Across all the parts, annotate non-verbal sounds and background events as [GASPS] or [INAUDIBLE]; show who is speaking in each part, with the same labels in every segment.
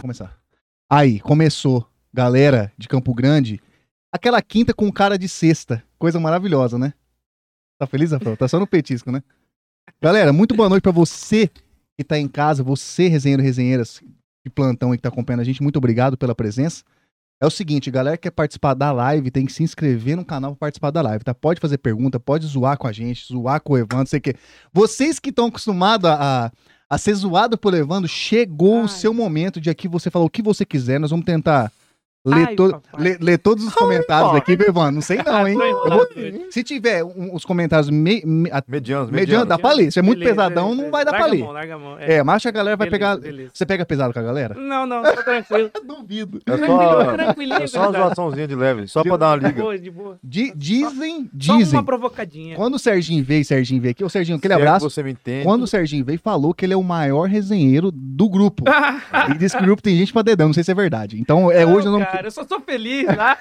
Speaker 1: começar. Aí, começou, galera de Campo Grande, aquela quinta com cara de sexta. Coisa maravilhosa, né? Tá feliz, Rafael? Tá só no petisco, né? Galera, muito boa noite pra você que tá em casa, você, resenheiro e resenheiras de plantão aí que tá acompanhando a gente, muito obrigado pela presença. É o seguinte, galera que quer participar da live, tem que se inscrever no canal pra participar da live, tá? Pode fazer pergunta, pode zoar com a gente, zoar com o Evandro, sei que. Vocês que estão acostumados a, a, a ser zoado por Evandro, chegou
Speaker 2: Ai.
Speaker 1: o seu momento de aqui você falar o que você quiser, nós vamos tentar ler,
Speaker 2: Ai,
Speaker 1: to-
Speaker 2: papai. Ah,
Speaker 1: ler- ler todos os comentários aqui, viu, Evandro? Não sei não, hein? Eu vou- se tiver um- os comentários me, me- a-
Speaker 3: Medianos,
Speaker 1: mediano,
Speaker 3: medianos.
Speaker 1: dá pra ler. Se é muito
Speaker 2: Beleza,
Speaker 1: pesadão,
Speaker 2: beleza.
Speaker 1: não vai dar
Speaker 2: larga
Speaker 1: pra ler.
Speaker 2: A mão, larga a mão.
Speaker 1: É, mas acho que a galera vai
Speaker 2: Beleza,
Speaker 1: pegar.
Speaker 2: beleza.
Speaker 1: Você pega pesado com a galera?
Speaker 2: Não, não, tô tranquilo.
Speaker 1: Duvido.
Speaker 3: É
Speaker 2: Tranquilo,
Speaker 3: [LAUGHS]
Speaker 1: né?
Speaker 3: só,
Speaker 2: tranquilinho,
Speaker 3: é só uma
Speaker 2: gurizada.
Speaker 3: zoaçãozinha de leve, só pra
Speaker 1: um
Speaker 3: dar uma
Speaker 2: De
Speaker 3: liga.
Speaker 2: boa, de boa.
Speaker 1: Di- dizem,
Speaker 2: Só
Speaker 1: dizem.
Speaker 2: uma provocadinha.
Speaker 1: Quando o Serginho veio, Serginho veio aqui. Ô, Serginho, aquele
Speaker 3: Se é que
Speaker 1: abraço.
Speaker 3: você me entende.
Speaker 1: Quando o Serginho veio, falou que ele é o maior resenheiro do
Speaker 2: [LAUGHS]
Speaker 1: grupo. E desse grupo tem gente pra dedão, não sei se é verdade. Então, é hoje eu
Speaker 2: não,
Speaker 1: não.
Speaker 2: cara, eu só sou feliz lá.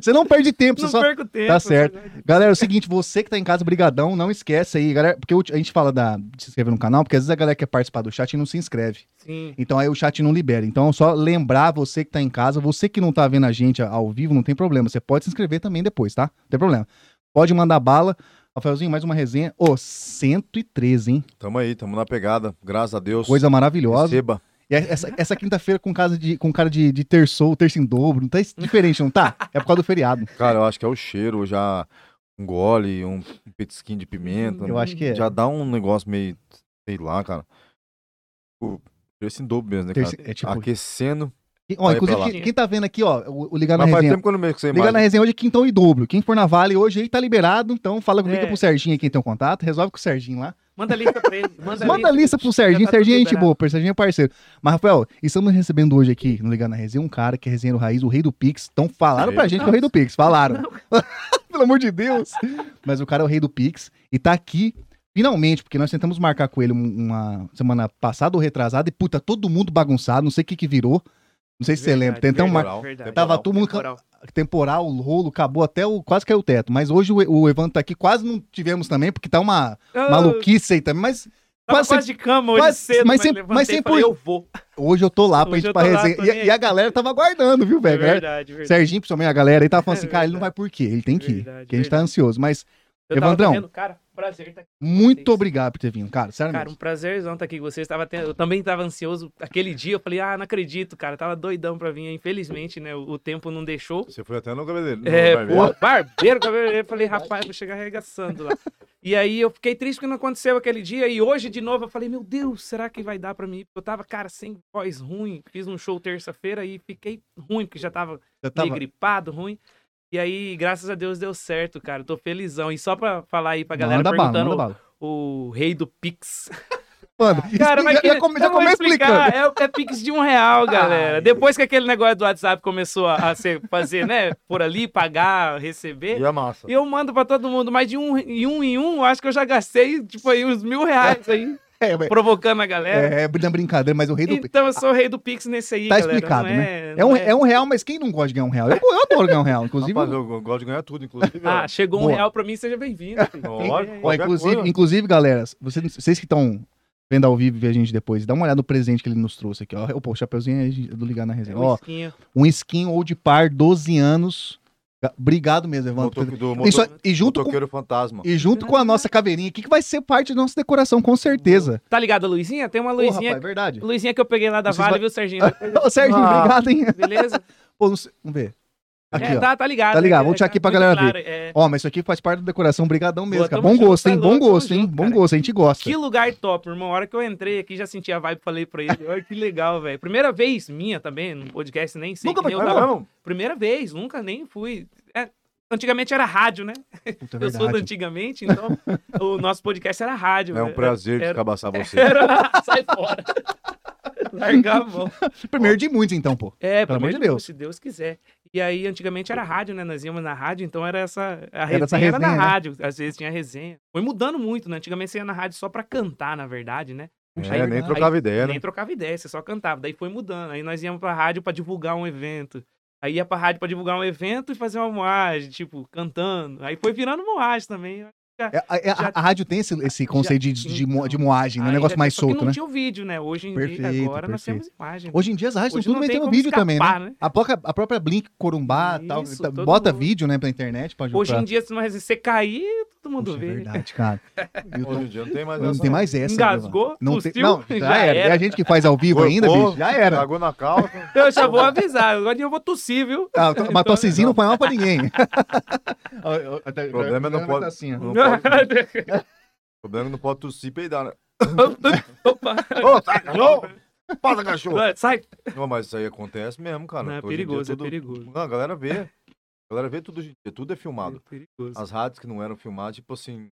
Speaker 1: Você não perde tempo, [LAUGHS] você
Speaker 2: Não
Speaker 1: só.
Speaker 2: perco tempo. né?
Speaker 1: Tá certo. Galera, é o seguinte, você que tá em casa, brigadão, não esquece aí, galera, porque eu- a gente fala da, de se inscrever no canal, porque às vezes a galera quer participar do chat e não se inscreve.
Speaker 2: Sim.
Speaker 1: Então aí o chat não libera. Então só lembrar você que tá em casa, você que não tá vendo a gente ao vivo, não tem problema. Você pode se inscrever também depois, tá? Não tem problema. Pode mandar bala. Rafaelzinho, mais uma resenha. Ô, 113, hein?
Speaker 3: Tamo aí, tamo na pegada, graças a Deus.
Speaker 1: Coisa maravilhosa.
Speaker 3: Receba.
Speaker 1: E é essa, essa quinta-feira com, casa de, com cara de, de terçou, terça em dobro. Não tá diferente, não tá? É por causa do feriado.
Speaker 3: Cara, eu acho que é o cheiro, já um gole, um petisquinho de pimenta.
Speaker 1: Eu acho que é.
Speaker 3: Já dá um negócio meio, sei lá, cara. Tipo, Esse em dobro mesmo, né, cara?
Speaker 1: Terça- é tipo-
Speaker 3: Aquecendo.
Speaker 1: Ó,
Speaker 3: Vai
Speaker 1: inclusive,
Speaker 3: pra lá.
Speaker 1: quem, quem tá vendo aqui, ó, o, o Ligar na
Speaker 3: Mas faz
Speaker 1: Resenha.
Speaker 3: tempo que eu não mexo com essa
Speaker 1: Liga na
Speaker 3: imagem.
Speaker 1: resenha hoje, é quintão e dobro. Quem for na Vale hoje aí tá liberado, então fala comigo,
Speaker 2: É.
Speaker 1: liga pro Serginho aí quem tem um contato, resolve com o Serginho lá.
Speaker 2: Manda a lista pra ele. Manda,
Speaker 1: Manda a lista pro Serginho,
Speaker 2: Já tá tudo
Speaker 1: Serginho é gente
Speaker 2: liberado.
Speaker 1: boa, Serginho é parceiro. Mas, Rafael, estamos recebendo hoje aqui no Ligar na Resenha um cara que é resenha do Raiz, o rei do Pix. Então falaram
Speaker 3: Rei
Speaker 1: pra
Speaker 3: do
Speaker 1: gente que é o rei do Pix, falaram. [LAUGHS] Pelo amor de Deus. Mas o cara é o rei do Pix e tá aqui... Finalmente, porque nós tentamos marcar com ele um- uma semana passada ou retrasada e, puta, todo mundo bagunçado, não sei o que que virou. Não sei se você lembra. Tentamos, mar...
Speaker 3: verdade.
Speaker 1: Tava todo mundo
Speaker 2: Temporal.
Speaker 1: temporal, o rolo, acabou até o. Quase caiu o teto. Mas hoje o, o Evandro tá aqui, quase não tivemos também, porque tá uma
Speaker 2: Ah,
Speaker 1: maluquice aí também. Mas
Speaker 2: Tava
Speaker 1: quase
Speaker 2: quase, de cama hoje
Speaker 1: quase-
Speaker 2: cedo,
Speaker 1: mas
Speaker 2: mas,
Speaker 1: sem-
Speaker 2: levantei
Speaker 1: mas É
Speaker 2: e
Speaker 1: sem
Speaker 2: falei,
Speaker 1: por-
Speaker 2: eu vou.
Speaker 1: hoje eu tô lá pra
Speaker 2: Hoje
Speaker 1: gente
Speaker 2: eu
Speaker 1: pra
Speaker 2: tô lá,
Speaker 1: resenha.
Speaker 2: tô
Speaker 1: E,
Speaker 2: nem
Speaker 1: a-
Speaker 2: aí.
Speaker 1: e a galera tava aguardando, viu,
Speaker 2: É
Speaker 1: velho? A galera-
Speaker 2: verdade, verdade.
Speaker 1: Serginho, principalmente a galera aí tava
Speaker 2: [LAUGHS]
Speaker 1: falando assim,
Speaker 2: É
Speaker 1: cara, ele não vai por
Speaker 2: verdade.
Speaker 1: quê? Ele tem que ir.
Speaker 2: Verdade,
Speaker 1: Porque a gente tá
Speaker 2: verdade.
Speaker 1: ansioso. Mas,
Speaker 2: Eu tava
Speaker 1: Evandrão.
Speaker 2: vendo, cara, prazer tá aqui.
Speaker 1: muito
Speaker 2: Vocês.
Speaker 1: obrigado por ter vindo, cara. Sério
Speaker 2: Cara, um
Speaker 1: mesmo.
Speaker 2: prazerzão estar aqui com vocês. Tava tendo- Eu também tava ansioso aquele dia. Eu falei, ah, não acredito, cara. Tava doidão pra vir. Infelizmente, né? O, o tempo não deixou.
Speaker 3: Você foi até no né, cabeleireiro.
Speaker 2: É,
Speaker 3: no barbeiro.
Speaker 2: pô, barbeiro, cabeleireiro. Eu falei, rapaz, vou chegar arregaçando lá. E aí eu fiquei triste porque não aconteceu aquele dia. E hoje, de novo, eu falei, meu Deus, será que vai dar pra mim? Eu tava, cara, sem voz ruim. Fiz um show terça-feira e fiquei ruim, porque já tava
Speaker 1: Você
Speaker 2: meio
Speaker 1: tava-
Speaker 2: gripado, ruim. E aí, graças a Deus, deu certo, cara. Tô felizão. E só pra falar aí pra galera
Speaker 1: manda bala,
Speaker 2: perguntando
Speaker 1: manda bala.
Speaker 2: o rei do Pix.
Speaker 1: Mano,
Speaker 2: [LAUGHS] Cara, mas
Speaker 1: explica-
Speaker 2: que-
Speaker 1: já, come- já
Speaker 2: eu vou
Speaker 1: começa
Speaker 2: explicar,
Speaker 1: explicando.
Speaker 2: É, é Pix de
Speaker 1: [LAUGHS]
Speaker 2: um real, galera.
Speaker 1: Ai.
Speaker 2: Depois que aquele negócio do WhatsApp começou a, a ser, fazer, né? Por ali, pagar, receber.
Speaker 3: E a massa.
Speaker 2: Eu mando pra todo mundo, mas de um em um em um, eu acho que eu já gastei, tipo, aí uns mil reais aí,
Speaker 1: [LAUGHS] É, mas-
Speaker 2: provocando a galera.
Speaker 1: é, na brincadeira, mas o rei do Pix.
Speaker 2: Então eu sou o rei do Pix nesse aí,
Speaker 1: Tá
Speaker 2: galera.
Speaker 1: explicado,
Speaker 2: não
Speaker 1: né?
Speaker 2: é,
Speaker 1: É um,
Speaker 2: não
Speaker 1: é um real, mas quem não gosta de ganhar um real? Eu, eu adoro ganhar um real, inclusive.
Speaker 3: Rapaz, eu eu gosto de ganhar tudo, inclusive.
Speaker 2: Ah,
Speaker 3: ó.
Speaker 2: chegou um
Speaker 1: Boa.
Speaker 2: real pra mim,
Speaker 1: [LAUGHS]
Speaker 2: seja bem-vindo.
Speaker 3: Lógico,
Speaker 1: Ó,
Speaker 3: qualquer
Speaker 1: inclusive,
Speaker 3: coisa.
Speaker 1: inclusive, galera, vocês, vocês que estão vendo ao vivo e ver a gente depois, dá uma olhada no presente que ele nos trouxe aqui, ó. Opa, o chapeuzinho é do ligar na
Speaker 2: É
Speaker 1: resenha.
Speaker 2: um
Speaker 1: Ó,
Speaker 2: esquinho.
Speaker 1: um skin old par, 12 anos. Ga- Obrigado mesmo, Evandro.
Speaker 3: Motoque- do
Speaker 1: Isso-
Speaker 3: moto-
Speaker 1: e, junto com,
Speaker 3: motoqueiro fantasma.
Speaker 1: e junto com a nossa caveirinha aqui, que vai ser parte da nossa decoração, com certeza.
Speaker 2: Tá ligado a Luizinha? Tem uma
Speaker 1: Pô,
Speaker 2: Luizinha,
Speaker 1: rapaz, é verdade.
Speaker 2: Luizinha que eu peguei lá da
Speaker 1: Vocês
Speaker 2: Vale,
Speaker 1: vai- [LAUGHS]
Speaker 2: viu, Serginho?
Speaker 1: Ô, Serginho,
Speaker 3: Ah.
Speaker 1: obrigado, hein?
Speaker 2: Beleza?
Speaker 1: Pô, não sei- vamos ver. Aqui,
Speaker 2: é,
Speaker 1: ó.
Speaker 2: Tá, tá ligado.
Speaker 1: Tá ligado,
Speaker 2: é-
Speaker 1: vou
Speaker 2: é-
Speaker 1: tirar aqui
Speaker 2: tá
Speaker 1: pra
Speaker 2: muito
Speaker 1: galera
Speaker 2: claro, é.
Speaker 1: Ó, mas isso aqui faz parte da decoração, brigadão mesmo,
Speaker 2: Boa,
Speaker 1: cara.
Speaker 2: tamo
Speaker 1: Bom
Speaker 2: junto,
Speaker 1: gosto, hein?
Speaker 2: tá
Speaker 1: Bom
Speaker 2: louco, tamo
Speaker 1: gosto, hein?
Speaker 2: junto,
Speaker 1: Bom
Speaker 2: cara.
Speaker 1: gosto, a gente gosta.
Speaker 2: Que lugar top, irmão. A hora que eu entrei aqui, já senti a vibe, falei pra ele. Olha que legal, velho. Primeira vez minha também, no podcast, nem sei.
Speaker 1: Nunca
Speaker 2: que nem
Speaker 1: vai-
Speaker 2: eu
Speaker 3: É
Speaker 2: tava-
Speaker 3: mesmo?
Speaker 2: Primeira vez, nunca nem fui. É, antigamente era rádio, né?
Speaker 1: Puta, é
Speaker 2: Eu sou do
Speaker 1: verdade. antigo.
Speaker 2: antigamente,
Speaker 1: [LAUGHS]
Speaker 2: então o nosso podcast era rádio.
Speaker 3: É um
Speaker 2: velho.
Speaker 3: prazer
Speaker 2: Era-
Speaker 3: descabaçar
Speaker 2: [LAUGHS]
Speaker 3: você.
Speaker 2: Era... Sai fora. Largar a mão.
Speaker 1: Primeiro de muitos, então, pô.
Speaker 2: É,
Speaker 1: Pelo amor
Speaker 2: primeiro
Speaker 1: de Deus.
Speaker 2: Se Deus quiser. E aí, antigamente era rádio, né? Nós íamos na rádio, então era essa. A resenha
Speaker 1: Era
Speaker 2: era,
Speaker 1: essa
Speaker 2: na
Speaker 1: resenha, né?
Speaker 2: rádio. Às vezes tinha resenha. Foi mudando muito, né? Antigamente você ia na rádio só pra cantar, na verdade, né?
Speaker 3: É, nem trocava ideia, né?
Speaker 1: um
Speaker 2: Nem trocava ideia, você só cantava. Daí foi mudando. Aí nós íamos pra rádio pra divulgar um evento. Aí ia pra rádio pra divulgar um evento e fazer uma moagem, tipo, cantando. Aí foi virando moagem também.
Speaker 1: É, é, a,
Speaker 2: já-
Speaker 1: a rádio tem esse, esse conceito de, de, de, mo-
Speaker 2: então.
Speaker 1: de moagem, né? um
Speaker 2: Ainda
Speaker 1: negócio
Speaker 2: tem-
Speaker 1: mais
Speaker 2: só que
Speaker 1: solto,
Speaker 2: não
Speaker 1: né?
Speaker 2: tinha o vídeo, né? Hoje em
Speaker 1: Perfeito,
Speaker 2: dia, agora nós
Speaker 1: perfeito.
Speaker 2: temos imagem.
Speaker 1: Hoje em dia as rádios
Speaker 2: Hoje
Speaker 1: estão tudo
Speaker 2: não tem
Speaker 1: metendo
Speaker 2: como
Speaker 1: vídeo também, né?
Speaker 2: escapar, né?
Speaker 1: A própria, a própria Blink Corumbá tal,
Speaker 2: Isso,
Speaker 1: tá-
Speaker 2: todo
Speaker 1: bota
Speaker 2: mundo.
Speaker 1: vídeo, né, pra internet. Pra,
Speaker 2: Hoje
Speaker 1: pra...
Speaker 2: em dia, se não resistir, você cair, todo mundo
Speaker 1: Poxa, é
Speaker 2: vê. né?
Speaker 1: verdade,
Speaker 2: [LAUGHS]
Speaker 1: cara. Eu tô-
Speaker 3: Hoje em dia não tem mais
Speaker 1: não
Speaker 3: essa,
Speaker 1: tem mais essa. Giovanni.
Speaker 2: Engasgou,
Speaker 1: Não, tem...
Speaker 2: tossiu,
Speaker 1: não já,
Speaker 2: já
Speaker 1: era. E
Speaker 2: era.
Speaker 1: a gente que faz ao vivo
Speaker 3: Gorfou,
Speaker 1: ainda, bicho, já era.
Speaker 3: Cagou na calça.
Speaker 2: Eu já vou avisar. Agora eu vou tossir, viu?
Speaker 1: [LAUGHS] Ah, to- mas tossezinho não põe mal pra [LAUGHS] ninguém.
Speaker 3: O problema é não pode-
Speaker 1: Assim, ó.
Speaker 3: Não pode- O problema é que não pode tossir e peidar, né?
Speaker 2: [LAUGHS] Opa. [LAUGHS]
Speaker 3: Ô, sai, cachorro! Passa, cachorro!
Speaker 2: Sai.
Speaker 3: Não, mas isso aí acontece mesmo, cara.
Speaker 2: Não, é
Speaker 3: Hoje em dia
Speaker 2: perigoso, é
Speaker 3: tudo-
Speaker 2: perigoso.
Speaker 3: Não, a galera vê. A galera vê tudo hoje em dia. Tudo é
Speaker 2: É
Speaker 3: filmado.
Speaker 2: perigoso.
Speaker 3: As rádios que não eram filmadas, tipo assim...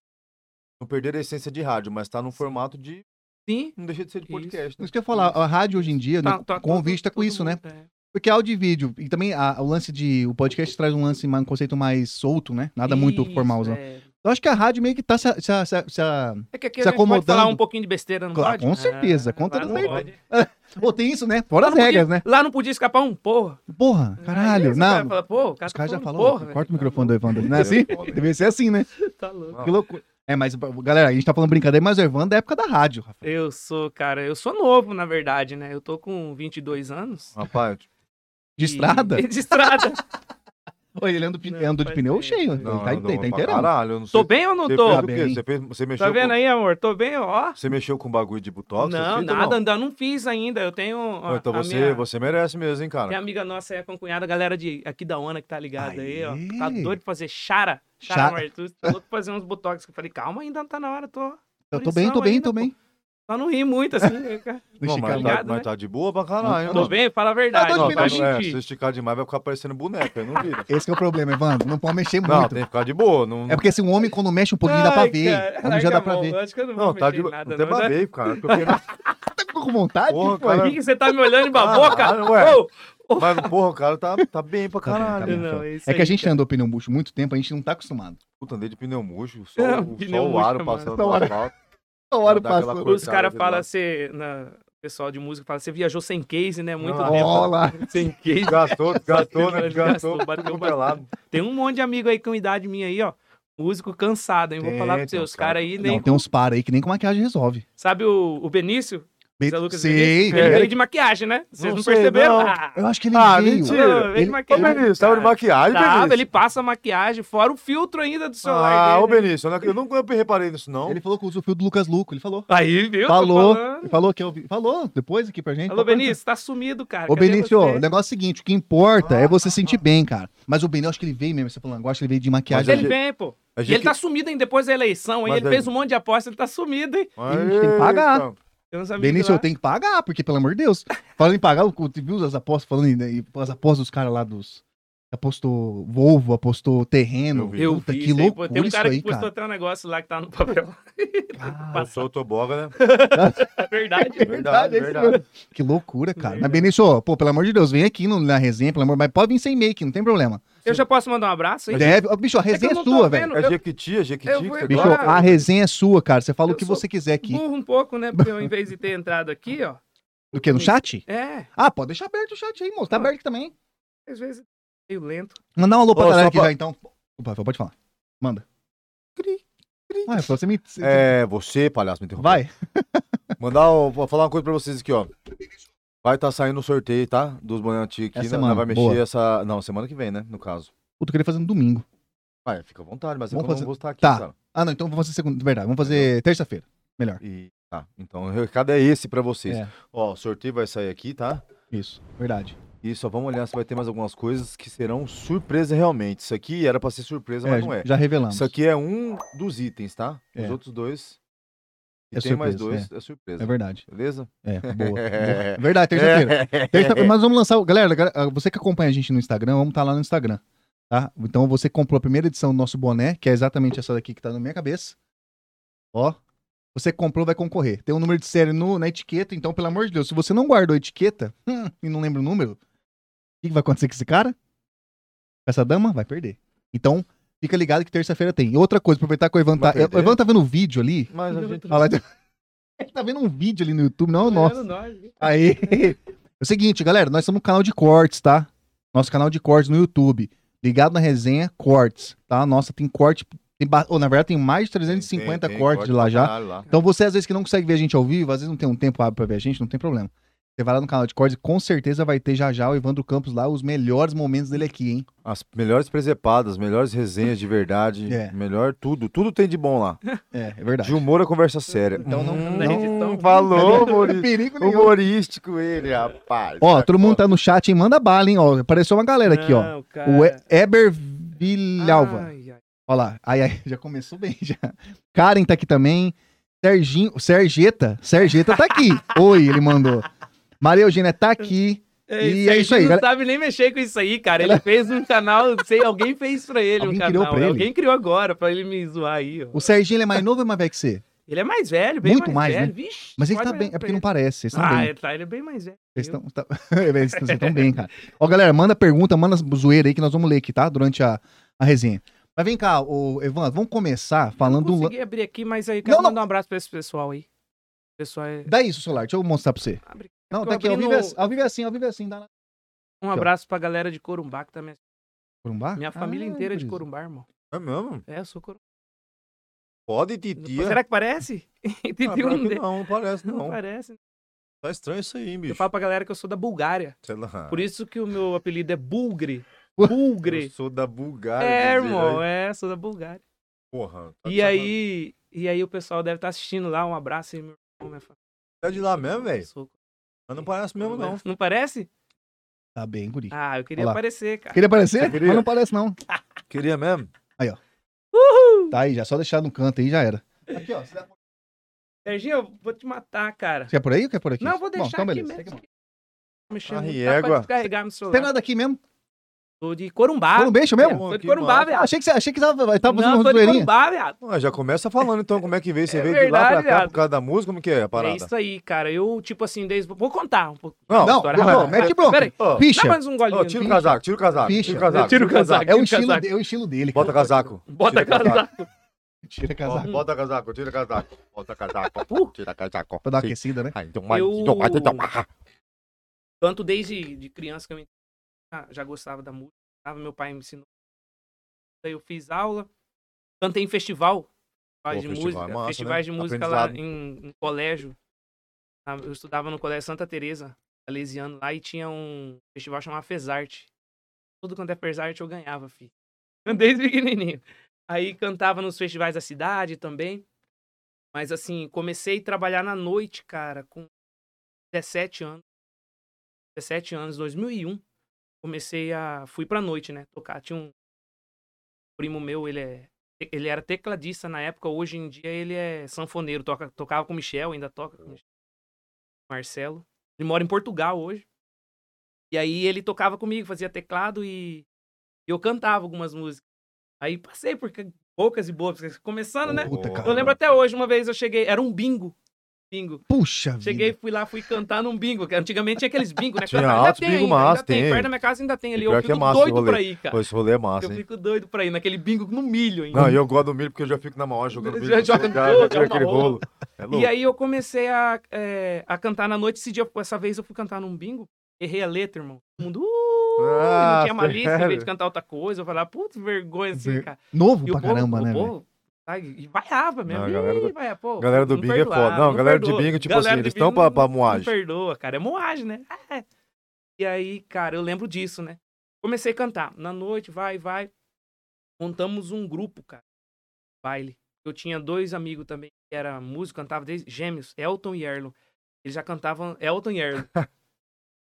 Speaker 3: Não perderam a essência de rádio, mas tá num formato de...
Speaker 2: Sim. tá,
Speaker 3: Não deixa de ser de
Speaker 2: Isso. [LAUGHS]
Speaker 3: podcast, né?
Speaker 1: Isso que eu ia falar, a rádio hoje em dia né, convista com isso, né?
Speaker 2: é.
Speaker 1: Porque áudio e vídeo. E também a- o lance de. O podcast traz um lance, mais- um conceito mais solto, né? Nada muito formalzão.
Speaker 2: É,
Speaker 1: Eu acho que a rádio meio que tá se. se, se, se a-
Speaker 2: É que aqui
Speaker 1: Se
Speaker 2: a gente pode
Speaker 1: acomodando.
Speaker 2: falar um pouquinho de besteira, não
Speaker 1: Claro,
Speaker 2: pode?
Speaker 1: com certeza,
Speaker 2: Ah,
Speaker 1: com
Speaker 2: lá
Speaker 1: toda
Speaker 2: não
Speaker 3: certeza.
Speaker 2: pode.
Speaker 1: Pô, tem isso, né? Fora
Speaker 2: Lá
Speaker 1: as
Speaker 2: não podia-
Speaker 1: regras, né?
Speaker 2: Lá não podia escapar um porra.
Speaker 1: Porra, caralho.
Speaker 2: Aí,
Speaker 1: não,
Speaker 2: o cara fala, pô, o cara
Speaker 1: os caras
Speaker 2: tá
Speaker 1: já
Speaker 2: falando
Speaker 1: falaram.
Speaker 2: porra,
Speaker 1: corta o
Speaker 2: velho.
Speaker 1: microfone do Evandro. Não é assim?
Speaker 3: Foda.
Speaker 1: Deve ser assim, né?
Speaker 2: Tá louco.
Speaker 1: Que loucura. É, mas, galera, a gente tá falando brincadeira, mas o Evandro é da época da rádio. Rafa.
Speaker 2: Eu sou, cara, eu sou novo, na verdade, né? Eu tô com 22 anos.
Speaker 3: Rapaz,
Speaker 1: De estrada?
Speaker 2: E... [LAUGHS] De estrada.
Speaker 1: Olha, ele anda, de-
Speaker 2: Não,
Speaker 1: anda de
Speaker 2: faz
Speaker 1: pneu
Speaker 2: bem,
Speaker 1: cheio.
Speaker 2: faz
Speaker 1: Ele
Speaker 2: bem.
Speaker 1: tá,
Speaker 3: não,
Speaker 1: ele tá
Speaker 3: pra
Speaker 1: inteirão.
Speaker 3: Caralho, eu não sei.
Speaker 2: Tô bem ou não
Speaker 3: Você
Speaker 2: tô?
Speaker 3: fez o
Speaker 1: Tá
Speaker 3: quê?
Speaker 1: bem.
Speaker 3: Você, fez, você mexeu
Speaker 2: Tá vendo
Speaker 3: com...
Speaker 2: aí, amor? Tô bem, ó.
Speaker 3: Você mexeu com bagulho de botox?
Speaker 2: Não,
Speaker 3: essas fitas,
Speaker 2: nada,
Speaker 3: não?
Speaker 2: ainda não fiz ainda. Eu tenho. ó,
Speaker 3: Pô, então
Speaker 2: a
Speaker 3: você,
Speaker 2: minha-
Speaker 3: você merece mesmo,
Speaker 2: Tem
Speaker 3: hein, cara?
Speaker 2: amiga nossa aí, a concunhada, a galera de, aqui da ONA que tá ligada aí, ó.
Speaker 1: Aê.
Speaker 2: Tá doido pra fazer chara.
Speaker 1: Chara.
Speaker 2: Chara, Martus. Tá louco pra fazer uns botox. que Eu falei, calma, ainda não tá na hora, tô.
Speaker 1: Eu tô bem, tô bem, tô bem.
Speaker 2: Só não ri
Speaker 1: [LAUGHS]
Speaker 2: muito, assim. né, cara?
Speaker 3: Não,
Speaker 1: Deixa eu
Speaker 3: mas,
Speaker 1: calmar.
Speaker 3: tá,
Speaker 2: ligado,
Speaker 3: mas
Speaker 2: né?
Speaker 3: tá de boa pra caralho,
Speaker 1: Não,
Speaker 2: tô
Speaker 3: mano.
Speaker 2: bem, fala a verdade.
Speaker 1: Tá
Speaker 3: Não,
Speaker 1: dois
Speaker 2: vai
Speaker 3: mas,
Speaker 1: minutinhos.
Speaker 3: é,
Speaker 2: mentir.
Speaker 3: se esticar demais vai ficar parecendo boneca, não vira.
Speaker 1: Esse que é o problema, Evandro. Não pode mexer
Speaker 3: Não,
Speaker 1: muito.
Speaker 3: tem que ficar de boa. Não,
Speaker 1: É porque se um homem, quando mexe um pouquinho, dá pra
Speaker 2: Ai,
Speaker 1: ver.
Speaker 2: cara,
Speaker 1: Homem já
Speaker 2: larga
Speaker 1: dá
Speaker 2: a
Speaker 1: pra
Speaker 2: mão,
Speaker 1: ver.
Speaker 2: eu Acho que eu não vou
Speaker 3: não tá
Speaker 2: mexer
Speaker 3: de
Speaker 2: em
Speaker 3: boa.
Speaker 2: nada,
Speaker 3: Até
Speaker 2: não. né?
Speaker 3: babei, cara. que eu fiquei na-
Speaker 1: Ficou com vontade?
Speaker 3: Porra,
Speaker 1: que foi?
Speaker 3: cara.
Speaker 2: Por que que você tá me olhando e
Speaker 1: Ah,
Speaker 2: baboca?
Speaker 3: Caralho, ué.
Speaker 2: Ô,
Speaker 3: Mas, porra, o cara tá, tá bem pra
Speaker 1: Tá bem, tá
Speaker 3: caralho.
Speaker 1: bem,
Speaker 2: Não,
Speaker 1: então.
Speaker 2: é
Speaker 1: é
Speaker 2: isso
Speaker 1: que a
Speaker 2: aí,
Speaker 1: gente
Speaker 2: cara.
Speaker 1: andou pneu murcho muito tempo, a gente não tá acostumado.
Speaker 3: Puta, andei de pneu murcho, só,
Speaker 2: Não,
Speaker 3: o-
Speaker 2: pneu
Speaker 3: só o
Speaker 2: murcho é
Speaker 3: aro
Speaker 2: massa.
Speaker 3: passando
Speaker 1: Da
Speaker 3: no
Speaker 1: hora.
Speaker 3: asfalto.
Speaker 1: A hora
Speaker 3: Dá aquela
Speaker 1: passou.
Speaker 3: coisa.
Speaker 2: Os caras
Speaker 3: Coitado, é
Speaker 2: falam
Speaker 3: Eduardo.
Speaker 2: assim, na- pessoal de música fala, você viajou sem case, né? Muito
Speaker 3: Ah.
Speaker 2: tempo.
Speaker 1: Ó lá.
Speaker 2: [LAUGHS] Sem case.
Speaker 3: Gastou, desgastou, né?
Speaker 2: Bateu,
Speaker 3: Desgastou,
Speaker 2: bateu,
Speaker 3: bateu
Speaker 2: bateu.
Speaker 3: pelado.
Speaker 2: Tem um monte de amigo aí com idade minha aí, ó. Músico cansado, hein? Vou
Speaker 3: Tem,
Speaker 2: falar pra você.
Speaker 3: tem
Speaker 2: Os
Speaker 3: uns cara
Speaker 2: caras aí
Speaker 3: que-
Speaker 2: nem.
Speaker 1: Não, tem uns para aí que nem com maquiagem resolve.
Speaker 2: Sabe o, o Benício?
Speaker 1: Be-
Speaker 2: Zé Lucas
Speaker 1: Sei,
Speaker 2: Benício?
Speaker 1: ele
Speaker 2: Ele
Speaker 1: era-
Speaker 2: veio de maquiagem, né? Vocês
Speaker 3: Não
Speaker 2: não,
Speaker 3: sei,
Speaker 2: perceberam?
Speaker 3: não.
Speaker 2: Ah,
Speaker 1: Eu acho que ele
Speaker 3: Ah,
Speaker 1: veio.
Speaker 3: mentira.
Speaker 2: Ele- ele-
Speaker 1: Ele- tá
Speaker 3: Ô,
Speaker 2: Ele-
Speaker 3: Benício, tava de maquiagem,
Speaker 2: tava,
Speaker 3: Benício?
Speaker 2: Tá, ele passa maquiagem, fora o filtro ainda do celular.
Speaker 3: Ah, ô,
Speaker 2: dele, né?
Speaker 3: Benício, eu não- eu nunca eu reparei nisso, não.
Speaker 1: Ele falou com o usufruto do Lucas Luco, ele falou.
Speaker 2: Aí, viu? Tô
Speaker 1: Falou,
Speaker 2: falando.
Speaker 1: ele falou que eu vi- falou depois aqui pra gente.
Speaker 2: Alô,
Speaker 1: Tá falando.
Speaker 2: Benício, tá sumido, cara.
Speaker 1: Ô,
Speaker 2: Cadê
Speaker 1: Benício, ó,
Speaker 2: você?
Speaker 1: o negócio é o seguinte, o que importa é você
Speaker 3: Ah,
Speaker 1: sentir bem, cara. Mas o Benício, eu acho que ele veio mesmo, você falando, eu acho que ele veio de
Speaker 2: Mas
Speaker 1: maquiagem.
Speaker 2: ele vem, pô.
Speaker 3: A
Speaker 1: é
Speaker 2: E ele tá sumido, hein? Depois da eleição, aí
Speaker 3: Mas
Speaker 2: ele
Speaker 3: aí-
Speaker 2: fez um monte de aposta, ele tá sumido, hein?
Speaker 1: Ixi, tem que pagar.
Speaker 3: Eita.
Speaker 2: Tem uns amigos
Speaker 1: Benício,
Speaker 2: tá lá.
Speaker 1: eu tenho que pagar, porque, pelo amor de Deus. Falando em pagar, eu- tu viu as apostas falando em, em- as apostas dos caras lá dos. Apostou Volvo, apostou terreno.
Speaker 3: Eu vi.
Speaker 2: Eu
Speaker 1: Puta,
Speaker 2: vi
Speaker 1: que
Speaker 2: isso aí, pô.
Speaker 1: loucura
Speaker 2: Tem um
Speaker 1: isso
Speaker 2: cara
Speaker 1: aí,
Speaker 2: que postou
Speaker 1: cara.
Speaker 2: até um negócio lá que tá no [LAUGHS] papel.
Speaker 1: Cara,
Speaker 3: Passou o toboga, né?
Speaker 2: É verdade.
Speaker 3: Verdade,
Speaker 1: é isso
Speaker 3: verdade.
Speaker 1: mesmo. Que loucura,
Speaker 3: Né?
Speaker 1: cara. Mas,
Speaker 2: Verdade.
Speaker 1: Benício, ó, pô, pelo amor de Deus, vem aqui no- na resenha, pelo amor. Mas pode vir sem make, não tem problema.
Speaker 2: Eu já posso mandar um abraço aí?
Speaker 1: Deve. Ó, bicho, a resenha
Speaker 2: eu
Speaker 1: é
Speaker 2: não tô
Speaker 1: sua,
Speaker 2: vendo,
Speaker 1: velho.
Speaker 3: É
Speaker 2: Eu-
Speaker 3: Jequiti, é Jequiti
Speaker 2: eu
Speaker 3: que
Speaker 2: vou
Speaker 3: você
Speaker 1: Bicho,
Speaker 2: Claro.
Speaker 3: gosta?
Speaker 1: a resenha é sua, cara. Você fala o
Speaker 2: Eu
Speaker 1: que
Speaker 2: sou
Speaker 1: você quiser aqui.
Speaker 2: Burro um pouco, né? Porque eu, em vez de ter entrado aqui, ó.
Speaker 1: Do que? No chat?
Speaker 2: É,
Speaker 1: Ah, pode deixar aberto o chat aí, moço. Tá aberto também.
Speaker 2: às vezes meio lento.
Speaker 1: Mandar um alô pra
Speaker 3: Ô,
Speaker 1: galera
Speaker 3: só
Speaker 1: aqui
Speaker 3: pra-
Speaker 1: já, então. Opa, pode falar. Manda. Ué, você me.
Speaker 3: É, você, palhaço, me interrompeu.
Speaker 1: Vai.
Speaker 3: Mandar, o- vou falar uma coisa pra vocês aqui, ó. Vai tá saindo o sorteio, tá? Dos boné antigos aqui.
Speaker 1: Essa
Speaker 3: né? Nós
Speaker 1: semana,
Speaker 3: vai mexer
Speaker 1: boa.
Speaker 3: essa... Não, semana que vem, né? No caso.
Speaker 1: Puta, eu queria fazer no domingo.
Speaker 3: Vai, fica à vontade, mas
Speaker 1: Vamos
Speaker 3: eu
Speaker 1: fazer-
Speaker 3: não vou estar aqui,
Speaker 1: Tá.
Speaker 3: cara.
Speaker 1: Ah, não, então vamos fazer segunda. Verdade, vamos fazer terça-feira.
Speaker 3: E... Tá, então o recado é esse pra vocês.
Speaker 1: É.
Speaker 3: Ó, o sorteio vai sair aqui, tá?
Speaker 1: Isso, verdade.
Speaker 3: E só vamos olhar se vai ter mais algumas coisas que serão surpresa realmente. Isso aqui era pra ser surpresa,
Speaker 1: É,
Speaker 3: mas não é.
Speaker 1: Já revelamos.
Speaker 3: Isso aqui é um dos itens, tá? Os
Speaker 1: É.
Speaker 3: outros dois. E
Speaker 1: É
Speaker 3: tem mais
Speaker 1: surpresa,
Speaker 3: dois, é, surpresa.
Speaker 1: É verdade.
Speaker 3: Beleza? É.
Speaker 1: É,
Speaker 3: [LAUGHS]
Speaker 1: boa. boa. Verdade, terça-feira. Terça- mas vamos lançar. o- Galera, galera, você que acompanha a gente no Instagram, vamos estar lá no Instagram. Tá? Então você comprou a primeira edição do nosso boné, que é exatamente essa daqui que tá na minha cabeça. Ó. Você que comprou, vai concorrer. Tem um número de série no, na etiqueta, então, pelo amor de Deus, se você não guardou a etiqueta [LAUGHS] hum, e não lembra o número, o que, que vai acontecer com esse cara? Com essa dama? Vai perder. Então, fica ligado que terça-feira tem. E outra coisa, aproveitar que o Ivan
Speaker 3: Vai
Speaker 1: tá. O
Speaker 3: perder?
Speaker 1: Ivan tá vendo o vídeo ali.
Speaker 3: [LAUGHS] Mas a gente.
Speaker 1: Olha lá, [LAUGHS] Ele tá vendo um vídeo ali no YouTube, não é o nosso. Aí. [LAUGHS] É o seguinte, galera, nós estamos no canal de cortes, tá? Nosso canal de cortes no YouTube. Ligado na resenha, cortes, tá? Nossa, tem corte Tem ba- ou, na verdade, tem mais de 350
Speaker 3: Tem- tem
Speaker 1: cortes
Speaker 3: corte
Speaker 1: de lá
Speaker 3: pra
Speaker 1: já.
Speaker 3: caralho lá.
Speaker 1: Então você, às vezes, que não consegue ver a gente ao vivo, às vezes não tem um tempo hábil pra ver a gente, não tem problema. Você vai lá no canal de cortes e com certeza vai ter já já o Evandro Campos lá, os melhores momentos dele aqui, hein?
Speaker 3: As melhores presepadas, melhores resenhas de verdade,
Speaker 1: É.
Speaker 3: melhor tudo. Tudo tem de bom lá.
Speaker 1: É, é verdade.
Speaker 3: De humor a conversa séria.
Speaker 1: Então não-
Speaker 3: Hum,
Speaker 2: não edição.
Speaker 3: falou,
Speaker 1: Não tem [LAUGHS]
Speaker 3: humori-
Speaker 1: perigo nenhum.
Speaker 3: humorístico ele, rapaz.
Speaker 1: Ó, todo mundo tá no chat, hein? Manda bala, hein? Ó, apareceu uma galera aqui, ó.
Speaker 2: Não, é. cara.
Speaker 1: O E- Eber Vilhalva.
Speaker 2: Ai, ai.
Speaker 1: Ó lá. Ai, ai, já começou bem, já. Karen tá aqui também. Serginho, Sergeta. Sergeta tá aqui. Oi, ele mandou. Maria Eugênia tá aqui. E
Speaker 2: Esse
Speaker 1: é isso aí,
Speaker 2: Não
Speaker 1: galera.
Speaker 2: sabe nem mexer com isso aí, cara. Ele fez um canal, não sei, alguém fez pra ele
Speaker 1: Alguém
Speaker 2: um
Speaker 1: criou
Speaker 2: canal.
Speaker 1: pra ele?
Speaker 2: Alguém criou agora pra ele me zoar aí, ó.
Speaker 1: O Serginho ele é mais novo ou é mais velho que você?
Speaker 2: Ele é mais velho, bem
Speaker 1: Muito mais,
Speaker 2: velho. Vixe,
Speaker 1: Mas ele
Speaker 2: olha
Speaker 1: tá bem. É
Speaker 2: pra
Speaker 1: porque não parece. Eles estão
Speaker 2: Ah,
Speaker 1: bem.
Speaker 2: ele tá, ele é bem mais velho.
Speaker 1: Eles
Speaker 2: que
Speaker 1: estão tá... [LAUGHS] eles tão- vocês tão bem, cara. Ó, galera, manda pergunta, manda zoeira aí que nós vamos ler aqui, tá? Durante a, a resenha. Mas vem cá, ô, Evandro, vamos começar
Speaker 2: eu.
Speaker 1: falando do.
Speaker 2: Não
Speaker 1: lan-
Speaker 2: consegui abrir aqui, mas aí quero
Speaker 1: Não, não.
Speaker 2: mandar um abraço pra esse pessoal aí. O pessoal é...
Speaker 1: Dá isso, celular, deixa eu mostrar pra você.
Speaker 2: Abre.
Speaker 1: Não,
Speaker 2: Eu
Speaker 1: tá aqui,
Speaker 2: abri
Speaker 1: ao vivo,
Speaker 2: no-
Speaker 1: é, assim- ao vivo é assim, ao vivo é assim. Dá...
Speaker 2: Um abraço pra galera de Corumbá, que também
Speaker 1: Corumbá?
Speaker 2: Minha família
Speaker 1: Ah,
Speaker 2: inteira é de
Speaker 1: beleza.
Speaker 2: Corumbá, irmão.
Speaker 3: É mesmo?
Speaker 2: É, eu sou Corumbá.
Speaker 3: Pode, titia.
Speaker 2: Será que parece? [LAUGHS]
Speaker 3: Ah,
Speaker 2: Entendi
Speaker 3: pior
Speaker 2: um
Speaker 3: que
Speaker 2: de-
Speaker 3: não, parece
Speaker 2: Não
Speaker 3: não.
Speaker 2: parece.
Speaker 3: Tá estranho isso aí, bicho.
Speaker 2: Eu falo pra galera que eu sou da Bulgária.
Speaker 3: Sei lá.
Speaker 2: Por isso que o meu apelido é Bulgre.
Speaker 1: Ué.
Speaker 3: Ah. [LAUGHS] Eu
Speaker 2: Bulgre.
Speaker 3: sou da Bulgária. né?
Speaker 2: É,
Speaker 3: quer dizer,
Speaker 2: irmão,
Speaker 3: aí,
Speaker 2: é, sou da Bulgária.
Speaker 3: Porra. tá
Speaker 2: E
Speaker 3: de
Speaker 2: aí, e aí o pessoal deve estar assistindo lá, um abraço aí, meu irmão, minha família.
Speaker 3: sacanagem. É de lá mesmo, velho?
Speaker 2: Sou-
Speaker 3: Mas não parece mesmo, não.
Speaker 2: Não parece?
Speaker 1: Tá bem, guri.
Speaker 2: Ah, eu queria
Speaker 1: Olha lá.
Speaker 2: aparecer, cara.
Speaker 1: Queria aparecer?
Speaker 3: Você queria?
Speaker 1: Mas não parece, não.
Speaker 3: Queria mesmo?
Speaker 1: Tá aí, já só deixar no canto aí já era. Aqui, ó. Você
Speaker 2: Serginho, eu vou te matar, cara.
Speaker 1: quer por aí ou quer por aqui?
Speaker 2: Não, vou deixar
Speaker 1: Bom, então
Speaker 2: aqui
Speaker 1: beleza. Segue a
Speaker 2: mesmo.
Speaker 1: mão.
Speaker 2: Mexendo,
Speaker 3: Ah,
Speaker 2: tá
Speaker 3: régua.
Speaker 2: pra descarregar no celular.
Speaker 1: Tem nada aqui mesmo?
Speaker 2: Tô de Corumbá.
Speaker 1: Foi um beijo mesmo?
Speaker 2: Tô de
Speaker 3: Que
Speaker 2: Corumbá,
Speaker 3: massa.
Speaker 1: Ah,
Speaker 2: velho.
Speaker 1: achei que você achei que tava,
Speaker 3: tá
Speaker 1: tava fazendo
Speaker 2: Não,
Speaker 1: uma
Speaker 2: tô de
Speaker 1: zoeirinha.
Speaker 2: Corumbá, viado.
Speaker 3: Ah, já começa falando então como é que veio. Você
Speaker 2: É
Speaker 3: veio de lá
Speaker 2: verdade,
Speaker 3: pra cá
Speaker 2: viado.
Speaker 3: por causa da música? Como que é a
Speaker 2: É
Speaker 3: parada?
Speaker 2: isso aí, cara. Eu, tipo assim, desde. Vou contar um pouco.
Speaker 3: Não,
Speaker 1: Não,
Speaker 2: História
Speaker 1: não,
Speaker 2: rápida.
Speaker 1: não, mete bronca.
Speaker 2: Peraí,
Speaker 3: Ó,
Speaker 2: Dá
Speaker 1: Ficha.
Speaker 2: mais um
Speaker 3: ó,
Speaker 2: golinho.
Speaker 3: tira o
Speaker 2: Ficha.
Speaker 3: casaco, tira o casaco.
Speaker 1: Ficha.
Speaker 3: Tira o casaco.
Speaker 2: Tira o casaco.
Speaker 1: É o
Speaker 2: Tira
Speaker 1: estilo,
Speaker 2: casaco.
Speaker 1: de- é o estilo dele.
Speaker 3: Bota casaco.
Speaker 2: Bota
Speaker 3: Tira casaco.
Speaker 2: casaco.
Speaker 1: Tira
Speaker 3: Ó,
Speaker 1: casaco.
Speaker 3: Bota casaco, tira casaco. Bota casaco.
Speaker 2: Uh.
Speaker 3: Tira casaco.
Speaker 1: Pra dar uma
Speaker 3: Sim.
Speaker 1: aquecida, né?
Speaker 3: Ah, então vai,
Speaker 2: Eu-
Speaker 3: então vai, então vai.
Speaker 2: Tanto desde de criança que eu ah, já gostava da música. ah, Meu pai me ensinou. Daí eu fiz aula. Cantei em festival. Festivais
Speaker 3: Pô,
Speaker 2: de
Speaker 3: festival
Speaker 2: música.
Speaker 3: é massa,
Speaker 2: festivais
Speaker 3: né?
Speaker 2: de música lá
Speaker 3: Aprendizado.
Speaker 2: em, em colégio. Ah, Eu estudava no colégio Santa Teresa, Salesiano, lá e tinha um festival chamado Fezarte. Tudo quanto é Fezarte eu ganhava, fi. [LAUGHS] Desde pequenininho. Aí cantava nos festivais da cidade também. Mas assim, comecei a trabalhar na noite, cara, com 17 anos. 17 anos, 2001. Comecei a. Fui pra noite, né? Tocar. Tinha um primo meu, ele é. Ele era tecladista na época, hoje em dia ele é sanfoneiro, toca, tocava com o Michel, ainda toca com o Michel. Marcelo. Ele mora em Portugal hoje. E aí ele tocava comigo, fazia teclado e eu cantava algumas músicas. Aí passei por ca- poucas e boas, começando, né?
Speaker 1: Puta, cara.
Speaker 2: Eu lembro até hoje, uma vez eu cheguei, era um bingo. Bingo.
Speaker 1: Puxa vida.
Speaker 2: Cheguei, fui lá, fui cantar num bingo. que Antigamente tinha aqueles bingos, né?
Speaker 3: Tinha
Speaker 2: Ainda
Speaker 3: altos
Speaker 2: tem
Speaker 3: bingo
Speaker 2: ainda,
Speaker 3: massa,
Speaker 2: ainda
Speaker 3: tem.
Speaker 2: Perto da minha casa ainda tem ali.
Speaker 3: E pior
Speaker 2: Eu
Speaker 3: que é
Speaker 2: fico
Speaker 3: massa o
Speaker 2: doido
Speaker 3: rolê.
Speaker 2: pra ir, cara.
Speaker 3: Pô, esse rolê é
Speaker 2: Eu
Speaker 3: massa, hein?
Speaker 2: fico doido pra ir naquele bingo no milho ainda.
Speaker 3: Não, é e eu gosto do milho porque eu já fico na maior jogando
Speaker 2: Já
Speaker 3: milho.
Speaker 2: joga no
Speaker 3: já,
Speaker 2: bolo,
Speaker 3: já
Speaker 2: é
Speaker 3: tiro
Speaker 2: uma
Speaker 3: aquele
Speaker 2: rola.
Speaker 3: rolo. É louco.
Speaker 2: E aí eu comecei a, é, a cantar na noite. Esse dia, essa vez eu fui cantar num bingo, errei a letra, irmão. Todo mundo, uh,
Speaker 3: Ah,
Speaker 2: não tinha malícia, em
Speaker 3: sério?
Speaker 2: vez de cantar outra coisa. Eu falava, putz, vergonha assim,
Speaker 1: Ver-
Speaker 2: cara.
Speaker 1: Novo
Speaker 2: E
Speaker 1: pra caramba,
Speaker 2: o
Speaker 1: né, velho?
Speaker 2: povo, sabe, e vaiava mesmo.
Speaker 3: Não, a
Speaker 2: Ih,
Speaker 3: galera do-
Speaker 2: vai, pô,
Speaker 3: Galera do
Speaker 2: não
Speaker 3: bingo é
Speaker 2: perdoava,
Speaker 3: foda. Não, galera de
Speaker 2: perdoa.
Speaker 3: bingo, tipo
Speaker 2: Galera
Speaker 3: assim,
Speaker 2: de
Speaker 3: eles
Speaker 2: bingo
Speaker 3: estão pra,
Speaker 2: não-
Speaker 3: pra
Speaker 2: Não
Speaker 3: moagem.
Speaker 2: perdoa, cara. É moagem, né? É. E aí, cara, eu lembro disso, né? Comecei a cantar. Na noite, vai, vai. Montamos um grupo, cara. Baile. Eu tinha dois amigos também que era músico, cantava desde gêmeos, Elton e Erlon. Eles já cantavam Elton e Erlon.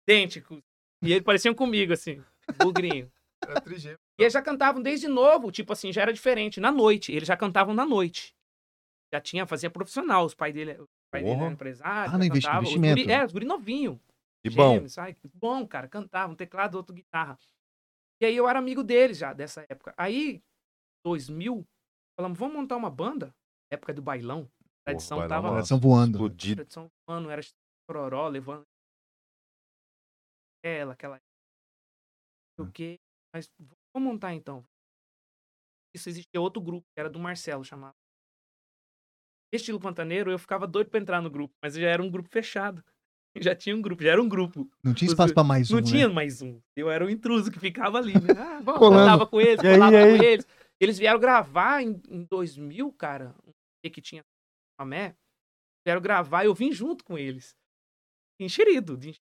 Speaker 2: Idênticos. E eles pareciam comigo, assim, bugrinho.
Speaker 1: É
Speaker 3: Era trigêmeo.
Speaker 2: E eles já cantavam desde novo, tipo assim, já era diferente. Na noite, eles já cantavam na noite. Já tinha, fazia profissional. Os pais dele, o pai dele
Speaker 3: Porra.
Speaker 2: era empresário.
Speaker 1: Ah,
Speaker 2: já
Speaker 1: no investi-
Speaker 2: cantava. Os
Speaker 1: investimento.
Speaker 2: guri- é, os guri novinho.
Speaker 3: Que bom.
Speaker 2: Gêmeos, ai, que bom, cara. Cantava um teclado, outro guitarra. E aí eu era amigo dele já, dessa época. Aí, 2000, falamos, vamos montar uma banda? Época do bailão. A tradição
Speaker 3: bailão
Speaker 2: tava...
Speaker 3: massa.
Speaker 1: Elas Estão voando.
Speaker 2: A
Speaker 3: Explodido.
Speaker 2: tradição, mano, era Chororó, levando... Ela, aquela... Não sei o quê. Mas vamos montar, então. Isso existia outro grupo, que era do Marcelo, chamado. Estilo Pantaneiro, eu ficava doido pra entrar no grupo, mas já era um grupo fechado. [LAUGHS] Já tinha um grupo, já era um grupo.
Speaker 1: Não tinha
Speaker 2: Os-
Speaker 1: espaço pra mais um,
Speaker 2: Não
Speaker 1: né?
Speaker 2: tinha mais um. Eu era o intruso que ficava ali, né? Ah, bom,
Speaker 1: Colando.
Speaker 2: cantava com eles,
Speaker 3: E aí,
Speaker 2: colava
Speaker 3: e aí?
Speaker 2: com eles. Eles vieram gravar em, em 2000, cara, um EP que tinha na Mamé. Vieram gravar e eu vim junto com eles. Enxerido. De enxerido.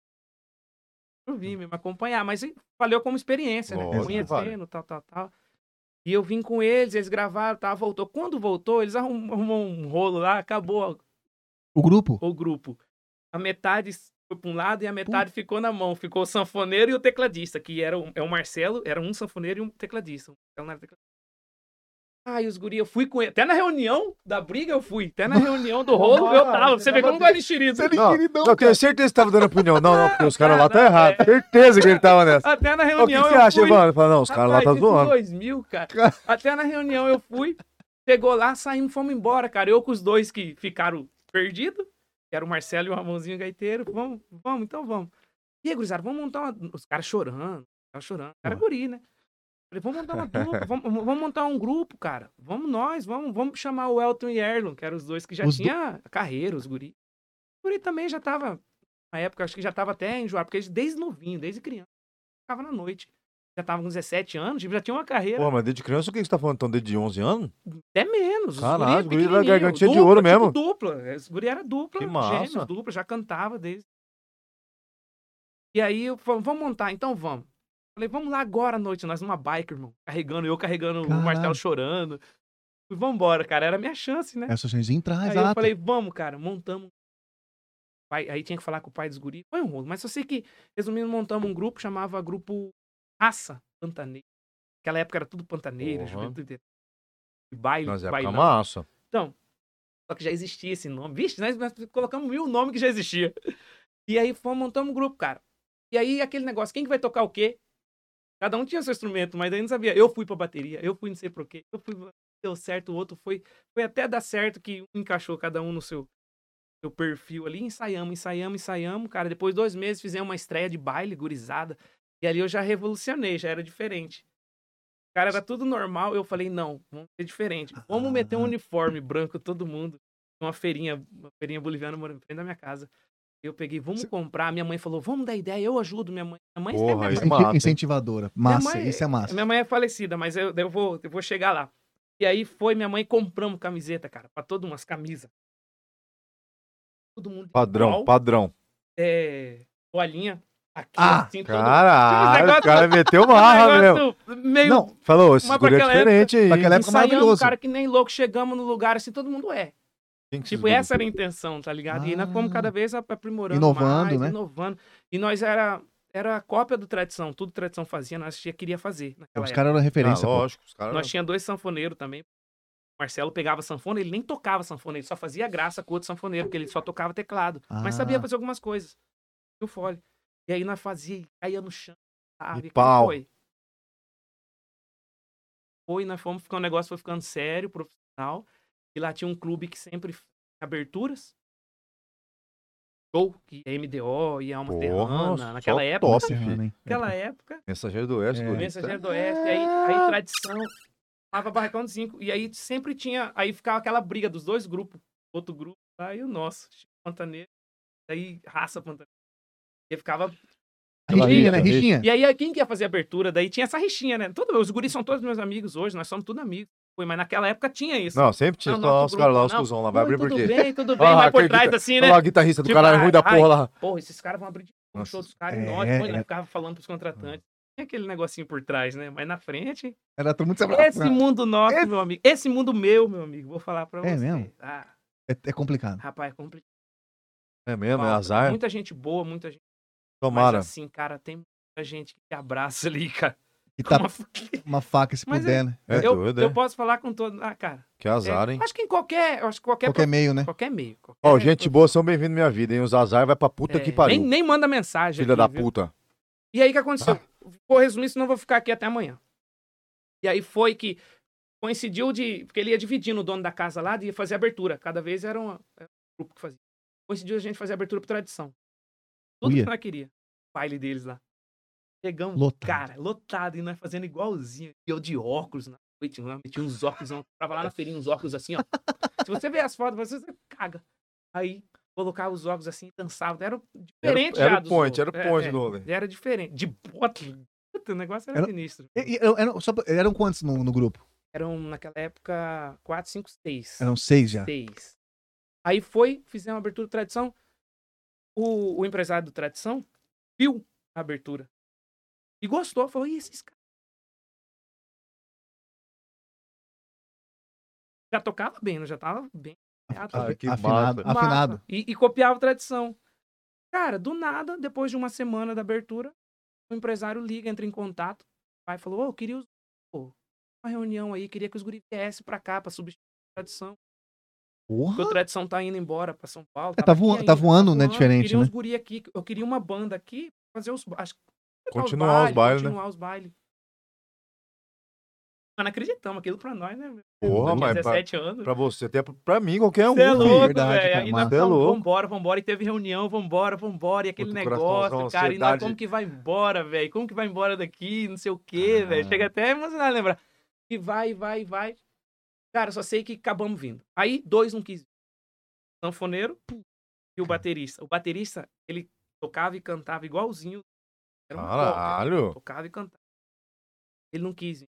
Speaker 2: Eu vim mesmo acompanhar, mas hein, valeu como experiência, né?
Speaker 3: Lógico,
Speaker 2: Conhecendo, tal, tal, tal. E eu vim com eles, eles gravaram, tá, voltou. Quando voltou, eles arrum- arrumou um rolo lá, acabou
Speaker 1: O grupo?
Speaker 2: o grupo. A metade foi para um lado e a metade ficou na mão. Ficou o sanfoneiro e o tecladista, que era o, é o Marcelo, era um sanfoneiro e um tecladista. O Marcelo não era tecladista. Ai, os guri, eu fui com ele. Até na reunião da briga eu fui.
Speaker 3: [LAUGHS]
Speaker 2: Até na reunião do rolo eu tava. Você vê que eu não gosto de xerido.
Speaker 1: Você
Speaker 3: Não,
Speaker 1: queridão,
Speaker 3: eu tenho
Speaker 1: cara.
Speaker 3: certeza que tava dando opinião. Não, não, porque os caras lá tá
Speaker 2: Não,
Speaker 3: errado.
Speaker 2: é.
Speaker 3: Certeza que ele tava nessa.
Speaker 2: Até na
Speaker 3: Ô, O que
Speaker 2: reunião
Speaker 3: você
Speaker 2: eu
Speaker 3: acha,
Speaker 2: fui.
Speaker 3: Ivan? Ele fala, não, os caras lá
Speaker 2: Rapaz,
Speaker 3: tá
Speaker 2: isso em
Speaker 3: zoando.
Speaker 2: 2000,
Speaker 3: [LAUGHS]
Speaker 2: cara. Até na reunião eu fui, chegou lá, saímos, fomos embora, cara. Eu com os dois que ficaram perdidos, que era o Marcelo e o Ramonzinho Gaiteiro. Vamos, vamos, então vamos. E aí, gurizada, vamos montar uma... Os caras chorando, tava chorando. Era guri, né? Falei, vamos montar uma
Speaker 3: [LAUGHS]
Speaker 2: dupla, vamos, vamos montar um grupo, cara. Vamos nós, vamos, vamos chamar o Elton e Erlon, que eram os dois que já
Speaker 1: Os do-
Speaker 2: tinha carreira, os guri. O guri também já tava, na época, acho que já tava até enjoado, porque eles desde novinho, desde criança, ficava na noite. Já tava com 17 anos, tipo, já tinha uma carreira.
Speaker 3: Porra, mas desde criança o que que você tá falando? Então, desde 11 anos?
Speaker 2: Até menos. os guri
Speaker 3: Caralho, os guri era
Speaker 2: pequenininho,
Speaker 3: gargantinha de
Speaker 2: dupla,
Speaker 3: ouro
Speaker 2: tipo
Speaker 3: mesmo.
Speaker 2: Dupla. Os guri era dupla.
Speaker 3: Que massa.
Speaker 2: Gêmeos, dupla, já cantava desde. E aí eu falei, vamos montar, então vamos. Falei, vamos lá agora à noite, nós numa bike, irmão. Carregando, eu carregando o
Speaker 1: Caralho.
Speaker 2: Marcelo chorando. E vambora, cara. Era a minha chance, né?
Speaker 1: É, sua chance de entrar,
Speaker 2: aí
Speaker 1: exato.
Speaker 2: eu falei, vamos, cara, montamos. Aí, aí tinha que falar com o pai dos guri. Foi um rolo. Mas eu sei que, resumindo, montamos um grupo, chamava Grupo Raça Pantaneira. Naquela época era tudo pantaneira,
Speaker 3: Porra.
Speaker 2: juventude. Baile,
Speaker 3: Mas é
Speaker 2: bailão.
Speaker 3: massa.
Speaker 2: Só que já existia esse nome. Vixe, nós, nós colocamos mil nomes que já existia. E aí fomos, montamos um grupo, cara. E aí aquele negócio, quem que vai tocar o quê? Cada um tinha seu instrumento, mas daí não sabia. Eu fui pra bateria, eu fui não sei pro quê, eu fui. Deu certo, o outro foi. Foi até dar certo que um encaixou cada um no seu, seu perfil ali. Ensaiamos, ensaiamos, ensaiamos, cara. Depois de dois meses fizemos uma estreia de baile, gurizada. E ali eu já revolucionei, já era diferente. Cara, era tudo normal. Eu falei, não, vamos ser diferente. Vamos meter um
Speaker 1: Ah.
Speaker 2: uniforme branco, todo mundo. Uma feirinha, uma feirinha boliviana morando frente da minha casa. Eu peguei, vamos comprar. Minha mãe falou, vamos dar ideia, eu ajudo minha mãe. Minha mãe sempre é
Speaker 3: Porra,
Speaker 2: minha
Speaker 3: isso
Speaker 1: Incenti-
Speaker 3: é massa, hein?
Speaker 1: Incentivadora. Massa,
Speaker 2: mãe-
Speaker 1: isso é
Speaker 2: a
Speaker 1: massa.
Speaker 2: Minha mãe é falecida, mas eu, eu, vou, eu vou chegar lá. E aí foi, minha mãe compramos camiseta, cara, pra todo mundo, as camisas. Todo mundo.
Speaker 3: Padrão,
Speaker 2: igual,
Speaker 3: padrão.
Speaker 2: É, toalhinha. Aqui,
Speaker 1: Ah,
Speaker 2: assim, todo
Speaker 3: Caralho,
Speaker 2: negócio-
Speaker 3: o cara
Speaker 2: [LAUGHS]
Speaker 3: meteu marra mesmo.
Speaker 2: meio.
Speaker 1: Não,
Speaker 3: Falou, esse
Speaker 2: Mas
Speaker 3: guri é
Speaker 2: pra aquela
Speaker 3: diferente aí. é um
Speaker 1: pra aquela época
Speaker 2: ensaiamos,
Speaker 1: maravilhoso.
Speaker 2: cara, que nem louco, chegamos no lugar assim, todo mundo é.
Speaker 3: Quem que Ah,
Speaker 2: Tipo,
Speaker 3: esses
Speaker 2: essa era a intenção, tá ligado? E nós fomos
Speaker 1: Ah.
Speaker 2: cada vez ap- aprimorando
Speaker 1: Inovando,
Speaker 2: mais,
Speaker 1: né?
Speaker 2: inovando. E nós era, era a cópia do tradição, tudo tradição fazia, nós tinha, queria fazer naquela
Speaker 1: Os
Speaker 2: época.
Speaker 1: caras eram
Speaker 3: guri? Ah,
Speaker 1: referência. pô.
Speaker 3: lógico, os caras...
Speaker 2: Nós tinha dois sanfoneiros também. O Marcelo pegava sanfona, ele nem tocava sanfona, ele só fazia graça com outro sanfoneiro, porque ele só tocava teclado. Mas sabia
Speaker 1: Ah.
Speaker 2: fazer algumas coisas. E o fole. E aí nós fazia, e caía no chão. Sabe? E
Speaker 3: pau.
Speaker 2: Foi. Foi, nós fomos ficando, o negócio foi ficando sério, profissional. E lá tinha um clube que sempre f- aberturas. Show, que é MDO, e Alma
Speaker 3: Porra,
Speaker 2: Terrana,
Speaker 3: só
Speaker 2: naquela época.
Speaker 3: top.
Speaker 1: Serrano, hein?
Speaker 2: Naquela época.
Speaker 3: Mensageiro do Oeste,
Speaker 1: É.
Speaker 3: guri.
Speaker 2: Mensageiro do Oeste, aí, aí tradição. Tava barracão de cinco. E aí sempre tinha. Aí ficava aquela briga dos dois grupos. Outro grupo lá e o nosso. Chico Pantaneiro. Daí raça Pantaneiro. E aí ficava.
Speaker 1: Rixinha,
Speaker 3: Rixa,
Speaker 1: né?
Speaker 3: rixa.
Speaker 1: Rixinha.
Speaker 2: E aí quem que ia fazer a abertura? Daí tinha essa rixinha, né? Todo, os guris são todos meus amigos hoje, nós somos tudo amigos. Foi, mas naquela época tinha isso.
Speaker 3: Não, sempre tinha
Speaker 2: Não,
Speaker 3: lá
Speaker 2: nosso
Speaker 3: os caras lá,
Speaker 2: grupo,
Speaker 3: os
Speaker 2: não.
Speaker 3: cuzão lá. Vai
Speaker 2: Ui,
Speaker 3: abrir por
Speaker 2: tudo
Speaker 3: quê?
Speaker 2: bem,
Speaker 3: [LAUGHS]
Speaker 2: tudo bem,
Speaker 3: Ah,
Speaker 2: vai por
Speaker 3: aquele
Speaker 2: trás
Speaker 3: que-
Speaker 2: assim, né?
Speaker 3: Olha lá o guitarrista do
Speaker 2: Tipo,
Speaker 3: caralho ruim da
Speaker 2: ai,
Speaker 3: porra lá.
Speaker 2: Porra, esses caras vão abrir de um
Speaker 3: Nossa,
Speaker 2: show dos caras
Speaker 1: é,
Speaker 2: e nós, pô,
Speaker 1: é.
Speaker 2: nós ficava falando pros contratantes. Tinha aquele negocinho por trás, né? Mas na frente,
Speaker 1: Era todo mundo se
Speaker 2: Esse
Speaker 1: abraçando.
Speaker 2: mundo nosso,
Speaker 1: Esse-
Speaker 2: meu amigo. Esse mundo meu, meu amigo. Vou falar pra
Speaker 1: É
Speaker 2: você.
Speaker 1: mesmo?
Speaker 2: Ah,
Speaker 1: É, é complicado.
Speaker 2: rapaz, é complicado.
Speaker 3: É mesmo, é azar.
Speaker 2: Muita gente boa, muita gente.
Speaker 3: Tomara.
Speaker 2: Mas assim, cara, tem muita gente que te abraça ali, cara.
Speaker 1: E [LAUGHS] tá
Speaker 2: Uma f-
Speaker 1: uma faca se
Speaker 2: Mas
Speaker 1: puder, né?
Speaker 3: É
Speaker 2: eu,
Speaker 3: doido,
Speaker 2: eu
Speaker 3: é?
Speaker 2: posso falar com todo. Ah, cara.
Speaker 3: Que
Speaker 2: é,
Speaker 3: azar, hein?
Speaker 2: Acho que em qualquer. eu Acho que qualquer.
Speaker 1: Qualquer meio, né?
Speaker 2: qualquer meio. qualquer-
Speaker 3: Ó, gente boa, são bem-vindos à minha vida, hein? Os azar vai pra puta
Speaker 2: é,
Speaker 3: que pariu.
Speaker 2: Nem, nem manda mensagem.
Speaker 3: Filha
Speaker 2: aqui,
Speaker 3: da
Speaker 2: viu?
Speaker 3: puta.
Speaker 2: E aí o que aconteceu?
Speaker 3: Ah.
Speaker 2: Vou resumir, senão eu vou ficar aqui até amanhã. E aí foi que coincidiu de. Porque ele ia dividindo o dono da casa lá, de ia fazer abertura. Cada vez era, uma- era um grupo que fazia. Coincidiu a gente fazer abertura por tradição. Tudo
Speaker 1: Uia.
Speaker 2: que nós queria. Baile deles lá. Chegamos,
Speaker 1: Lotado.
Speaker 2: cara, lotado, e nós fazendo igualzinho. E eu de óculos na noite, né? meti uns óculos, tava lá na feirinha, uns óculos assim, ó. Se você ver as fotos, você você caga. Aí colocava os óculos assim, dançava. Era
Speaker 3: Era,
Speaker 2: diferente já
Speaker 3: era o
Speaker 2: dos
Speaker 3: point, era
Speaker 2: outros.
Speaker 3: o
Speaker 2: É,
Speaker 3: point
Speaker 2: é.
Speaker 3: do rolê.
Speaker 2: Era diferente. De bota. Puta, o negócio era,
Speaker 1: Era-
Speaker 2: sinistro.
Speaker 1: E- e- eu- eram- só pra- eram quantos no, no grupo?
Speaker 2: Eram, naquela época, 4, 5, 6.
Speaker 1: Eram seis já.
Speaker 2: Seis. Aí foi, fizemos uma abertura de tradição. O, o empresário do tradição viu a abertura. E gostou, falou, e esses caras? Já tocava bem, né? já tava bem. afiado, né?
Speaker 3: Ah, que
Speaker 1: afinado,
Speaker 3: massa.
Speaker 1: afinado.
Speaker 2: e, e copiava a tradição. Cara, do nada, depois de uma semana da abertura, o empresário liga, entra em contato, vai e falou: Ô, eu queria os... pô, uma reunião aí, queria que os guris viessem pra cá pra substituir a tradição. Porque
Speaker 1: Porra!
Speaker 2: a tradição tá indo embora pra São Paulo.
Speaker 1: É, tá
Speaker 2: aqui
Speaker 1: voa-
Speaker 2: ainda,
Speaker 1: tá voando, né, diferente,
Speaker 2: queria
Speaker 1: né?
Speaker 2: uns guri aqui, eu queria uma banda aqui pra fazer os. Acho, que- é
Speaker 3: Continuar os bailes, né?
Speaker 2: Continuar os bailes. Mas não acreditamos, aquilo pra nós, né?
Speaker 3: Porra,
Speaker 2: Tinha
Speaker 3: mas pra-
Speaker 2: 17 anos.
Speaker 3: Pra você, até pra- pra mim, qualquer um.
Speaker 2: Você é
Speaker 3: filho.
Speaker 2: louco,
Speaker 1: verdade,
Speaker 2: velho.
Speaker 1: cara,
Speaker 2: Aí
Speaker 1: massa.
Speaker 2: nós
Speaker 3: Cê é
Speaker 2: falamos,
Speaker 3: louco.
Speaker 2: vambora, vambora. E teve reunião, vambora, vambora. E aquele
Speaker 3: Puta,
Speaker 2: negócio,
Speaker 3: coraçãozão,
Speaker 2: cara. E nós,
Speaker 3: ansiedade.
Speaker 2: como que vai embora, velho? Como que vai embora daqui? Não sei o quê,
Speaker 3: Caralho.
Speaker 2: velho. Chega até emocionado lembrar. E vai, vai, vai. Cara, só sei que acabamos vindo. Aí, dois não quis. vir. O Sanfoneiro pum, e o baterista. O baterista, ele tocava e cantava igualzinho. Era um cópia.
Speaker 3: Caralho.
Speaker 2: Tocava e cantava. Ele não quis. vir.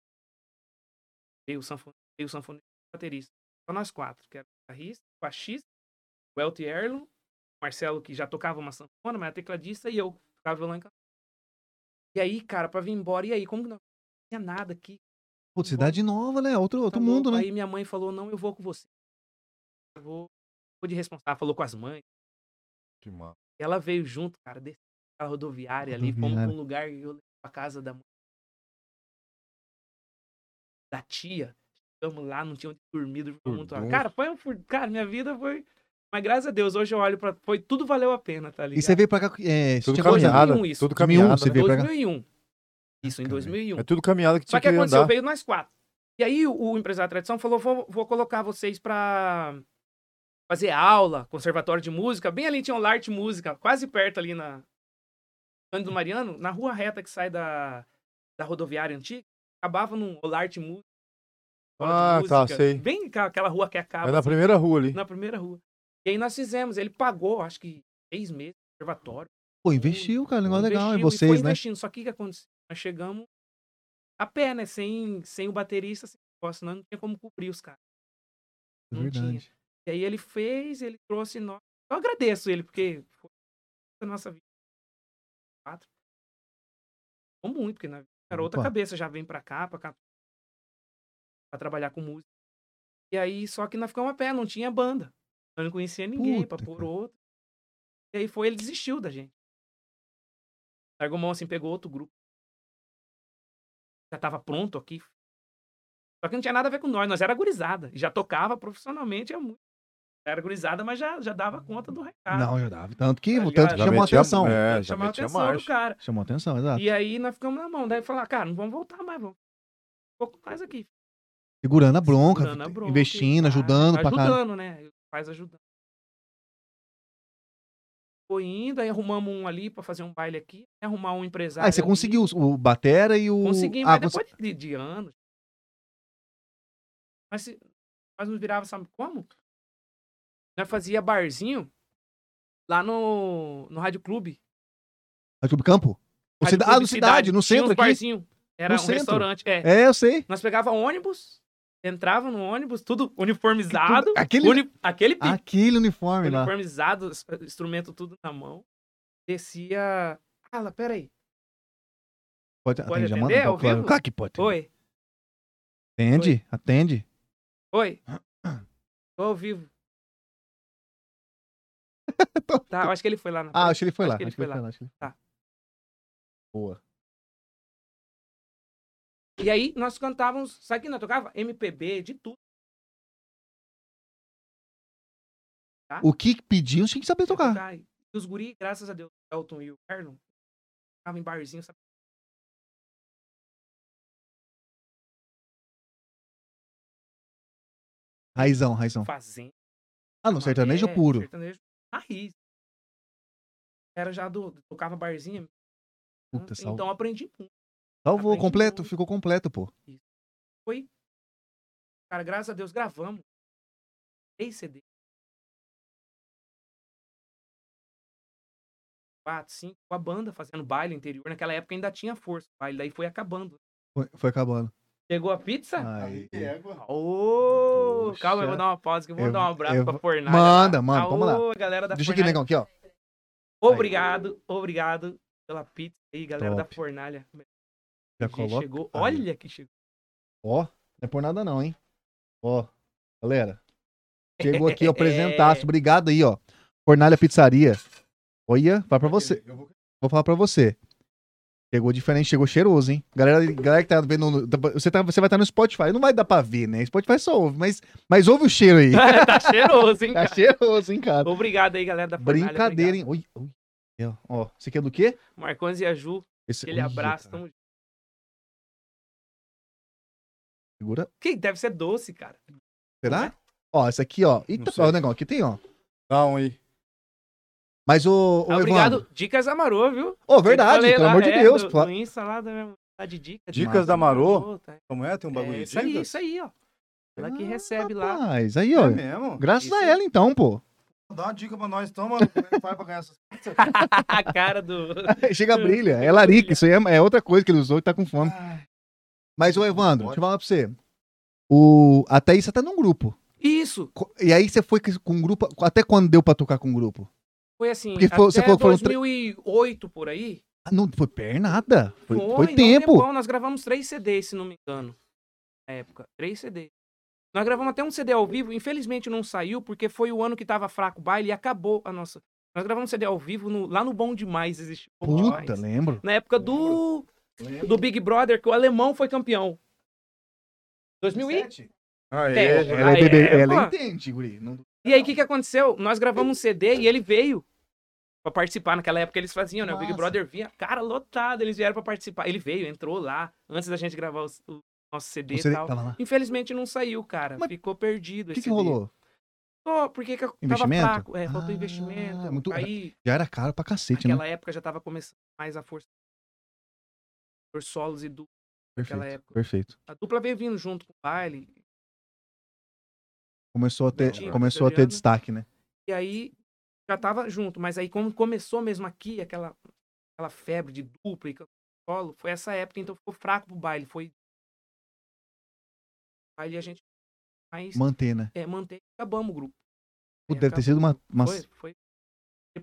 Speaker 2: Veio o sanfone, veio o sanfone e o baterista. Só nós quatro, que era o guitarrista, o baixista, o Elton Erlon, o Marcelo, que já tocava uma sanfona, mas era tecladista, e eu tocava violão e cantava. E aí, cara, pra vir embora, e aí, como que não não tinha nada aqui?
Speaker 1: Putz, cidade nova, né? Outro, outro
Speaker 2: Tá
Speaker 1: mundo,
Speaker 2: louco.
Speaker 1: né?
Speaker 2: Aí minha mãe falou, não, eu vou com você. Eu vou, vou de responsável, falou com as mães.
Speaker 3: Que massa.
Speaker 2: Ela veio junto, cara, desceu a rodoviária ali, fomos pra um
Speaker 1: Rodoviária.
Speaker 2: lugar, eu levei pra casa da mãe. da tia. Chegamos lá, não tinha onde dormir, dormimos muito lá.
Speaker 3: Furdunço.
Speaker 2: Cara, foi um fur... Cara, minha vida foi. Mas graças a Deus, hoje eu olho pra. Foi tudo valeu a pena, tá ligado?
Speaker 1: E você veio pra cá. É, você
Speaker 3: Tudo
Speaker 1: tinha quantos anos?
Speaker 3: caminhada.
Speaker 2: 2001 isso.
Speaker 3: Tudo
Speaker 1: 2001
Speaker 3: caminhada.
Speaker 1: você
Speaker 3: né?
Speaker 1: veio pra cá.
Speaker 2: 2001. Isso, em
Speaker 1: Caraca,
Speaker 2: 2001.
Speaker 3: É tudo caminhada que
Speaker 2: Só
Speaker 3: tinha
Speaker 2: que
Speaker 3: que
Speaker 2: aconteceu,
Speaker 3: andar.
Speaker 2: veio nós quatro. E aí o, o empresário da tradição falou: vou, vou colocar vocês pra fazer aula, conservatório de música. Bem ali tinha um Larte Música, quase perto ali na Cândido Mariano, na rua reta que sai da, da rodoviária antiga. Acabava num Larte Música. escola
Speaker 3: Ah, tá, sei.
Speaker 2: Bem ca- aquela rua que acaba assim,
Speaker 3: É na primeira rua ali.
Speaker 2: na primeira rua. E aí nós fizemos, ele pagou, acho que seis meses, conservatório.
Speaker 1: Pô, investiu, cara. um Negócio legal. E
Speaker 2: Investiu foi
Speaker 1: vocês, né?
Speaker 2: investindo. Só que o que aconteceu? Nós chegamos a pé, né? Sem, sem o baterista, sem o negócio, senão não tinha como cobrir os caras. não tinha.
Speaker 1: É Verdade.
Speaker 2: E aí ele fez, ele trouxe nós. Eu agradeço ele, porque foi a nossa vida. Quatro. Foi muito, porque na era outra
Speaker 1: Opa.
Speaker 2: cabeça, já vem pra cá, pra cá, pra trabalhar com música. E aí, só que nós ficamos a pé, não tinha banda. Eu não conhecia ninguém pra
Speaker 1: Puta,
Speaker 2: pôr
Speaker 1: cara.
Speaker 2: outro. E aí foi, ele desistiu da gente. Largou mão assim, pegou outro grupo. Já tava pronto aqui. Só que não tinha nada a ver com nós, nós era gurizada. E Já tocava profissionalmente, era muito. Era gurizada, mas já, já dava conta do recado.
Speaker 1: Não, eu dava. Tanto que,
Speaker 2: Tá ligado?
Speaker 1: tanto que
Speaker 2: Já
Speaker 1: chamou
Speaker 3: metia-
Speaker 1: atenção.
Speaker 3: É, já
Speaker 2: Chamava a
Speaker 3: metia
Speaker 2: atenção do
Speaker 3: marcha.
Speaker 2: cara.
Speaker 1: Chamou atenção, exato.
Speaker 2: E aí nós ficamos na mão. Daí falar, cara, não vamos voltar mais, vamos. Um pouco mais aqui.
Speaker 1: Segurando a bronca,
Speaker 2: Dando a bronca,
Speaker 1: investindo,
Speaker 2: tá?
Speaker 1: ajudando pra caralho.
Speaker 2: Ajudando, né? Faz ajudando. Foi indo, aí arrumamos um ali pra fazer um baile aqui, aí arrumar um empresário.
Speaker 1: Ah, e você
Speaker 2: ali.
Speaker 1: conseguiu os- o Batera e o.
Speaker 2: Consegui,
Speaker 1: ah,
Speaker 2: mas
Speaker 1: cons-
Speaker 2: depois de, de anos. Mas, se- mas não virava, sabe como? Nós fazia barzinho lá no, no Rádio Clube.
Speaker 1: Ah, Clube Campo? O
Speaker 2: Rádio
Speaker 1: cida-
Speaker 2: Clube
Speaker 1: Ah, no Cidade, no
Speaker 2: Tinha
Speaker 1: centro
Speaker 2: uns
Speaker 1: aqui.
Speaker 2: barzinho.
Speaker 1: No
Speaker 2: Era um
Speaker 1: centro.
Speaker 2: restaurante. É.
Speaker 1: É, eu sei.
Speaker 2: Nós pegava ônibus, entrava no ônibus, tudo uniformizado.
Speaker 1: Aquele- Ah,
Speaker 2: uni- aquele pique,
Speaker 1: Aquele uniforme lá.
Speaker 2: uniformizado, s- instrumento tudo na mão. Descia. Ah, lá, peraí.
Speaker 1: Pode,
Speaker 2: Pode
Speaker 1: atende, Amanda?
Speaker 2: atender ao
Speaker 1: Pode, claro.
Speaker 2: vivo?
Speaker 1: Claro que pode.
Speaker 2: Oi,
Speaker 1: Atende, atende. [CLEARS THROAT]
Speaker 2: oi. Tô ao vivo.
Speaker 1: [LAUGHS] Tô-
Speaker 2: Tá, eu acho que ele foi lá na.
Speaker 1: Ah, acho que ele foi
Speaker 2: Acho
Speaker 1: lá.
Speaker 2: que ele
Speaker 1: acho que ele
Speaker 2: foi
Speaker 1: foi lá, acho que ele-
Speaker 2: Tá.
Speaker 1: Boa.
Speaker 2: E aí nós cantávamos. Sabe o que nós tocava? MPB, de tudo.
Speaker 1: O que pediu, tinha que saber tocar.
Speaker 2: E os guri, graças a Deus, o Elton e o Erlon, estavam em barzinho, sabe?
Speaker 1: Raizão, raizão.
Speaker 2: Fazendo.
Speaker 1: Ah, não, sertanejo
Speaker 2: É,
Speaker 1: puro.
Speaker 2: Sertanejo na raiz. Era já do. Tocava barzinho.
Speaker 1: Puta, salvou.
Speaker 2: então aprendi muito.
Speaker 1: Salvou,
Speaker 2: aprendi
Speaker 1: completo,
Speaker 2: muito.
Speaker 1: ficou completo, pô.
Speaker 2: Cara, graças a Deus, gravamos. Três CD. Quatro, cinco, com a banda fazendo baile interior. Naquela época ainda tinha força. O baile daí foi acabando.
Speaker 1: Foi, foi acabando.
Speaker 2: Chegou a pizza?
Speaker 1: Aí.
Speaker 2: é. Ô,
Speaker 1: Poxa.
Speaker 2: calma, eu vou dar uma pausa que eu vou
Speaker 1: Eu-
Speaker 2: dar um abraço
Speaker 1: eu-
Speaker 2: pra Fornalha.
Speaker 1: Manda, manda, vamos lá.
Speaker 2: Alô, galera da
Speaker 1: Deixa aqui, negão,
Speaker 2: Fornalha.
Speaker 1: aqui, ó.
Speaker 2: Obrigado, obrigado pela pizza aí, galera
Speaker 1: Top.
Speaker 2: da Fornalha.
Speaker 1: Já
Speaker 2: Gente,
Speaker 1: coloca.
Speaker 2: Chegou,
Speaker 1: Aí.
Speaker 2: olha que chegou.
Speaker 1: Ó, não é por nada não, hein? Ó, galera. Chegou
Speaker 2: [LAUGHS]
Speaker 1: aqui, ó, presentaço. Obrigado aí, ó. Fornalha Pizzaria. Olha, vai pra você. Vou falar pra você. Chegou diferente, chegou cheiroso, hein? Galera, galera que tá vendo. no- tá- Você, tá, você vai estar no Spotify. Não vai dar pra ver, né? Spotify só ouve, mas, mas ouve o cheiro
Speaker 2: [LAUGHS]
Speaker 1: aí.
Speaker 2: [LAUGHS] tá cheiroso, hein,
Speaker 1: Tá
Speaker 2: cara?
Speaker 1: cheiroso, hein, cara?
Speaker 2: Obrigado aí, galera da Fornalha.
Speaker 1: Brincadeira, hein? Oi, oi. É, Ó, você quer do quê?
Speaker 2: obrigado. Marcones e a Ju,
Speaker 1: Esse...
Speaker 2: aquele
Speaker 1: Ui,
Speaker 2: abraço.
Speaker 1: cara.
Speaker 2: Tamo... junto.
Speaker 1: Segura.
Speaker 2: Que deve ser doce, cara.
Speaker 1: Será?
Speaker 2: é?
Speaker 1: Ó, esse aqui, ó. Eita,
Speaker 3: Não sei.
Speaker 1: ó, negão, aqui tem, ó.
Speaker 3: Dá um aí.
Speaker 1: Mas o. o
Speaker 2: Ah, obrigado,
Speaker 1: Evandro-
Speaker 2: dicas Amarô, viu?
Speaker 1: Ô,
Speaker 2: Eu
Speaker 1: verdade,
Speaker 2: falei
Speaker 1: pelo
Speaker 2: lá,
Speaker 1: amor de
Speaker 2: é,
Speaker 1: Deus.
Speaker 2: No,
Speaker 1: pla-
Speaker 2: no Insta lá da minha tá de dicas.
Speaker 3: Dicas da Amarô?
Speaker 2: tá.
Speaker 3: Como é? Tem um bagulho
Speaker 2: é,
Speaker 3: de
Speaker 2: isso aí,
Speaker 3: dicas?
Speaker 2: isso aí, ó. Ela que
Speaker 1: Ah,
Speaker 2: recebe lá.
Speaker 1: Mas aí,
Speaker 3: É
Speaker 1: ó.
Speaker 3: mesmo?
Speaker 1: graças
Speaker 2: Isso
Speaker 1: a
Speaker 2: aí.
Speaker 1: ela, então, pô.
Speaker 3: Dá uma dica pra nós então, mano. Como é que faz pra ganhar essas
Speaker 2: [LAUGHS] A cara do.
Speaker 1: Chega a brilha. É larica, isso aí é, é outra coisa que ele usou e tá com fome.
Speaker 3: Ah,
Speaker 1: Mas, ô, Evandro, deixa eu falar pra você. O... A Thaís tá num grupo.
Speaker 2: Isso!
Speaker 1: Co- E aí você foi com um grupo. Até quando deu pra tocar com um grupo?
Speaker 2: Foi assim.
Speaker 1: Porque foi- você
Speaker 2: até
Speaker 1: falou que foram tre-
Speaker 2: 2008 por aí.
Speaker 1: Ah, não foi per nada. Foi, foi
Speaker 2: não,
Speaker 1: tempo.
Speaker 2: tempão, Nós gravamos três CDs, se não me engano. Na época. Três CDs. Nós gravamos até um CD ao vivo. Infelizmente não saiu, porque foi o ano que tava fraco o baile e acabou a nossa. Nós gravamos CD ao vivo no- lá no Bom Demais. Existe Bom
Speaker 1: Puta,
Speaker 2: Demais.
Speaker 1: lembro.
Speaker 2: Na época do,
Speaker 3: lembro.
Speaker 2: do Big Brother, que o alemão foi campeão. 2000 e...
Speaker 3: sete? Aê,
Speaker 2: Sete.
Speaker 1: Ela, é
Speaker 2: Aí,
Speaker 1: bebê-
Speaker 2: é,
Speaker 1: ela
Speaker 2: pô.
Speaker 1: entende, guri. Não-
Speaker 2: E aí, o que, que aconteceu? Nós gravamos um CD e ele veio pra participar. Naquela época eles faziam, né? O Big
Speaker 1: Massa.
Speaker 2: Brother vinha, cara, lotado, eles vieram pra participar. Ele veio, entrou lá, antes da gente gravar os- o, nosso CD
Speaker 1: Você
Speaker 2: e tal.
Speaker 1: tava lá.
Speaker 2: Infelizmente não saiu, cara.
Speaker 1: Mas
Speaker 2: Ficou perdido.
Speaker 1: O
Speaker 2: esse
Speaker 1: que, que
Speaker 2: CD.
Speaker 1: rolou?
Speaker 2: Só porque que eu
Speaker 1: Investimento?
Speaker 2: tava fraco. É, faltou
Speaker 1: Ah,
Speaker 2: investimento.
Speaker 1: muito-
Speaker 2: Aí,
Speaker 1: Já era caro pra cacete, né?
Speaker 2: naquela época já tava começando mais a força por solos e dupla.
Speaker 1: Perfeito.
Speaker 2: naquela época.
Speaker 1: Perfeito.
Speaker 2: A dupla veio vindo junto com o baile.
Speaker 1: Começou a ter,
Speaker 2: Tinha,
Speaker 1: começou a ter
Speaker 2: Adriana.
Speaker 1: destaque, né?
Speaker 2: E aí já tava junto, mas aí quando começou mesmo aqui, aquela, aquela febre de dupla e cantor solo, foi essa época, então ficou fraco pro baile. Foi. Aí a gente mais
Speaker 1: Manter, né?
Speaker 2: é, manteve, acabamos o grupo.
Speaker 1: Pô,
Speaker 2: É,
Speaker 1: deve ter
Speaker 2: acabou
Speaker 1: sido
Speaker 2: o
Speaker 1: uma.
Speaker 2: grupo.
Speaker 1: uma-
Speaker 2: Foi,
Speaker 1: Foi,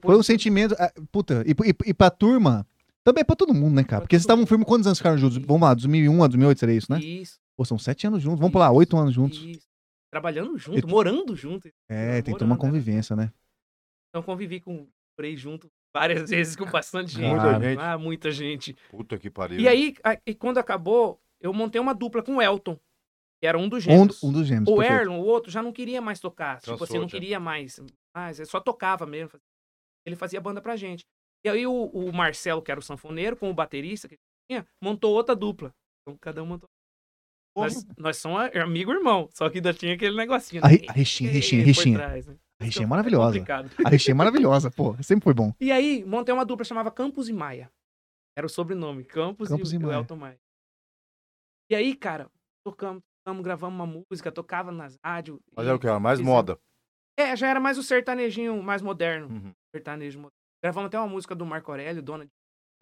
Speaker 2: foi.
Speaker 1: um sentimento. ah, puta, e, e, e pra turma. Também pra todo mundo, né, cara?
Speaker 2: Pra
Speaker 1: Porque vocês
Speaker 2: todo
Speaker 1: estavam firme quantos anos ficaram juntos?
Speaker 2: Sim.
Speaker 1: Vamos lá, 2001 a 2008 seria isso, né?
Speaker 2: Isso,
Speaker 1: Pô, são sete anos juntos. Vamos pular,
Speaker 2: Isso,
Speaker 1: oito anos juntos.
Speaker 2: isso. Trabalhando junto,
Speaker 1: Ele-
Speaker 2: morando junto.
Speaker 1: É, tem
Speaker 2: namorando,
Speaker 1: que ter uma
Speaker 2: né?
Speaker 1: convivência, né?
Speaker 2: Então convivi com. Morei junto várias [LAUGHS] vezes com bastante gente.
Speaker 1: Muita
Speaker 3: gente.
Speaker 2: Ah, muita gente.
Speaker 3: Puta que pariu.
Speaker 2: E aí, a- e quando acabou, eu montei uma dupla com o Elton, que era um dos
Speaker 1: Um,
Speaker 2: gêmeos.
Speaker 1: do- um dos gêmeos.
Speaker 2: O
Speaker 1: perfeito.
Speaker 2: Erlon, o outro, já não queria mais tocar. tipo
Speaker 1: Então,
Speaker 3: Cansou,
Speaker 2: assim, não
Speaker 3: já.
Speaker 2: queria mais. Mas ele só tocava mesmo. Ele fazia banda pra gente. E aí o, o Marcelo, que era o sanfoneiro, com o baterista que tinha, montou outra dupla. Então cada um montou.
Speaker 3: Porra.
Speaker 2: Nós, nós somos a- amigo e irmão, só que ainda tinha aquele negocinho.
Speaker 1: assim? A,
Speaker 2: né?
Speaker 1: ri- a rixinha,
Speaker 2: Por
Speaker 1: rixinha, rixinha.
Speaker 2: trás, né?
Speaker 1: A rixinha é
Speaker 2: Então,
Speaker 1: maravilhosa.
Speaker 2: complicado.
Speaker 1: A rixinha é maravilhosa, pô. Sempre foi bom.
Speaker 2: E aí, montei uma dupla, chamava Campos e Maia. Era o sobrenome, Campos,
Speaker 1: Campos
Speaker 2: e,
Speaker 1: e
Speaker 2: o
Speaker 1: Maia.
Speaker 2: Elton Maia. E aí, cara, tocamos, tocamos, gravamos uma música, tocava nas rádios.
Speaker 3: Mas
Speaker 2: e-
Speaker 3: era o que? Era mais
Speaker 2: Isso.
Speaker 3: moda.
Speaker 2: É, já era mais o sertanejinho mais moderno.
Speaker 3: Uhum.
Speaker 2: Sertanejo moderno. Gravamos até uma música do Marco Aurélio, dona de.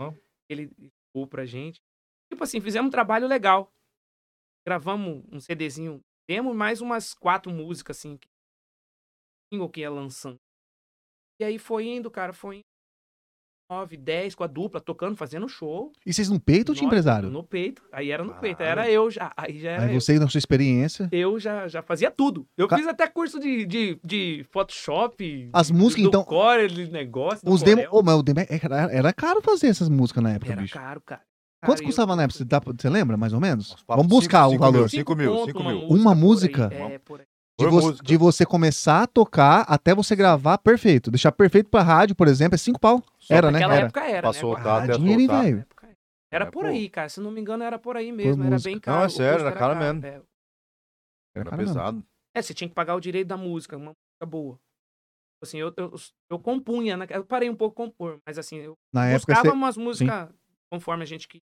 Speaker 3: Ó.
Speaker 2: Ele ou pra gente. Tipo assim, fizemos um trabalho legal. Gravamos um CDzinho. Temos mais umas quatro músicas, assim. Que... Single que ia lançando. E aí foi indo, cara, foi indo. 9, 10 com a dupla, tocando, fazendo show.
Speaker 1: E vocês no peito ou tinha
Speaker 2: Nós,
Speaker 1: empresário?
Speaker 2: No peito. Aí era no peito. aí
Speaker 3: Caralho.
Speaker 2: Era eu já. Aí já era
Speaker 1: Aí
Speaker 2: eu.
Speaker 1: vocês, na sua experiência.
Speaker 2: Eu já, já fazia tudo. Eu
Speaker 1: Ca-
Speaker 2: fiz até curso de, de, de Photoshop,
Speaker 1: As músicas,
Speaker 2: do
Speaker 1: então.
Speaker 2: Core, de negócio. do é um
Speaker 1: Os demos.
Speaker 2: Corel.
Speaker 1: Ô, mas o demo é, era, era caro fazer essas músicas na época,
Speaker 2: Era
Speaker 1: bicho.
Speaker 2: caro, cara.
Speaker 1: Quanto
Speaker 2: Cara,
Speaker 1: custava
Speaker 2: eu-
Speaker 1: na época? Você, dá pra- você lembra, mais ou menos?
Speaker 3: Uns papos
Speaker 1: Vamos buscar
Speaker 3: cinco-
Speaker 1: o valor.
Speaker 3: mil, cinco mil,
Speaker 2: conto,
Speaker 3: cinco
Speaker 2: uma
Speaker 3: mil.
Speaker 1: Uma
Speaker 2: por aí.
Speaker 1: música? Né?
Speaker 2: É, por aí.
Speaker 1: De,
Speaker 3: Por
Speaker 1: vo-
Speaker 3: música.
Speaker 1: de você começar a tocar até você gravar perfeito. Deixar perfeito pra rádio, por exemplo, é cinco pau.
Speaker 3: Só
Speaker 1: era, né?
Speaker 2: Naquela
Speaker 1: Era.
Speaker 2: época era, né?
Speaker 3: Passou,
Speaker 2: Cara,
Speaker 3: tá,
Speaker 1: Ah,
Speaker 3: até
Speaker 1: dinheiro, hein,
Speaker 3: soltar.
Speaker 1: velho?
Speaker 2: na época era. Era
Speaker 3: É,
Speaker 2: por
Speaker 3: pô.
Speaker 2: aí, cara. Se não me engano, era por aí mesmo. Era
Speaker 1: música.
Speaker 2: bem caro.
Speaker 3: Não, é
Speaker 2: o
Speaker 3: sério,
Speaker 2: custo
Speaker 3: era caro mesmo.
Speaker 2: É.
Speaker 1: Era
Speaker 3: Era
Speaker 1: caro mesmo.
Speaker 3: pesado.
Speaker 2: É, você tinha que pagar o direito da música, uma música boa. Assim, eu, eu, eu compunha, né? eu parei um pouco de compor, mas assim, eu
Speaker 1: Na época,
Speaker 2: buscava
Speaker 1: você...
Speaker 2: umas músicas conforme a gente que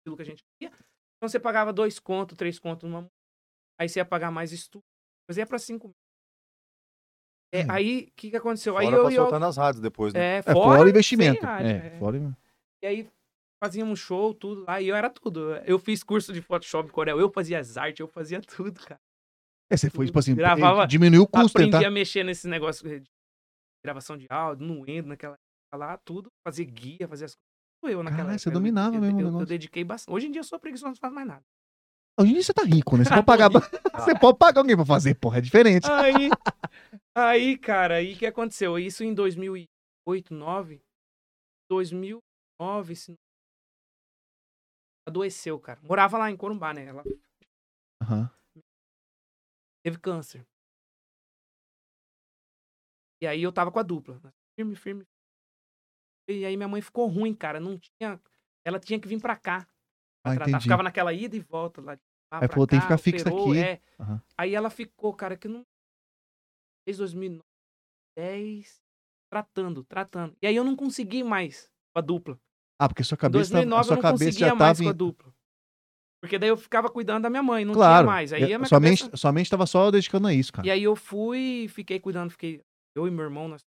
Speaker 2: aquilo que a gente queria. Então você pagava dois contos, três contos numa música. Aí você ia pagar mais estudo. Mas ia pra cinco mil. É,
Speaker 1: É.
Speaker 2: Aí, o que, que aconteceu?
Speaker 3: Fora
Speaker 2: aí eu,
Speaker 3: pra
Speaker 2: eu
Speaker 3: soltar nas rádios depois, né?
Speaker 2: é,
Speaker 1: é,
Speaker 2: fora,
Speaker 1: fora, o investimento.
Speaker 2: sem rádio,
Speaker 1: é,
Speaker 2: é.
Speaker 1: fora...
Speaker 2: E aí fazíamos show, tudo lá. E eu era tudo. Eu fiz curso de Photoshop, Corel, eu fazia as artes, eu fazia tudo, cara.
Speaker 1: É, você foi, tipo assim,
Speaker 2: Gravava-
Speaker 1: eh, diminuiu o custo,
Speaker 2: aprendi
Speaker 1: tá?
Speaker 2: a mexer nesse negócio de gravação de áudio, no Endo, naquela época lá, tudo, fazer guia, fazer as coisas. Tudo Eu naquela
Speaker 1: Caralho, você
Speaker 2: época, eu-
Speaker 1: dominava
Speaker 2: eu,
Speaker 1: mesmo o
Speaker 2: eu, eu
Speaker 1: negócio.
Speaker 2: dediquei bastante. Hoje em dia eu sou preguiçoso, não faço mais nada.
Speaker 1: Hoje em dia você tá rico, né? Você pode
Speaker 2: [LAUGHS]
Speaker 1: pagar, você pode pagar alguém pra fazer, porra, é diferente.
Speaker 2: Aí, aí, cara, aí o que aconteceu? Isso em 2008, 2009. 2009, se não- adoeceu, cara. Morava lá em Corumbá, né? Ela Ah.
Speaker 1: Aham.
Speaker 2: teve câncer. E aí eu tava com a dupla. né? Firme, firme. E aí minha mãe ficou ruim, cara. Não tinha. Ela tinha que vir pra cá.
Speaker 1: Ah,
Speaker 2: tratar.
Speaker 1: entendi.
Speaker 2: Ficava naquela ida e volta lá. de lá
Speaker 1: Aí
Speaker 2: pra
Speaker 1: falou, tem que
Speaker 2: cá,
Speaker 1: ficar fixa
Speaker 2: operou,
Speaker 1: aqui.
Speaker 2: é.
Speaker 1: Aham.
Speaker 2: Aí ela ficou, cara, que não. Desde 2009, 10. Tratando, tratando. E aí eu não consegui mais com a dupla.
Speaker 1: Ah, porque sua
Speaker 2: Em
Speaker 1: cabeça, tá-
Speaker 2: 2009 eu
Speaker 1: sua
Speaker 2: não
Speaker 1: cabeça
Speaker 2: conseguia
Speaker 1: já
Speaker 2: mais
Speaker 1: tava
Speaker 2: com a
Speaker 1: em...
Speaker 2: dupla. Porque daí eu ficava cuidando da minha mãe, não
Speaker 1: Claro,
Speaker 2: tinha mais. Aí
Speaker 1: eh,
Speaker 2: a minha
Speaker 1: sua,
Speaker 2: cabeça... é
Speaker 1: mente, sua mente tava só dedicando a isso, cara.
Speaker 2: E aí eu fui, fiquei cuidando, fiquei. Eu e meu irmão, nós.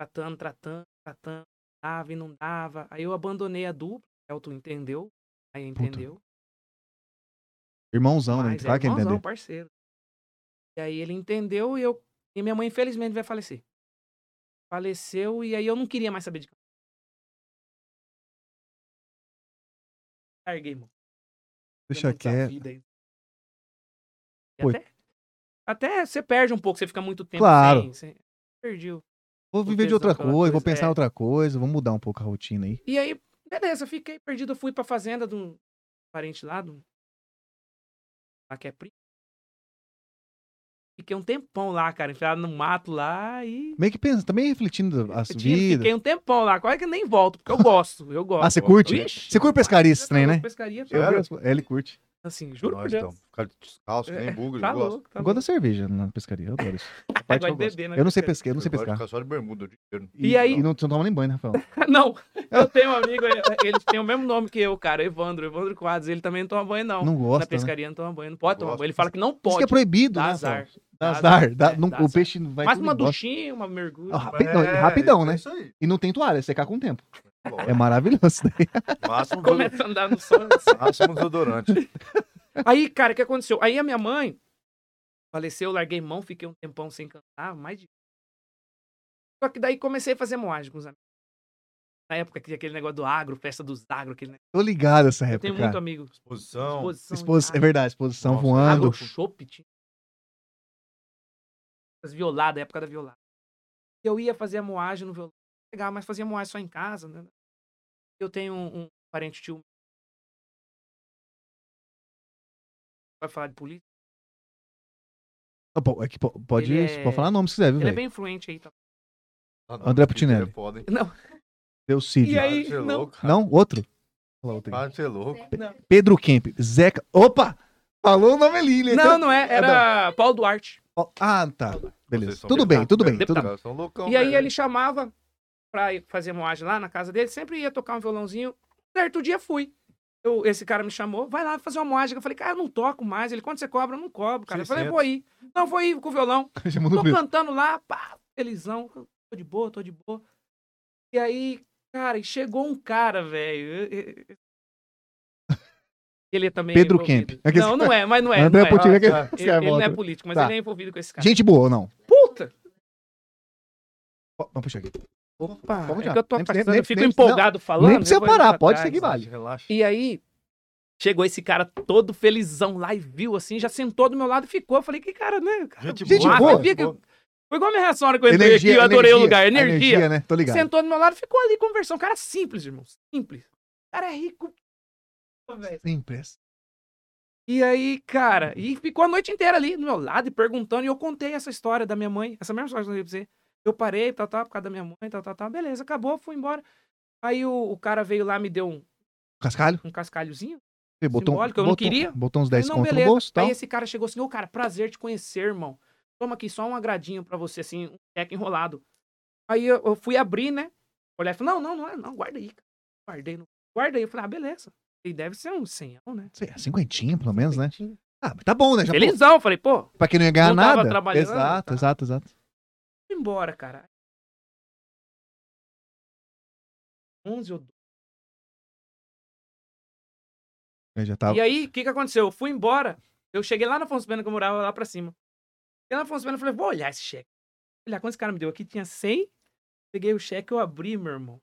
Speaker 2: Tratando, tratando, tratando. Dava e não dava. Aí eu abandonei a dupla. Elton entendeu. Aí entendeu.
Speaker 1: Irmãozão, né?
Speaker 2: mas
Speaker 1: Claro
Speaker 2: é
Speaker 1: que ele
Speaker 2: irmãozão,
Speaker 1: entendeu.
Speaker 2: parceiro. E aí ele entendeu e eu. E minha mãe, infelizmente, vai falecer. Faleceu e aí eu não queria mais saber de câncer. Larguei, mano.
Speaker 1: Deixa
Speaker 2: Tenta essa
Speaker 1: quieto.
Speaker 2: vida aí. E
Speaker 1: Pô.
Speaker 2: Até, até você perde um pouco, você fica muito tempo
Speaker 1: Claro.
Speaker 2: sem, sem- Perdi. o-
Speaker 1: Vou
Speaker 2: o
Speaker 1: viver de
Speaker 2: tesão
Speaker 1: outra
Speaker 2: pela
Speaker 1: coisa, vou
Speaker 2: coisa,
Speaker 1: pensar em
Speaker 2: é.
Speaker 1: outra coisa, vou mudar um pouco a rotina aí.
Speaker 2: E aí, beleza, fiquei perdido. Eu fui pra fazenda de um parente lá, do, lá que é primo. Fiquei um tempão lá, cara, enfiado no mato lá e.
Speaker 1: Meio que pensa, também refletindo as
Speaker 2: Tive-
Speaker 1: vidas.
Speaker 2: Fiquei um tempão lá, quase que nem volto, porque eu gosto, eu gosto.
Speaker 1: Ah, você curte? Você curte pescaria esse
Speaker 2: Você tá
Speaker 1: trem,
Speaker 2: louco,
Speaker 1: né?
Speaker 2: Pescaria,
Speaker 1: Eu,
Speaker 3: Sério?
Speaker 1: gosto- é, ele curte.
Speaker 2: assim, juro por
Speaker 3: Nós,
Speaker 2: Deus.
Speaker 3: então. Ficar descalço, nem bugre,
Speaker 2: Tá
Speaker 3: eu gosto.
Speaker 2: louco,
Speaker 1: Eu
Speaker 2: tá louco.
Speaker 1: gosto da cerveja na pescaria, eu adoro isso. A parte que
Speaker 2: Gosto
Speaker 1: eu, gosto.
Speaker 2: de beber né, na
Speaker 1: eu não sei
Speaker 2: pescaria.
Speaker 1: pescar, eu não sei
Speaker 3: Eu gosto de
Speaker 1: pescar.
Speaker 3: ficar só de bermuda o dia inteiro.
Speaker 2: E aí-
Speaker 1: E não, você não toma nem banho, né, Rafael?
Speaker 2: [LAUGHS] Não, eu tenho um amigo, ele- ele tem o mesmo nome que eu, cara, Evandro, Evandro Quadros, ele também não toma banho, não.
Speaker 1: Não
Speaker 2: Na
Speaker 1: gosta, né?
Speaker 2: pescaria não toma banho, não pode tomar
Speaker 3: Gosto.
Speaker 2: banho, ele fala que não
Speaker 1: Isso
Speaker 2: pode,
Speaker 1: que é proibido,
Speaker 2: dá
Speaker 1: né,
Speaker 2: azar.
Speaker 1: Rafael? Dá
Speaker 2: Dá
Speaker 1: azar.
Speaker 2: azar,
Speaker 1: dá-
Speaker 2: é,
Speaker 1: não-
Speaker 2: dá
Speaker 1: o
Speaker 2: azar.
Speaker 1: peixe não vai...
Speaker 2: Mas
Speaker 1: tudo
Speaker 2: uma
Speaker 1: embora.
Speaker 2: duchinha, uma mergulha.
Speaker 1: Ah,
Speaker 2: [LAUGHS]
Speaker 1: rapid- não, rapidão, né?
Speaker 3: É isso aí.
Speaker 1: E não tem toalha, secar com o tempo. É
Speaker 3: Lógico.
Speaker 1: maravilhoso. né? [LAUGHS]
Speaker 3: Máximo, desodorante.
Speaker 2: Começa a andar no sol.
Speaker 3: máximo desodorante.
Speaker 2: Aí, cara, o que aconteceu? Aí a minha mãe faleceu, larguei mão, fiquei um tempão sem cantar, mais de. Só que daí comecei a fazer moagem com os amigos. Na época que tinha aquele negócio do agro, festa dos agro, aquele negócio.
Speaker 1: Tô ligado essa
Speaker 2: Eu tenho
Speaker 1: época.
Speaker 2: muito
Speaker 1: cara.
Speaker 2: amigo.
Speaker 3: Exposição.
Speaker 2: Exposição.
Speaker 1: Exposi-
Speaker 2: de tá
Speaker 1: É verdade, exposição
Speaker 3: Nossa,
Speaker 1: voando.
Speaker 2: Agro Shop tinha. As violadas, época da violada. Eu ia fazer a moagem no violão. Legal, mas fazia moagem só em casa, né? Eu tenho um, um parente tio. Vai falar de política?
Speaker 1: Ah, pô, é que po- pode,
Speaker 2: Ele
Speaker 1: você
Speaker 2: é-
Speaker 1: pode falar nome se quiser, viu,
Speaker 2: Ele é
Speaker 1: velho?
Speaker 2: bem influente aí, tá?
Speaker 3: Ah, não,
Speaker 1: André
Speaker 3: isso
Speaker 1: Putinelli.
Speaker 3: é foda, hein?
Speaker 1: Deu Cid.
Speaker 2: E aí-
Speaker 3: Para de ser
Speaker 2: não.
Speaker 3: louco, cara.
Speaker 1: Não, outro? Fala outro aí.
Speaker 3: Para de ser louco.
Speaker 1: Pedro Kemp, Zeca. Opa! Falou o nome ali, né?
Speaker 2: Não, não é. Era Paulo Duarte.
Speaker 1: Ó, Ah, tá. Beleza.
Speaker 3: Vocês são
Speaker 1: Tudo bem,
Speaker 3: deputados,
Speaker 1: tudo bem,
Speaker 3: né?
Speaker 1: tudo bem.
Speaker 2: Deputado.
Speaker 3: Vocês são loucão,
Speaker 2: E aí
Speaker 3: velho.
Speaker 2: ele chamava pra ir fazer moagem lá na casa dele. Sempre ia tocar um violãozinho. Certo dia fui. Eu, esse cara me chamou, vai lá fazer uma moagem. Eu falei, cara, eu não toco mais. Ele, quando você cobra, eu não cobro, cara. Eu falei,
Speaker 3: 600.
Speaker 2: vou ir. Não, vou ir com o violão.
Speaker 1: [LAUGHS] Chamou
Speaker 2: Tô
Speaker 1: no Pedro.
Speaker 2: cantando lá, pá, felizão. Tô de boa, tô de boa. E aí, cara, e chegou um cara, velho. Ele é também.
Speaker 1: Pedro
Speaker 2: envolvido.
Speaker 1: Kemp. É que
Speaker 2: Não, não é, mas não é.
Speaker 1: André
Speaker 2: não é.
Speaker 1: Putin, é que
Speaker 3: Ah,
Speaker 1: esse
Speaker 2: Ele,
Speaker 1: cara
Speaker 2: ele não é
Speaker 1: volta.
Speaker 2: político, mas
Speaker 1: Tá.
Speaker 2: ele é envolvido com esse cara.
Speaker 1: Gente boa ou não?
Speaker 2: Puta!
Speaker 1: Ó, Vamos puxar aqui.
Speaker 2: Opa,
Speaker 1: vamos
Speaker 2: é
Speaker 1: já.
Speaker 2: que eu tô
Speaker 1: Nem precisa-
Speaker 2: passando,
Speaker 1: nem-
Speaker 2: eu fico
Speaker 1: nem-
Speaker 2: empolgado falando.
Speaker 1: nem precisa
Speaker 2: eu vou indo
Speaker 1: parar,
Speaker 2: pra
Speaker 1: pode
Speaker 2: trás.
Speaker 1: seguir, vai.
Speaker 3: Relaxa, relaxa.
Speaker 2: E aí, chegou esse cara todo felizão lá e viu assim, já sentou do meu lado e ficou. Eu falei, que cara, né? Cara,
Speaker 3: Gente
Speaker 1: Gente
Speaker 3: boa,
Speaker 1: boa.
Speaker 3: gente
Speaker 2: Fica-
Speaker 3: boa.
Speaker 2: Foi igual a minha reação na hora que eu entrei aqui, eu adorei o lugar. energia.
Speaker 1: né? Tô ligado.
Speaker 2: Sentou do meu lado e ficou ali conversando. Um cara simples, irmão. Simples. O cara é rico. velho.
Speaker 1: Sempre. é assim.
Speaker 2: E aí, cara, e ficou a noite inteira ali do meu lado e perguntando. E eu contei essa história da minha mãe, essa mesma história que eu ia dizer. Eu parei, tal, tal, por causa da minha mãe, tal, tal, tal. Beleza, acabou, fui embora. Aí o, o cara veio lá, me deu um,
Speaker 1: Cascalho?
Speaker 2: um cascalhozinho.
Speaker 1: Você Botou, um-
Speaker 2: Simbólico, eu não
Speaker 1: botou,
Speaker 2: queria.
Speaker 1: Botou uns
Speaker 2: Falei,
Speaker 1: 10
Speaker 2: não,
Speaker 1: conto no
Speaker 2: beleza.
Speaker 1: bolso tá? e tal.
Speaker 2: Aí esse cara chegou assim, ô cara, prazer te conhecer, irmão. Toma aqui só um agradinho pra você, assim, um cheque enrolado. Aí eu, eu fui abrir, né? Olhar e falei, não, não, não, é, não, guarda aí, cara. Guardei, no... guarda aí. Eu falei, ah, beleza. E deve ser um senhão, né?
Speaker 1: Sei, é Cinquentinha, pelo menos, né? Ah, mas tá bom, né? Já, pô,
Speaker 2: Felizão, falei, pô,
Speaker 1: pra quem não ia ganhar
Speaker 2: Não tava
Speaker 1: nada.
Speaker 2: trabalhando,
Speaker 1: Exato,
Speaker 2: tá.
Speaker 1: exato, exato.
Speaker 2: fui embora, cara. 11 ou 12.
Speaker 1: Eu já
Speaker 3: Ah,
Speaker 1: tava.
Speaker 2: E aí,
Speaker 3: é.
Speaker 2: o que, que aconteceu? Eu fui embora. Eu cheguei lá na Afonso Pena, que eu morava lá pra cima. Cheguei lá na Afonso Pena, eu falei, vou olhar esse cheque. Olha quantos cara me deu aqui. Tinha 100. Peguei o cheque, eu abri, meu irmão.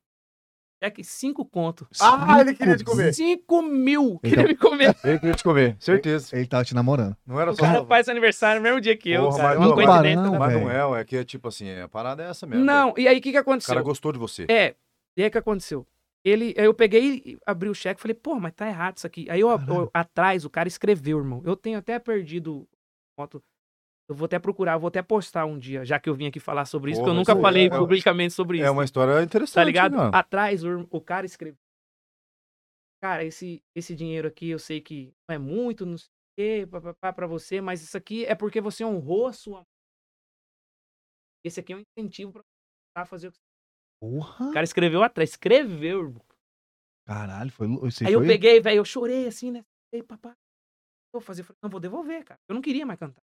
Speaker 2: Cheque 5 conto.
Speaker 3: Ah, ele queria te comer.
Speaker 2: 5 mil.
Speaker 1: Então-
Speaker 2: Queria me comer.
Speaker 3: Ele queria te comer, certeza.
Speaker 1: Ele tava te namorando.
Speaker 3: Não era
Speaker 2: O
Speaker 3: só.
Speaker 2: cara faz aniversário no mesmo dia que eu,
Speaker 3: Porra,
Speaker 2: cara.
Speaker 3: mas
Speaker 2: Uma
Speaker 3: não,
Speaker 2: coincidência,
Speaker 1: mas-
Speaker 2: né?
Speaker 3: Mas
Speaker 1: velho.
Speaker 3: não é, é que é tipo assim, é, a parada é essa mesmo.
Speaker 2: Não, e aí o que, que
Speaker 3: O
Speaker 2: aconteceu?
Speaker 3: cara gostou de você.
Speaker 2: É, e aí o que aconteceu? Ele, aí eu peguei, e abri o cheque e falei, pô, mas tá errado isso aqui. Aí eu,
Speaker 1: Caralho.
Speaker 2: eu- atrás, o cara escreveu, irmão. Eu tenho até perdido foto. Eu vou até procurar, eu vou até postar um dia, já que eu vim aqui falar sobre isso,
Speaker 3: Pô,
Speaker 2: que eu
Speaker 3: mas
Speaker 2: nunca
Speaker 3: é-
Speaker 2: falei
Speaker 3: é-
Speaker 2: publicamente sobre
Speaker 3: É
Speaker 2: isso.
Speaker 3: uma história interessante.
Speaker 2: Tá ligado?
Speaker 3: né?
Speaker 2: Atrás, o, irm- o cara escreveu. Cara, esse, esse dinheiro aqui eu sei que não é muito, não sei o quê, papapá, pra você, mas isso aqui é porque você honrou a sua. Esse aqui é um incentivo pra você fazer o que
Speaker 1: Porra.
Speaker 2: o cara escreveu atrás, escreveu, irmão.
Speaker 1: Caralho, foi. lou- Você
Speaker 2: aí eu
Speaker 1: foi-
Speaker 2: peguei, velho, eu chorei assim, né? Ei, papai, o que eu vou fazer? Eu falei, não, vou devolver, cara. Eu não queria mais cantar.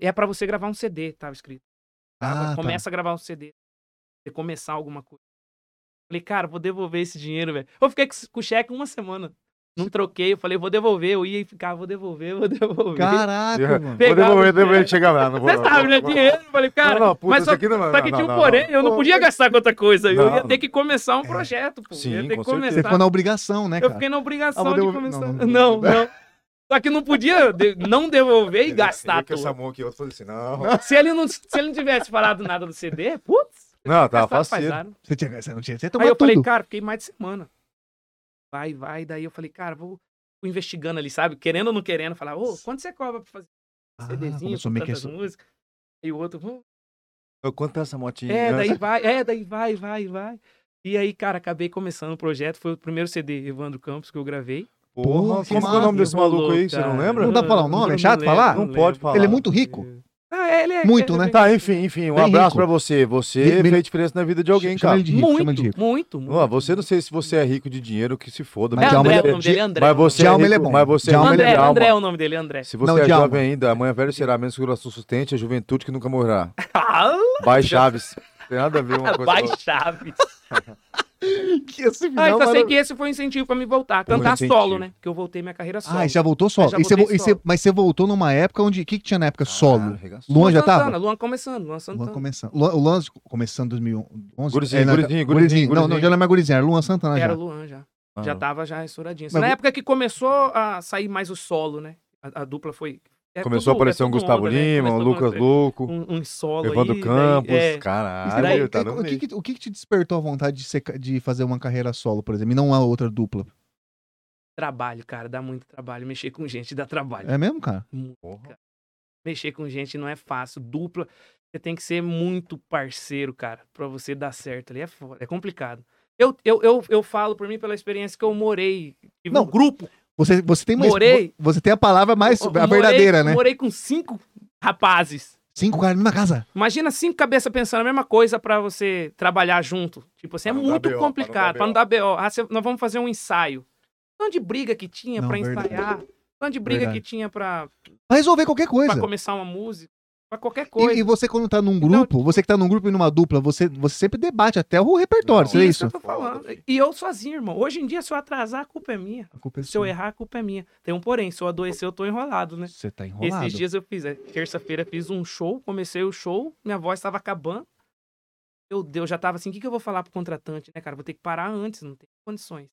Speaker 2: É pra você gravar um CD, tava escrito. Tava,
Speaker 1: Ah, tá.
Speaker 2: começa a gravar um CD. Você começar alguma coisa. Falei, cara, vou devolver esse dinheiro, velho. Eu fiquei com com o cheque uma semana. Não troquei, eu falei, vou devolver. Eu ia e ficava, vou devolver, vou devolver.
Speaker 1: Caraca, mano.
Speaker 3: Vou
Speaker 2: Pegava-
Speaker 3: devolver, devolver, ele chega lá. Não vou,
Speaker 2: Você sabe, né?
Speaker 3: vou-
Speaker 2: Dinheiro. Eu falei, cara,
Speaker 3: não, não, puta,
Speaker 2: mas
Speaker 3: isso
Speaker 2: só-
Speaker 3: aqui não
Speaker 2: só que tinha
Speaker 3: não,
Speaker 2: um
Speaker 3: não,
Speaker 2: porém, eu não
Speaker 3: Pô,
Speaker 2: podia gastar com outra coisa. eu
Speaker 3: Não. É.
Speaker 2: ia ter que começar um projeto, pô.
Speaker 3: Sim,
Speaker 2: eu ia ter que
Speaker 3: com certeza.
Speaker 1: Você
Speaker 2: começar.
Speaker 1: ficou na obrigação, né,
Speaker 2: Eu
Speaker 1: cara?
Speaker 2: fiquei na obrigação
Speaker 1: Ah, vou
Speaker 2: de
Speaker 1: devolver-
Speaker 2: começar. Não,
Speaker 1: não,
Speaker 2: [LAUGHS] não.
Speaker 1: não.
Speaker 2: Só que não podia de- não devolver e
Speaker 3: Ele-
Speaker 2: gastar
Speaker 3: ele com essa
Speaker 2: tudo.
Speaker 3: mão aqui, eu falei assim, não.
Speaker 2: Se ele não, se ele não tivesse falado nada do CD, putz,
Speaker 3: Não, tava
Speaker 2: essa
Speaker 3: fácil.
Speaker 2: rapaziada.
Speaker 1: Você, tinha, você não tinha. Você
Speaker 2: Aí
Speaker 1: tomou
Speaker 2: eu falei,
Speaker 1: Então tudo.
Speaker 2: cara, fiquei mais de semana. Vai, vai. Daí eu falei, cara, vou, vou investigando ali, sabe? Querendo ou não querendo. Falar, ô, quanto você cobra pra fazer um
Speaker 1: ah,
Speaker 2: CDzinho
Speaker 1: começou
Speaker 2: com
Speaker 1: meio que
Speaker 2: tantas
Speaker 1: essa...
Speaker 2: músicas? E o outro, hum,
Speaker 3: Quanto é essa motinha?
Speaker 2: É, daí vai, é, daí vai, vai, vai. E aí, cara, acabei começando o projeto. Foi o primeiro CD Evandro Campos que eu gravei.
Speaker 1: Porra,
Speaker 3: Porra,
Speaker 1: que
Speaker 3: como que é o
Speaker 1: massa.
Speaker 3: nome desse maluco aí? Você não
Speaker 2: Cara,
Speaker 3: lembra?
Speaker 1: Não dá pra falar o nome? É
Speaker 2: não
Speaker 1: chato
Speaker 2: lembro,
Speaker 1: falar?
Speaker 3: Não pode falar.
Speaker 1: Ele é muito rico?
Speaker 2: Ah, ele é-
Speaker 1: Muito,
Speaker 2: ele é
Speaker 1: né?
Speaker 2: bem-
Speaker 3: Tá, enfim, enfim. Um
Speaker 1: Bem
Speaker 3: abraço
Speaker 1: rico.
Speaker 3: pra você. Você
Speaker 1: Bem- bem-
Speaker 3: fez diferença na vida de alguém,
Speaker 1: Chama
Speaker 3: cara.
Speaker 1: ele de rico, chama ele de
Speaker 2: Muito,
Speaker 1: rico.
Speaker 2: muito, muito.
Speaker 3: Não, você não sei se você é rico de dinheiro, que se foda.
Speaker 1: Mas
Speaker 2: É
Speaker 1: de alma
Speaker 2: André,
Speaker 1: ele
Speaker 2: o
Speaker 1: é-
Speaker 2: nome dele é André.
Speaker 3: Mas você
Speaker 1: De
Speaker 3: é
Speaker 1: alma
Speaker 3: rico,
Speaker 1: ele é bom.
Speaker 3: Mas você
Speaker 1: De
Speaker 3: é
Speaker 1: alma
Speaker 3: rico
Speaker 1: ele
Speaker 2: André,
Speaker 1: é
Speaker 3: de alma.
Speaker 2: André é o nome dele, André.
Speaker 3: Se você
Speaker 1: Não,
Speaker 3: é
Speaker 1: de alma.
Speaker 3: jovem ainda, amanhã velho será menos que o coração sustente, a juventude que nunca morrerá.
Speaker 2: [LAUGHS] Ah,
Speaker 3: Vai, Chaves. Tem nada a ver
Speaker 2: [LAUGHS]
Speaker 3: uma coisa.
Speaker 2: Vai
Speaker 3: com a outra.
Speaker 2: chave.
Speaker 1: Que esse
Speaker 2: Ah, então
Speaker 1: final
Speaker 2: sei
Speaker 1: era-
Speaker 2: que esse foi um incentivo pra me voltar.
Speaker 3: Foi um
Speaker 2: Cantar
Speaker 3: incentivo.
Speaker 2: solo, né? Porque eu voltei minha carreira solo.
Speaker 1: Ah, e já voltou solo.
Speaker 2: Eu já
Speaker 1: E você vo-
Speaker 2: voltei
Speaker 1: e você-
Speaker 2: solo.
Speaker 1: mas você voltou numa época onde. O que, que tinha na época?
Speaker 3: Caralho,
Speaker 1: Solo.
Speaker 3: Ah, arregaçou.
Speaker 1: Luan já
Speaker 2: Santana,
Speaker 1: tava?
Speaker 2: Luan começando, Luan Santana.
Speaker 1: Luan começando. Luan, o Luan começando em 2011.
Speaker 3: Gurizinho,
Speaker 1: É, não,
Speaker 3: gurizinho, gurizinho,
Speaker 1: Não, não, já não é mais gurizinho, era Luan Santana
Speaker 2: Era
Speaker 1: já.
Speaker 2: Luan já.
Speaker 3: Ah,
Speaker 2: Já tá- tava já estouradinho. Assim,
Speaker 1: Mas
Speaker 2: Na
Speaker 1: vo-
Speaker 2: época que começou a sair mais o solo, né? A, a dupla foi... é
Speaker 3: Começou a
Speaker 2: tudo- é
Speaker 3: aparecer um
Speaker 2: tudo
Speaker 3: Gustavo
Speaker 2: onda, né?
Speaker 3: Lima, um
Speaker 2: Começou a
Speaker 3: Lucas
Speaker 2: aparecer
Speaker 3: Louco,
Speaker 1: Tipo,
Speaker 2: Um, um solo
Speaker 3: Evandro
Speaker 2: aí, daí-
Speaker 3: Campos.
Speaker 2: é.
Speaker 3: Caralho, tá no
Speaker 1: o que,
Speaker 3: meio.
Speaker 1: que- o que que te despertou a vontade de, ser ca- de fazer uma carreira solo, por exemplo, e não a outra dupla?
Speaker 2: Trabalho, cara, dá muito trabalho. Mexer com gente dá trabalho.
Speaker 1: É mesmo, cara?
Speaker 3: Porra.
Speaker 2: mexer com gente não é fácil. Dupla, você tem que ser muito parceiro, cara, pra você dar certo ali. É foda, é complicado. Eu, eu, eu, eu falo por mim pela experiência que eu morei. Tive
Speaker 1: Não,
Speaker 2: um grupo.
Speaker 1: Você, você tem mais.
Speaker 2: Morei.
Speaker 1: vo- Você tem a palavra mais.
Speaker 2: eu- eu
Speaker 1: a verdadeira,
Speaker 2: morei,
Speaker 1: né?
Speaker 2: Morei com cinco rapazes.
Speaker 1: Cinco caras na mesma casa.
Speaker 2: Imagina cinco cabeças pensando a mesma coisa pra você trabalhar junto. Tipo assim, é
Speaker 3: Pra não dar
Speaker 2: muito
Speaker 3: BO,
Speaker 2: complicado. Pra não dar BO. Ah, cê- nós vamos fazer um ensaio. Um Tanto de briga que tinha
Speaker 1: Não,
Speaker 2: pra
Speaker 1: verdade.
Speaker 2: ensaiar. um Tanto de briga
Speaker 1: Verdade.
Speaker 2: que tinha pra,
Speaker 1: Pra resolver qualquer coisa.
Speaker 2: pra começar uma música. Pra qualquer coisa.
Speaker 1: E, e você, quando tá num grupo, você que tá num grupo e numa dupla, você, você sempre debate até o repertório,
Speaker 3: Não,
Speaker 1: não, é
Speaker 2: que
Speaker 1: isso?
Speaker 2: eu tô falando.
Speaker 3: Foda, filho.
Speaker 2: E eu sozinho, irmão. Hoje em dia, se eu atrasar, a culpa é minha.
Speaker 1: A culpa é
Speaker 2: Se eu
Speaker 1: sua.
Speaker 2: errar, a culpa é minha. Tem um porém, se eu adoecer, eu tô enrolado, né?
Speaker 1: Você tá enrolado.
Speaker 2: Esses dias eu fiz, é, terça-feira fiz um show, comecei o show, minha voz tava acabando. Meu Deus, já tava assim, o que, que eu vou falar pro contratante, né, cara? Vou ter que parar antes, não tem condições.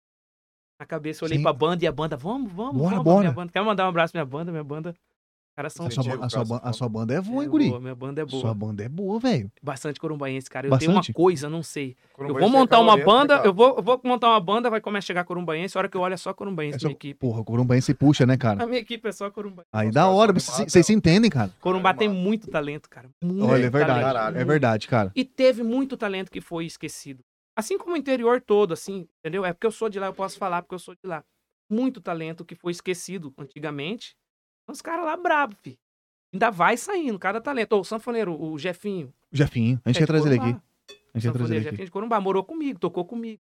Speaker 2: Na cabeça eu olhei
Speaker 1: Sim.
Speaker 2: pra banda e a banda, vamos, vamos,
Speaker 1: Bora,
Speaker 2: vamos.
Speaker 1: bora.
Speaker 2: Minha banda. Quero mandar um abraço pra minha banda, minha banda. Os Caras são
Speaker 1: A sua, ba- a sua ba- a sua banda é boa, hein,
Speaker 2: é
Speaker 1: guri?
Speaker 2: boa, minha banda é boa.
Speaker 1: Sua banda é boa, velho.
Speaker 2: Bastante corumbaense, cara. Eu
Speaker 1: Bastante?
Speaker 2: tenho uma coisa, não sei.
Speaker 3: Quando
Speaker 2: Eu
Speaker 3: vai
Speaker 2: vou
Speaker 3: checar
Speaker 2: montar
Speaker 3: o
Speaker 2: uma
Speaker 3: Oriente, né,
Speaker 2: banda,
Speaker 3: cara?
Speaker 2: eu vou, eu vou montar uma banda, vai começar a chegar corumbaense, a hora que eu olho é só corumbaense
Speaker 1: É
Speaker 2: na
Speaker 1: só-
Speaker 2: minha equipe.
Speaker 1: Porra, o Corumbaense se puxa, né,
Speaker 2: [LAUGHS]
Speaker 1: cara?
Speaker 2: A minha equipe é só corumbaense.
Speaker 1: Aí
Speaker 3: Nossa,
Speaker 1: da
Speaker 3: cara,
Speaker 1: hora,
Speaker 3: tá
Speaker 1: vocês
Speaker 3: animado,
Speaker 1: vocês se
Speaker 3: ó.
Speaker 1: entendem, cara.
Speaker 2: Corumbá tem
Speaker 3: mano.
Speaker 2: muito talento, cara. Muito
Speaker 1: Olha, é verdade.
Speaker 2: talento,
Speaker 3: caralho.
Speaker 1: É
Speaker 2: muito.
Speaker 1: verdade, cara.
Speaker 2: E teve muito talento que foi esquecido. Assim como o interior todo, assim, entendeu? É porque eu sou de lá, eu posso falar porque eu sou de lá. Muito talento que foi esquecido antigamente. Então, os caras lá brabo, fi. Ainda vai saindo, cada talento. Ô, o sanfoneiro, o Jefinho.
Speaker 1: O Jefinho, a gente
Speaker 2: é
Speaker 1: ia
Speaker 2: de
Speaker 1: trazer ele
Speaker 2: Corumbá.
Speaker 1: aqui. A gente ia trazer
Speaker 2: Sanfoneiro
Speaker 1: ele
Speaker 2: já
Speaker 1: aqui.
Speaker 2: de Corumbá, morou comigo, tocou comigo.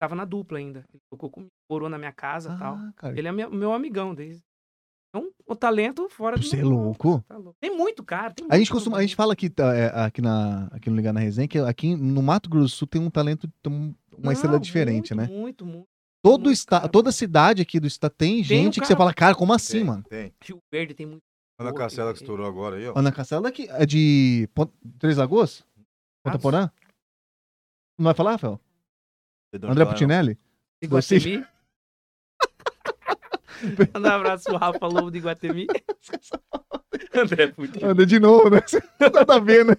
Speaker 2: Tava na dupla ainda. Ele tocou comigo, morou na minha casa e tal.
Speaker 1: Ah, cara.
Speaker 2: Ele é minha- meu amigão desde. Então, o talento fora
Speaker 1: Você é
Speaker 2: normal,
Speaker 1: louco?
Speaker 2: tá louco. Tem muito, cara. tem
Speaker 1: A
Speaker 2: muito
Speaker 1: gente, costuma, a é, gente fala aqui, tá, é, aqui, na, aqui no Ligar na Resenha que aqui no Mato Grosso do Sul tem um talento tão- uma estrela diferente, né?
Speaker 2: Muito, muito.
Speaker 1: Todo
Speaker 2: muito,
Speaker 1: esta,
Speaker 2: cara.
Speaker 1: toda cidade aqui do estado tem, gente que
Speaker 2: cara-
Speaker 1: você fala, cara, como assim,
Speaker 3: Tem,
Speaker 1: mano?
Speaker 3: Tem.
Speaker 2: Rio Verde tem muito.
Speaker 3: Ana
Speaker 2: Boa,
Speaker 3: Castela que
Speaker 2: tem-
Speaker 3: estourou agora aí, ó.
Speaker 1: Ana Castela que é de Pon- Três Lagoas? Ponta
Speaker 2: Nossa.
Speaker 1: Porã? Não vai falar, Fel?
Speaker 3: Pedro
Speaker 1: André
Speaker 3: Antônio.
Speaker 2: né?
Speaker 1: Putinelli?
Speaker 2: De
Speaker 1: Você- [LAUGHS]
Speaker 2: Guatemi. Manda um abraço pro Rafa Lobo de
Speaker 3: [LAUGHS]
Speaker 2: Guatemi. André Putin.
Speaker 1: Anda de novo, né? [LAUGHS] Você não tá vendo. né?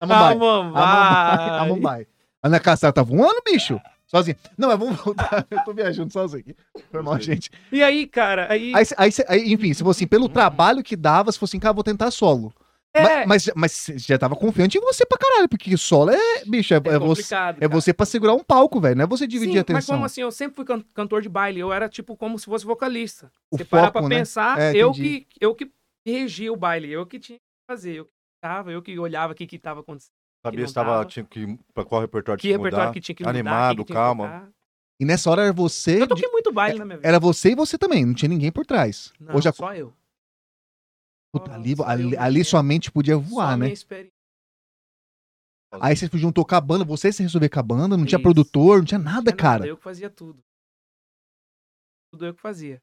Speaker 1: A
Speaker 2: Ah,
Speaker 1: mamãe.
Speaker 2: mamãe.
Speaker 1: A mamãe. Ana Castela tá voando, bicho. Sozinha. Não, mas vamos voltar. [LAUGHS] Eu tô viajando sozinho. aqui. Foi mal, gente.
Speaker 2: E aí, cara, aí.
Speaker 1: Aí, cê- aí, cê- aí, enfim, se fosse assim, pelo trabalho que dava, se fosse assim, cara, vou tentar solo.
Speaker 2: é,
Speaker 1: Mas, mas, mas cê já tava confiante em você pra caralho, porque solo é, bicho, é, é
Speaker 2: é
Speaker 1: você,
Speaker 2: complicado.
Speaker 1: é
Speaker 2: cara.
Speaker 1: você pra segurar um palco, velho. Não é você dividir
Speaker 2: Sim,
Speaker 1: a atenção.
Speaker 2: Mas como assim, eu sempre fui can- cantor de baile, eu era tipo como se fosse vocalista.
Speaker 1: O
Speaker 2: Se parar pra
Speaker 1: foco, né?
Speaker 2: pensar,
Speaker 1: É,
Speaker 2: eu,
Speaker 1: entendi.
Speaker 2: que, eu que regia o baile, eu que tinha que fazer, eu que tava, eu que olhava o que que tava acontecendo,
Speaker 3: Sabia
Speaker 2: não
Speaker 3: se tava,
Speaker 2: tava.
Speaker 3: tinha que, pra qual repertório
Speaker 2: que
Speaker 3: tinha que
Speaker 2: repertório
Speaker 3: mudar.
Speaker 2: que tinha que mudar,
Speaker 3: Animado,
Speaker 2: que que tinha que
Speaker 3: calma.
Speaker 2: tocar.
Speaker 1: E nessa hora era você.
Speaker 2: Eu toquei muito baile na minha vida.
Speaker 1: Era você e você também, não tinha ninguém por trás.
Speaker 2: Não,
Speaker 1: Hoje a...
Speaker 2: só eu.
Speaker 1: Puta,
Speaker 2: só-
Speaker 1: ali,
Speaker 2: só eu
Speaker 1: ali,
Speaker 2: não
Speaker 1: ali
Speaker 2: tinha.
Speaker 1: sua mente podia
Speaker 2: Só
Speaker 1: voar,
Speaker 2: a
Speaker 1: né?
Speaker 2: minha experiência.
Speaker 1: Aí vocês juntou com a banda, você se resolver com a banda, não tinha
Speaker 2: Isso.
Speaker 1: produtor, não tinha
Speaker 2: É, Não
Speaker 1: nada,
Speaker 2: tinha
Speaker 1: cara.
Speaker 2: Eu que fazia tudo. Tudo eu que fazia.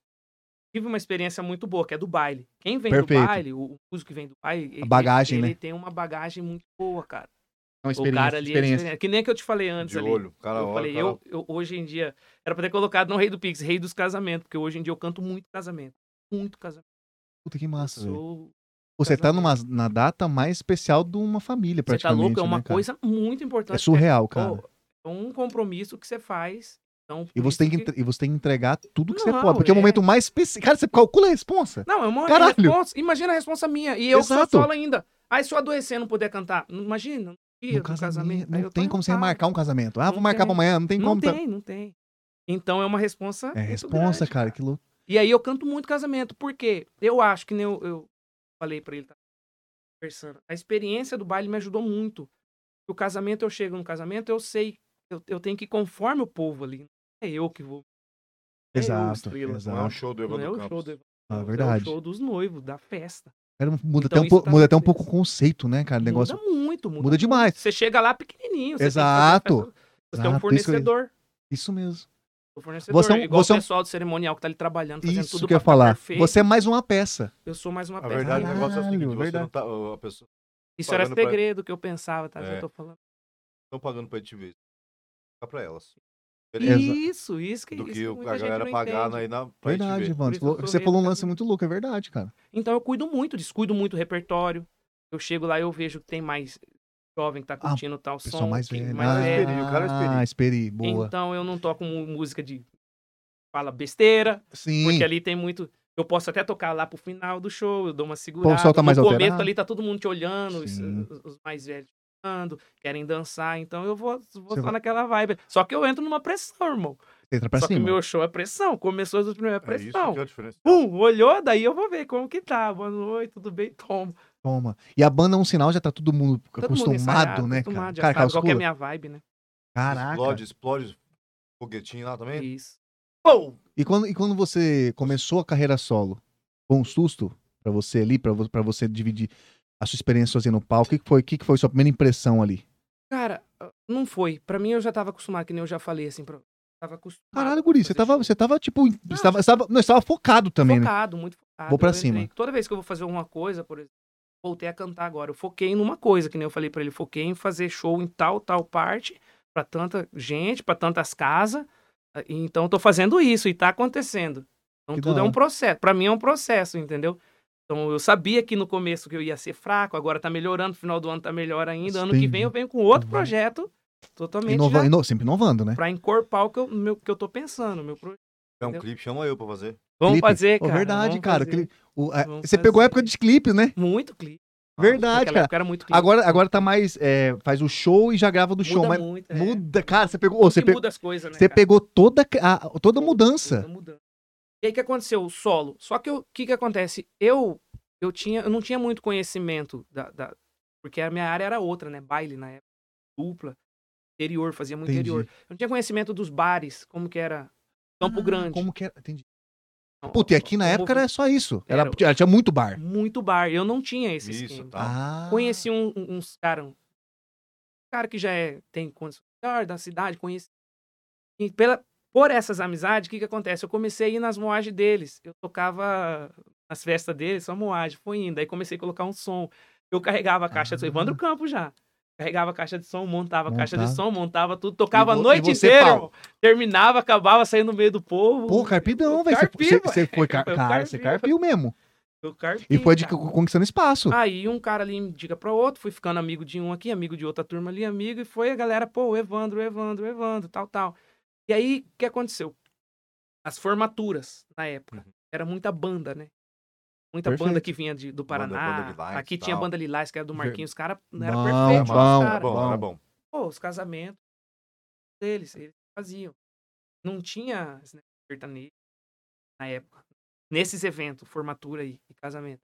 Speaker 2: Tive uma experiência muito boa, que é do baile. Quem vem
Speaker 1: Perfeito.
Speaker 2: do baile, o, o músico que vem do baile, ele,
Speaker 1: bagagem,
Speaker 2: ele,
Speaker 1: né?
Speaker 2: ele tem uma bagagem muito boa, cara.
Speaker 1: Uma
Speaker 2: O cara ali é experiente. Que nem que eu te falei antes
Speaker 3: De
Speaker 2: ali.
Speaker 3: olho. O cara
Speaker 2: Eu
Speaker 3: olha,
Speaker 2: falei,
Speaker 3: o cara...
Speaker 2: eu, eu hoje em dia. Era pra ter colocado não rei do Pix, rei dos casamentos, porque hoje em dia eu canto muito casamento. Muito casamento.
Speaker 1: Puta que massa, velho.
Speaker 2: né? Sou-
Speaker 1: Você tá numa, na data mais especial de uma família,
Speaker 2: Você tá louco?
Speaker 1: praticamente.
Speaker 2: É uma
Speaker 1: né, cara?
Speaker 2: coisa muito importante.
Speaker 1: É surreal,
Speaker 2: porque,
Speaker 1: cara.
Speaker 2: pô, É um compromisso que você faz. Então, por
Speaker 1: E você,
Speaker 2: isso
Speaker 1: tem que, entre- e você tem que entregar tudo que você
Speaker 2: Não,
Speaker 1: pode. Porque é o
Speaker 2: é.
Speaker 1: momento mais específico. Cara, você calcula a responsa.
Speaker 2: Não, é uma é
Speaker 1: Caralho!
Speaker 2: responsa. Imagina a responsa minha. E eu só
Speaker 1: Exato.
Speaker 2: solo ainda. Aí se eu adoecer e não puder cantar, não- imagina. no dia
Speaker 1: No
Speaker 2: do
Speaker 1: casamento.
Speaker 2: aí
Speaker 1: Não
Speaker 2: eu tô
Speaker 1: tem como você
Speaker 2: enrolado.
Speaker 1: remarcar um casamento. Ah, vou
Speaker 2: Não
Speaker 1: marcar
Speaker 2: tem.
Speaker 1: pra amanhã. Não tem
Speaker 2: Não
Speaker 1: como. tá-
Speaker 2: tem, não tem. Então é uma responsa.
Speaker 1: É
Speaker 2: muito
Speaker 1: responsa,
Speaker 2: grande,
Speaker 1: cara. Que louco.
Speaker 2: E aí eu canto muito casamento, porque eu acho que nem eu, eu falei pra ele, tá conversando. A experiência do baile me ajudou muito. O casamento, eu chego no casamento, eu sei, eu, eu tenho que ir conforme o povo ali. Não É eu que vou. É eu,
Speaker 1: Exato.
Speaker 2: estrela. Não é
Speaker 3: Não é um
Speaker 1: Exato.
Speaker 3: show do
Speaker 2: Não
Speaker 3: Evandro
Speaker 2: é o
Speaker 3: Campos.
Speaker 2: show do evento,
Speaker 1: Ah,
Speaker 2: é
Speaker 1: verdade.
Speaker 2: o show dos noivos, da festa.
Speaker 1: Cara, muda
Speaker 2: Então
Speaker 1: até um
Speaker 2: isso
Speaker 1: pouco,
Speaker 2: tá
Speaker 1: muda até um
Speaker 2: muito
Speaker 1: pouco o
Speaker 2: bem.
Speaker 1: conceito, né, cara? O negócio.
Speaker 2: Muda muito, muda.
Speaker 1: muda
Speaker 2: muito.
Speaker 1: demais.
Speaker 2: Você chega lá pequenininho. Você tem que
Speaker 1: Exato.
Speaker 2: fazer a festa. Você
Speaker 1: Exato, isso
Speaker 2: tem um
Speaker 1: que eu-
Speaker 2: fornecedor.
Speaker 1: Isso mesmo.
Speaker 2: O fornecedor
Speaker 1: Você é um-
Speaker 2: é igual
Speaker 1: você é
Speaker 2: o
Speaker 1: um-
Speaker 2: pessoal do cerimonial que tá ali trabalhando, fazendo
Speaker 1: Isso
Speaker 2: tudo
Speaker 1: que eu ia
Speaker 2: pra ficar
Speaker 1: falar.
Speaker 2: perfeito.
Speaker 1: Você é mais uma peça.
Speaker 2: Eu sou mais uma
Speaker 3: A
Speaker 2: peça.
Speaker 3: verdade, o negócio é o seguinte,
Speaker 1: Caralho,
Speaker 3: você não
Speaker 1: verdade.
Speaker 3: tá... A pessoa
Speaker 2: Isso era
Speaker 3: pagando pra-
Speaker 2: segredo que eu pensava, tá? Já
Speaker 3: É.
Speaker 2: tô falando.
Speaker 3: estão tá pagando pra gente ver. Fica pra elas.
Speaker 2: Isso, isso que
Speaker 3: Do
Speaker 2: isso
Speaker 3: que
Speaker 2: que
Speaker 3: o-
Speaker 2: muita
Speaker 3: a
Speaker 2: gente não
Speaker 3: galera pagar né?
Speaker 2: entende.
Speaker 3: aí na, pra gente
Speaker 1: Verdade,
Speaker 3: ver.
Speaker 1: Ivan.
Speaker 2: Por
Speaker 1: Você
Speaker 2: isso
Speaker 1: falou-
Speaker 2: eu né? sou
Speaker 1: Você falou um
Speaker 2: rei,
Speaker 1: lance muito louco, é verdade, cara.
Speaker 2: Então eu cuido muito disso, cuido muito do repertório. Eu chego lá, eu vejo que tem mais jovem que tá
Speaker 1: Ah,
Speaker 2: curtindo tal
Speaker 1: Pessoal
Speaker 2: som.
Speaker 1: mais
Speaker 2: que-
Speaker 1: velho.
Speaker 3: mas é
Speaker 1: ah,
Speaker 3: esperi, o cara é esperi.
Speaker 1: Ah, esperi. Boa.
Speaker 2: Então eu não toco mu- música de fala besteira,
Speaker 1: Sim.
Speaker 2: porque ali tem muito. Eu posso até tocar lá pro final do show, eu dou uma segurada.
Speaker 1: pessoal tá mais
Speaker 2: no começo
Speaker 1: alterado.
Speaker 2: ali tá todo mundo te olhando, os,
Speaker 1: Sim.
Speaker 2: os- os mais velhos te olhando, querem dançar, então eu vou, vou
Speaker 1: Você
Speaker 2: só
Speaker 1: vai-
Speaker 2: naquela vibe. Só que eu entro numa pressão, irmão.
Speaker 1: Entra pra
Speaker 2: Só que
Speaker 1: cima.
Speaker 2: o meu show é pressão. Começou os primeiros é
Speaker 3: É isso
Speaker 2: pressão.
Speaker 3: que é a diferença.
Speaker 2: Pum, olhou, daí eu vou ver como que tá. Boa noite, tudo bem? Toma.
Speaker 1: Toma. E a banda é um sinal, já tá todo mundo
Speaker 2: Todo mundo
Speaker 1: acostumado,
Speaker 2: ensaiado,
Speaker 1: né,
Speaker 2: acostumado, já
Speaker 1: cara? Cara,
Speaker 2: sabe qual que é a
Speaker 1: calcula.
Speaker 2: minha vibe, né?
Speaker 1: Caraca.
Speaker 3: Explode, explode foguetinho lá
Speaker 1: É.
Speaker 3: também.
Speaker 2: Isso. Pum!
Speaker 1: E quando, e quando você começou a carreira solo, foi um susto pra você ali, pra, vo- pra você dividir a sua experiência sozinho no palco? O que, que foi, que, que foi sua primeira impressão ali?
Speaker 2: Cara, ah, não foi. Pra mim, eu já tava acostumado, que nem eu já falei, assim, pra... tava acostumado.
Speaker 1: Caralho,
Speaker 2: a
Speaker 1: guri, você
Speaker 2: fazer
Speaker 1: tava,
Speaker 2: show.
Speaker 1: você tava tipo. Você tava, você tava- não, você tava focado também, né?
Speaker 2: Focado, muito focado.
Speaker 1: Vou pra
Speaker 2: Eu entrei-
Speaker 1: cima.
Speaker 2: Toda vez que eu vou fazer alguma coisa, por exemplo, voltei a cantar agora. Eu foquei numa coisa, que nem eu falei pra ele, foquei em fazer show em tal, tal parte, pra tanta gente, pra tantas casas. Ah, Então eu tô fazendo isso e tá acontecendo. Então
Speaker 1: Que da
Speaker 2: tudo é
Speaker 1: hora.
Speaker 2: um processo. Pra mim é um processo, entendeu? Então eu sabia que no começo que eu ia ser fraco, agora tá melhorando, no final do ano tá melhor ainda. Ano que
Speaker 1: Entendi.
Speaker 2: vem eu venho com outro
Speaker 1: Uhum.
Speaker 2: projeto totalmente
Speaker 1: Inova,
Speaker 2: já,
Speaker 1: ino- sempre inovando, né?
Speaker 2: pra encorpar o que eu, meu- que eu tô pensando, meu projeto.
Speaker 3: É um
Speaker 2: Entendeu?
Speaker 3: clipe, chama eu pra fazer.
Speaker 2: Vamos
Speaker 1: Clipe.
Speaker 2: fazer,
Speaker 1: Pô,
Speaker 2: cara.
Speaker 1: verdade,
Speaker 2: vamos
Speaker 1: cara.
Speaker 2: fazer.
Speaker 1: clipe- o- a-
Speaker 2: Vamos
Speaker 1: você pegou a
Speaker 2: fazer.
Speaker 1: época de clipes, né?
Speaker 2: Muito clipe.
Speaker 1: Verdade,
Speaker 2: Naquela
Speaker 1: cara.
Speaker 2: época era muito clipe.
Speaker 1: Agora, agora tá mais. é, faz o show e já grava do show,
Speaker 2: muda
Speaker 1: mas.
Speaker 2: muito, é.
Speaker 1: Muda, cara, você pegou. ô, Você,
Speaker 2: Que
Speaker 1: pe-
Speaker 2: muda as coisas, né?
Speaker 1: você
Speaker 2: cara?
Speaker 1: pegou toda a, toda a mudança.
Speaker 2: Muda, muda. E aí o que aconteceu? O solo. Só que o que que acontece? Eu eu tinha eu não tinha muito conhecimento da, da- porque a minha área era outra, né? Baile na época, dupla, interior, fazia muito
Speaker 1: Entendi.
Speaker 2: interior. Eu não tinha conhecimento dos bares, como que era Campo
Speaker 1: Ah,
Speaker 2: Grande.
Speaker 1: Como que era? Entendi. Puta, e aqui na
Speaker 2: Como-
Speaker 1: época era só isso. Era,
Speaker 2: Era-
Speaker 1: tinha- tinha muito bar.
Speaker 2: muito bar. Eu não tinha esse
Speaker 3: Isso,
Speaker 2: esquema.
Speaker 3: tá.
Speaker 1: Ah.
Speaker 2: um Conheci um- um- uns caras. Um cara que já é, tem condição melhor da cidade, conheci E pela, por essas amizades, o que, que acontece? Eu comecei a ir nas moagens deles. Eu tocava nas festas deles, só moagem, foi indo. Aí comecei a colocar um som. Eu carregava a caixa de som.
Speaker 1: Ah.
Speaker 2: Evandro Campos já. Carregava a caixa de som, montava a caixa de
Speaker 1: Montava.
Speaker 2: som, montava tudo, tocava a
Speaker 1: vo- tá. e
Speaker 2: noite
Speaker 1: você,
Speaker 2: inteira.
Speaker 1: pau?
Speaker 2: irmão. Terminava, acabava, saía no meio do povo.
Speaker 1: Pô, carpidão,
Speaker 2: Eu
Speaker 1: velho. Você-
Speaker 2: carpi,
Speaker 1: Você
Speaker 2: velho. [LAUGHS]
Speaker 1: você foi car...
Speaker 2: Eu
Speaker 1: cara, você
Speaker 2: carpi.
Speaker 1: carpiu mesmo.
Speaker 2: Eu carpi,
Speaker 1: E foi de-
Speaker 2: cara.
Speaker 1: conquistando espaço.
Speaker 2: Aí um cara ali indica pra outro, fui ficando amigo de um aqui, amigo de outra turma ali, amigo, e foi a galera, pô, o Evandro, o Evandro, o Evandro, tal, tal. E aí, o que aconteceu? As formaturas, na época, era muita banda, né? Muita banda
Speaker 1: Perfeito.
Speaker 2: que vinha de- do
Speaker 3: Banda-
Speaker 2: Paraná.
Speaker 3: banda Lilás,
Speaker 2: aqui tinha a
Speaker 3: tal.
Speaker 2: banda Lilás, que era do Marquinhos, os caras não era
Speaker 1: Bom,
Speaker 2: perfeito,
Speaker 1: bom,
Speaker 2: os
Speaker 3: Era
Speaker 2: caras.
Speaker 3: bom, era bom.
Speaker 2: Pô, os casamentos deles, eles faziam. Não tinha esse negócio de sertanejo na época. Nesses eventos, formatura aí, e casamento.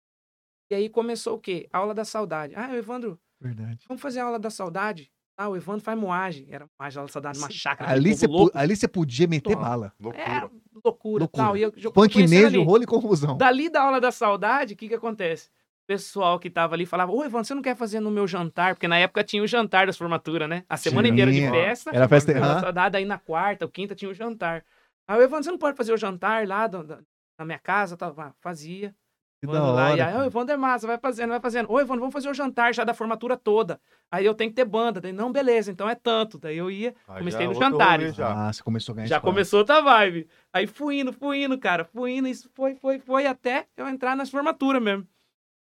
Speaker 2: E aí começou o quê? Aula da saudade. Ah, o Evandro,
Speaker 1: Verdade.
Speaker 2: vamos fazer a aula da saudade? Ah, o Evandro faz moagem. Era moagem, aula da saudade, uma chácara.
Speaker 1: Ali
Speaker 2: aquele
Speaker 1: você,
Speaker 2: povo
Speaker 1: pu-
Speaker 2: louco.
Speaker 1: ali você podia meter
Speaker 2: Toma.
Speaker 1: bala.
Speaker 3: Loucura.
Speaker 2: Era loucura,
Speaker 1: Loucura.
Speaker 2: tal. E eu, eu conhecendo ali.
Speaker 1: Panknejo, rolo e confusão.
Speaker 2: Dali da aula da saudade, o que que acontece? O pessoal que tava ali falava, ô Evandro, você não quer fazer no meu jantar? Porque na época tinha o jantar das formaturas, né? A semana
Speaker 1: Tinha.
Speaker 2: inteira de festa.
Speaker 1: Era festa-
Speaker 2: aula da
Speaker 1: aham.
Speaker 2: saudade, aí na quarta ou quinta tinha o jantar. Aí o Evandro, você não pode fazer o jantar lá do- da- na minha casa? tal? Ah, fazia.
Speaker 1: Que da
Speaker 2: Mano lá,
Speaker 1: hora.
Speaker 2: e aí, ô
Speaker 1: cara.
Speaker 2: Evandro é massa, vai fazendo, vai fazendo. Ô Evandro, vamos fazer o jantar já da formatura toda. Aí eu tenho que ter banda. Daí, não, beleza, então é tanto. Daí eu ia,
Speaker 3: Aí
Speaker 2: comecei
Speaker 3: já
Speaker 2: nos
Speaker 3: outro
Speaker 2: jantares.
Speaker 3: rolê já.
Speaker 1: Ah, você começou a ganhar
Speaker 2: já
Speaker 1: espaço.
Speaker 2: começou outra vibe. Aí fui indo, fui indo, cara. Fui indo, isso foi, foi, foi até eu entrar nas formaturas mesmo.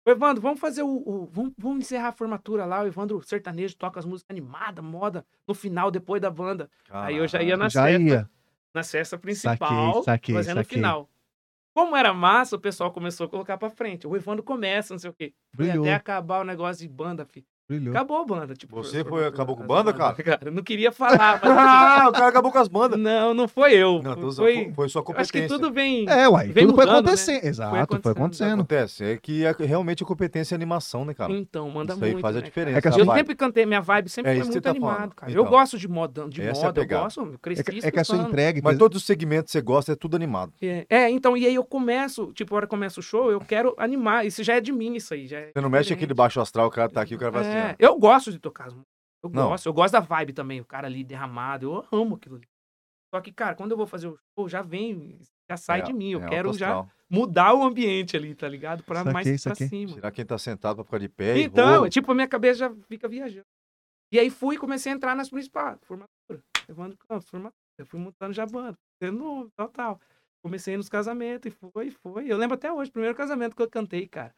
Speaker 2: Ô, Evandro, vamos fazer o. o- vamos, vamos encerrar a formatura lá. O Evandro sertanejo toca as músicas animadas, moda, no final, depois da banda. Aí eu já ia na
Speaker 1: Já
Speaker 2: festa,
Speaker 1: ia.
Speaker 2: na festa principal,
Speaker 1: Saquei, saquei,
Speaker 2: fazendo o
Speaker 1: saquei.
Speaker 2: final. Como era massa, o pessoal começou a colocar pra frente. O Evandro começa, não sei o quê. Foi
Speaker 1: Brilhou,
Speaker 2: até acabar o negócio de banda, filho.
Speaker 1: brilhou.
Speaker 2: Acabou a banda. Tipo,
Speaker 3: Você foi- acabou com
Speaker 2: as
Speaker 3: banda,
Speaker 2: bandas, [LAUGHS] cara? Eu não queria falar,
Speaker 3: [LAUGHS]
Speaker 2: mas.
Speaker 3: Ah, o cara acabou com as bandas.
Speaker 2: não, não foi eu.
Speaker 3: Não, tô usando-
Speaker 2: foi,
Speaker 3: foi, foi sua
Speaker 2: eu
Speaker 3: competência.
Speaker 2: acho que tudo bem.
Speaker 1: É, uai.
Speaker 2: Vem
Speaker 1: Tudo foi
Speaker 2: mudando, né?
Speaker 1: acontecendo. Exato, foi
Speaker 2: acontecendo,
Speaker 3: O que
Speaker 1: acontecendo.
Speaker 3: acontece é que é realmente a competência e a animação, né, cara?
Speaker 2: Então, manda
Speaker 3: isso aí
Speaker 2: muito.
Speaker 3: faz a
Speaker 2: né,
Speaker 3: diferença.
Speaker 1: É que as
Speaker 2: cara? Eu
Speaker 3: rapaz.
Speaker 2: sempre cantei, minha vibe sempre
Speaker 3: É
Speaker 2: foi
Speaker 3: isso que
Speaker 2: muito
Speaker 3: você tá
Speaker 2: animado,
Speaker 3: falando.
Speaker 2: cara. eu
Speaker 3: Então.
Speaker 2: gosto de moda, de
Speaker 3: Essa é a
Speaker 2: moda eu
Speaker 3: pegada.
Speaker 2: gosto, eu cresci
Speaker 1: É que, é que a sua
Speaker 2: escutando.
Speaker 1: entrega.
Speaker 3: Mas todos os segmentos que você gosta é tudo animado.
Speaker 2: É, é, então, e aí eu começo, tipo, a hora que começa o show, eu quero animar. Isso já é de mim, isso aí. Já é
Speaker 3: Você não mexe
Speaker 2: diferente.
Speaker 3: aquele baixo astral, o cara tá aqui, o cara vai
Speaker 2: É,
Speaker 3: assim, ó.
Speaker 2: Eu gosto de tocar as músicas. Eu
Speaker 3: Não.
Speaker 2: gosto, eu gosto da vibe também, o cara ali derramado, eu amo aquilo ali. Só que, cara, quando eu vou fazer o show, já vem, já sai
Speaker 3: É,
Speaker 2: de mim. Eu
Speaker 3: é,
Speaker 2: quero um
Speaker 3: alto
Speaker 2: já
Speaker 3: astral.
Speaker 2: mudar o ambiente ali, tá ligado? Pra
Speaker 1: Saquei,
Speaker 2: mais pra
Speaker 1: saquei.
Speaker 2: cima.
Speaker 3: Tirar quem tá sentado pra ficar de pé. e
Speaker 2: Então,
Speaker 3: vou.
Speaker 2: é tipo, a minha cabeça já fica viajando. E aí fui e comecei a entrar nas principais. Formatura, Evandro Campos, formatura. Eu fui montando já banda, tendo nome, tal, tal. Comecei nos casamentos e foi, foi. Eu lembro até hoje, o primeiro casamento que eu cantei, cara.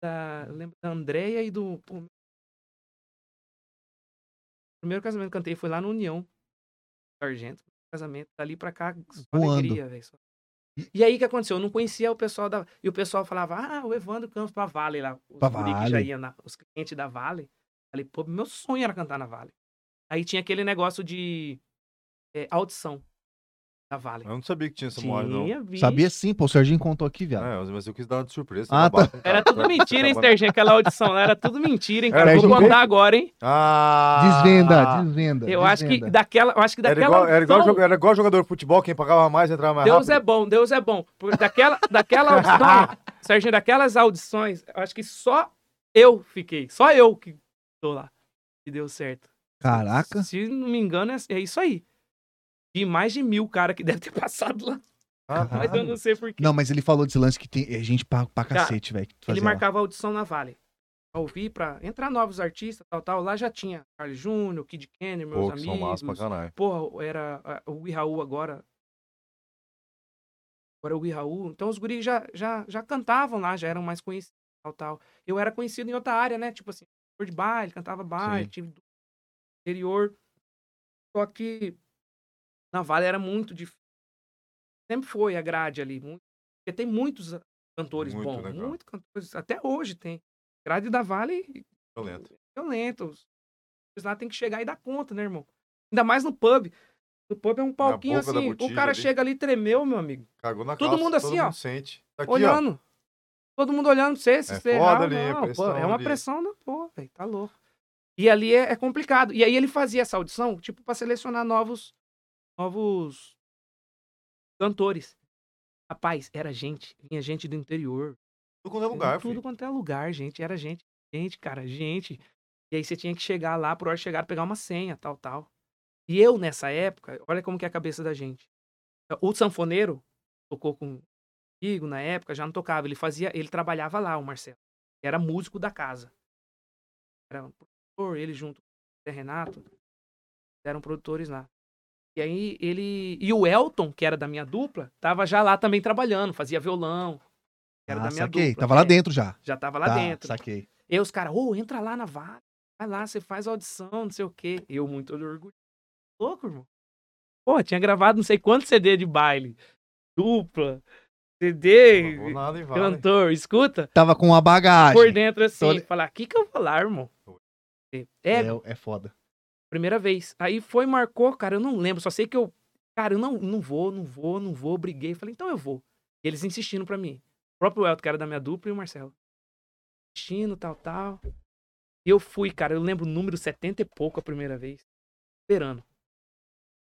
Speaker 2: Da, eu lembro da Andréia e do... pô, O primeiro casamento que eu cantei foi lá no União. Sargento. Casamento, dali pra cá, só
Speaker 1: Voando.
Speaker 2: alegria, velho. só- E aí, o que aconteceu? Eu não conhecia o pessoal da... E o pessoal falava, ah, o Evandro Campos pra Vale lá. Os
Speaker 1: Pra
Speaker 2: guri que
Speaker 1: Vale.
Speaker 2: já ia na- os clientes da Vale. Falei, pô, meu sonho era cantar na Vale. Aí tinha aquele negócio de é, audição da Vale.
Speaker 3: Eu não sabia que tinha essa é moagem, não.
Speaker 2: Tinha, bicho.
Speaker 1: Sabia sim, pô. O Serginho contou aqui, viado.
Speaker 3: É, mas eu quis dar uma de surpresa.
Speaker 1: Ah,
Speaker 3: babado, cara.
Speaker 2: Era tudo
Speaker 3: [LAUGHS]
Speaker 2: mentira, hein, Serginho? Aquela audição lá era tudo mentira, hein, cara?
Speaker 3: Era
Speaker 2: Vou
Speaker 1: igual-
Speaker 2: contar agora, hein?
Speaker 3: Ah!
Speaker 1: Desvenda, desvenda.
Speaker 2: Eu acho que
Speaker 1: desvenda.
Speaker 2: daquela, eu acho que
Speaker 3: Era
Speaker 2: daquela
Speaker 3: igual, era, igual,
Speaker 2: audição-
Speaker 3: joga- era igual jogador de futebol, quem pagava mais entrava mais
Speaker 2: Deus é
Speaker 3: rápido.
Speaker 2: bom, Deus é bom. Porque daquela, daquela audição,
Speaker 3: [LAUGHS]
Speaker 2: Serginho, daquelas audições, eu acho que só eu fiquei. Só eu que tô lá. E deu certo.
Speaker 1: Caraca.
Speaker 2: Se não me engano, é, é isso aí. E mais de mil cara que [LAUGHS] deve ter passado lá. é
Speaker 3: Ah,
Speaker 2: Mas eu não sei porquê.
Speaker 1: Não, mas ele falou desse lance que tem é gente pra, pra
Speaker 2: Cara,
Speaker 1: cacete, velho. que
Speaker 2: Ele
Speaker 1: fazia lá.
Speaker 2: marcava audição na Vale. Pra ouvir, pra entrar novos artistas, tal, tal. Lá já tinha Carlos Júnior, Kid Kenner, meus
Speaker 3: Pô, que são massa pra
Speaker 2: amigos.
Speaker 3: caralho.
Speaker 2: Porra, era ah, o Gui Raul agora. Agora é o Gui Raul. Então os guris já, já, já cantavam lá, já eram mais conhecidos, tal, tal. Eu era conhecido em outra área, né? Tipo assim, cantor de baile, cantava baile,
Speaker 3: Sim.
Speaker 2: tive do interior. Só que na Vale era muito difícil. Sempre foi a grade ali. Muito... Porque tem muitos cantores
Speaker 3: Muito,
Speaker 2: bons.
Speaker 3: né, cara?
Speaker 2: Muitos cantores. Até hoje tem. Grade da Vale
Speaker 3: Violento.
Speaker 2: violento. Os os lá tem que chegar e dar conta, né, irmão? Ainda mais no pub. No pub é um palquinho
Speaker 3: boca da
Speaker 2: assim. O
Speaker 3: botija
Speaker 2: cara
Speaker 3: ali.
Speaker 2: chega ali e tremeu, meu amigo.
Speaker 3: Cagou na
Speaker 2: Todo
Speaker 3: calça,
Speaker 2: mundo assim,
Speaker 3: todo
Speaker 2: ó.
Speaker 3: Mundo sente. Tá aqui, ó.
Speaker 2: olhando. Todo mundo olhando pra você, se
Speaker 3: É
Speaker 2: você
Speaker 3: foda
Speaker 2: errar,
Speaker 3: ali, é
Speaker 2: não, pô,
Speaker 3: pressão
Speaker 2: é uma
Speaker 3: ali.
Speaker 2: pressão da porra, velho. Tá louco. E ali é, é complicado. E aí ele fazia essa audição, tipo, pra selecionar novos. Novos. Cantores. Rapaz, era gente. Vinha gente do interior.
Speaker 3: Tudo quanto é
Speaker 2: Era
Speaker 3: lugar,
Speaker 2: Tudo
Speaker 3: filho.
Speaker 2: quanto é lugar, gente. Era gente, gente, cara, gente. E aí você tinha que chegar lá, por hora chegar, pegar uma senha, tal, tal. E eu, nessa época, olha como que é a cabeça da gente. O sanfoneiro tocou com comigo na época, já não tocava. Ele fazia, ele trabalhava lá, o Marcelo. que Era músico da casa. Era um produtor, ele junto com o Zé Renato. Eram produtores lá. E aí ele. E o Elton, que era da minha dupla, tava já lá também trabalhando, fazia violão. Era
Speaker 1: Ah,
Speaker 2: da minha
Speaker 1: saquei.
Speaker 2: dupla.
Speaker 1: Tava lá
Speaker 2: é,
Speaker 1: dentro já.
Speaker 2: Já tava lá
Speaker 1: Tá,
Speaker 2: dentro.
Speaker 1: Saquei.
Speaker 2: E aí os caras, ô, entra lá na vaga, vai lá, você faz audição, não sei o quê. Eu muito orgulhoso. Louco, irmão. Pô, tinha gravado não sei quantos CD de baile. Dupla, CD,
Speaker 3: Não nada, hein, vale.
Speaker 2: cantor, escuta.
Speaker 1: Tava com a bagagem.
Speaker 2: Por dentro assim,
Speaker 1: Toda-
Speaker 2: falar, o que que eu vou lá, irmão? É,
Speaker 1: É, é foda.
Speaker 2: primeira vez. Aí foi, marcou, cara, eu não lembro, só sei que eu, cara, eu não, não vou, não vou, não vou, briguei. Falei, então eu vou. E eles insistindo pra mim. O próprio Elton, que era da minha dupla, e o Marcelo. Insistindo, tal, tal. E eu fui, cara, eu lembro o número 70 e pouco a primeira vez. Esperando.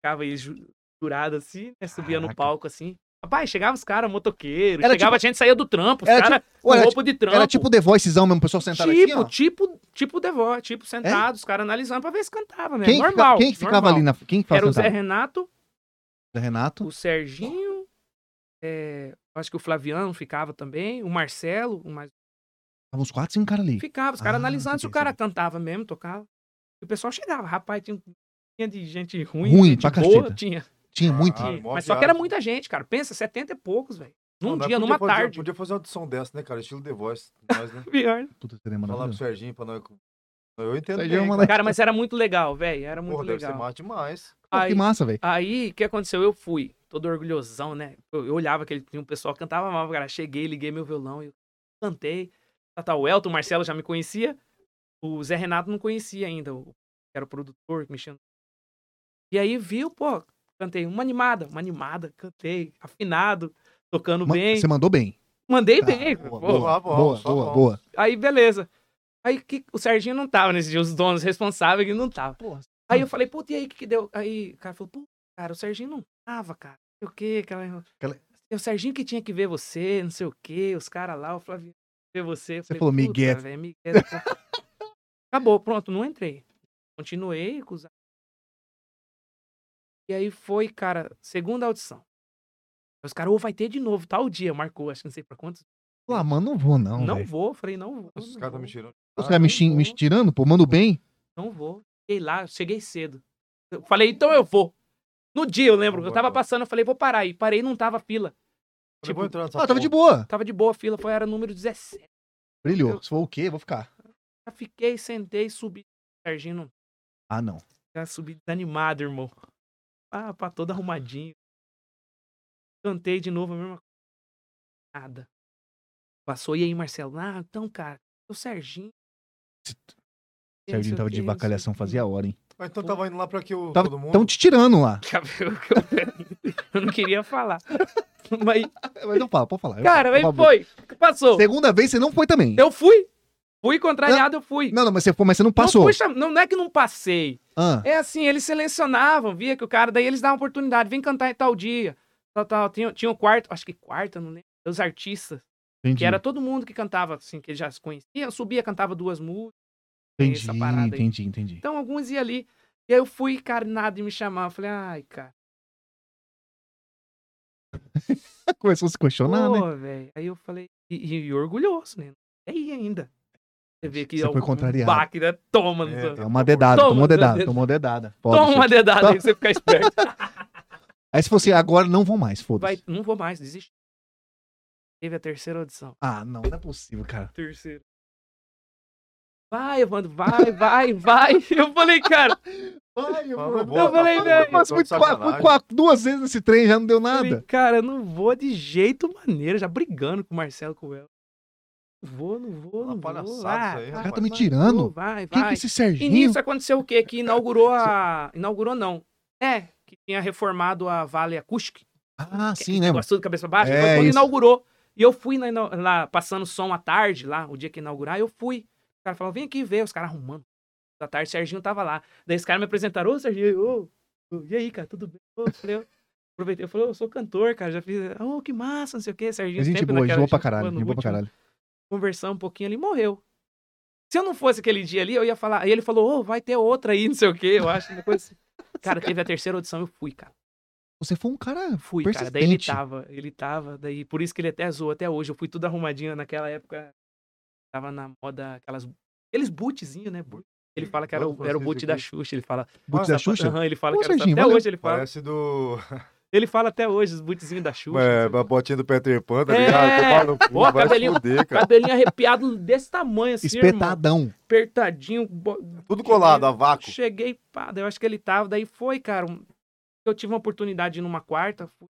Speaker 2: Ficava aí ju- jurado assim, né? Subia no
Speaker 1: Caraca.
Speaker 2: palco assim. Rapaz, chegava os caras, motoqueiro,
Speaker 1: Era tipo
Speaker 2: chegava a gente, saía do trampo, os
Speaker 1: Era
Speaker 2: caras
Speaker 1: Ué,
Speaker 2: com
Speaker 1: era,
Speaker 2: roupa de
Speaker 1: tipo,
Speaker 2: trampo.
Speaker 1: era tipo The Voicezão mesmo, o pessoal sentado aqui,
Speaker 2: tipo,
Speaker 1: ó. É?
Speaker 2: tipo, tipo The Voice, tipo sentado, os caras analisando pra ver se cantava mesmo.
Speaker 1: Quem, que fica-
Speaker 2: normal.
Speaker 1: quem que ficava
Speaker 2: normal.
Speaker 1: ali na. Quem que
Speaker 2: Era
Speaker 1: ficava
Speaker 2: o Zé
Speaker 1: sentado?
Speaker 2: Renato,
Speaker 1: Zé Renato.
Speaker 2: o Serginho, é, acho que o Flaviano ficava também, o Marcelo, o mais...
Speaker 1: Tava uns 4, 5 caras ali.
Speaker 2: ficava, os caras
Speaker 1: Ah,
Speaker 2: analisando se o
Speaker 1: entendi,
Speaker 2: cara cantava mesmo, tocava. E o pessoal chegava, rapaz, tinha, tinha de gente ruim,
Speaker 1: Ruim,
Speaker 2: gente
Speaker 1: pra
Speaker 2: boa,
Speaker 1: caceta.
Speaker 2: tinha.
Speaker 1: Tinha muito.
Speaker 3: Ah,
Speaker 2: tinha.
Speaker 3: mó
Speaker 2: Mas só que
Speaker 3: viagem.
Speaker 2: era muita gente, cara, pensa, 70 e poucos, velho. Num
Speaker 3: Não, mas
Speaker 2: um dia,
Speaker 3: podia
Speaker 2: numa
Speaker 3: fazer-
Speaker 2: tarde. [LAUGHS]
Speaker 3: Podia fazer uma audição dessa, né, cara? Estilo The Voice. Nós,
Speaker 1: [LAUGHS]
Speaker 3: né?
Speaker 2: Pior.
Speaker 1: Puta, seria maravilhoso.
Speaker 3: Falar pro Serginho pra nós. Eu entendo.
Speaker 1: Serginho é
Speaker 3: bem,
Speaker 1: uma
Speaker 3: cara.
Speaker 2: Cara, mas era muito legal, velho, era muito
Speaker 3: Porra, deve ser
Speaker 2: legal. Tá
Speaker 3: massa demais.
Speaker 1: Pô,
Speaker 2: Aí-
Speaker 1: que massa, velho.
Speaker 2: Aí, o que aconteceu? Eu fui, todo orgulhosão, né? Eu, eu olhava aquele tinha um pessoal que cantava mal, cara. Cheguei, liguei meu violão e cantei. Tá, tá, o Elton, o Marcelo já me conhecia. O Zé Renato não conhecia ainda, o, que era o produtor que mexendo. E aí viu, pô, cantei uma animada, uma animada, cantei, afinado, tocando
Speaker 1: Ma-
Speaker 2: bem.
Speaker 1: Você mandou bem.
Speaker 2: Mandei
Speaker 1: Tá,
Speaker 2: bem.
Speaker 1: boa,
Speaker 2: pô.
Speaker 1: boa,
Speaker 3: Ah, bom,
Speaker 1: boa,
Speaker 3: só
Speaker 1: boa,
Speaker 3: bom.
Speaker 1: boa.
Speaker 2: Aí, beleza. Aí que o Serginho não tava nesse dia, os donos responsáveis que não tava.
Speaker 1: Porra.
Speaker 2: Aí eu falei, puta, e aí o que, que deu? Aí o cara falou, pô, cara, o Serginho não tava, cara. Não sei o quê, aquela... É
Speaker 1: Aquela-
Speaker 2: O Serginho que tinha que ver você, não sei o quê, os caras lá, o Flavinho ver você. Eu
Speaker 1: Você
Speaker 2: falei,
Speaker 1: falou,
Speaker 2: puta,
Speaker 1: "Miguel."
Speaker 2: velho, Miguel. Acabou, pronto, não entrei. Continuei com os... E aí foi, cara, segunda audição. Os caras, ou vai ter de novo, tal dia, marcou, acho que não sei pra quantos.
Speaker 1: Ah, mano, não vou, não.
Speaker 2: Não
Speaker 1: velho.
Speaker 2: vou, falei, não vou. não
Speaker 3: Os caras tá
Speaker 2: vou.
Speaker 3: estão me tirando.
Speaker 1: Os tá caras me, xing- me tirando, pô, mando bem.
Speaker 2: não vou. Fiquei lá, cheguei cedo. Eu falei, então eu vou. No dia, eu lembro, eu tava passando, eu falei, vou parar aí. Parei, não tava fila.
Speaker 3: Tipo, vou entrar nessa
Speaker 1: Ah, tava de
Speaker 3: porra.
Speaker 1: boa.
Speaker 2: Tava de boa a fila, foi, era número 17.
Speaker 1: Brilhou. Se for o quê? Vou ficar.
Speaker 2: Já fiquei, sentei, subi. Serginho, não-
Speaker 1: Ah, não.
Speaker 2: já subi desanimado, irmão. Ah, pá, todo arrumadinho. Cantei de novo a mesma coisa. Nada. Passou, e aí, Marcelo? Ah, então, cara, o Serginho.
Speaker 1: O Serginho tava de bacalhação
Speaker 2: [LAUGHS]
Speaker 1: fazia hora, hein?
Speaker 3: Mas então tava indo lá pra que o
Speaker 1: Tava,
Speaker 3: todo mundo.
Speaker 1: tão te tirando lá.
Speaker 2: Cabelo que eu... [LAUGHS] eu não queria falar. Mas,
Speaker 1: Mas não fala, pode falar. Eu
Speaker 2: cara,
Speaker 1: falo,
Speaker 2: aí
Speaker 1: por favor.
Speaker 2: foi. Passou.
Speaker 1: Segunda vez você não foi também.
Speaker 2: Eu fui. Fui contrariado, eu fui.
Speaker 1: Não, não, mas você, foi, mas você não passou.
Speaker 2: Não, fui cham- não, não é que não passei.
Speaker 1: Ah,
Speaker 2: É assim, eles selecionavam, via que o cara, daí eles davam oportunidade, vem cantar em tal dia. Tal, tal. Tinha, tinha um quarto, acho que quarta, não lembro. Os artistas,
Speaker 1: entendi.
Speaker 2: que era todo mundo que cantava, assim, que já se conhecia, subia, cantava duas músicas.
Speaker 1: entendi,
Speaker 2: essa parada aí.
Speaker 1: entendi, entendi.
Speaker 2: Então alguns iam ali. E aí eu fui, cara, nada de me chamar. Eu falei, ai, cara.
Speaker 1: Começou a É se questionar, né?
Speaker 2: Pô, velho. Aí eu falei, e, e- e orgulhoso, né? E aí ainda. Você vê que
Speaker 1: Você
Speaker 2: é
Speaker 1: foi
Speaker 2: um
Speaker 1: contrariado.
Speaker 2: baque, né? Toma,
Speaker 3: É,
Speaker 2: não tô-
Speaker 1: É uma dedada,
Speaker 2: Toma,
Speaker 1: tomou
Speaker 2: meu
Speaker 1: dedada,
Speaker 2: Deus.
Speaker 1: tomou dedada. Pode
Speaker 2: Toma
Speaker 1: ser.
Speaker 2: uma dedada
Speaker 1: Tá.
Speaker 2: aí pra
Speaker 1: [LAUGHS]
Speaker 2: você ficar esperto.
Speaker 1: Aí se fosse agora, não vão mais,
Speaker 2: Vai,
Speaker 1: foda-se.
Speaker 2: não vou mais, desisti. Teve a terceira audição.
Speaker 1: Ah, não, não é possível, cara.
Speaker 2: Terceira. Vai, Evandro, vai, vai, vai. [LAUGHS] Eu falei, cara,
Speaker 1: Vai,
Speaker 3: Ah,
Speaker 1: mano.
Speaker 3: boa,
Speaker 2: eu falei,
Speaker 3: boa,
Speaker 2: velho,
Speaker 3: boa,
Speaker 1: Mas
Speaker 3: tô
Speaker 1: foi
Speaker 3: de
Speaker 1: quatro,
Speaker 3: sacanagem.
Speaker 1: foi quatro- duas vezes nesse trem, já não deu
Speaker 2: eu falei,
Speaker 1: nada.
Speaker 2: cara, eu não vou de jeito maneiro, já brigando com o Marcelo com o El. Não vou, não vou, não
Speaker 3: Uma
Speaker 2: vou. Ah,
Speaker 3: palhaçada isso aí,
Speaker 1: O
Speaker 2: vai,
Speaker 1: cara
Speaker 3: rapaz.
Speaker 1: tá me
Speaker 2: vai,
Speaker 1: tirando.
Speaker 2: Vai,
Speaker 1: Quem que é
Speaker 2: vai.
Speaker 1: esse
Speaker 2: E
Speaker 1: Serginho?
Speaker 2: nisso aconteceu o quê?
Speaker 1: [LAUGHS]
Speaker 2: Que inaugurou a. Inaugurou não. É, que tinha reformado a Vale Acústica.
Speaker 1: Ah,
Speaker 2: que
Speaker 1: sim, né, mano?
Speaker 2: Gosta tudo cabeça baixa.
Speaker 1: É,
Speaker 2: foi quando
Speaker 1: isso.
Speaker 2: inaugurou. E eu fui na inau- lá, passando som à tarde, lá, o dia que inaugurar, eu fui. O cara falou, vem aqui ver, os caras arrumando. Da tarde, o Serginho tava lá. Daí os caras me apresentaram, ô Serginho, ô, ô, e aí, cara, tudo bem? Ô, eu falei, eu aproveitei, eu falei, eu sou cantor, cara, já fiz, ô, que massa, não sei o quê, Serginho.
Speaker 1: Mas gente
Speaker 2: sempre
Speaker 1: boa, gente
Speaker 2: naquela,
Speaker 1: boa pra
Speaker 2: gente
Speaker 1: caralho,
Speaker 2: no
Speaker 1: gente boa pra
Speaker 2: último,
Speaker 1: caralho.
Speaker 2: Conversar um pouquinho ali, morreu.
Speaker 1: [LAUGHS]
Speaker 2: Se eu não fosse aquele dia ali, eu ia falar, aí ele falou, ô, vai ter outra aí, não sei o quê, eu acho, uma coisa assim. Cara, teve a terceira audição, eu fui, cara.
Speaker 1: Você foi um cara
Speaker 2: Fui, cara. Daí ele
Speaker 1: persistente.
Speaker 2: tava, ele tava, daí por isso que ele até zoou até hoje. Eu fui tudo arrumadinho naquela época. Tava na moda aquelas. Aqueles bootzinho, né? boot. Ele fala que era, o-
Speaker 3: Vamos,
Speaker 2: era o
Speaker 3: vocês
Speaker 2: boot
Speaker 3: aqui.
Speaker 2: da Xuxa. Ele fala.
Speaker 1: Boot da
Speaker 2: "Nossa,
Speaker 1: Xuxa?
Speaker 2: aham, ele fala
Speaker 1: Ô,
Speaker 2: que era.
Speaker 1: Serginho,
Speaker 2: Até
Speaker 1: valeu.
Speaker 2: hoje ele fala.
Speaker 3: Parece do.
Speaker 2: Ele fala até hoje os bootzinhos da Xuxa. assim,
Speaker 3: É,
Speaker 2: não sei
Speaker 3: a botinha do Peter Pan, tá
Speaker 2: É.
Speaker 3: ligado? Tomar no cu,
Speaker 2: Ó,
Speaker 3: vai se
Speaker 2: cabelinho-
Speaker 3: fuder,
Speaker 2: o
Speaker 3: cara.
Speaker 2: Cabelinho arrepiado desse tamanho, assim, irmão.
Speaker 1: Espetadão.
Speaker 2: Apertadinho. bo-
Speaker 3: Tudo colado, a vácuo.
Speaker 2: Cheguei, pá, daí eu acho que ele tava, daí foi, cara. um- Eu tive uma oportunidade de ir numa quarta. fui-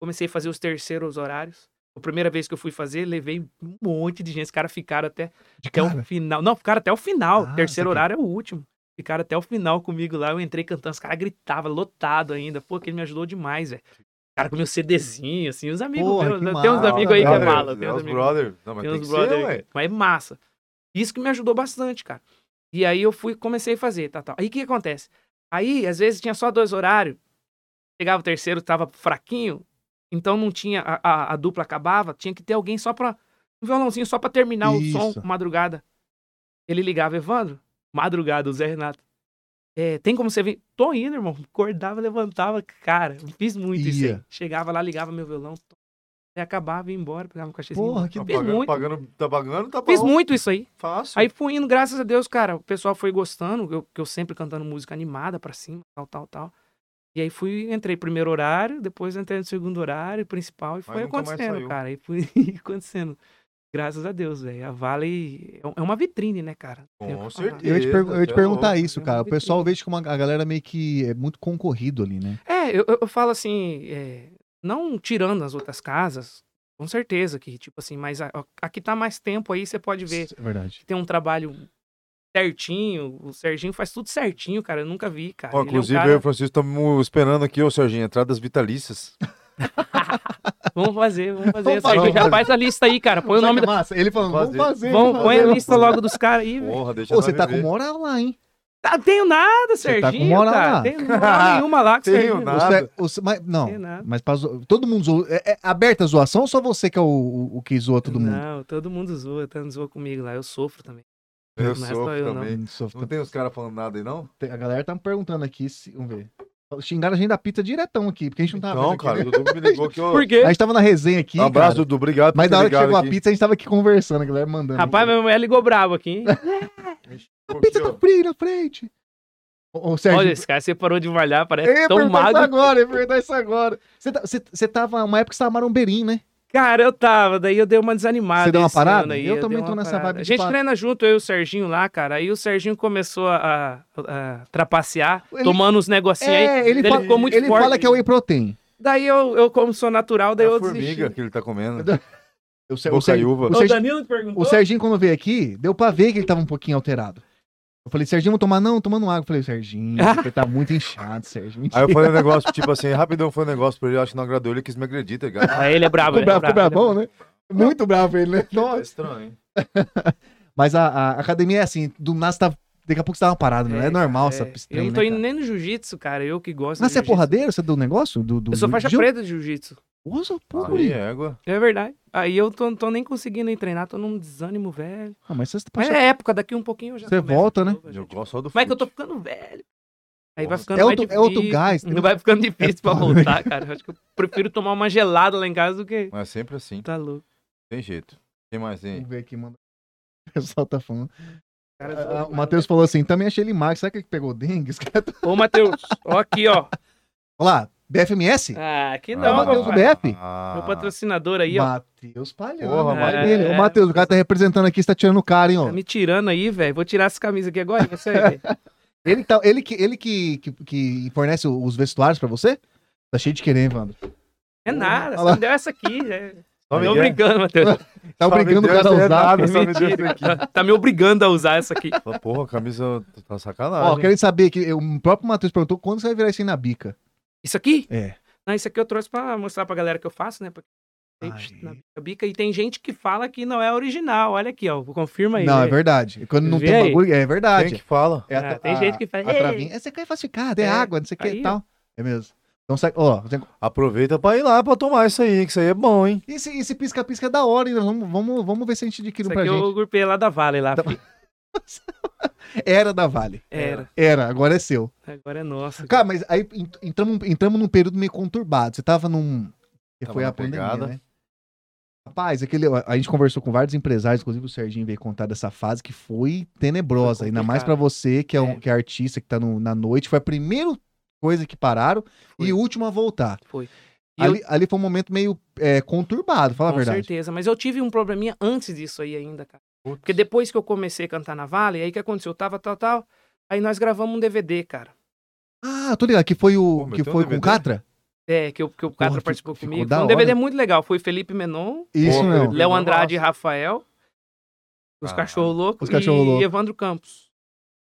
Speaker 2: Comecei a fazer os terceiros horários. A primeira vez que eu fui fazer, levei um monte de gente. Os caras ficaram até,
Speaker 1: De
Speaker 2: até o
Speaker 1: cara.
Speaker 2: final. Não, ficaram até o final.
Speaker 1: Ah,
Speaker 2: Terceiro
Speaker 1: saquei.
Speaker 2: horário é o último. Ficaram até o final comigo lá. Eu entrei cantando, os caras gritavam, lotado ainda. Pô, que ele me ajudou demais, velho. O cara com meu CDzinho, assim. Os amigos
Speaker 1: Porra,
Speaker 2: meus.
Speaker 1: que
Speaker 2: Tem uns
Speaker 1: massa,
Speaker 2: amigos aí que é
Speaker 1: brother.
Speaker 2: mala.
Speaker 3: É
Speaker 2: Tem uns
Speaker 3: os
Speaker 2: amigos
Speaker 3: brother.
Speaker 2: tem
Speaker 3: Não, mas tem que
Speaker 2: uns
Speaker 3: ser,
Speaker 2: brother,
Speaker 3: ué.
Speaker 2: mas é massa. Isso que me ajudou bastante, cara. E aí eu fui, comecei a fazer, tá, tá. Aí o que acontece? Aí, às vezes, tinha só dois horários. Chegava o terceiro, tava fraquinho. Então não tinha, a, a- a dupla acabava, tinha que ter alguém só pra, um violãozinho só pra terminar o som,
Speaker 1: Isso.
Speaker 2: madrugada. Ele ligava, Evandro, madrugada, o Zé Renato. É, tem como você vir? Tô indo, irmão. Acordava, levantava, cara, fiz muito isso aí.
Speaker 1: Ia.
Speaker 2: Chegava lá, ligava meu violão, to- aí acabava, ia embora, pegava um cachezinho.
Speaker 1: Porra, que
Speaker 3: Tá
Speaker 2: Fiz
Speaker 3: pagando,
Speaker 2: muito.
Speaker 3: pagando, tá pagando, tá
Speaker 2: Fiz
Speaker 3: bom.
Speaker 2: muito isso aí.
Speaker 3: Fácil.
Speaker 2: Aí fui indo, graças a Deus, cara, o pessoal foi gostando, eu, que eu sempre cantando música animada pra cima, tal, tal, tal. E aí fui, entrei primeiro horário, depois entrei no segundo horário, principal, e foi
Speaker 3: nunca mais
Speaker 2: acontecendo,
Speaker 3: saiu.
Speaker 2: cara. [LAUGHS] E foi acontecendo. Graças a Deus, velho. A Vale é um- é uma vitrine, né, cara? Tem o
Speaker 3: Com
Speaker 2: que falar.
Speaker 3: certeza.
Speaker 1: Eu ia te, pergu- eu ia te
Speaker 3: Você é
Speaker 1: perguntar
Speaker 3: louco.
Speaker 1: isso, cara. O pessoal vejo como a a galera meio que é muito concorrido ali, né?
Speaker 2: É, eu, eu- eu falo assim, é, não tirando as outras casas, com certeza que, tipo assim, mas a, a que tá mais tempo aí, você pode ver.
Speaker 1: É verdade.
Speaker 2: tem um trabalho certinho. O Serginho faz tudo certinho, cara. Eu nunca vi, cara. Ele
Speaker 3: Ó,
Speaker 2: é um
Speaker 3: inclusive,
Speaker 2: cara-
Speaker 3: eu e o Francisco estamos esperando aqui, ô Serginho,
Speaker 2: [LAUGHS]
Speaker 3: entradas vitalícias.
Speaker 2: Vamos fazer, vamos fazer.
Speaker 1: Vamos
Speaker 2: O Serginho
Speaker 1: fazer,
Speaker 2: já
Speaker 1: vamos
Speaker 2: faz a lista aí, cara. Põe o
Speaker 1: Sabe
Speaker 2: nome
Speaker 1: que
Speaker 2: da...
Speaker 1: é massa? Ele falando,
Speaker 3: Vamos
Speaker 1: vamos fazer.
Speaker 2: Vamos, põe a
Speaker 1: fazer. um
Speaker 2: lista logo dos caras aí, velho.
Speaker 3: Porra, deixa
Speaker 1: Pô, você
Speaker 3: nós
Speaker 1: tá
Speaker 3: viver.
Speaker 1: com moral lá, hein?
Speaker 2: Tá- Tenho nada,
Speaker 1: Você tá com
Speaker 2: Serginho,
Speaker 1: moral
Speaker 2: cara.
Speaker 1: lá.
Speaker 2: Tenho moral nenhuma lá com o
Speaker 3: Tenho
Speaker 2: Serginho.
Speaker 3: nada.
Speaker 1: O Sé- é- o Sé- mas, não,
Speaker 2: Tem nada.
Speaker 1: mas pra zo- todo mundo zoa. É, é aberta a zoação ou só você que é o, o- o que zoa todo mundo?
Speaker 2: Não, todo mundo zoa, todo mundo zoa comigo lá. Eu sofro também.
Speaker 3: Eu
Speaker 2: Não é só
Speaker 3: sofro
Speaker 2: eu, não.
Speaker 3: também.
Speaker 1: Hum, só-
Speaker 3: Não. tem os caras falando nada aí, não?
Speaker 1: tem- A galera tá me perguntando aqui, se, vamos ver. Xingaram a gente da pizza diretão aqui, porque a gente não tava
Speaker 3: Não,
Speaker 1: vendo aqui,
Speaker 3: Então, cara, o
Speaker 1: né?
Speaker 3: Dudu me ligou aqui, ó.
Speaker 2: Por quê?
Speaker 1: A gente tava na resenha aqui,
Speaker 3: Um abraço,
Speaker 1: cara,
Speaker 3: Dudu, obrigado por
Speaker 1: mas
Speaker 3: ter
Speaker 1: na hora que
Speaker 3: ligado
Speaker 1: chegou
Speaker 3: aqui.
Speaker 1: a pizza, a gente tava aqui conversando, a galera mandando.
Speaker 2: Rapaz, minha mulher ligou brabo aqui,
Speaker 1: [LAUGHS]
Speaker 2: hein?
Speaker 1: a pizza tá fria na frente. Ô, ô, Sérgio,
Speaker 2: Olha, esse cara, você parou de malhar, parece
Speaker 1: Eu ia
Speaker 2: É tão
Speaker 1: perguntar isso
Speaker 2: magro.
Speaker 1: agora, eu ia perguntar isso agora. Você, tá- você, você tava, uma época que você tava marombeirinho, né?
Speaker 2: Cara, eu tava, daí eu dei uma desanimada.
Speaker 1: Você deu uma
Speaker 2: esse ano
Speaker 1: parada? Eu
Speaker 2: dei
Speaker 1: também tô
Speaker 2: uma
Speaker 1: nessa vibe
Speaker 2: A
Speaker 1: de
Speaker 2: gente
Speaker 1: par-
Speaker 2: treina junto, eu e o Serginho lá, cara. Aí o Serginho começou a, a- a trapacear,
Speaker 1: Ele-
Speaker 2: tomando uns negocinhos aí.
Speaker 1: É, ele,
Speaker 2: ele
Speaker 1: fala,
Speaker 2: ficou muito
Speaker 1: ele
Speaker 2: forte.
Speaker 1: fala que é o whey protein.
Speaker 2: Daí eu, eu como sou natural, daí
Speaker 3: É
Speaker 2: eu
Speaker 3: a
Speaker 2: desisti.
Speaker 3: formiga que ele tá comendo.
Speaker 1: O, Ser- o, Ser-
Speaker 3: Bocaiúva.
Speaker 1: o
Speaker 2: O
Speaker 1: Serginho,
Speaker 2: Danilo que perguntou.
Speaker 1: o Serginho, quando veio aqui, deu pra ver que ele tava um pouquinho alterado. Eu falei, Serginho, vou tomar? Não, tomando água. Eu falei,
Speaker 2: [LAUGHS]
Speaker 1: Serginho, você tá muito inchado, Serginho.
Speaker 3: Aí eu falei um negócio, tipo assim, rapidão foi um negócio pra ele, eu acho que não agradou ele, quis me agredir, tá
Speaker 1: [LAUGHS]
Speaker 3: ligado?
Speaker 2: Ah, ele é brabo,
Speaker 1: Ficou
Speaker 2: ele é
Speaker 1: bravo, ficou
Speaker 2: brabo,
Speaker 1: brabão, né? Muito bravo ele, né?
Speaker 3: Tá
Speaker 1: Nossa.
Speaker 3: estranho, hein?
Speaker 1: Mas a, a academia é assim, do nada você tá... Daqui a pouco você tava parado, né? É,
Speaker 2: É,
Speaker 1: normal
Speaker 2: ele é
Speaker 1: essa né,
Speaker 2: brabo. É, Eu não tô indo nem no jiu-jitsu, cara. Eu que gosto
Speaker 1: Mas
Speaker 2: do
Speaker 1: você é
Speaker 2: jiu-jitsu.
Speaker 1: porradeiro? Você é do negócio? Do, do,
Speaker 2: Eu sou
Speaker 1: do
Speaker 2: faixa
Speaker 1: jiu-
Speaker 2: preta de jiu-jitsu.
Speaker 1: Nossa, pô,
Speaker 3: Aí,
Speaker 1: guri.
Speaker 3: égua.
Speaker 2: É verdade. Aí eu tô, tô nem conseguindo ir treinar, tô num desânimo velho.
Speaker 1: Ah, mas você tá
Speaker 2: Mas
Speaker 1: faixa
Speaker 2: é época, daqui um pouquinho eu já
Speaker 1: Você
Speaker 2: começo
Speaker 1: volta,
Speaker 2: de
Speaker 1: né?
Speaker 2: novo,
Speaker 3: Eu
Speaker 2: gente.
Speaker 3: gosto só do
Speaker 2: Como é que eu
Speaker 3: fute.
Speaker 2: tô ficando velho? Aí vai
Speaker 3: Porra,
Speaker 2: ficando
Speaker 1: É
Speaker 2: mais
Speaker 1: outro, é outro
Speaker 2: difícil.
Speaker 1: gás.
Speaker 2: Não vai ficando difícil pra
Speaker 1: foda,
Speaker 2: voltar, cara. Eu acho que eu prefiro tomar uma gelada lá em casa do que.
Speaker 3: Mas é sempre assim,
Speaker 2: Tá louco.
Speaker 3: tem jeito. Quem mais
Speaker 2: Uhum.
Speaker 3: tem?
Speaker 1: Vamos ver aqui, mano. [LAUGHS] O pessoal tá falando.
Speaker 2: Cara,
Speaker 1: Ah,
Speaker 2: zoado,
Speaker 1: o Matheus falou assim: também achei ele magro. Será que ele pegou dengue? Esse cara tá-
Speaker 2: mano. Ô, Matheus, ó
Speaker 1: [LAUGHS]
Speaker 2: aqui, ó.
Speaker 1: Olha lá, BFMS?
Speaker 2: Ah, que
Speaker 1: Ah,
Speaker 2: não,
Speaker 1: Matheus
Speaker 2: papai.
Speaker 1: Beck.
Speaker 3: Ah,
Speaker 2: Meu patrocinador aí, ó. É,
Speaker 1: Matheus Palhano.
Speaker 3: Porra,
Speaker 1: o pai
Speaker 2: Matheus.
Speaker 1: dele. Ô, Matheus, o cara tá representando aqui, você tá tirando o cara, hein, ó.
Speaker 2: Tá me tirando aí, velho. Vou tirar essa camisa aqui agora. Você aí, velho.
Speaker 1: Ele, tá, ele, que, ele que, que, que fornece os vestuários pra você? Tá cheio de querer, hein, Wanda?
Speaker 2: É nada,
Speaker 1: Olha lá.
Speaker 2: só me deu essa aqui. É.
Speaker 3: Só me
Speaker 2: Tô
Speaker 3: quer.
Speaker 2: brincando, Matheus.
Speaker 1: [LAUGHS] Tá
Speaker 3: Só é me
Speaker 1: obrigando o
Speaker 3: deu
Speaker 1: cara a
Speaker 3: essa
Speaker 1: usar.
Speaker 3: errada. Só me deu
Speaker 2: Mentira,
Speaker 3: essa aqui.
Speaker 2: Tá, tá me obrigando a usar essa aqui.
Speaker 3: Fala, Porra, a camisa tá sacanagem.
Speaker 1: Ó, querem saber que o próprio Matheus perguntou quando você vai virar isso aí na bica.
Speaker 2: Isso aqui?
Speaker 1: É.
Speaker 2: Não, isso aqui eu trouxe pra mostrar pra galera que eu faço, né? Pra-
Speaker 1: Aí.
Speaker 2: Na bica, bica. E tem gente que fala que não é original. Olha aqui, ó. Confirma aí.
Speaker 1: não, é
Speaker 2: velho.
Speaker 1: verdade. Quando não
Speaker 2: Vê
Speaker 1: tem
Speaker 2: aí.
Speaker 1: bagulho, é
Speaker 3: Quem
Speaker 1: verdade.
Speaker 3: que fala?
Speaker 1: É a-
Speaker 2: Ah, tem
Speaker 1: a-
Speaker 2: gente que faz,
Speaker 1: A
Speaker 2: "Ei".
Speaker 1: travinha. Essa aqui é falsificada, é,
Speaker 2: É.
Speaker 1: água, não sei o que
Speaker 2: Aí,
Speaker 1: e
Speaker 2: ó.
Speaker 1: tal. É mesmo. Então, sai, ó, tem-
Speaker 3: Aproveita pra ir lá pra tomar isso aí, que isso aí é bom, hein?
Speaker 1: esse, esse pisca-pisca é da hora, hein? Vamos, vamos, vamos ver se a gente adquire um
Speaker 2: Isso
Speaker 1: pra
Speaker 2: aqui
Speaker 1: gente.
Speaker 2: eu grupei lá da Vale lá.
Speaker 1: Da-
Speaker 2: filho.
Speaker 1: Era da Vale.
Speaker 2: Era.
Speaker 1: Era, agora é seu.
Speaker 2: Agora é nossa.
Speaker 1: Cara, mas aí ent- entramos, entramos num período meio conturbado. Você tava num. que
Speaker 3: Tava
Speaker 1: foi a
Speaker 3: na
Speaker 1: pandemia,
Speaker 3: pegada.
Speaker 1: né? Rapaz, aquele, a- a gente conversou com vários empresários, inclusive o Serginho veio contar dessa fase que foi tenebrosa.
Speaker 2: Foi
Speaker 1: ainda mais pra
Speaker 2: complicado.
Speaker 1: você, que é, um,
Speaker 2: É.
Speaker 1: que é artista, que tá no- na noite. Foi a primeira coisa que pararam
Speaker 2: Foi.
Speaker 1: e o último a voltar.
Speaker 2: Foi. E eu-
Speaker 1: Ali, ali foi um momento meio é, conturbado, fala a
Speaker 2: Com
Speaker 1: verdade.
Speaker 2: certeza. Mas eu tive um probleminha antes disso aí ainda, cara. Porque depois que eu comecei a cantar na Vale, aí o que aconteceu? Eu tava tal, tal. Aí nós gravamos um DVD, cara.
Speaker 1: Ah, tô ligado, que foi o.
Speaker 3: Pô,
Speaker 1: que
Speaker 3: meteu um
Speaker 1: foi com o
Speaker 3: DVD?
Speaker 1: Catra?
Speaker 2: É, que, o- que o
Speaker 1: Porra,
Speaker 2: Catra
Speaker 1: fi-
Speaker 2: participou
Speaker 1: ficou
Speaker 2: comigo.
Speaker 1: da
Speaker 2: Foi um DVD
Speaker 1: hora.
Speaker 2: muito legal. Foi Felipe Menon,
Speaker 1: Isso
Speaker 3: Pô,
Speaker 1: mesmo.
Speaker 3: Felipe.
Speaker 2: Léo
Speaker 3: Menon,
Speaker 2: Andrade e
Speaker 3: nossa.
Speaker 2: Rafael, os
Speaker 3: Caralho.
Speaker 2: Cachorro Louco
Speaker 1: Os Cachorro
Speaker 2: e
Speaker 1: Louco.
Speaker 2: Evandro Campos.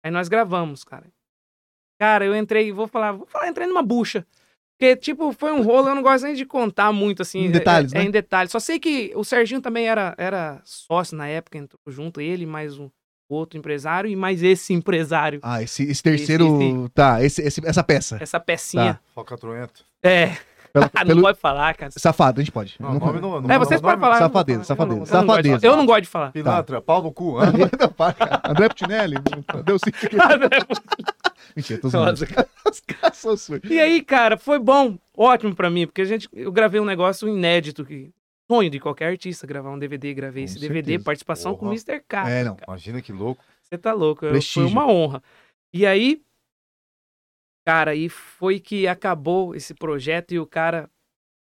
Speaker 2: Aí nós gravamos, cara. Cara, eu entrei, vou falar, vou falar, entrei numa bucha. Porque, tipo, foi um rolo, eu não gosto nem de contar muito, assim.
Speaker 1: Em
Speaker 2: é-
Speaker 1: detalhes,
Speaker 2: é,
Speaker 1: né?
Speaker 2: em detalhes. Só sei que o Serginho também era, era sócio na época, entrou junto, ele, mais um outro empresário e mais esse [LAUGHS] empresário.
Speaker 1: Ah, esse, esse terceiro. Tá, esse, esse- essa peça.
Speaker 2: Essa pecinha.
Speaker 3: Focatruento.
Speaker 2: É, [LAUGHS]
Speaker 1: Pela-
Speaker 2: não
Speaker 1: tá. pelo-
Speaker 2: pode falar, cara.
Speaker 1: Safado, a gente pode.
Speaker 3: Não,
Speaker 1: Não
Speaker 3: nome
Speaker 1: pode.
Speaker 3: não.
Speaker 2: é,
Speaker 3: não-
Speaker 2: vocês
Speaker 3: nome-
Speaker 2: podem falar. eu não vou
Speaker 1: Safadeza,
Speaker 2: falar, eu não vou-
Speaker 1: safadeza,
Speaker 2: eu não gosto de-
Speaker 1: safadeza.
Speaker 2: Eu não gosto de falar.
Speaker 3: Pilantra, pau no cu. [LAUGHS] anda.
Speaker 1: [LAUGHS] André Putinelli? Deu sim. [LAUGHS]
Speaker 2: é
Speaker 1: Mentira, tô zoando. Os [LAUGHS] caras são sujos.
Speaker 2: E aí, cara, foi bom, ótimo pra mim, porque a gente, eu gravei um negócio inédito que sonho de qualquer artista gravar um DVD, gravei
Speaker 1: Com
Speaker 2: esse DVD,
Speaker 1: certeza.
Speaker 2: participação com o
Speaker 3: Porra.
Speaker 2: Mr. K.
Speaker 1: É, não.
Speaker 3: Imagina que louco.
Speaker 2: Você tá louco, eu-
Speaker 1: Prestígio.
Speaker 2: foi uma honra. E aí, cara, aí foi que acabou esse projeto e o cara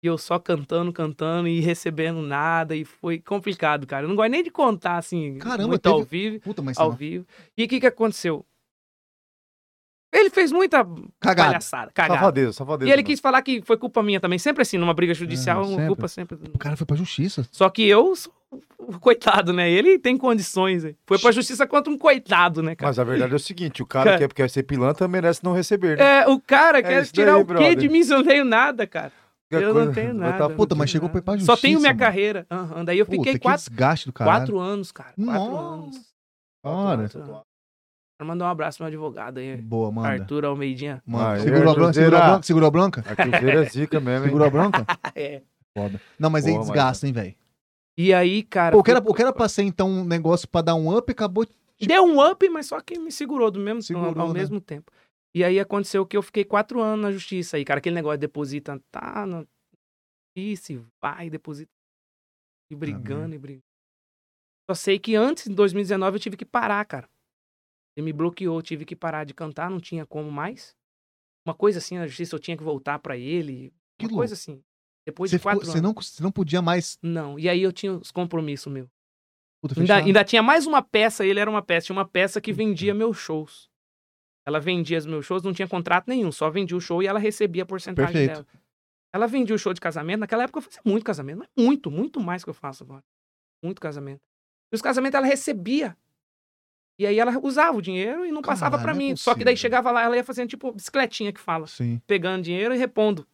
Speaker 2: e eu só cantando, cantando e recebendo nada e foi complicado, cara. Eu não gosto nem de contar assim,
Speaker 1: Caramba,
Speaker 2: muito
Speaker 1: teve- né?
Speaker 2: ao vivo,
Speaker 1: Puta, mas tá
Speaker 2: ao
Speaker 1: não.
Speaker 2: vivo. E o que que aconteceu? Ele fez muita
Speaker 1: Cagada.
Speaker 2: palhaçada, cagada.
Speaker 3: Safadeza, safadeza.
Speaker 2: E ele
Speaker 3: mano.
Speaker 2: quis falar que foi culpa minha também. Sempre assim, numa briga judicial,
Speaker 1: Ah, sempre.
Speaker 2: culpa sempre.
Speaker 1: O cara foi pra justiça.
Speaker 2: Só que eu, sou o coitado, né? Ele tem condições. hein? Foi pra justiça contra um coitado, né, cara?
Speaker 3: Mas a verdade é o seguinte, o cara que é porque ser pilantra merece não receber, né?
Speaker 2: É, o cara quer
Speaker 3: isso
Speaker 2: tirar
Speaker 3: daí,
Speaker 2: o quê
Speaker 3: brother.
Speaker 2: de mim se eu não tenho nada, cara?
Speaker 3: Qualquer
Speaker 2: É, eu
Speaker 3: coisa
Speaker 2: não tenho
Speaker 3: vai
Speaker 2: nada.
Speaker 3: tá
Speaker 2: não
Speaker 1: Puta,
Speaker 2: tenho
Speaker 1: mas chegou
Speaker 2: nada.
Speaker 1: pra ir pra
Speaker 2: Só tenho
Speaker 1: justiça,
Speaker 2: minha
Speaker 1: mano.
Speaker 2: carreira. Aham, Daí eu
Speaker 1: Puta,
Speaker 2: fiquei
Speaker 1: que
Speaker 2: quatro,
Speaker 1: desgaste do cara.
Speaker 2: quatro anos, cara. Quatro
Speaker 1: Nossa.
Speaker 2: anos.
Speaker 1: Ora.
Speaker 2: Quatro anos. Quero mandar um abraço pro meu advogado aí.
Speaker 1: Boa, manda.
Speaker 2: Arthur Almeidinha.
Speaker 1: Manda.
Speaker 3: Aê,
Speaker 1: segurou, a bronca,
Speaker 3: Cruzeira.
Speaker 1: segurou a bronca? Segurou a bronca?
Speaker 3: A Cruzeiro é zica mesmo, hein?
Speaker 1: Segurou a bronca?
Speaker 2: [LAUGHS] É.
Speaker 1: Foda. Não, mas aí
Speaker 3: Boa,
Speaker 1: desgasta, hein, velho.
Speaker 2: E aí, cara.
Speaker 1: O que era,
Speaker 2: foi-
Speaker 1: o que era pra ser, então, um negócio pra dar um up, acabou...
Speaker 2: Deu um up, mas só que me segurou do mesmo
Speaker 1: Segurou,
Speaker 2: ao, ao
Speaker 1: né?
Speaker 2: mesmo tempo. E aí aconteceu que eu fiquei quatro anos na justiça aí, cara. Aquele negócio de deposita, tá na justiça, e vai, deposita. E
Speaker 1: Uhum.
Speaker 2: brigando, e brigando. Só sei que antes, em 2019, eu tive que parar, cara. Ele me bloqueou, eu tive que parar de cantar, não tinha como mais. Uma coisa assim, na justiça eu tinha que voltar pra ele.
Speaker 1: Que
Speaker 2: uma
Speaker 1: louco.
Speaker 2: coisa assim. Depois
Speaker 1: Você,
Speaker 2: de quatro
Speaker 1: ficou- você
Speaker 2: anos.
Speaker 1: não, você não podia mais...
Speaker 2: Não... e aí eu tinha os compromissos meus.
Speaker 1: Puta,
Speaker 2: Ainda,
Speaker 1: fechado. Uhum.
Speaker 2: ainda tinha mais uma peça, ele era uma peça, tinha uma peça que vendia meus shows. Ela vendia os meus shows, não tinha contrato nenhum, só vendia o show e ela recebia a porcentagem
Speaker 1: Perfeito.
Speaker 2: dela. Ela vendia o show de casamento, naquela época eu fazia muito casamento, mas muito, muito mais que eu faço agora. Muito casamento. E os casamentos ela recebia. E aí ela usava o dinheiro e não passava
Speaker 1: Caralho,
Speaker 2: pra
Speaker 1: não é
Speaker 2: mim. Só que daí
Speaker 1: possível.
Speaker 2: chegava lá, ela ia fazendo tipo bicicletinha que fala,
Speaker 1: Sim,
Speaker 2: pegando dinheiro e repondo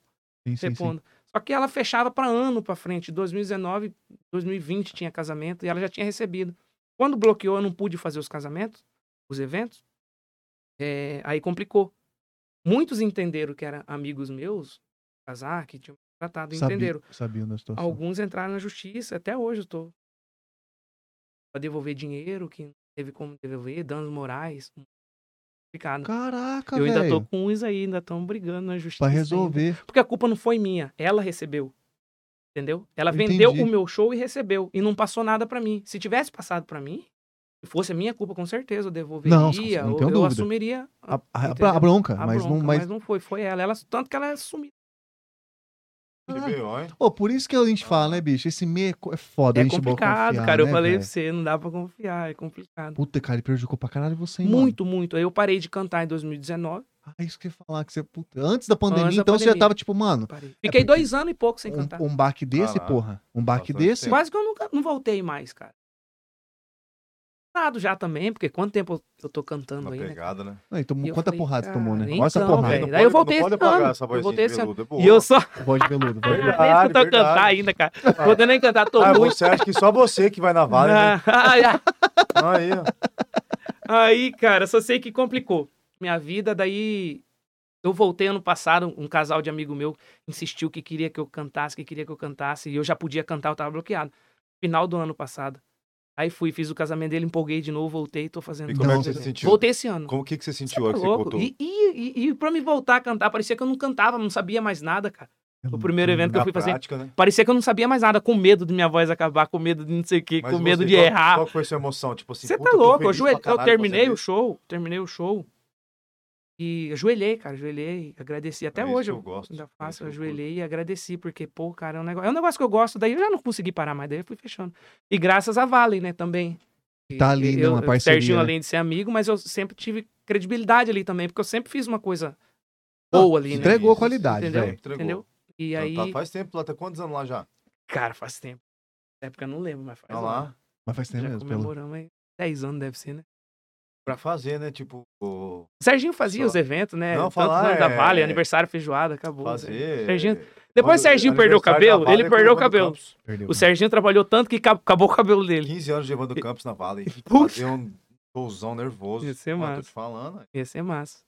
Speaker 1: sim, sim. sim.
Speaker 2: repondo. Só que ela fechava para ano para frente. 2019, 2020 tinha casamento e ela já tinha recebido. Quando bloqueou, eu não pude fazer os casamentos, os eventos. É, aí complicou. Muitos entenderam que eram amigos meus, casar, que tinham tratado, entenderam.
Speaker 1: Sabia, sabia da situação.
Speaker 2: Alguns entraram na justiça, até hoje eu tô. Pra devolver dinheiro, que não teve como devolver, danos morais. Complicado.
Speaker 1: Caraca,
Speaker 2: eu
Speaker 1: velho.
Speaker 2: ainda tô com uns aí, ainda estão brigando na justiça.
Speaker 1: Pra
Speaker 2: ainda.
Speaker 1: resolver.
Speaker 2: Porque a culpa não foi minha, ela recebeu. Entendeu? Ela
Speaker 1: Entendi.
Speaker 2: vendeu o meu show e recebeu. E não passou nada pra mim. Se tivesse passado pra mim, se fosse a minha culpa, com certeza eu devolveria.
Speaker 1: Não, não tenho
Speaker 2: ou eu
Speaker 1: dúvida.
Speaker 2: assumiria
Speaker 1: A,
Speaker 2: a,
Speaker 1: a-
Speaker 2: Entendeu?
Speaker 1: a bronca,
Speaker 2: a
Speaker 1: mas
Speaker 2: bronca,
Speaker 1: não...
Speaker 2: mas...
Speaker 1: Mas...
Speaker 2: não foi, foi ela. ela. Tanto que ela assumiu.
Speaker 3: Que B.O., hein?
Speaker 1: Ô, por isso que a gente fala, né, bicho? Esse meio é co- é foda. a
Speaker 2: É
Speaker 1: gente boa
Speaker 2: complicado,
Speaker 1: confiar,
Speaker 2: cara. eu
Speaker 1: né,
Speaker 2: falei
Speaker 1: velho?
Speaker 2: pra você, não dá pra confiar, é complicado.
Speaker 1: Puta, cara, ele prejudicou pra caralho você, hein,
Speaker 2: muito, muito. Aí eu parei de cantar em 2019.
Speaker 1: mano? Ah, isso que eu ia falar, que você... Puta, antes da pandemia,
Speaker 2: Antes da
Speaker 1: então você já
Speaker 2: pandemia.
Speaker 1: tava, tipo, mano...
Speaker 2: Parei. Fiquei
Speaker 1: porque-
Speaker 2: dois anos e pouco sem cantar.
Speaker 1: Um, um baque desse,
Speaker 3: Caralho.
Speaker 1: porra. Um baque
Speaker 3: Bastante
Speaker 1: desse...
Speaker 3: tempo.
Speaker 2: Quase que eu nunca não voltei mais, cara. Nada já também, porque quanto tempo eu- eu tô cantando
Speaker 3: Uma
Speaker 2: aí, né?
Speaker 3: pegada, né?
Speaker 1: Aí, tomou,
Speaker 2: E eu
Speaker 1: quanta
Speaker 2: falei,
Speaker 1: porrada você tomou, né?
Speaker 2: cara,
Speaker 1: Olha essa
Speaker 2: então,
Speaker 1: porrada.
Speaker 2: velho. Daí eu voltei
Speaker 3: Não pode
Speaker 2: esse ano.
Speaker 3: apagar essa
Speaker 2: Eu
Speaker 3: vozinha
Speaker 2: voltei
Speaker 3: de
Speaker 2: esse ano.
Speaker 3: veludo, é boa.
Speaker 2: E eu só.
Speaker 1: Voz de veludo. Voz de veludo.
Speaker 2: Nem
Speaker 3: Verdade,
Speaker 2: escutou eu cantar
Speaker 3: verdade.
Speaker 2: ainda, cara. Podendo nem cantar, tô
Speaker 3: Ah,
Speaker 2: muito.
Speaker 3: você acha que só você que vai na Vale, né?
Speaker 2: [LAUGHS]
Speaker 3: é
Speaker 2: Ah,
Speaker 3: Aí, ó.
Speaker 2: Aí, cara, só sei que complicou minha vida. Daí eu voltei ano passado. Um casal de amigo meu insistiu que queria que eu cantasse, que queria que eu cantasse. E eu já podia cantar, eu tava bloqueado. Final do ano passado. Aí fui, fiz o casamento dele, empolguei de novo, voltei, tô fazendo.
Speaker 3: E como é
Speaker 1: Não,
Speaker 3: que você se
Speaker 1: você-
Speaker 3: sentiu?
Speaker 2: Voltei esse ano.
Speaker 3: Como que, que você
Speaker 2: Você
Speaker 3: sentiu?
Speaker 2: tá
Speaker 3: a que você
Speaker 2: louco?
Speaker 3: voltou?
Speaker 2: E, e, e, e pra me voltar a cantar, parecia que eu não cantava, não sabia mais nada, cara. O primeiro evento que eu
Speaker 3: Na
Speaker 2: fui fazer.
Speaker 3: prática, né?
Speaker 2: Parecia que eu não sabia mais nada, com medo de minha voz acabar, com medo de não sei o quê,
Speaker 3: Mas
Speaker 2: com medo
Speaker 3: você,
Speaker 2: de
Speaker 3: qual-
Speaker 2: errar.
Speaker 3: Qual que foi a sua emoção? Tipo assim,
Speaker 2: Você
Speaker 3: puta,
Speaker 2: tá
Speaker 3: eu tô
Speaker 2: louco, eu,
Speaker 3: feliz
Speaker 2: ajoelhei-
Speaker 3: pra caralho
Speaker 2: eu
Speaker 3: fazendo
Speaker 2: terminei o
Speaker 3: isso.
Speaker 2: show, terminei o show. E ajoelhei, cara, ajoelhei, agradeci. Até
Speaker 3: É isso
Speaker 2: hoje
Speaker 3: que eu
Speaker 2: eu
Speaker 3: gosto, é
Speaker 2: ainda
Speaker 3: isso
Speaker 2: faço,
Speaker 3: que eu
Speaker 2: ajoelhei e agradeci, porque, pô, cara, é um negócio, é um negócio que eu gosto, daí eu já não consegui parar mais, daí eu fui fechando. E graças a Vale, né, também. E-
Speaker 1: Tá ali,
Speaker 2: e-
Speaker 1: né,
Speaker 2: eu,
Speaker 1: uma
Speaker 2: eu-
Speaker 1: parceria,
Speaker 2: Serginho,
Speaker 1: né?
Speaker 2: além de ser amigo, mas eu sempre tive credibilidade ali também, porque eu sempre fiz uma coisa
Speaker 1: Não,
Speaker 2: boa ali, né?
Speaker 1: Entregou a
Speaker 3: Isso,
Speaker 1: qualidade,
Speaker 2: Entendeu?
Speaker 1: velho.
Speaker 3: É, Entregou.
Speaker 2: Entendeu? E
Speaker 3: Tá-
Speaker 2: aí,
Speaker 3: tá- faz tempo lá, tá quantos anos lá já?
Speaker 2: cara, faz tempo. Na época eu não lembro, mas faz
Speaker 3: Tá
Speaker 2: um ano.
Speaker 3: lá.
Speaker 1: Mas faz tempo
Speaker 2: Já
Speaker 1: mesmo. Pelo...
Speaker 2: comemoramos aí. 10 anos deve ser, né?
Speaker 3: Pra fazer, né? Tipo, o-
Speaker 2: Serginho fazia
Speaker 3: Só.
Speaker 2: os eventos, né?
Speaker 3: Não,
Speaker 2: Tantos
Speaker 3: falar
Speaker 2: anos da
Speaker 3: é-
Speaker 2: Vale, aniversário, feijoada, acabou. né?
Speaker 3: fazer.
Speaker 2: Serginho- Depois
Speaker 3: Quando- é
Speaker 2: o Serginho perdeu o
Speaker 3: aniversário
Speaker 2: cabelo,
Speaker 3: da Vale
Speaker 2: ele
Speaker 3: é
Speaker 2: perdeu o
Speaker 3: quando
Speaker 2: cabelo.
Speaker 3: Campos.
Speaker 1: Perdeu.
Speaker 2: O Serginho trabalhou tanto que cab- acabou o cabelo dele.
Speaker 3: 15 anos de Evandro Campos na Vale.
Speaker 2: [LAUGHS] Putz.
Speaker 3: Fazer um showzão nervoso.
Speaker 2: Ia ser
Speaker 3: Mano, Tô
Speaker 2: massa.
Speaker 3: te falando,
Speaker 2: Ia ser massa.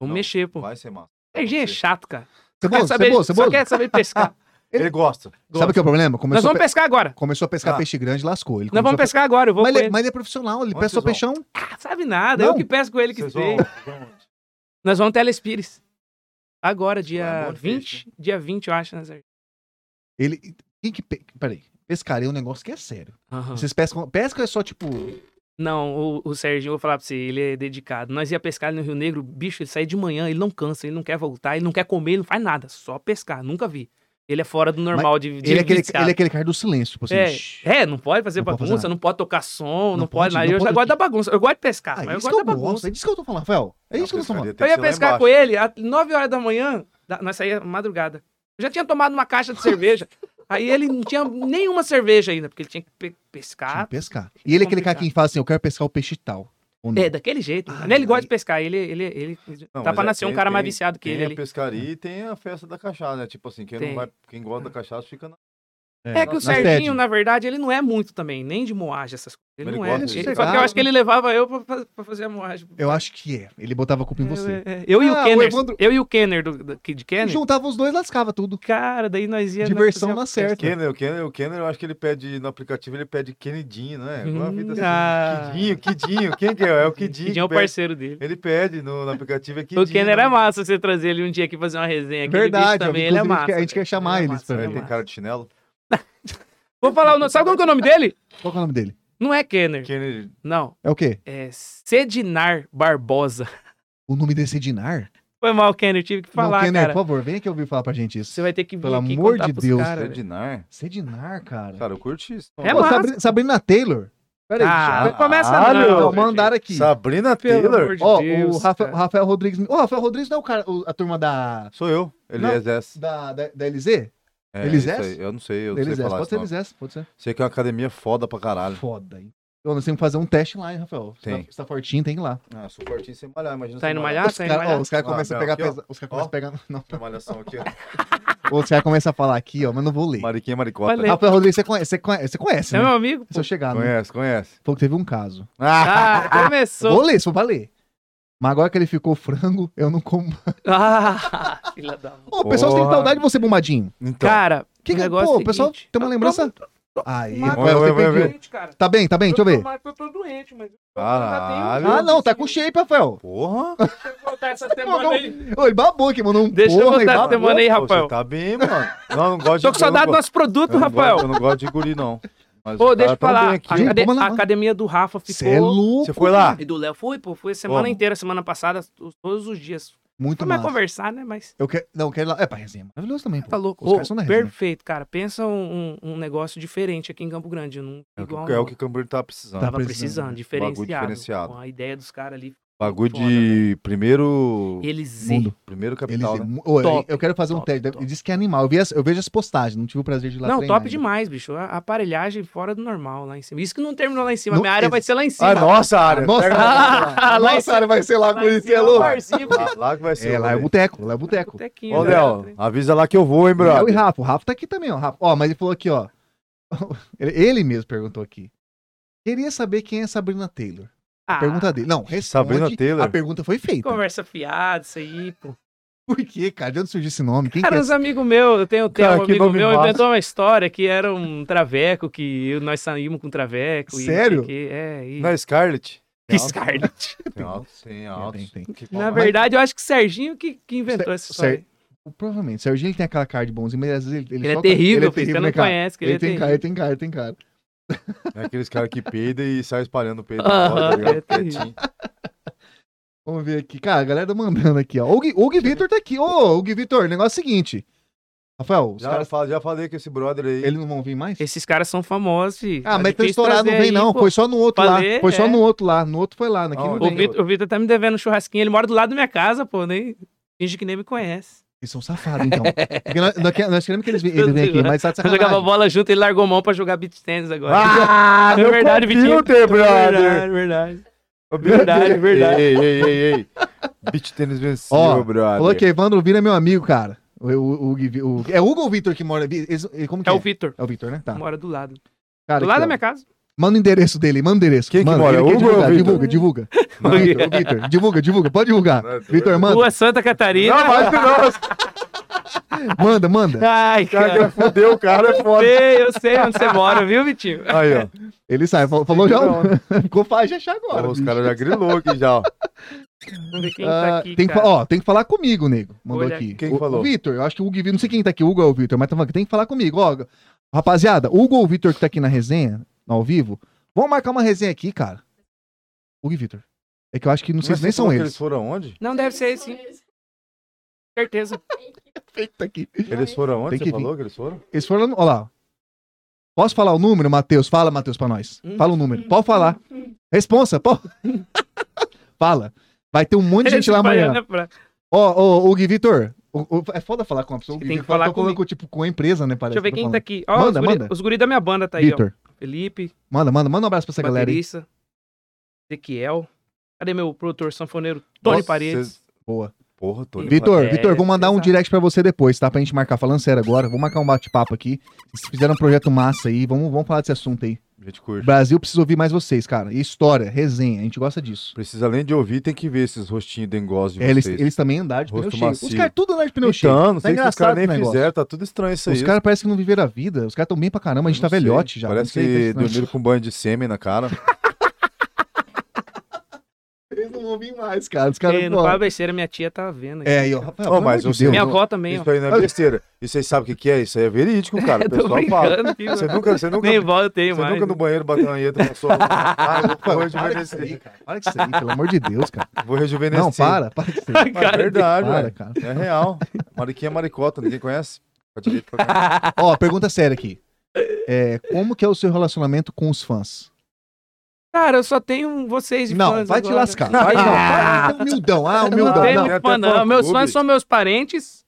Speaker 2: Vamos
Speaker 3: Não,
Speaker 2: mexer, pô.
Speaker 3: vai ser massa. Vai
Speaker 2: Serginho é
Speaker 3: acontecer.
Speaker 2: chato, cara. Só
Speaker 1: Ceboso,
Speaker 2: quer
Speaker 3: é
Speaker 2: saber,
Speaker 1: ceboso,
Speaker 2: só
Speaker 1: ceboso.
Speaker 2: quer saber
Speaker 3: [LAUGHS]
Speaker 2: pescar.
Speaker 3: Ele gosta.
Speaker 1: Sabe o que é o problema?
Speaker 2: Nós
Speaker 1: Começou, a
Speaker 2: vamos
Speaker 1: pe-
Speaker 2: pescar agora.
Speaker 1: começou a pescar
Speaker 3: Ah.
Speaker 1: peixe grande, lascou. Ele
Speaker 2: Nós
Speaker 1: começou
Speaker 2: vamos
Speaker 1: a pe-
Speaker 2: pescar agora, eu vou
Speaker 1: Mas
Speaker 2: com
Speaker 1: ele,
Speaker 2: ele.
Speaker 1: mas ele é profissional, ele
Speaker 3: Onde
Speaker 1: pesca o
Speaker 3: vocês
Speaker 1: peixão.
Speaker 2: Ah, sabe nada,
Speaker 1: Não.
Speaker 2: eu que pesco ele que
Speaker 3: Vocês
Speaker 2: sei.
Speaker 3: vão- vão-
Speaker 2: Nós vamos Telespires. Agora, dia
Speaker 3: bom de
Speaker 2: 20.
Speaker 3: peixe,
Speaker 2: Dia 20, eu acho, né, Serginho?
Speaker 1: Ele. Quem que pe... Peraí. Pescaria é um negócio que é sério.
Speaker 2: Aham.
Speaker 1: Vocês pescam. Pesca é só tipo.
Speaker 2: Não, o, o Serginho, eu vou falar pra você, ele é dedicado. Nós ia pescar ali no Rio Negro, bicho, ele sai de manhã, ele não cansa, ele não quer voltar, ele não quer comer, ele não faz nada, só pescar, nunca vi. Ele é fora do normal de, de
Speaker 1: Ele é, aquele,
Speaker 2: viciado.
Speaker 1: ele é aquele cara do silêncio, tipo assim.
Speaker 2: É,
Speaker 1: shh.
Speaker 2: É, não pode fazer
Speaker 1: Não pode
Speaker 2: bagunça,
Speaker 1: fazer nada.
Speaker 2: não pode tocar som, não,
Speaker 1: Não pode,
Speaker 2: pode nada.
Speaker 1: não
Speaker 2: eu já
Speaker 1: pode-
Speaker 2: gosto da bagunça, eu gosto de pescar,
Speaker 1: Ah,
Speaker 2: mas eu
Speaker 1: isso
Speaker 2: gosto
Speaker 1: que eu
Speaker 2: da bagunça.
Speaker 1: gosto. É disso que eu tô falando, Rafael. É
Speaker 3: Não,
Speaker 1: isso que eu tô falando.
Speaker 3: pescaria tem
Speaker 2: Eu
Speaker 3: que
Speaker 2: ia
Speaker 3: ser lá
Speaker 2: pescar com
Speaker 3: embaixo.
Speaker 2: ele às 9 horas da manhã, da- nós saíamos madrugada. Eu já tinha tomado uma caixa de cerveja, [LAUGHS] aí ele não tinha nenhuma cerveja ainda, porque ele tinha que pe-
Speaker 1: Tinha
Speaker 2: pescar,
Speaker 1: que pescar. E ele é aquele
Speaker 2: complicado.
Speaker 1: cara que fala assim: eu quero pescar o peixe tal. Ou não.
Speaker 2: É, daquele jeito.
Speaker 1: Ah,
Speaker 2: né? ele gosta
Speaker 1: aí-
Speaker 2: de pescar, ele, ele, ele
Speaker 3: Não,
Speaker 2: tá
Speaker 3: mas
Speaker 2: pra
Speaker 3: é,
Speaker 2: nascer um
Speaker 3: tem-
Speaker 2: cara mais
Speaker 3: tem-
Speaker 2: viciado que
Speaker 3: Tem
Speaker 2: ele
Speaker 3: a
Speaker 2: ali.
Speaker 3: pescaria e tem a festa da cachaça, né? Tipo assim, quem, não
Speaker 2: Tem. Ah.
Speaker 3: vai, quem gosta da cachaça fica na...
Speaker 2: É que o
Speaker 1: na sede.
Speaker 2: Serginho, na verdade, ele não é muito também, nem de moagem, essas coisas. Ele
Speaker 3: Mas
Speaker 2: não
Speaker 3: ele
Speaker 2: é.
Speaker 3: gosta de
Speaker 2: Ele-
Speaker 1: chegar,
Speaker 2: só que eu acho
Speaker 1: né?
Speaker 2: que ele levava eu pra, fa- pra fazer a moagem.
Speaker 1: Eu acho que é. Ele botava a culpa em você.
Speaker 2: Eu, é, eu e
Speaker 1: Ah,
Speaker 2: o
Speaker 1: o
Speaker 2: Kenner.
Speaker 1: Evandro-
Speaker 2: Eu e o Kenner do, do- que- de
Speaker 1: E
Speaker 2: Kenner.
Speaker 1: Juntava os dois, lascava tudo.
Speaker 2: Cara, daí nós ia. nós
Speaker 1: Diversão
Speaker 2: fazia
Speaker 1: na
Speaker 2: uma
Speaker 1: certa.
Speaker 2: festa.
Speaker 3: Kenner, o Kenner, o Kenner, eu acho que ele pede, no aplicativo, ele pede Kennedinho, né?
Speaker 2: Hum,
Speaker 3: Uma vida assim,
Speaker 2: ah.
Speaker 3: Kidinho, Kidinho, quem que é? É o Kidinho.
Speaker 2: Kidinho é o
Speaker 3: que pede.
Speaker 2: parceiro dele.
Speaker 3: Ele pede no, no aplicativo, é Kidinho.
Speaker 2: O Kenner
Speaker 3: né?
Speaker 2: é massa você trazer ele um dia aqui fazer uma resenha. Aquele bicho
Speaker 1: Verdade,
Speaker 2: também,
Speaker 1: ó,
Speaker 2: ele é
Speaker 1: inclusive,
Speaker 2: massa.
Speaker 1: a gente quer
Speaker 2: velho.
Speaker 1: chamar
Speaker 2: Ele é
Speaker 1: eles
Speaker 2: massa,
Speaker 1: pra-
Speaker 2: ele é
Speaker 3: Ele tem
Speaker 2: massa.
Speaker 3: cara de chinelo.
Speaker 2: Vou falar o nome. Sabe qual que é o nome dele?
Speaker 1: Qual que é o nome dele?
Speaker 2: Não é Kenner.
Speaker 3: Kenner,
Speaker 2: Não.
Speaker 1: É o quê?
Speaker 2: É Sedinar Barbosa.
Speaker 1: O nome desse é Dinar?
Speaker 2: Foi mal, Kenner. Tive que falar,
Speaker 1: não, Kenner,
Speaker 2: cara.
Speaker 1: por favor, vem aqui ouvir falar pra gente isso.
Speaker 2: Você vai ter que vir
Speaker 1: Pelo
Speaker 2: aqui
Speaker 1: amor
Speaker 2: contar
Speaker 1: de
Speaker 2: pros
Speaker 1: Deus,
Speaker 2: cara, velho.
Speaker 3: Sedinar.
Speaker 1: Sedinar, cara.
Speaker 3: Cara, eu curti isso.
Speaker 2: É
Speaker 1: Pô,
Speaker 2: massa.
Speaker 1: Sabri- Sabrina Taylor. Peraí.
Speaker 2: Ah,
Speaker 1: deixa
Speaker 2: não começa
Speaker 3: Caralho,
Speaker 2: não.
Speaker 1: eu-
Speaker 3: não,
Speaker 1: Ó, mandaram aqui.
Speaker 3: Sabrina
Speaker 2: Pelo
Speaker 3: Taylor.
Speaker 2: amor de
Speaker 1: Ó,
Speaker 2: Deus,
Speaker 1: o Rafa-
Speaker 2: cara.
Speaker 1: Rafael Rodrigues. Ô, Rafael Rodrigues não é o cara, o- a turma da.
Speaker 3: Sou eu, ele
Speaker 1: Não.
Speaker 3: é Zess.
Speaker 1: Da, da, da LZ?
Speaker 3: É,
Speaker 1: Eles
Speaker 3: isso
Speaker 1: é?
Speaker 3: aí, Eu não sei, eu não sei
Speaker 1: Elisés,
Speaker 3: falar
Speaker 1: pode
Speaker 3: isso.
Speaker 1: ser
Speaker 3: não.
Speaker 1: Elisés, pode ser.
Speaker 3: Sei que é uma academia foda pra caralho.
Speaker 1: Foda, hein? Ô, nós temos que fazer um teste lá, hein, Rafael? Você
Speaker 3: Tem.
Speaker 1: tá, você tá fortinho, tem que ir lá.
Speaker 3: Ah, sou fortinho sem malhar, imagina.
Speaker 2: Tá
Speaker 3: sem
Speaker 2: indo
Speaker 3: malhar.
Speaker 2: malhar?
Speaker 1: os
Speaker 2: tá
Speaker 1: caras
Speaker 2: indo
Speaker 1: cara
Speaker 3: Ah,
Speaker 1: começam a
Speaker 3: Bel,
Speaker 1: pegar
Speaker 3: aqui, ó.
Speaker 1: pesa... Os caras começam a pegar. Não.
Speaker 3: Tem malhação aqui, ó.
Speaker 1: Os caras começam a falar aqui, ó, mas não vou ler.
Speaker 3: Mariquinha Maricota.
Speaker 2: Valeu.
Speaker 1: Rafael Rodrigues, você conhece, você conhece, você conhece
Speaker 2: É
Speaker 1: né?
Speaker 2: meu amigo?
Speaker 1: Se eu chegar, né?
Speaker 3: Conhece, conhece.
Speaker 1: Falou que teve um caso.
Speaker 2: Ah, começou.
Speaker 1: Vou ler, só pra ler. Mas agora que ele ficou frango, eu não como.
Speaker 2: Ah, filha da mãe.
Speaker 1: Ô, o pessoal tem
Speaker 3: Porra.
Speaker 1: saudade de você, bombadinho.
Speaker 3: Então,
Speaker 2: Cara,
Speaker 1: Que
Speaker 2: o
Speaker 1: que-
Speaker 2: negócio
Speaker 1: pô,
Speaker 2: é
Speaker 1: o pessoal
Speaker 2: seguinte,
Speaker 1: tem uma
Speaker 2: eu
Speaker 1: lembrança-
Speaker 2: tô-
Speaker 1: Aí,
Speaker 2: Vai,
Speaker 1: Rafael,
Speaker 3: vai,
Speaker 1: você
Speaker 3: vai,
Speaker 1: perdeu.
Speaker 3: vai.
Speaker 2: doente, cara.
Speaker 1: Tá bem, tá bem, deixa eu ver.
Speaker 2: tomar- eu tô doente, mas.
Speaker 3: Caralho.
Speaker 1: Ah, não, tá com shape, Rafael.
Speaker 3: porra.
Speaker 2: Deixa eu voltar essa semana
Speaker 1: Mandou-
Speaker 2: aí.
Speaker 1: Ô, ele babou aqui, mandou um
Speaker 2: Deixa eu
Speaker 1: porra e
Speaker 2: botar
Speaker 1: babou.
Speaker 2: essa semana aí,
Speaker 3: Pô,
Speaker 2: Rafael.
Speaker 3: Você tá bem, mano. Não, não gosto de...
Speaker 2: Tô com saudade do nosso produto,
Speaker 3: eu não gosto-
Speaker 2: Rafael.
Speaker 3: Eu não gosto de guri, não. Mas
Speaker 2: Ô,
Speaker 3: o
Speaker 2: deixa eu
Speaker 3: cara tá
Speaker 2: falar.
Speaker 3: bem
Speaker 2: A,
Speaker 3: aqui.
Speaker 1: Gente,
Speaker 2: acade-
Speaker 1: vamos lá,
Speaker 2: a
Speaker 1: mano.
Speaker 2: academia do Rafa
Speaker 1: Você é
Speaker 2: ficou.
Speaker 1: louco.
Speaker 3: Você foi lá?
Speaker 2: E do Léo foi, pô, foi a semana
Speaker 3: Ô.
Speaker 2: inteira, semana passada, t- todos os dias.
Speaker 1: Muito
Speaker 2: Foi mais
Speaker 1: massa.
Speaker 2: conversar, né? Mas.
Speaker 1: Eu quero, não, eu quero ir lá. É, pra resenha. é Maravilhoso também, pô.
Speaker 2: Tá louco.
Speaker 1: Os
Speaker 2: Ô,
Speaker 1: caras são da resenha.
Speaker 2: perfeito, cara. Pensa um, um- um negócio diferente aqui em Campo Grande. Não,
Speaker 3: É o
Speaker 2: igual
Speaker 3: que, é o
Speaker 2: não.
Speaker 3: que o Cambridge tá precisando. né?
Speaker 1: Tá
Speaker 3: Um
Speaker 2: Tava precisando, diferenciado.
Speaker 3: Bagulho diferenciado.
Speaker 2: Pô, A ideia dos caras ali.
Speaker 3: Bagulho
Speaker 2: Foda, né?
Speaker 3: de primeiro...
Speaker 2: Eles
Speaker 1: Mundo.
Speaker 3: Primeiro
Speaker 1: Eles,
Speaker 3: capital, né?
Speaker 1: Ô, eu-
Speaker 2: Top,
Speaker 1: eu quero fazer um
Speaker 2: top,
Speaker 1: teste.
Speaker 2: top.
Speaker 1: Ele disse que é animal. Eu, vi as- eu vejo as postagens, não tive o prazer de ir lá
Speaker 2: Não,
Speaker 1: treinar
Speaker 2: top
Speaker 1: ainda.
Speaker 2: demais, bicho. A a aparelhagem fora do normal lá em cima. Isso que não terminou lá em cima.
Speaker 1: Não,
Speaker 2: Minha área
Speaker 1: ex-
Speaker 2: vai ser lá em
Speaker 3: Ah,
Speaker 2: cima.
Speaker 3: nossa área.
Speaker 1: Nossa,
Speaker 3: Pega-
Speaker 2: Ah, lá
Speaker 1: [LAUGHS]
Speaker 2: em
Speaker 1: nossa,
Speaker 2: cima.
Speaker 1: cara, vai ser lá
Speaker 2: Lá
Speaker 1: com
Speaker 2: em
Speaker 1: isso,
Speaker 2: cima,
Speaker 1: é louco.
Speaker 2: lá em [LAUGHS] cima.
Speaker 3: Lá, lá que vai ser.
Speaker 1: É,
Speaker 3: o
Speaker 1: lá é
Speaker 3: rolê.
Speaker 1: boteco, lá é boteco.
Speaker 2: Botequinho,
Speaker 3: Ô,
Speaker 2: né?
Speaker 3: Léo, avisa lá que eu vou, hein,
Speaker 1: Eu e
Speaker 3: brother.
Speaker 1: Rafa, o Rafa tá aqui também, ó. Rafa. Ó, mas ele falou aqui, ó. [LAUGHS] Ele, ele mesmo perguntou aqui. Queria saber quem é Sabrina Taylor.
Speaker 2: Ah,
Speaker 1: Pergunta dele. Não, responde.
Speaker 3: Sabrina Taylor?
Speaker 1: A pergunta foi feita.
Speaker 2: Conversa fiada, isso aí, pô.
Speaker 1: Por quê, cara? De onde surgiu esse nome? Quem que
Speaker 2: Cara,
Speaker 1: é
Speaker 2: uns amigos meus, eu tenho, tenho
Speaker 3: Cara,
Speaker 2: um
Speaker 3: que
Speaker 2: amigo
Speaker 3: nome
Speaker 2: meu,
Speaker 3: massa.
Speaker 2: inventou uma história que era um traveco, que eu- nós saímos com traveco. e não sei
Speaker 1: Sério?
Speaker 2: o quê. é, e...
Speaker 3: Não é Scarlett?
Speaker 2: Que
Speaker 3: alto.
Speaker 2: Scarlett.
Speaker 3: Tem altos, tem altos.
Speaker 1: tem, tem.
Speaker 3: Que
Speaker 2: É Na
Speaker 3: bom.
Speaker 2: verdade, eu acho que o Serginho que, que inventou
Speaker 1: Ser-
Speaker 2: essa história.
Speaker 1: Provavelmente. O Serginho ele tem aquela cara de bonzinho, mas às vezes ele.
Speaker 2: Ele é
Speaker 1: só-
Speaker 2: terrível, filho, você
Speaker 1: né,
Speaker 2: não
Speaker 1: cara?
Speaker 2: conhece que
Speaker 1: Ele,
Speaker 2: ele é
Speaker 1: tem cara,
Speaker 2: terrível.
Speaker 1: ele tem cara, ele tem cara.
Speaker 3: É aqueles caras que peidam e saem espalhando
Speaker 2: [LAUGHS]
Speaker 3: o peido.
Speaker 2: Aham,
Speaker 3: fora, tá ligado?
Speaker 2: é terrível.
Speaker 3: Quietinho.
Speaker 1: Vamos ver aqui. Cara, a galera tá mandando aqui, ó. O Gui, o Gui Vitor tá aqui. Ô, o Gui Vitor, o negócio é o seguinte. Rafael, os
Speaker 3: já,
Speaker 1: caras.
Speaker 3: fa- já falei com esse brother aí.
Speaker 1: Eles não vão vir mais?
Speaker 2: Esses caras são famosos. fi.
Speaker 1: Ah,
Speaker 2: Tá
Speaker 1: mas tão
Speaker 2: difícil
Speaker 1: estourado não
Speaker 2: trazer
Speaker 1: vem,
Speaker 2: aí,
Speaker 1: não.
Speaker 2: pô.
Speaker 1: Foi só no outro lá.
Speaker 2: Fazer,
Speaker 1: Foi só
Speaker 2: é.
Speaker 1: no outro lá. No outro foi lá. Naquele não
Speaker 3: Ó,
Speaker 2: O
Speaker 1: vem.
Speaker 2: Vitor, o Vitor tá me devendo um churrasquinho, ele mora do lado da minha casa, pô, nem finge que nem me conhece.
Speaker 1: Eles são safados, então. Porque nós, nós que- nós queremos que eles, vi- eles venham aqui, mas tá de
Speaker 2: Eu jogava
Speaker 1: sacanagem.
Speaker 2: bola junto, ele largou mão pra jogar beat tênis agora.
Speaker 3: Ah,
Speaker 2: [LAUGHS] É verdade, É
Speaker 3: computer, brother.
Speaker 2: verdade, verdade. É
Speaker 3: Verdade,
Speaker 2: Verdade,
Speaker 3: verdade. Ei, ei, ei, ei. Beach tênis venceu,
Speaker 1: Ó,
Speaker 3: brother.
Speaker 1: Falou que Evandro Vira é meu amigo, cara. O, o, o Gui Vi- o- é Hugo ou Vitor que mora. Vi- eles- ele- como que
Speaker 2: É
Speaker 1: é?
Speaker 2: o Vitor,
Speaker 1: É o Vitor, né? Tá.
Speaker 2: mora do lado.
Speaker 1: Cara,
Speaker 2: Do
Speaker 1: aqui,
Speaker 2: lado
Speaker 1: ó.
Speaker 2: da minha casa.
Speaker 1: Manda o endereço dele, manda o endereço.
Speaker 3: Quem que
Speaker 1: Manda,
Speaker 3: mora,
Speaker 1: ele
Speaker 3: Hugo
Speaker 1: quer
Speaker 3: ou
Speaker 1: divulgar,
Speaker 3: Vitor?
Speaker 1: divulga, divulga.
Speaker 2: [LAUGHS] Não,
Speaker 1: Vitor, o Vitor, divulga, divulga, pode divulgar.
Speaker 3: Não, é doido.
Speaker 1: Vitor, manda,
Speaker 2: Rua Santa Catarina.
Speaker 3: Não,
Speaker 2: [LAUGHS]
Speaker 3: vai pro nosso.
Speaker 1: manda, manda.
Speaker 2: Ai,
Speaker 3: Cara,
Speaker 2: cara.
Speaker 3: que fudeu o cara, é
Speaker 2: Eu
Speaker 3: foda.
Speaker 2: sei, eu sei onde você mora, viu, Vitinho?
Speaker 3: Aí, ó.
Speaker 1: Ele sai, falou, falou já, [LAUGHS] ficou fácil de achar agora.
Speaker 3: Ó, Os
Speaker 1: bicho.
Speaker 3: caras já grilou aqui já, ó.
Speaker 2: Vamos ver quem
Speaker 1: Ah,
Speaker 2: tá aqui,
Speaker 1: tem que, fa-
Speaker 2: cara.
Speaker 1: ó, tem que falar comigo, nego. Mandou
Speaker 2: Olha
Speaker 1: aqui.
Speaker 3: quem
Speaker 1: o,
Speaker 3: falou.
Speaker 1: O Vitor, eu acho que o Hugo e Vitor, não sei quem tá aqui, o Hugo ou o Vitor, mas tá falando que tem que falar comigo. Ó, rapaziada, o Hugo ou o Vitor que tá aqui na resenha, ao vivo, vamos marcar uma resenha aqui, cara. Hugo e Vitor. É que eu acho que não sei
Speaker 3: Mas
Speaker 1: se nem
Speaker 3: você
Speaker 1: são
Speaker 3: falou que Eles
Speaker 1: eles.
Speaker 3: foram onde?
Speaker 2: Não, deve ser sim.
Speaker 1: [LAUGHS]
Speaker 2: Certeza.
Speaker 1: Tá aqui.
Speaker 3: Eles foram onde?
Speaker 1: Tem
Speaker 3: Você
Speaker 1: que vir.
Speaker 3: falou que eles foram?
Speaker 1: Eles foram lá. Ó lá. Posso falar o número, Matheus? Fala, Matheus, pra nós.
Speaker 2: Hum.
Speaker 1: Fala o número. Pode
Speaker 2: [LAUGHS]
Speaker 1: falar. Responsa, pode. [LAUGHS] Fala. Vai ter um monte de gente lá amanhã.
Speaker 2: Baiana pra-
Speaker 1: Ó, ó, Hugo e Vitor. o- o- É foda falar com a pessoa.
Speaker 2: Tem que
Speaker 1: Vitor
Speaker 2: falar
Speaker 1: tá colocando, tipo, com a empresa, né? Parece.
Speaker 2: Deixa eu ver
Speaker 1: que
Speaker 2: quem tá
Speaker 1: falando.
Speaker 2: aqui. Ó,
Speaker 1: Manda,
Speaker 2: os, guri,
Speaker 1: manda.
Speaker 2: os guri da minha banda tá aí,
Speaker 1: Vitor,
Speaker 2: ó. Felipe,
Speaker 1: manda, manda, manda um abraço pra essa galera aí.
Speaker 2: baterista, Ezequiel. Cadê meu produtor sanfoneiro? Tony
Speaker 3: Nossa,
Speaker 2: Paredes.
Speaker 3: cês-
Speaker 1: Boa.
Speaker 3: Porra, Tony.
Speaker 1: Vitor,
Speaker 2: É,
Speaker 1: Vitor, vou mandar um
Speaker 2: exato.
Speaker 1: direct pra você depois, tá? Pra gente marcar. Falando sério agora, vou marcar um bate-papo aqui. Vocês fizeram um projeto massa aí, vamos, vamos falar desse assunto aí.
Speaker 3: A gente
Speaker 1: O
Speaker 3: curte.
Speaker 1: Brasil precisa ouvir mais vocês, cara. E história, resenha, a gente gosta disso.
Speaker 3: Precisa, além de ouvir, tem que ver esses rostinhos dengosos de
Speaker 1: É, eles,
Speaker 3: vocês.
Speaker 1: eles também andaram de
Speaker 3: Rosto
Speaker 1: pneu cheio. Os
Speaker 3: macio.
Speaker 1: caras é tudo andaram de pneu cheio.
Speaker 3: Então, não sei se os
Speaker 1: engraçado
Speaker 3: caras nem
Speaker 1: esse negócio.
Speaker 3: fizeram, tá tudo estranho isso aí.
Speaker 1: Os caras parecem que não viveram a vida. Os caras estão bem pra caramba. A gente
Speaker 3: Não
Speaker 1: tá
Speaker 3: sei.
Speaker 1: velhote já.
Speaker 3: Parece
Speaker 1: não sei,
Speaker 3: que
Speaker 1: tá estranho.
Speaker 3: dormiram com um banho de sêmen na cara.
Speaker 1: Eles não vão vir mais, cara. Os caras,
Speaker 2: Ei,
Speaker 1: pô,
Speaker 2: não fala besteira, minha tia tá vendo. aqui.
Speaker 1: É, e o Rafael,
Speaker 3: Ó,
Speaker 1: pelo
Speaker 3: mas
Speaker 1: amor de
Speaker 3: eu
Speaker 1: Deus.
Speaker 2: minha
Speaker 3: não-
Speaker 2: avó também, ó.
Speaker 3: Isso aí não é besteira. E vocês sabem o que, que é? Isso aí é
Speaker 2: [LAUGHS]
Speaker 3: verídico, cara. O
Speaker 2: Tô
Speaker 1: é
Speaker 3: pessoal fala.
Speaker 2: brincando. aqui,
Speaker 3: Você
Speaker 2: mano.
Speaker 3: nunca, você nunca,
Speaker 2: Nem vó eu tenho
Speaker 3: você
Speaker 2: mais.
Speaker 3: nunca no banheiro bateu uma anheta
Speaker 1: [LAUGHS]
Speaker 3: passou. Ah, eu vou- vou
Speaker 1: Para com isso aí,
Speaker 3: rejuvenescer.
Speaker 1: cara. Para com isso aí, pelo amor de Deus, cara.
Speaker 3: Vou rejuvenescer.
Speaker 1: Não, para, para com isso aí.
Speaker 2: [LAUGHS] Cara,
Speaker 3: Mas É verdade,
Speaker 1: Para,
Speaker 3: velho.
Speaker 1: cara.
Speaker 3: É real. Mariquinha é Maricota, ninguém conhece? Fica direito pra cá.
Speaker 1: Ó, pergunta séria aqui. É, como que é o seu relacionamento com os fãs?
Speaker 2: Cara, eu só tenho vocês de
Speaker 1: Não,
Speaker 2: fãs
Speaker 1: vai te
Speaker 2: agora.
Speaker 1: lascar. Vai, não, para, é humildão. Ah,
Speaker 2: Ah. Não
Speaker 1: humildão. Não,
Speaker 2: tenho
Speaker 3: Tem
Speaker 2: muito
Speaker 3: até
Speaker 2: fã, não.
Speaker 3: fã-clube.
Speaker 2: Meus fãs são meus parentes,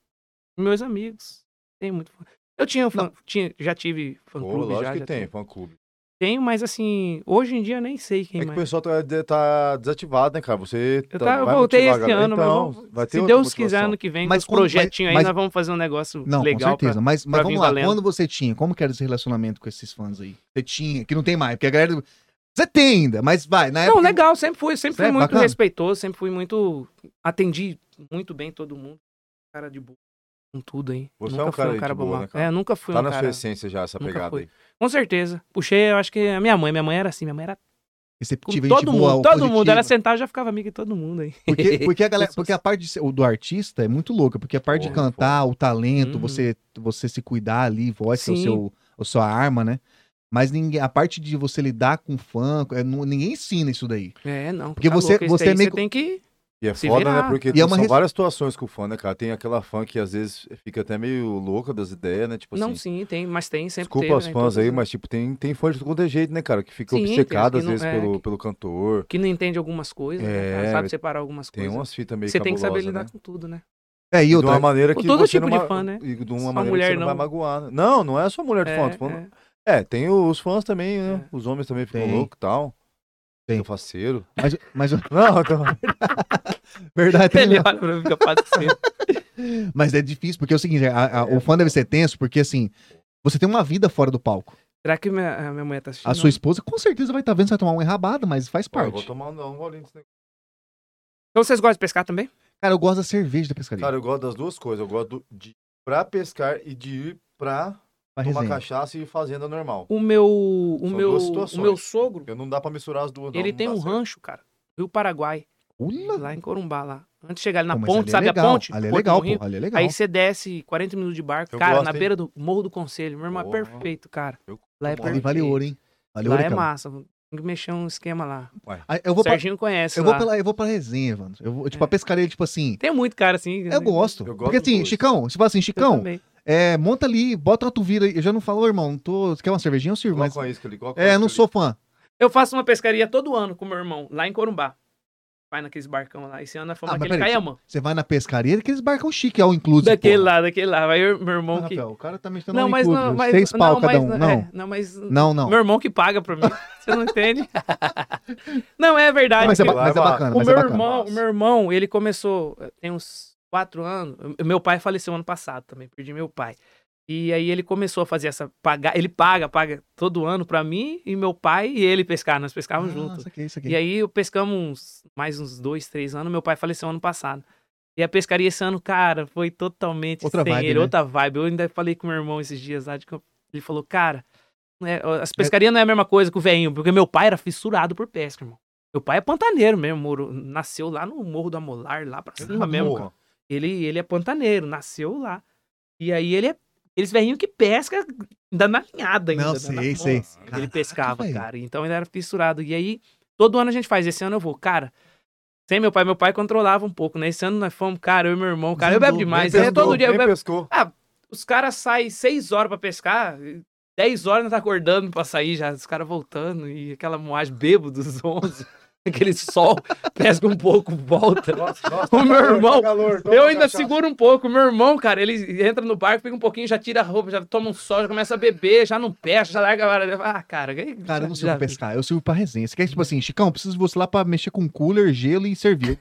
Speaker 2: meus amigos. Tem muito fã. Eu tinha, um fã, tinha- já tive fã
Speaker 3: Pô,
Speaker 2: clube. já,
Speaker 3: lógico que
Speaker 2: já
Speaker 3: tem,
Speaker 2: tive.
Speaker 3: fã clube.
Speaker 2: Tenho, mas assim, hoje em dia eu nem sei quem
Speaker 3: É que o
Speaker 2: mais.
Speaker 3: pessoal tá, tá desativado, né, cara? Você
Speaker 2: Eu,
Speaker 3: tá-
Speaker 2: tá- eu
Speaker 3: vai
Speaker 2: voltei
Speaker 3: motivar a
Speaker 2: esse
Speaker 3: galera.
Speaker 2: ano, mas
Speaker 3: então,
Speaker 2: vamos-
Speaker 3: vai ter
Speaker 2: se
Speaker 3: outra
Speaker 2: Deus quiser,
Speaker 3: motivação.
Speaker 2: ano que vem,
Speaker 1: Mas
Speaker 2: mas os
Speaker 1: quando- mas-
Speaker 2: projetinhos aí,
Speaker 1: mas-
Speaker 2: nós vamos fazer um negócio
Speaker 1: com
Speaker 2: legal.
Speaker 1: certeza.
Speaker 2: pra-
Speaker 1: Mas, mas
Speaker 2: pra
Speaker 1: vamos
Speaker 2: vir
Speaker 1: lá,
Speaker 2: valendo.
Speaker 1: quando você tinha, como que era esse relacionamento com esses fãs aí? Você tinha, que não tem mais, porque a galera. Você tem ainda, mas vai, na
Speaker 2: Não,
Speaker 1: época.
Speaker 2: legal, sempre fui. Sempre fui
Speaker 3: é
Speaker 1: Sério?
Speaker 2: muito
Speaker 1: Bacana.
Speaker 2: respeitoso, sempre fui muito. Atendi muito bem todo mundo. Cara de boa. Com tudo aí.
Speaker 3: Você
Speaker 2: nunca
Speaker 3: é um
Speaker 2: fui
Speaker 3: cara de
Speaker 2: boa,
Speaker 3: boa, né, cara?
Speaker 2: É, nunca fui
Speaker 3: Tá
Speaker 2: um
Speaker 3: na sua
Speaker 2: cara.
Speaker 3: essência já essa
Speaker 2: Nunca
Speaker 3: pegada
Speaker 2: foi.
Speaker 3: aí.
Speaker 2: Com certeza. Puxei, eu acho que a minha mãe. Minha mãe era assim, minha mãe era com
Speaker 1: receptiva, Tipo, gente
Speaker 2: todo mundo.
Speaker 1: boa,
Speaker 2: todo mundo.
Speaker 1: positiva.
Speaker 2: Ela sentava e já ficava amiga de todo mundo aí. [LAUGHS]
Speaker 1: Porque, porque a galera,
Speaker 2: Pessoas-
Speaker 1: porque a parte de ser- o do artista é muito louca, porque a parte de
Speaker 3: Porra,
Speaker 1: cantar, o talento,
Speaker 2: Uhum.
Speaker 1: você você se cuidar ali, voz, que é o
Speaker 2: Sim.
Speaker 1: seu a sua arma, né? Mas ninguém, a parte de você lidar com fã, é, nu- ninguém ensina isso daí.
Speaker 2: É, não.
Speaker 1: Porque
Speaker 2: tá
Speaker 1: você-
Speaker 2: louco, isso
Speaker 1: você
Speaker 2: daí
Speaker 1: é meio que-
Speaker 2: tem que.
Speaker 3: E é
Speaker 2: Se
Speaker 3: foda, né?
Speaker 2: virar.
Speaker 3: Porque
Speaker 1: E
Speaker 3: tem-
Speaker 1: é uma
Speaker 3: são
Speaker 1: res-
Speaker 3: várias situações com o fã, né, cara? Tem aquela fã que às vezes fica até meio louca das ideias, né? Tipo
Speaker 2: não,
Speaker 3: assim.
Speaker 2: sim, tem, mas tem, sempre
Speaker 3: Desculpa
Speaker 2: teve,
Speaker 3: os
Speaker 2: né,
Speaker 3: fãs
Speaker 2: todas
Speaker 3: aí,
Speaker 2: as-
Speaker 3: mas tipo, tem, tem fã de todo jeito, né, cara? Que fica
Speaker 2: Sim, tem os
Speaker 3: obcecado
Speaker 2: que
Speaker 3: às
Speaker 2: não-
Speaker 3: vezes
Speaker 2: é,
Speaker 3: pelo,
Speaker 2: que-
Speaker 3: pelo cantor.
Speaker 2: assim, Que não entende algumas coisas, né, cara?
Speaker 3: É,
Speaker 2: sabe separar algumas
Speaker 3: Tem
Speaker 2: coisas.
Speaker 3: umas fitas meio
Speaker 2: é. Você tem que saber
Speaker 3: cabulosas,
Speaker 2: lidar
Speaker 3: né?
Speaker 2: com tudo, né?
Speaker 1: É, e
Speaker 3: de uma
Speaker 1: outra,
Speaker 3: maneira
Speaker 2: Com
Speaker 3: que
Speaker 2: todo
Speaker 3: você
Speaker 2: tipo
Speaker 3: não
Speaker 2: de
Speaker 3: ma-
Speaker 2: fã, né?
Speaker 3: e de
Speaker 2: Só
Speaker 3: uma maneira
Speaker 2: mulher
Speaker 3: que você não vai
Speaker 2: não.
Speaker 3: magoar. né? Não, não é só mulher de fã. tô falando-
Speaker 2: é.
Speaker 3: É, tem os fãs também, né? Os homens também ficam
Speaker 1: Tem.
Speaker 3: loucos e tal.
Speaker 1: Tem.
Speaker 3: Tem. faceiro.
Speaker 1: é, mas, mas [LAUGHS]
Speaker 3: Não, então...
Speaker 1: verdade, tem-
Speaker 2: Ele olha pra mim e fica [LAUGHS] parecendo.
Speaker 1: mas é difícil, porque é o seguinte, a- a- o fã deve ser tenso, porque assim, você tem uma vida fora do palco.
Speaker 2: Será que minha, a minha mulher tá assistindo?
Speaker 1: A sua esposa com certeza vai estar vendo, você vai tomar um enrabado, mas faz
Speaker 3: Pô, eu vou
Speaker 1: parte.
Speaker 3: tomar um, um golinho desse negócio.
Speaker 2: Então vocês gostam de pescar também?
Speaker 1: Cara, eu gosto da cerveja da pescaria.
Speaker 3: Cara, eu gosto das duas coisas. Eu gosto do- de ir pra pescar e de ir pra
Speaker 1: Pra
Speaker 3: tomar
Speaker 1: resenha.
Speaker 3: cachaça e fazenda normal.
Speaker 2: O meu, o
Speaker 3: São
Speaker 2: meu,
Speaker 3: duas
Speaker 2: o
Speaker 3: situações.
Speaker 2: meu sogro,
Speaker 3: Porque não dá pra misturar as duas, não.
Speaker 2: ele
Speaker 3: não
Speaker 2: tem
Speaker 3: dá
Speaker 2: um
Speaker 3: certo.
Speaker 2: rancho, cara. Rio Paraguai,
Speaker 1: Olha,
Speaker 2: lá em Corumbá, lá. Antes de chegar ali na
Speaker 1: Hum. pô, mas ali
Speaker 2: ponte,
Speaker 1: é
Speaker 2: sabe
Speaker 1: legal.
Speaker 2: a ponte?
Speaker 1: Ali é
Speaker 2: Porto
Speaker 1: legal,
Speaker 2: Morrinho.
Speaker 1: pô. Ali é legal.
Speaker 2: Aí você desce 40 minutos de barco,
Speaker 3: Eu
Speaker 2: cara,
Speaker 3: gosto,
Speaker 2: na
Speaker 3: hein?
Speaker 2: beira do Morro do Conselho. Meu irmão, é
Speaker 3: Boa.
Speaker 2: perfeito, cara.
Speaker 3: Eu-
Speaker 2: Lá é
Speaker 1: Ali
Speaker 3: Ali
Speaker 2: perfeito.
Speaker 1: vale ouro, hein? Vale
Speaker 2: lá
Speaker 1: ouro,
Speaker 2: é
Speaker 1: cara.
Speaker 2: massa. Tem que mexer um esquema lá.
Speaker 1: Aí Eu
Speaker 2: O
Speaker 1: vou pra,
Speaker 2: Serginho É. conhece
Speaker 1: eu
Speaker 2: lá.
Speaker 1: vou pela, eu vou pra resenha, Evandro. Eu vou, tipo, a pescaria, tipo assim...
Speaker 2: Tem muito cara assim.
Speaker 1: Eu gosto.
Speaker 3: Eu gosto
Speaker 1: Porque
Speaker 3: dos
Speaker 1: assim,
Speaker 3: dois.
Speaker 1: Chicão, você fala assim,
Speaker 2: Eu
Speaker 1: Chicão,
Speaker 2: também.
Speaker 1: é, monta ali, bota uma tuvira aí. Eu já não falo, "Ô, irmão, não tô... Quer uma cervejinha? Eu sirvo,
Speaker 3: Coloca
Speaker 1: mas...
Speaker 3: uma isca ali, coloca uma
Speaker 1: É,
Speaker 3: isca
Speaker 1: não
Speaker 3: ali.
Speaker 1: sou fã.
Speaker 2: Eu faço uma pescaria todo ano com meu irmão, lá em Corumbá. Vai naqueles barcão lá. Esse ano nós fomos
Speaker 1: Ah, mas
Speaker 2: naquele
Speaker 1: peraí,
Speaker 2: Caiamã.
Speaker 1: Você vai na pescaria, aqueles barcão chique, all inclusive.
Speaker 2: Daquele
Speaker 1: porra.
Speaker 2: lá, daquele lá. Vai eu- meu irmão
Speaker 1: Ah,
Speaker 2: que.
Speaker 1: Rafael, o cara tá mexendo
Speaker 2: Não, mas não, mas.
Speaker 1: Seis pau
Speaker 2: não,
Speaker 1: cada
Speaker 2: mas,
Speaker 1: um.
Speaker 2: é,
Speaker 1: Não,
Speaker 2: não, mas.
Speaker 1: não, não.
Speaker 2: Meu irmão que paga pra mim. Você
Speaker 1: [LAUGHS]
Speaker 2: não entende? não, é verdade.
Speaker 1: Mas é, ba-
Speaker 3: Lá é
Speaker 1: mas é
Speaker 3: barato.
Speaker 1: bacana,
Speaker 2: O
Speaker 1: mas
Speaker 2: meu,
Speaker 1: é bacana.
Speaker 2: irmão, o meu irmão, ele começou, eh, tem uns quatro anos. o Meu pai faleceu ano passado também, perdi meu pai. E aí ele começou a fazer essa. Pagar, ele paga, paga todo ano pra mim e meu pai e ele pescar. Nós pescávamos
Speaker 1: Ah,
Speaker 2: juntos.
Speaker 1: Isso aqui, isso aqui.
Speaker 2: E aí eu pescamos uns- mais uns dois, três anos. Meu pai faleceu ano passado. E a pescaria esse ano, cara, foi totalmente
Speaker 1: Outra
Speaker 2: sem
Speaker 1: vibe,
Speaker 2: ele,
Speaker 1: né?
Speaker 2: outra vibe. Eu ainda falei com meu irmão esses dias lá, de que eu- ele falou, cara, né, as pescarias não é a mesma coisa que o veinho, porque meu pai era fissurado por pesca, irmão. Meu pai é pantaneiro mesmo, moro, nasceu lá no Morro do Amolar, lá pra cima mesmo.
Speaker 3: Porra.
Speaker 2: cara. Ele, ele é pantaneiro, nasceu lá. E aí ele é. Eles veinho que pesca ainda na linhada ainda.
Speaker 1: Não,
Speaker 2: né, na-
Speaker 1: sei, sei.
Speaker 2: Nossa,
Speaker 1: Caraca,
Speaker 2: ele pescava,
Speaker 1: velho.
Speaker 2: cara. Então ele era fissurado. E aí, todo ano a gente faz. Esse ano eu vou, cara. Sem meu pai, meu pai controlava um pouco, né? Esse ano nós fomos, cara, eu e meu irmão, cara, eu
Speaker 1: Desandou,
Speaker 2: bebo demais.
Speaker 1: nem
Speaker 2: É, todo
Speaker 1: pescou,
Speaker 2: dia eu
Speaker 3: Nem
Speaker 2: bebo.
Speaker 3: pescou.
Speaker 2: Os caras saem 6 horas pra pescar, 10 horas nós tá acordando pra sair já, os caras voltando e aquela moagem bêbado [LAUGHS] dos 11, aquele sol, pesca um pouco, volta.
Speaker 3: Nossa,
Speaker 2: [LAUGHS]
Speaker 3: nossa,
Speaker 2: O meu
Speaker 3: calor,
Speaker 2: irmão,
Speaker 3: calor, tá toma
Speaker 2: Eu ainda
Speaker 3: cachaça.
Speaker 2: seguro um pouco. Meu irmão, cara, ele entra no barco, pega um pouquinho, já tira a roupa, já toma um sol, já começa a beber, já não pesca, já larga a vara. Ah, cara, aí-
Speaker 1: Cara, eu não
Speaker 2: já-
Speaker 1: sirvo pra pescar, eu sirvo pra resenha. Você quer, tipo assim, Chicão, preciso de você lá pra mexer com cooler, gelo e servir.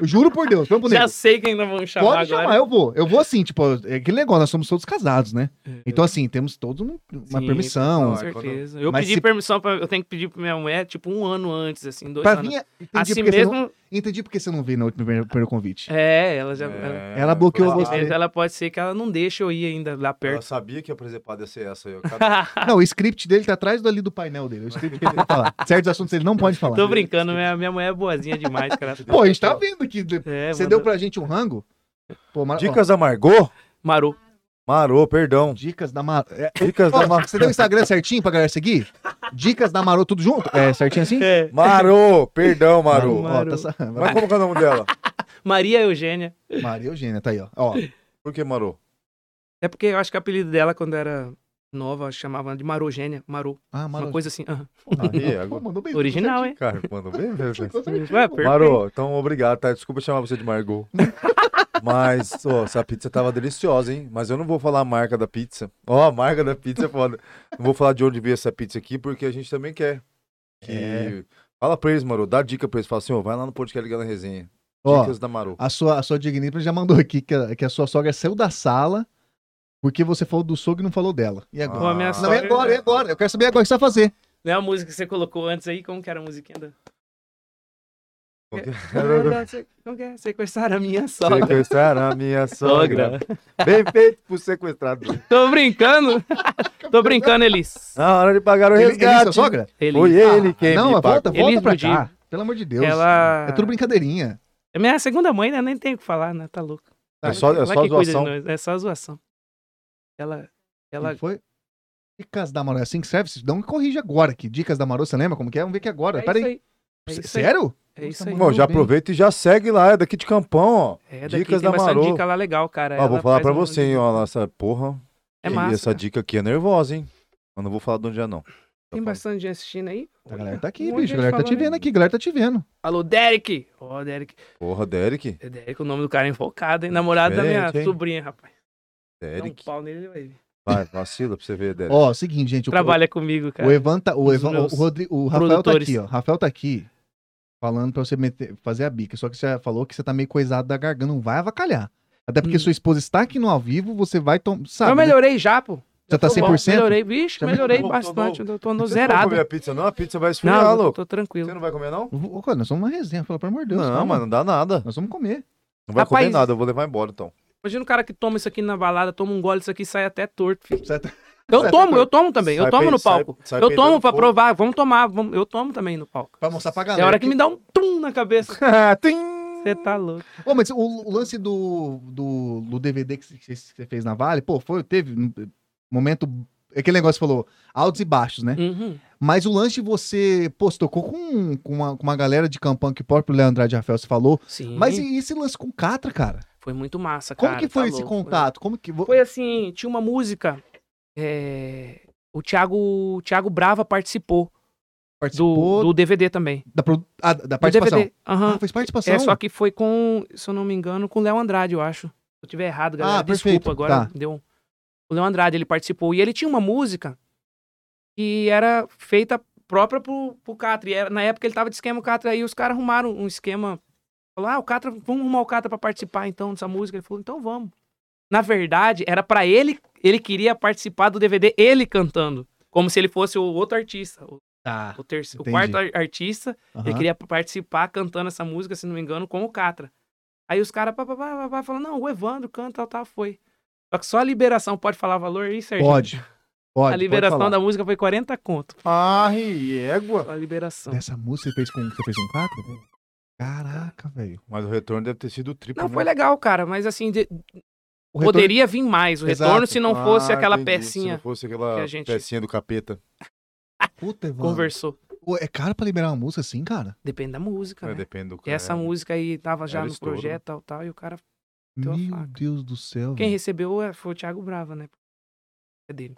Speaker 1: Eu juro por Deus, vamos
Speaker 2: Já,
Speaker 1: nego.
Speaker 2: sei quem nós vamos chamar
Speaker 1: Pode
Speaker 2: agora.
Speaker 1: chamar, eu vou. Eu vou assim, tipo, é aquele negócio, nós somos todos casados, né? Então, assim, temos todos um- uma
Speaker 2: É, Sim,
Speaker 1: permissão.
Speaker 2: Com
Speaker 3: Não, é quando-
Speaker 2: certeza. Eu
Speaker 1: Mas
Speaker 2: pedi
Speaker 1: se-
Speaker 2: permissão, pra, eu tenho que pedir pra minha mulher, tipo, um ano antes, assim, dois
Speaker 1: Pra
Speaker 2: anos.
Speaker 1: mim, é- entendi,
Speaker 2: Assim
Speaker 1: porque você
Speaker 2: mesmo,
Speaker 1: não, entendi porque você não veio no último
Speaker 2: [LAUGHS]
Speaker 1: primeiro, primeiro convite.
Speaker 2: é, ela já... Ela...
Speaker 3: É,
Speaker 1: Ela bloqueou
Speaker 3: foi
Speaker 2: às
Speaker 1: você.
Speaker 3: lá.
Speaker 2: vezes ela pode ser que ela não deixe eu ir ainda lá
Speaker 3: Ela
Speaker 2: perto.
Speaker 3: sabia que a presepada ia ser essa aí. ó.
Speaker 1: [LAUGHS]
Speaker 2: [LAUGHS] Ah.
Speaker 1: Não, o script dele tá atrás do, ali do painel dele. é O script que ele vai
Speaker 2: [LAUGHS]
Speaker 1: falar. Certos assuntos ele não pode falar.
Speaker 2: Tô brincando, minha, minha mulher é boazinha demais, cara.
Speaker 1: Pô, a gente tá vendo aqui.
Speaker 2: É,
Speaker 1: Você
Speaker 2: mano,
Speaker 1: deu pra gente um rango? Pô, Mar...
Speaker 3: Dicas da Margot?
Speaker 2: Maru.
Speaker 3: Marô, perdão.
Speaker 1: ó, dicas da Mar... é,
Speaker 3: Dicas
Speaker 1: Ó, [LAUGHS]
Speaker 3: da Marô.
Speaker 1: Você deu o Instagram certinho pra galera seguir? Dicas da Marô, tudo junto? É, certinho assim?
Speaker 2: É,
Speaker 3: Marô, perdão, Marô.
Speaker 2: Marô.
Speaker 1: Ó, tá sa- [LAUGHS]
Speaker 3: Mas como que é o nome dela?
Speaker 2: Maria Eugênia.
Speaker 1: Maria Eugênia, tá aí, ó. Ó,
Speaker 3: Por que Marô?
Speaker 2: É porque eu acho que o apelido dela, quando era nova, chamava de Marogênia. Maru.
Speaker 1: Ah,
Speaker 2: Uma
Speaker 1: Marô.
Speaker 2: coisa assim. aham.
Speaker 3: Aí,
Speaker 1: Pô,
Speaker 3: agora.
Speaker 1: mandou bem.
Speaker 2: Original, hein?
Speaker 3: Cara, mandou bem, velho.
Speaker 2: Ué, perfeito.
Speaker 3: Marô, então obrigado, tá? Desculpa chamar você de Margot. Mas, ó, essa pizza tava deliciosa, hein? Mas eu não vou falar a marca da pizza. Ó, a marca da pizza é foda. Não vou falar de onde veio essa pizza aqui, porque a gente também quer. Que...
Speaker 1: É.
Speaker 3: Fala pra eles, Marô. Dá dica pra eles. Fala assim, ó, vai lá no podcast ligando na resenha.
Speaker 1: Ó,
Speaker 3: Dicas da
Speaker 1: [LAUGHS]
Speaker 3: Marô.
Speaker 1: a sua, a sua digníssima já mandou aqui que a, que a sua sogra saiu da sala porque você falou do sogro e não falou dela. E agora?
Speaker 2: Pô, minha
Speaker 1: Não, é
Speaker 2: sogra-
Speaker 1: agora, é agora. Eu quero saber agora o que você vai fazer.
Speaker 2: Não é a música que você colocou antes aí? Como que era a musiquinha da...
Speaker 3: Como que-
Speaker 2: Como que é? Sequestrar a minha sogra.
Speaker 3: Sequestrar a minha sogra.
Speaker 2: Sogra.
Speaker 3: Bem feito pro sequestrado.
Speaker 2: Tô brincando. [LAUGHS] Tô brincando, Elis.
Speaker 3: Na hora de pagar o
Speaker 1: Ele, ele e
Speaker 3: resgate.
Speaker 1: sua sogra? Ah,
Speaker 2: Elis.
Speaker 3: Foi ele quem
Speaker 1: não,
Speaker 3: me
Speaker 1: volta,
Speaker 3: pagou.
Speaker 1: volta
Speaker 2: Elis
Speaker 1: pra
Speaker 2: Budinho.
Speaker 1: cá. Pelo amor de Deus.
Speaker 2: Ela...
Speaker 1: É tudo brincadeirinha.
Speaker 2: É minha segunda mãe, né? Nem tem o que falar, né? Tá louco.
Speaker 3: É só, é
Speaker 2: Ela
Speaker 3: só
Speaker 2: que cuida de
Speaker 3: doação.
Speaker 2: nós, É só zoação. Ela... Ela...
Speaker 1: E Foi... Dicas da Marô, é assim que serve? Não me corrige agora aqui. Dicas da Marô, você lembra como que é? Vamos ver aqui agora.
Speaker 2: É
Speaker 1: Pera
Speaker 2: isso
Speaker 1: aí.
Speaker 2: aí. É isso aí.
Speaker 1: Sério?
Speaker 2: É isso aí.
Speaker 1: Mandou
Speaker 3: Bom, já
Speaker 1: bem.
Speaker 3: aproveita e já segue lá, é daqui de Campão, ó.
Speaker 2: É, daqui
Speaker 3: Dicas
Speaker 2: tem
Speaker 3: da
Speaker 2: bastante
Speaker 3: Marô.
Speaker 2: dica lá legal, cara.
Speaker 3: Ó, vou
Speaker 2: Ela
Speaker 3: falar
Speaker 2: faz
Speaker 3: pra
Speaker 2: um-
Speaker 3: você, hein, ó, essa porra.
Speaker 2: É
Speaker 3: E
Speaker 2: massa.
Speaker 3: essa dica aqui é nervosa, hein? Eu não vou falar de onde é, não. Tá
Speaker 2: Tem
Speaker 3: bom.
Speaker 2: bastante gente assistindo aí.
Speaker 1: A galera tá aqui,
Speaker 2: Um monte
Speaker 1: bicho.
Speaker 2: de
Speaker 1: A galera tá
Speaker 2: gente
Speaker 1: te
Speaker 2: falando
Speaker 1: vendo aqui, a galera tá te vendo.
Speaker 2: Alô, Derek! Ó, Derek.
Speaker 3: Porra, Derek.
Speaker 2: É Derek, o nome do cara é enfocado, hein? Namorado da minha
Speaker 3: Diferente, hein?
Speaker 2: sobrinha, rapaz. Dá um
Speaker 3: Derek.
Speaker 2: pau nele, ele vai vir.
Speaker 3: Vai, vacila pra você ver, Derek.
Speaker 1: Ó, seguinte, gente. o-
Speaker 2: Trabalha comigo,
Speaker 1: O, o
Speaker 2: cara.
Speaker 1: Evan tá. O,
Speaker 2: Os
Speaker 1: Evan, o,
Speaker 2: meus
Speaker 1: Rodri- o Rafael tá
Speaker 2: produtores.
Speaker 1: aqui, ó. Rafael tá aqui falando pra você meter- fazer a bica. Só que você já falou que você tá meio coisado da garganta. Não vai avacalhar. Até porque
Speaker 2: Hum.
Speaker 1: sua esposa está aqui no ao vivo, você vai tomar. Sabe?
Speaker 2: eu
Speaker 1: né?
Speaker 2: melhorei já, pô.
Speaker 1: Você
Speaker 2: Já
Speaker 1: tá
Speaker 2: tô bom.
Speaker 1: 100%?
Speaker 2: Melhorei, bicho,
Speaker 1: Também
Speaker 2: melhorei
Speaker 3: tô bom, tô
Speaker 2: bastante.
Speaker 3: bom.
Speaker 2: Eu tô no
Speaker 3: Você não vai
Speaker 2: zerado.
Speaker 3: comer a pizza, não? A pizza vai
Speaker 1: né,
Speaker 3: esfriar,
Speaker 2: Não, eu tô,
Speaker 3: louco.
Speaker 2: tô
Speaker 3: Você
Speaker 2: tranquilo.
Speaker 3: não vai comer, não?
Speaker 1: Ô, ô, cara, nós somos uma resenha, fala, pelo amor de Deus.
Speaker 3: Não,
Speaker 1: calma.
Speaker 3: mas não dá nada.
Speaker 1: Nós vamos comer.
Speaker 3: Não vai
Speaker 2: Rapaz,
Speaker 3: comer nada, eu vou levar embora então.
Speaker 2: Imagina o cara que toma isso aqui na balada, toma um gole disso aqui e sai até torto, filho.
Speaker 1: Certo?
Speaker 2: Eu tomo, eu tomo também. Eu
Speaker 3: Sai
Speaker 2: tomo
Speaker 3: pe-
Speaker 2: no palco.
Speaker 3: sai- sai
Speaker 2: Eu tomo
Speaker 3: peidando
Speaker 2: pra
Speaker 3: fogo.
Speaker 2: provar. Vamos tomar. vamos- Eu tomo também no palco.
Speaker 1: Pra mostrar pra
Speaker 2: É
Speaker 1: galera.
Speaker 2: a hora que me dá um tum na cabeça.
Speaker 3: [LAUGHS] Ah, tem.
Speaker 2: Você tá louco.
Speaker 1: Ô, mas o, o lance do, do, do DVD que você- que você fez na Vale, pô, foi, teve um momento. Aquele negócio que falou altos e baixos, né?
Speaker 2: Uhum.
Speaker 1: Mas o lance de você, pô, você tocou com, com, uma, com uma galera de campão que o próprio Leandro Andrade Rafael se falou.
Speaker 2: Sim.
Speaker 1: Mas e esse lance com o Catra, cara?
Speaker 2: Foi muito massa,
Speaker 1: Como
Speaker 2: cara.
Speaker 1: que foi
Speaker 2: tá
Speaker 1: esse
Speaker 2: louco.
Speaker 1: contato? Como que. vo-
Speaker 2: Foi assim, tinha uma música. é, O Thiago, o Thiago Brava participou do,
Speaker 1: Participou
Speaker 2: do DVD também.
Speaker 1: da, pro- ah, da
Speaker 2: Do
Speaker 1: participação?
Speaker 2: DVD. Aham.
Speaker 1: Ah, fez participação?
Speaker 2: É, só que foi com, se eu não me engano, com o Léo Andrade, eu acho. Se eu tiver errado, galera,
Speaker 1: Ah, perfeito,
Speaker 2: desculpa, agora
Speaker 1: tá.
Speaker 2: deu um... O Léo Andrade, ele participou, e ele tinha uma música que era feita própria pro, pro Catra, e era- na época ele tava de esquema o Catra, aí os caras arrumaram um esquema, falou, ah, o Catra, vamos arrumar o Catra pra participar então dessa música, ele falou, então vamos. Na verdade, era pra ele, ele queria participar do DVD, ele cantando, como se ele fosse o outro artista, o,
Speaker 1: Tá.
Speaker 2: o terceiro, o
Speaker 1: entendi.
Speaker 2: quarto ar- artista,
Speaker 1: aham.
Speaker 2: ele queria participar cantando essa música, se não me engano, com o Catra. Aí os caras pá, pá, pá, pá, pá, falam, não, o Evandro canta, tal, tal, foi. Só que só a liberação pode falar valor aí, Sérgio?
Speaker 1: Pode. Pode.
Speaker 2: a liberação
Speaker 1: pode falar.
Speaker 2: da música foi 40 conto.
Speaker 3: Ai, égua.
Speaker 2: A liberação.
Speaker 1: Dessa música você fez com. Você fez um Catra? Caraca, velho.
Speaker 3: Mas o retorno deve ter sido o triplo.
Speaker 2: Não,
Speaker 3: né?
Speaker 2: foi legal, cara, mas assim, de-
Speaker 1: é. O retorno-
Speaker 2: poderia vir mais o
Speaker 1: Exato.
Speaker 2: retorno se não fosse
Speaker 3: Ah,
Speaker 2: aquela
Speaker 3: entendi. Se
Speaker 2: pecinha
Speaker 3: não fosse aquela
Speaker 2: que a gente-
Speaker 3: pecinha do capeta.
Speaker 1: é Puta, Evandro.
Speaker 2: conversou.
Speaker 1: Pô, É caro pra liberar uma música assim, cara?
Speaker 2: Depende da música,
Speaker 1: É,
Speaker 3: né?
Speaker 2: né?
Speaker 3: Depende do
Speaker 2: E
Speaker 3: cara.
Speaker 2: essa música aí tava já
Speaker 3: Era
Speaker 2: no
Speaker 3: estouro.
Speaker 1: né?
Speaker 2: projeto, tal, tal, e o
Speaker 1: Uhum.
Speaker 2: cara, Deu a
Speaker 1: Meu
Speaker 2: faca.
Speaker 1: Deus do céu.
Speaker 2: quem
Speaker 1: velho.
Speaker 2: recebeu é- foi o Thiago Brava, né? É dele.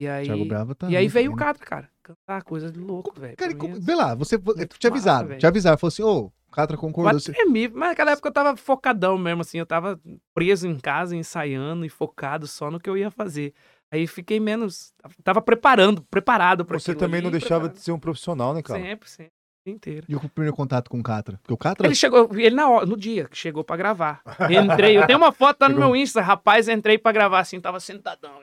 Speaker 2: E aí...
Speaker 1: Thiago Brava tá.
Speaker 2: E aí
Speaker 1: muito
Speaker 2: veio o
Speaker 1: bem, né?
Speaker 2: Catra, cara. Cantar coisa de louco, velho.
Speaker 1: Cara,
Speaker 2: pra
Speaker 1: co-
Speaker 2: mim, é
Speaker 1: vê lá, você
Speaker 2: Muito
Speaker 1: te
Speaker 2: massa,
Speaker 1: avisaram,
Speaker 2: velho.
Speaker 1: te avisaram, falou assim, ô, o Catra concordou.
Speaker 2: Quase
Speaker 1: Você...
Speaker 2: tremi, é mas naquela época eu tava focadão mesmo, assim. Eu tava preso em casa, ensaiando e focado só no que eu ia fazer. Aí fiquei menos. Tava preparando, preparado pra
Speaker 3: Você
Speaker 2: aquilo
Speaker 3: também
Speaker 2: ali,
Speaker 3: não deixava de
Speaker 2: preparado.
Speaker 3: ser um profissional, né, cara?
Speaker 2: Sempre, sempre. o dia Inteiro.
Speaker 1: E o primeiro contato com o Catra? Porque o Catra. [LAUGHS]
Speaker 2: Ele chegou, ele na hora, no dia que chegou pra
Speaker 3: [LAUGHS]
Speaker 2: gravar. Entrei, eu tenho uma foto tá no
Speaker 3: Chegou.
Speaker 2: meu Insta, rapaz, entrei pra gravar assim, tava sentadão,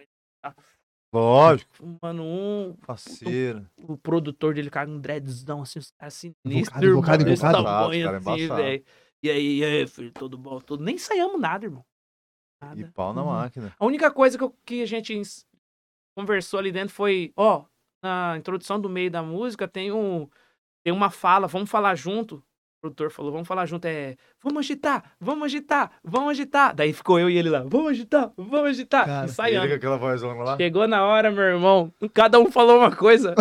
Speaker 3: Lógico,
Speaker 2: fumando um,
Speaker 3: parceiro.
Speaker 2: o produtor dele, cara, um dreadzão, assim, os caras sinistros,
Speaker 1: Invocado, invocado,
Speaker 2: irmão, desse
Speaker 1: invocado.
Speaker 2: tamanho,
Speaker 3: Embaçado, cara,
Speaker 2: assim,
Speaker 3: embaçado.
Speaker 2: velho. E aí, e aí, filho, todo bom, todo... Nem ensaiamos nada, irmão. Nada. Uhum.
Speaker 3: E pau na
Speaker 1: Hum.
Speaker 3: máquina.
Speaker 2: A única coisa que, eu- que a gente ens- conversou ali dentro foi, ó, na introdução do meio da música tem um... Tem uma fala, vamos falar junto. O produtor falou, vamos falar junto, é... Vamos agitar, vamos agitar, vamos agitar. Daí ficou eu e ele lá, vamos agitar, vamos agitar,
Speaker 1: Cara,
Speaker 3: Ele com
Speaker 2: ensaiando.
Speaker 3: aquela vozona lá.
Speaker 2: Chegou na hora, meu irmão. Cada um falou uma coisa.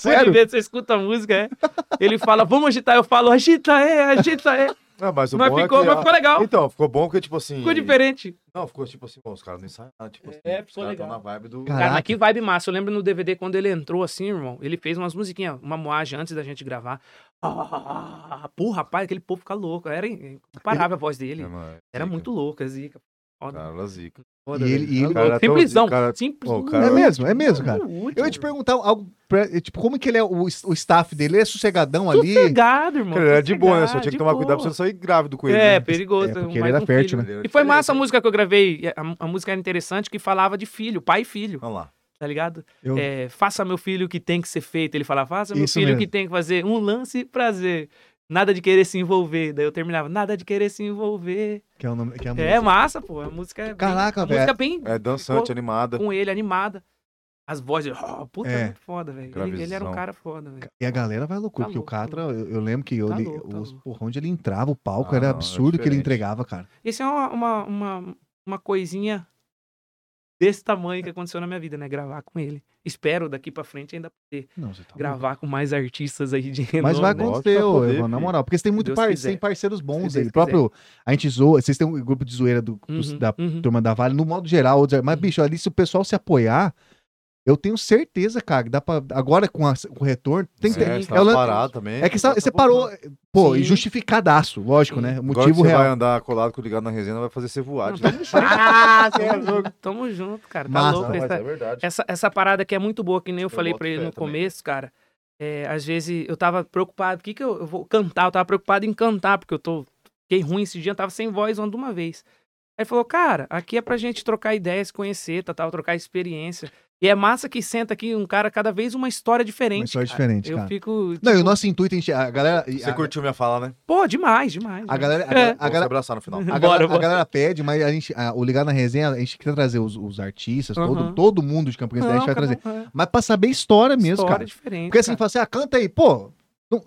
Speaker 2: Pode ver, você escuta a música, é. Ele fala, vamos agitar. Eu falo, agita, é, agita, é.
Speaker 3: Ah, mas o
Speaker 2: Mas
Speaker 3: bom é
Speaker 2: ficou,
Speaker 3: que,
Speaker 2: mas
Speaker 3: ah,
Speaker 2: ficou legal.
Speaker 3: Então, ficou bom porque, tipo assim.
Speaker 2: Ficou diferente.
Speaker 3: Não, ficou tipo assim, bom, os caras não ensaiaram. Tipo assim,
Speaker 2: É,
Speaker 3: os
Speaker 2: ficou
Speaker 3: caras
Speaker 2: legal.
Speaker 3: estão na vibe do.
Speaker 1: Cara,
Speaker 2: Cara,
Speaker 1: Caraca.
Speaker 2: mas que vibe massa. Eu lembro no DVD, quando ele entrou assim, irmão, ele fez umas musiquinhas, uma moagem antes da gente gravar. Ah, pô, rapaz, aquele povo fica louco. Era incomparável a voz dele.
Speaker 3: É, mano,
Speaker 2: Era
Speaker 3: zica.
Speaker 2: muito louco, é zica. Foda,
Speaker 3: Cara, ela é zica.
Speaker 2: foda,
Speaker 1: E
Speaker 2: velho.
Speaker 1: ele- e ele-
Speaker 2: Era louco.
Speaker 3: Cara, é tão-
Speaker 2: Simplesão.
Speaker 3: cara-
Speaker 2: Simples.
Speaker 3: Pô, cara-
Speaker 1: É mesmo, é mesmo, cara.
Speaker 2: Útil.
Speaker 1: Eu ia te perguntar algo, pra- eh, tipo, como que ele é, o, o staff dele, ele é sossegadão ali?
Speaker 2: Sossegado, irmão.
Speaker 3: Cara, ele era de boa, né? Só
Speaker 2: sossegado,
Speaker 3: tinha que
Speaker 2: de
Speaker 3: tomar cuidado pra você
Speaker 2: boa.
Speaker 3: não sair grávido com ele.
Speaker 2: É,
Speaker 3: né? Tipo
Speaker 2: perigoso.
Speaker 1: É, porque
Speaker 2: mais
Speaker 1: ele era
Speaker 2: um
Speaker 1: fértil,
Speaker 2: filho.
Speaker 1: né?
Speaker 3: Ele era
Speaker 2: E foi
Speaker 3: diferente.
Speaker 2: massa a música que eu gravei. A, a música era interessante que falava de filho, pai e filho,
Speaker 3: Olha lá.
Speaker 2: tá ligado?
Speaker 1: Eu-
Speaker 2: É, faça meu filho o que tem que ser feito. Ele falava, faça meu
Speaker 1: Isso
Speaker 2: filho o
Speaker 1: mesmo.
Speaker 2: que tem que fazer. Um lance e prazer. Nada de querer se envolver. Daí eu terminava, nada de querer se envolver.
Speaker 1: Que é o nome, que é a
Speaker 2: É,
Speaker 1: música.
Speaker 2: massa, pô. A música é. bem-
Speaker 1: Caraca,
Speaker 2: a música bem
Speaker 3: É dançante,
Speaker 2: Ficou
Speaker 3: animada.
Speaker 2: com ele, animada. As vozes, oh, puta,
Speaker 1: É.
Speaker 2: é. muito foda, velho. Ele, ele era um
Speaker 3: Gravizão.
Speaker 2: cara foda, velho.
Speaker 1: E a galera vai à loucura,
Speaker 2: Tá
Speaker 1: porque
Speaker 2: louco,
Speaker 1: o
Speaker 2: tá
Speaker 1: Catra, eu, eu lembro que eu
Speaker 2: Tá
Speaker 1: li-
Speaker 2: louco, tá
Speaker 1: os-
Speaker 2: louco. é
Speaker 1: porra, onde ele entrava, o palco,
Speaker 3: Ah,
Speaker 1: era
Speaker 3: não, era
Speaker 1: absurdo o que ele
Speaker 3: diferente.
Speaker 1: entregava, cara.
Speaker 2: Isso é uma, uma, uma, uma coisinha desse tamanho que aconteceu na minha vida, né? Gravar com ele. Espero daqui pra frente ainda poder
Speaker 1: Não, você tá louco.
Speaker 2: gravar com mais artistas aí de renome,
Speaker 1: Mas vai
Speaker 2: né?
Speaker 3: Lógico,
Speaker 1: acontecer,
Speaker 3: pra
Speaker 1: ô,
Speaker 3: poder,
Speaker 1: Evandro, na
Speaker 3: filho.
Speaker 1: moral. Porque você tem muito
Speaker 2: Deus
Speaker 1: par-
Speaker 2: quiser.
Speaker 1: tem parceiros bons
Speaker 2: Se Deus
Speaker 1: aí. Próprio, a gente zoa, vocês têm um grupo de zoeira do, dos-
Speaker 2: Uhum,
Speaker 1: da
Speaker 2: uhum.
Speaker 1: turma da Vale, no modo geral. outros- Mas,
Speaker 2: Uhum.
Speaker 1: bicho, ali se o pessoal se apoiar, eu tenho certeza, cara, que dá pra. Agora com, a- com o retorno, tem que.
Speaker 2: Sim.
Speaker 1: É,
Speaker 3: É, você
Speaker 1: o
Speaker 3: tava
Speaker 1: lan-
Speaker 3: parado também.
Speaker 1: é que sa-
Speaker 2: Tá
Speaker 1: você
Speaker 2: bom,
Speaker 1: parou, pô,
Speaker 2: Sim.
Speaker 1: e justificadaço, lógico,
Speaker 2: Sim.
Speaker 1: né?
Speaker 3: Agora que
Speaker 1: Motivo
Speaker 3: você vai
Speaker 1: real.
Speaker 3: andar colado com o ligado na resenha, vai fazer você voar.
Speaker 2: Não,
Speaker 3: de novo.
Speaker 2: tamo junto. Ah, tamo junto, tamo junto, cara. Tá
Speaker 1: Massa.
Speaker 2: louco.
Speaker 3: Não, mas
Speaker 2: Essa,
Speaker 3: é verdade.
Speaker 2: essa, essa parada que é muito boa, que nem eu,
Speaker 3: Eu
Speaker 2: falei
Speaker 3: boto
Speaker 2: pra ele
Speaker 3: fé
Speaker 2: no
Speaker 3: também.
Speaker 2: começo, cara. É, às vezes eu tava preocupado, o que que eu, eu vou cantar? Eu tava preocupado em cantar, porque eu tô... Fiquei ruim esse dia, eu tava sem voz uma de uma vez. Aí ele falou, cara, aqui é pra gente trocar ideias, conhecer, tal, tal, trocar experiência. E é massa que senta aqui um cara cada vez uma história diferente.
Speaker 1: Uma história
Speaker 2: cara.
Speaker 1: diferente,
Speaker 2: Eu
Speaker 1: cara.
Speaker 2: fico.
Speaker 1: Não, e
Speaker 2: tipo,
Speaker 1: o nosso intuito, a gente, a galera.
Speaker 3: Você
Speaker 1: a,
Speaker 3: curtiu minha fala, né?
Speaker 2: Pô, demais, demais.
Speaker 1: a galera, a,
Speaker 2: É.
Speaker 1: galera- a
Speaker 3: Vou se
Speaker 1: galera,
Speaker 3: abraçar no
Speaker 2: [LAUGHS]
Speaker 3: final.
Speaker 1: a,
Speaker 2: Bora,
Speaker 1: galera, a
Speaker 2: bora.
Speaker 1: galera pede, mas a gente, a- o ligar na resenha, a gente quer trazer os, os artistas,
Speaker 2: Aham.
Speaker 1: todo, todo mundo de Campo Grande, a gente vai
Speaker 2: cada
Speaker 1: trazer.
Speaker 2: um, é.
Speaker 1: Mas pra saber história É mesmo,
Speaker 2: história
Speaker 1: cara.
Speaker 2: diferente.
Speaker 1: Porque assim,
Speaker 2: cara.
Speaker 1: fala assim, ah, canta aí, pô. não-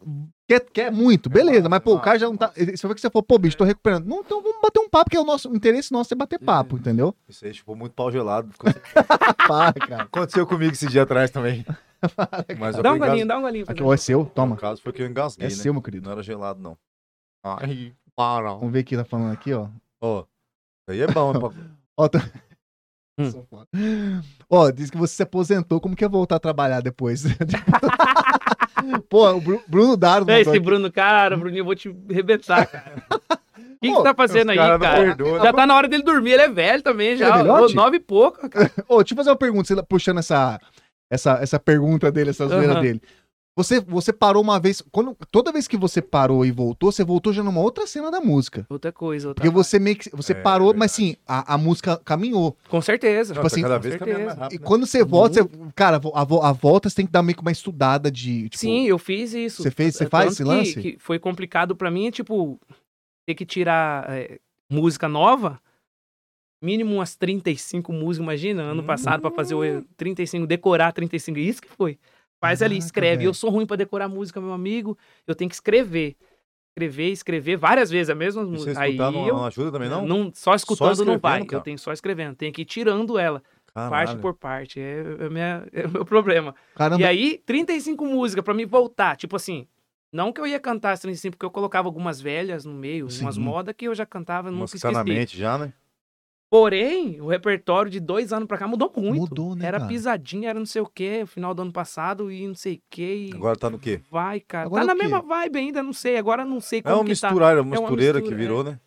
Speaker 1: quer, quer muito,
Speaker 2: É
Speaker 1: beleza, mas pô, o cara já não tá. Se for que você for, pô, bicho, tô recuperando. Não, então vamos bater um papo, que é o nosso o interesse nosso é bater papo, entendeu?
Speaker 3: Isso aí, tipo, muito pau gelado.
Speaker 1: Pá,
Speaker 2: [LAUGHS]
Speaker 1: cara.
Speaker 3: Aconteceu comigo esse dia atrás também. Mas eu
Speaker 2: Dá um
Speaker 3: fui engas-
Speaker 2: golinho, dá um golinho. pra
Speaker 1: tá Aqui,
Speaker 2: mim.
Speaker 1: ó, é seu,
Speaker 3: O
Speaker 1: toma.
Speaker 3: caso foi que eu engasguei,
Speaker 1: É
Speaker 3: né?
Speaker 1: seu, meu querido.
Speaker 3: Não era gelado, não. Ai, para. Ó,
Speaker 1: Vamos ver o que tá falando aqui, ó.
Speaker 3: isso aí é bom. é pra-
Speaker 1: Ó, tá-
Speaker 2: Hum.
Speaker 1: Sou foda. Ó, diz que você se aposentou, como que ia voltar a trabalhar depois? [LAUGHS] Pô, o Bru- Bruno Daro
Speaker 2: É,
Speaker 1: mandou
Speaker 2: esse
Speaker 1: aqui.
Speaker 2: Bruno, cara, Bruninho, eu vou te arrebentar, cara.
Speaker 1: [LAUGHS]
Speaker 2: O que, que
Speaker 1: Pô,
Speaker 2: você tá fazendo aí,
Speaker 3: Os caras não
Speaker 2: cara?
Speaker 3: perdoam.
Speaker 2: Já tá na hora dele dormir, ele é velho também,
Speaker 1: é
Speaker 2: já.
Speaker 1: velhote?
Speaker 2: Ô, nove e pouco, cara.
Speaker 1: Ô, deixa eu fazer uma pergunta, você lá puxando essa, essa, essa pergunta dele, essa zoeira
Speaker 2: Aham.
Speaker 1: dele. Você, você parou uma vez, quando, toda vez que você parou e voltou, você voltou já numa outra cena da música.
Speaker 2: Outra coisa, outra
Speaker 1: Porque você meio que, você
Speaker 3: É,
Speaker 1: parou, mas
Speaker 3: verdade.
Speaker 1: sim, a, a música caminhou.
Speaker 2: Com certeza.
Speaker 3: Não, tá
Speaker 1: assim,
Speaker 3: cada
Speaker 2: com
Speaker 3: vez
Speaker 2: certeza.
Speaker 3: caminhando mais
Speaker 1: E
Speaker 3: rápido, né?
Speaker 1: quando você volta,
Speaker 2: Uhum.
Speaker 1: você- cara, a vo- a, vo- a volta você tem que dar meio que uma estudada de, tipo,
Speaker 2: Sim, eu fiz isso.
Speaker 1: Você fez- você
Speaker 2: É, Tanto
Speaker 1: faz esse
Speaker 2: que-
Speaker 1: lance?
Speaker 2: que foi complicado pra mim, é, tipo, ter que tirar é, música nova, mínimo umas 35 músicas, imagina, ano passado pra fazer o 35, decorar 35, isso que foi. Faz ali,
Speaker 1: Caraca,
Speaker 2: escreve.
Speaker 1: velho.
Speaker 2: Eu sou ruim pra decorar música, meu amigo, eu tenho que escrever. Escrever, escrever várias vezes a mesma
Speaker 3: E você
Speaker 2: música. Aí
Speaker 3: escutar não,
Speaker 2: eu
Speaker 3: não tá ajuda também, não?
Speaker 2: só escutando não
Speaker 3: escrevendo,
Speaker 2: vai. Eu
Speaker 3: cara.
Speaker 2: tenho só escrevendo, tenho que ir tirando ela, parte
Speaker 3: Caralho.
Speaker 2: por parte. É, é minha- é o meu problema.
Speaker 1: caramba,
Speaker 2: E aí, 35 músicas pra me voltar. Tipo assim, não que eu ia cantar as 35, porque eu colocava algumas velhas no meio,
Speaker 1: Sim.
Speaker 2: umas modas que eu já cantava, nunca
Speaker 3: Mas
Speaker 2: esqueci.
Speaker 3: tá na mente já, né?
Speaker 2: Porém, o repertório de dois anos pra cá mudou muito.
Speaker 1: Mudou, né,
Speaker 2: Era
Speaker 1: cara?
Speaker 2: pisadinha, era não sei o quê, final do ano passado e não sei o quê. e
Speaker 3: Agora tá no quê?
Speaker 2: Vai, cara.
Speaker 1: Agora
Speaker 2: tá na
Speaker 1: o quê?
Speaker 2: mesma vibe ainda, não sei. Agora não sei
Speaker 3: É
Speaker 2: como
Speaker 3: uma
Speaker 2: que tá
Speaker 3: misturar, é uma
Speaker 2: É uma
Speaker 3: mistureira que
Speaker 2: mistura,
Speaker 3: virou, né?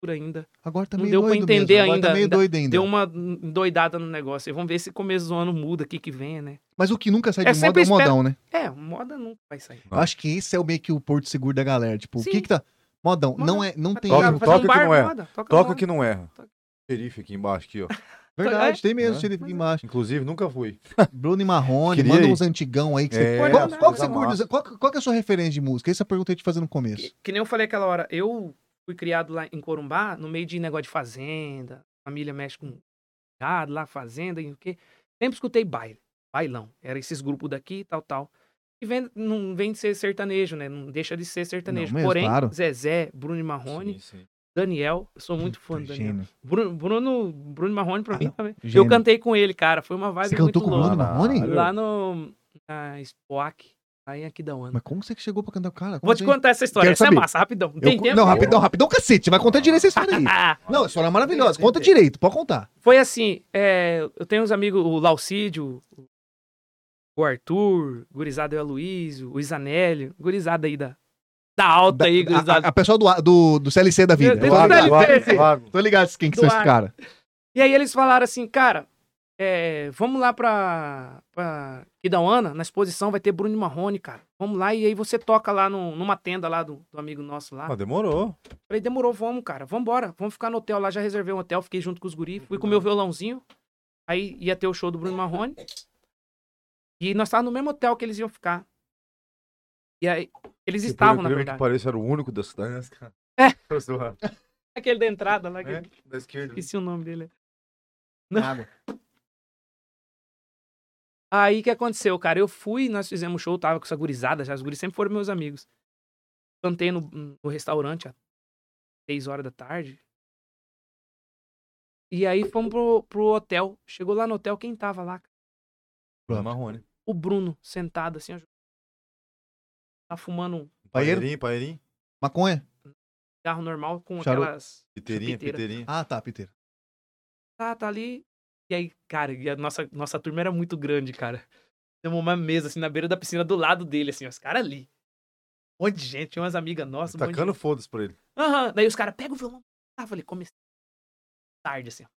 Speaker 2: por ainda.
Speaker 1: agora tá
Speaker 2: não
Speaker 1: meio
Speaker 2: deu pra
Speaker 1: doido mesmo,
Speaker 2: entender
Speaker 1: agora
Speaker 2: ainda,
Speaker 1: Tá meio
Speaker 2: ainda-
Speaker 1: doido ainda.
Speaker 2: Deu um- uma doidada no negócio. aí. Vamos ver se começo do ano muda, o que que vem, né?
Speaker 1: Mas o que nunca sai
Speaker 2: Eu
Speaker 1: de moda
Speaker 2: sempre
Speaker 1: é o modão, né?
Speaker 2: É, moda nunca vai sair.
Speaker 3: Ah.
Speaker 1: Eu acho que esse é o meio que o porto seguro da galera. Tipo, o
Speaker 2: Sim.
Speaker 1: que que tá... Modão, não
Speaker 2: Modão.
Speaker 1: é, não tem...
Speaker 3: Toca-
Speaker 2: Fazer
Speaker 1: erro.
Speaker 2: um
Speaker 3: toca que
Speaker 2: bar,
Speaker 3: não é.
Speaker 2: moda, toca
Speaker 3: Toca
Speaker 2: moda.
Speaker 3: que não erra.
Speaker 2: Toca.
Speaker 3: Xerife aqui embaixo, aqui, ó.
Speaker 1: Verdade, tem mesmo,
Speaker 3: É.
Speaker 1: xerife aqui embaixo.
Speaker 3: Inclusive, nunca fui.
Speaker 1: Bruno e Marrone,
Speaker 3: Queria
Speaker 1: manda
Speaker 3: ir.
Speaker 1: uns antigão aí que você...
Speaker 3: É,
Speaker 1: qual,
Speaker 2: as
Speaker 1: qual que você
Speaker 3: coisas
Speaker 1: curte?
Speaker 3: massa.
Speaker 1: Qual, qual que é a sua referência de música? Essa pergunta eu ia te fazer no começo.
Speaker 2: Que, que nem eu falei aquela hora, eu fui criado lá em Corumbá, no meio de negócio de fazenda, família mexe com gado lá, fazenda e o quê. Sempre escutei baile, bailão. Era esses grupos daqui, tal, tal. E vem, não vem de ser sertanejo, né? Não deixa de ser sertanejo.
Speaker 1: mesmo,
Speaker 2: Porém,
Speaker 1: claro.
Speaker 2: Zezé, Bruno e Marrone,
Speaker 3: Sim, sim.
Speaker 2: Daniel, eu sou muito fã do Daniel.
Speaker 1: Gênio. Ah,
Speaker 2: Bruno, Bruno, Bruno e Marrone pra mim também. Eu
Speaker 1: gênio.
Speaker 2: cantei com ele, cara. Foi uma vibe
Speaker 1: Você
Speaker 2: muito
Speaker 1: cantou com o Bruno
Speaker 2: louca.
Speaker 1: e Marrone?
Speaker 3: Caralho.
Speaker 2: Lá no na SPOAC, lá em Aquidauana.
Speaker 1: Mas como você que chegou pra cantar com o cara? Como
Speaker 2: um Vou te
Speaker 1: assim?
Speaker 2: contar essa história.
Speaker 1: Quero
Speaker 2: Essa
Speaker 1: saber.
Speaker 2: é massa, rapidão.
Speaker 1: Eu
Speaker 2: Tem
Speaker 1: cu-
Speaker 2: tempo?
Speaker 1: Não, rapidão, rapidão, cacete. Vai contar direito essa história
Speaker 2: [LAUGHS]
Speaker 1: aí.
Speaker 2: Ah,
Speaker 1: Não, a história é maravilhosa. Conta direito, pode contar.
Speaker 2: foi assim, é, eu tenho uns amigos, o Laucídio, o Arthur, o Gurizada e o Aloysio, o Isanelli, Gurizada aí da, da alta aí,
Speaker 1: Da- a,
Speaker 2: Gurizada.
Speaker 1: a, a pessoa do, do, do CLC da vida.
Speaker 2: Eu- eu-
Speaker 1: Tô
Speaker 2: Claro,
Speaker 1: ligado.
Speaker 2: claro,
Speaker 3: claro.
Speaker 1: Tô ligado quem que são esses
Speaker 2: Duarte.
Speaker 1: caras.
Speaker 2: E aí eles falaram assim, cara, é, vamos lá pra, pra Idauana, na exposição vai ter Bruno e Marrone, cara. Vamos lá, e aí você toca lá no- numa tenda lá do, do amigo nosso lá.
Speaker 3: Ah, demorou.
Speaker 2: Falei, demorou, vamos, cara. Vambora. Vamos ficar no hotel lá. Já reservei um hotel, fiquei junto com os guris. Fui com o meu violãozinho. Aí ia ter o show do Bruno Marrone. E nós estávamos no mesmo hotel que eles iam ficar. E aí, eles
Speaker 3: Que por
Speaker 2: estavam, na
Speaker 3: incrível Tipo, que
Speaker 2: verdade.
Speaker 3: pareça, era o único da cidade.
Speaker 2: [LAUGHS] É.
Speaker 3: Tô zoando.
Speaker 2: Aquele da entrada lá, que
Speaker 3: É, Da esquerda.
Speaker 2: esqueci o nome dele. Não.
Speaker 1: Água.
Speaker 2: Aí, o que aconteceu, cara? Eu fui, nós fizemos show, tava com essa gurizada já. Os guris sempre foram meus amigos. Cantei no, no restaurante às 6 horas da tarde. E aí fomos pro, pro hotel. Chegou lá no hotel, quem tava lá?
Speaker 3: Bruno Marrone.
Speaker 2: o Bruno sentado assim, ó, tá fumando um
Speaker 1: Paeiro?
Speaker 3: Paeirinho, paeirinho.
Speaker 1: Maconha?
Speaker 2: cigarro normal com
Speaker 1: Charuto.
Speaker 2: aquelas
Speaker 3: Piteirinha,
Speaker 2: Chupiteira.
Speaker 3: piteirinha.
Speaker 1: Ah, tá, Peter.
Speaker 2: tá, tá ali. E aí, cara, e a nossa nossa turma era muito grande, cara. Temos uma mesa assim na beira da piscina do lado dele assim, ó, os caras ali. Um monte de gente, tinha umas amigas nossas, um monte de
Speaker 3: Tacando foda-se pra ele.
Speaker 2: Aham. Daí os caras, pega o violão. Ah, falei, comecei. Tarde, assim. ó.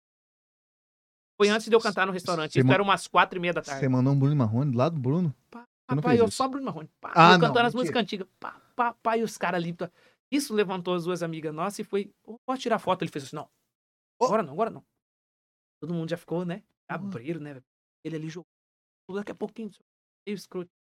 Speaker 2: Foi antes de eu cantar no restaurante.
Speaker 1: Você
Speaker 2: Isso
Speaker 1: ma-
Speaker 2: era umas quatro e meia da tarde.
Speaker 1: Você mandou um Bruno Marrone do lado do Bruno?
Speaker 2: Pá,
Speaker 1: Eu não
Speaker 2: pá,
Speaker 1: fiz
Speaker 2: Tá. eu
Speaker 1: isso.
Speaker 2: só Bruno Marrone. Pá,
Speaker 1: Ah,
Speaker 2: eu
Speaker 1: não,
Speaker 2: cantando as
Speaker 1: mentira.
Speaker 2: músicas antigas. Pá, pá, pá, e os caras ali. tá. Isso levantou as duas amigas nossas e foi, "Ô, pode tirar foto. Ele fez assim, não. Agora não, agora não. Todo mundo já ficou, né? Cabreiro, né? velho? Ele ali jogou. Daqui a pouquinho, não sei o quê, meio escroto.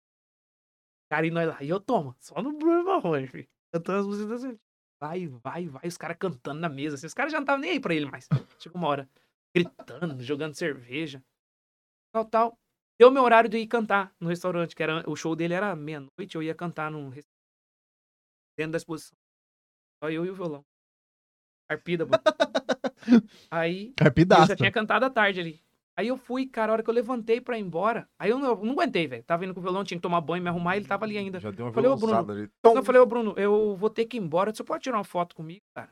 Speaker 2: Cara, e nós lá. E eu tomo. Só no Bruno Marrone, filho. Cantando as músicas assim. Vai, vai, vai. Os caras cantando na mesa. Assim. Os caras já não estavam nem aí pra ele mais. Chegou uma hora. Gritando, jogando cerveja. Tal, tal. Deu meu horário de ir cantar no restaurante, que era, o show dele era meia-noite, eu ia cantar num restaurante. Dentro da exposição. Só eu e o violão. Arpida, mano. Aí, eu já
Speaker 1: Carpidaço.
Speaker 2: tinha cantado à tarde ali. Aí eu fui, cara, a hora que eu levantei pra ir embora. Aí eu não, eu não aguentei, velho. Tava indo com o violão, tinha que tomar banho, me arrumar, ele tava ali ainda.
Speaker 3: Já deu uma
Speaker 2: Falei, ô, Bruno.
Speaker 3: violonçada ali.
Speaker 2: Eu falei, ô Bruno, eu vou ter que ir embora. Você pode tirar uma foto comigo, cara?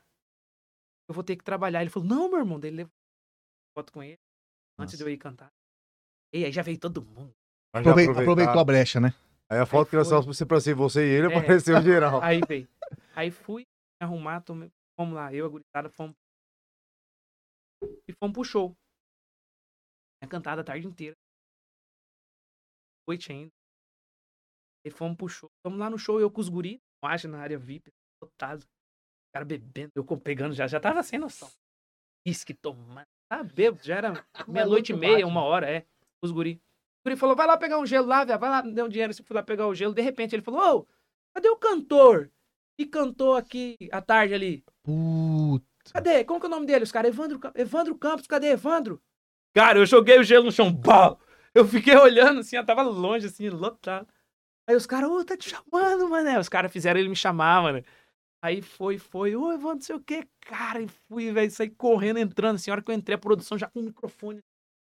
Speaker 2: Eu vou ter que trabalhar. Ele falou, não, meu irmão. Daí ele levou foto com ele antes de eu ir cantar. E aí já veio todo mundo.
Speaker 3: Mas já
Speaker 1: Aproveitou,
Speaker 3: aproveitar.
Speaker 1: aproveitou a brecha, né?
Speaker 3: Aí a foto que nós
Speaker 2: foi.
Speaker 3: falamos pra você, pra você, você e ele,
Speaker 2: É. [LAUGHS]
Speaker 3: apareceu geral.
Speaker 2: Aí veio. Aí fui me arrumar, tomei... fomos lá. Eu, a gurizada, fomos. E fomos pro show. Tinha cantado a tarde inteira. Noite ainda. E fomos pro show. Fomos lá no show, eu com os guris, acho na área VIP, lotado. O cara bebendo, eu com- pegando já, já tava sem noção. Isque tomando. Tá bêbado,
Speaker 4: [LAUGHS]
Speaker 2: já era meia-noite e
Speaker 4: é muito
Speaker 2: meia,
Speaker 4: baixo. né?
Speaker 2: uma hora, é. Os guri. O guri falou, vai lá pegar um gelo lá, velho, vai lá, me deu um dinheiro, se fui lá pegar o gelo. De repente ele falou, ô, cadê o cantor? que cantou aqui à tarde ali.
Speaker 1: Puta.
Speaker 2: Cadê? Como que é o nome dele? Os caras, Evandro, Cam- Evandro Campos, cadê Evandro? Cara, eu joguei o gelo no chão, pau! Eu fiquei olhando assim, eu tava longe, assim, lotado. Aí os caras, ô, tá te chamando, mané. Os caras fizeram ele me chamar, mano. Aí foi, foi, ô, Evandro, não sei o quê, cara. E fui, velho, saí correndo, entrando. Assim, a hora que eu entrei, a produção já com o microfone.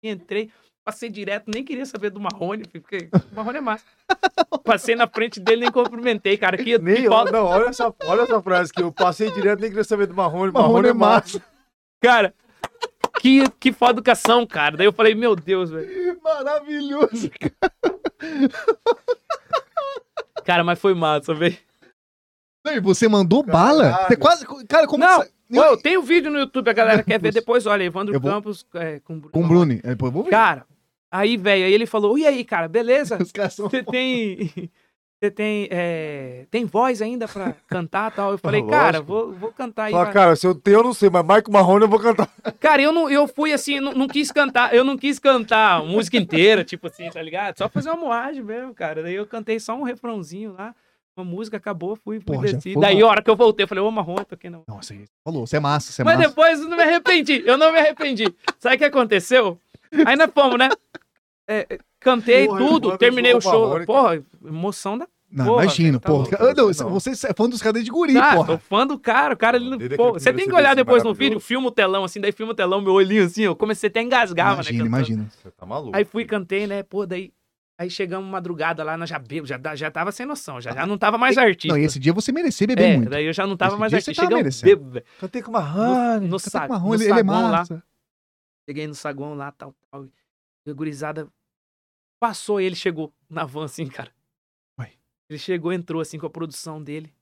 Speaker 2: Entrei, passei direto, nem queria saber do Marrone, porque o Marrone é massa. Passei na frente dele, nem cumprimentei, cara. Que,
Speaker 3: Nem
Speaker 2: que
Speaker 3: eu,
Speaker 2: falta-
Speaker 3: não, olha essa, olha essa frase que eu passei direto, nem queria saber do Marrone. Marrone
Speaker 1: Marrone
Speaker 3: é [LAUGHS] massa.
Speaker 2: Cara, que, que foda educação, cara. Daí eu falei, meu Deus, velho.
Speaker 1: Maravilhoso.
Speaker 2: Cara, mas foi massa, velho.
Speaker 1: Não, e você mandou bala. Você quase. Cara, como.
Speaker 2: Não,
Speaker 1: que
Speaker 2: Ô,
Speaker 1: você-
Speaker 2: eu tenho vídeo no YouTube, a galera quer ver depois. Olha, Evandro
Speaker 1: Eu vou-
Speaker 2: Campos é, com Bruno.
Speaker 1: Com o Bruno. É, pô, eu vou ver.
Speaker 2: Cara, aí, velho, aí ele falou, e aí, cara, beleza?
Speaker 1: [LAUGHS] Os caras são.
Speaker 2: Você tem... Você tem, é, tem voz ainda pra cantar e tal? Eu falei,
Speaker 3: lógico.
Speaker 2: cara, vou, vou cantar aí.
Speaker 3: Fala,
Speaker 2: vai."
Speaker 3: cara, se eu tenho, eu não sei, mas Marco Marrone eu vou cantar.
Speaker 2: Cara, eu, não, eu fui assim, não, não quis cantar, eu não quis cantar a música inteira, tipo assim, tá ligado? Só fazer uma moagem mesmo, cara. Daí eu cantei só um refrãozinho lá, uma música acabou, fui, fui
Speaker 1: Pô, já
Speaker 2: desci.
Speaker 1: foi
Speaker 2: Daí
Speaker 1: uma-
Speaker 2: a hora que eu voltei, eu falei, ô Marrom, tô aqui não.
Speaker 1: Não, você falou, você é massa, você é
Speaker 2: Mas
Speaker 1: massa.
Speaker 2: depois eu não me arrependi, eu não me arrependi. Sabe o que aconteceu? Aí nós fomos, né? É, cantei
Speaker 3: Porra,
Speaker 2: tudo,
Speaker 3: Evandro,
Speaker 2: terminei o
Speaker 3: João
Speaker 2: show.
Speaker 3: Marrone,
Speaker 2: Porra, emoção da.
Speaker 1: Não,
Speaker 2: Porra,
Speaker 1: imagino,
Speaker 2: tá
Speaker 1: porra.
Speaker 2: louco,
Speaker 1: Os caras- Ah, não,
Speaker 3: você não.
Speaker 1: você é fã dos caras de guri,
Speaker 2: Ah, tô
Speaker 1: porra.
Speaker 2: fã do cara, o cara ali no.
Speaker 3: Desde
Speaker 2: Pô,
Speaker 3: aquele
Speaker 2: você
Speaker 3: primeiro
Speaker 2: tem que olhar
Speaker 3: CDC
Speaker 2: depois no vídeo,
Speaker 3: maravilhoso.
Speaker 2: filma o telão assim, daí filma o telão, meu olhinho assim, eu comecei até a engasgar, mano. né,
Speaker 1: imagina,
Speaker 2: cantando.
Speaker 1: imagina.
Speaker 3: Você tá maluco.
Speaker 2: Aí fui, cantei, né? Pô, daí. Aí chegamos madrugada lá na Jabebo, já, da- já tava sem noção, já, já não tava mais artista.
Speaker 1: Ah, Não, e esse dia você merecia beber
Speaker 2: é,
Speaker 1: muito.
Speaker 2: daí eu já não tava
Speaker 1: Esse
Speaker 2: mais
Speaker 1: dia você
Speaker 2: artista.
Speaker 1: tava
Speaker 2: Chegamos
Speaker 1: merecendo.
Speaker 2: bêbado, velho.
Speaker 3: Cantei com
Speaker 2: No,
Speaker 3: Marrone.
Speaker 2: no,
Speaker 1: Café
Speaker 2: sa-
Speaker 1: com marrom,
Speaker 2: no
Speaker 1: ele, ele é
Speaker 2: saguão lá.
Speaker 1: massa.
Speaker 2: Cheguei no saguão lá, tal, tal. E a gurizada passou ele, chegou na van assim, cara.
Speaker 1: Ué.
Speaker 2: Ele chegou, entrou assim com a produção dele.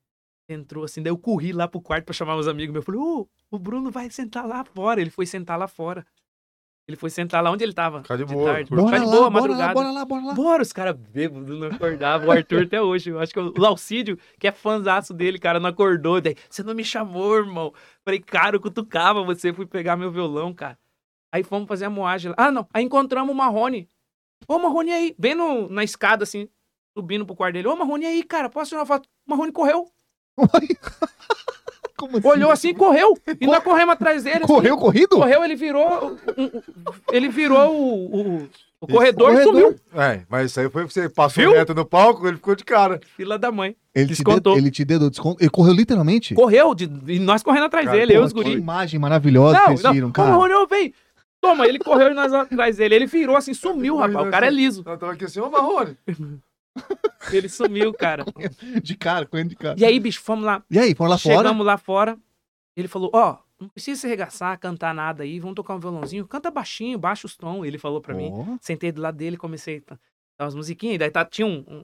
Speaker 2: Entrou assim, daí eu corri lá pro quarto pra chamar meus amigos. Meu, eu falei, ô, o Bruno vai sentar lá fora. Ele foi sentar lá fora. Ele foi sentar lá onde ele tava.
Speaker 3: Ficar de boa, curtir.
Speaker 2: Ficar
Speaker 1: Bora
Speaker 2: de
Speaker 1: lá,
Speaker 2: boa,
Speaker 1: bora
Speaker 2: madrugada.
Speaker 1: lá, bora lá, bora lá.
Speaker 2: [LAUGHS] Bora, os caras bêbados, não acordavam. O Arthur até hoje. Eu acho que o Laucídio, que é fãzaço dele, cara, não acordou. Daí, você não me chamou, irmão. Falei, cara, eu cutucava você, fui pegar meu violão, cara. Aí fomos fazer a moagem lá. Ah, não. Aí encontramos o Marrone. Ô, Marrone aí, bem no, na escada, assim, subindo pro quarto dele. Ô, Marrone aí, cara, posso tirar uma foto? O Marrone correu.
Speaker 1: Como assim?
Speaker 2: Olhou assim e correu. E nós corremos atrás dele. assim.
Speaker 1: Correu corrido?
Speaker 2: Correu, ele virou. um- um- ele virou o, o- o corredor e
Speaker 1: corredor.
Speaker 2: sumiu.
Speaker 3: É, mas isso aí foi que você passou
Speaker 2: Viu?
Speaker 3: direto no palco, ele ficou de cara.
Speaker 2: Fila da mãe.
Speaker 1: Ele te,
Speaker 2: Descontou.
Speaker 1: deu, ele te dedou desconto. Ele correu literalmente?
Speaker 2: Correu, de, e nós correndo atrás
Speaker 3: Cara,
Speaker 2: dele, eu e
Speaker 1: Porra,
Speaker 2: é os
Speaker 1: Que
Speaker 2: guri.
Speaker 1: imagem maravilhosa que vocês viram,
Speaker 2: O
Speaker 1: cara.
Speaker 2: Rony, ô, vem. Toma, ele correu e nós atrás dele. Ele virou assim, sumiu, rapaz. O cara é liso.
Speaker 3: Eu tava aqui assim, ô Marrone.
Speaker 2: Ele sumiu, cara.
Speaker 1: [LAUGHS] De cara, correndo de cara.
Speaker 2: E aí, bicho, fomos lá.
Speaker 1: E aí, foram lá fora?
Speaker 2: Chegamos lá fora. Ele falou, ó, não precisa se arregaçar, cantar nada aí. Vamos tocar um violãozinho. Canta baixinho, baixa os tons. Ele falou pra mim.
Speaker 1: Ó.
Speaker 2: Sentei do lado dele, comecei a dar umas musiquinhas. E daí tá, tinha um... um-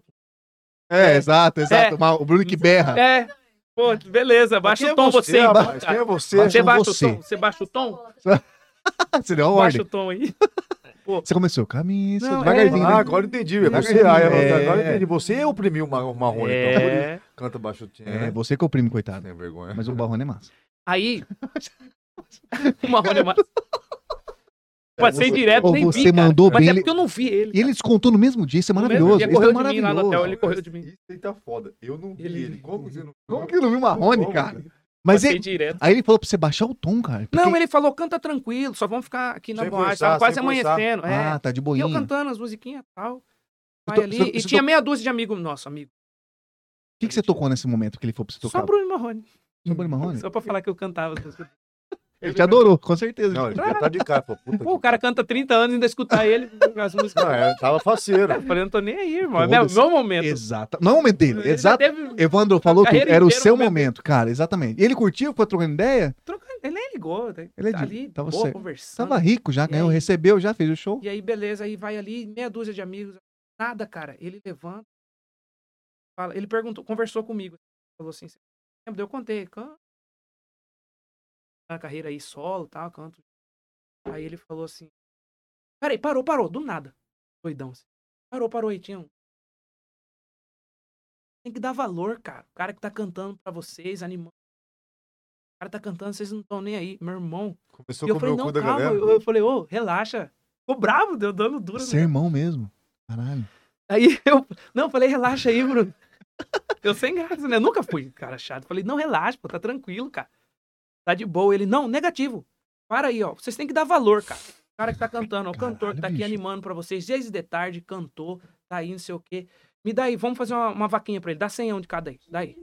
Speaker 1: É, exato, exato. Mas O Bruno que berra.
Speaker 2: É, pô, beleza. Baixa
Speaker 3: Quem é
Speaker 2: o tom você, então,
Speaker 3: rapaz? Quem
Speaker 2: cara.
Speaker 3: é você?
Speaker 1: Baixa
Speaker 2: Você baixa
Speaker 1: você.
Speaker 2: o tom, você baixa o tom, é.
Speaker 1: Você deu uma
Speaker 2: baixa
Speaker 1: ordem.
Speaker 2: o tom aí.
Speaker 1: Você começou. Caminho,
Speaker 2: Não, é,
Speaker 1: devagarzinho,
Speaker 3: Ah,
Speaker 1: né?
Speaker 3: agora eu entendi. velho.
Speaker 1: Você-
Speaker 3: Ah, é,
Speaker 1: é.
Speaker 3: Agora eu entendi. Você é oprimiu o Mar- o Marrone, então. por isso.
Speaker 2: É.
Speaker 3: Canta baixo.
Speaker 1: É,
Speaker 3: É,
Speaker 1: você que é o primo, coitado.
Speaker 3: sem vergonha.
Speaker 1: Mas o Barrone é massa.
Speaker 2: Aí. o Marrone é massa. Passei direto,
Speaker 1: Ou
Speaker 2: nem
Speaker 1: você
Speaker 2: vi, cara.
Speaker 1: mandou
Speaker 2: Mas
Speaker 1: bem,
Speaker 2: é
Speaker 1: ele-
Speaker 2: porque eu não vi ele.
Speaker 1: E ele descontou no mesmo dia, isso é
Speaker 2: No mesmo
Speaker 1: maravilhoso.
Speaker 2: dia,
Speaker 1: Isso
Speaker 2: correu
Speaker 1: é
Speaker 2: de mim lá no hotel,
Speaker 1: maravilhoso.
Speaker 2: ele correu de mim.
Speaker 3: Isso aí tá foda. Eu não vi
Speaker 2: Ele-
Speaker 3: ele. Como que você não
Speaker 1: Como que não viu Marrone,
Speaker 3: Como?
Speaker 1: cara? Mas
Speaker 2: Passei
Speaker 1: ele-
Speaker 2: direto.
Speaker 1: aí ele falou pra você baixar o tom, cara. porque-
Speaker 2: Não, ele falou, canta tranquilo, só vamos ficar aqui na
Speaker 3: Sem
Speaker 2: boate.
Speaker 3: forçar,
Speaker 2: Tava quase
Speaker 3: sem forçar.
Speaker 2: amanhecendo. é.
Speaker 1: Ah, tá de
Speaker 2: E
Speaker 1: boinha.
Speaker 2: eu cantando as musiquinhas e tal.
Speaker 1: Eu
Speaker 2: Vai
Speaker 1: tô-
Speaker 2: ali.
Speaker 1: eu tô-
Speaker 2: e
Speaker 1: eu
Speaker 2: tinha
Speaker 1: tô-
Speaker 2: meia dúzia de amigo nosso, amigo.
Speaker 1: O que, que você tocou nesse momento que ele foi pra você tocar?
Speaker 2: Só Bruno Marrone.
Speaker 1: Só Bruno Marrone?
Speaker 2: Só pra falar que eu cantava. as músicas.
Speaker 1: Ele te adorou, com certeza.
Speaker 3: Não, ele devia estar de cara. Pô, puta
Speaker 2: Pô, o
Speaker 3: que-
Speaker 2: cara canta 30 anos e ainda escutar ele [LAUGHS] as músicas.
Speaker 3: Não, é, tava
Speaker 2: [LAUGHS]
Speaker 3: faceiro.
Speaker 2: Eu falei, eu não tô nem aí, irmão. É meu,
Speaker 1: Foda-se.
Speaker 2: meu momento.
Speaker 1: Exato. Não é o momento dele.
Speaker 2: Ele já
Speaker 1: Exato.
Speaker 2: teve-
Speaker 1: Evandro falou tudo.
Speaker 2: carreira
Speaker 1: Era o
Speaker 2: inteira
Speaker 1: seu
Speaker 2: no mesmo-
Speaker 1: momento, cara. Exatamente. E ele curtiu, foi trocando ideia?
Speaker 2: trocando- Ele nem ligou. Ele
Speaker 1: Ele é de-
Speaker 2: ali,
Speaker 1: tava
Speaker 2: boa,
Speaker 1: certo.
Speaker 2: conversando.
Speaker 1: Tava rico, já
Speaker 2: E
Speaker 1: ganhou,
Speaker 2: aí?
Speaker 1: recebeu, já fez o show.
Speaker 2: E aí, beleza, aí vai ali, meia dúzia de amigos. Nada, cara. Ele levanta. Fala, ele perguntou, conversou comigo. Falou assim: "Cê lembra? Eu contei, canto. Na carreira aí, solo tal, canto. Aí ele falou assim: Peraí, parou, parou, do nada. Doidão. assim. Parou, parou aí, tinha um. Tem que dar valor, cara. O cara que tá cantando pra vocês, animando. O cara tá cantando, vocês não estão nem aí. Meu irmão,
Speaker 3: Começou
Speaker 2: e
Speaker 3: com
Speaker 2: eu
Speaker 3: o
Speaker 2: falei,
Speaker 3: meu
Speaker 2: não,
Speaker 3: cu da
Speaker 2: calma.
Speaker 3: galera. é
Speaker 2: Eu, eu falei, ô, relaxa. Ficou bravo, deu dando duro.
Speaker 1: Seu irmão mesmo. Caralho.
Speaker 2: Aí eu, não, eu falei, relaxa aí, Bruno. [LAUGHS] eu sem graça, né? Eu nunca fui, cara, chato. Falei, não, relaxa, pô, tá tranquilo, cara. Tá de boa. Ele, não, negativo. Para aí, ó. Vocês têm que dar valor, cara. O cara que tá cantando, ó, o cantor que tá
Speaker 1: Caralho,
Speaker 2: aqui
Speaker 1: bicho.
Speaker 2: animando pra vocês, desde de tarde, cantou, tá aí, não sei o quê. Me dá aí, vamos fazer uma, uma vaquinha pra ele. Dá 100 de cada aí. Dá aí.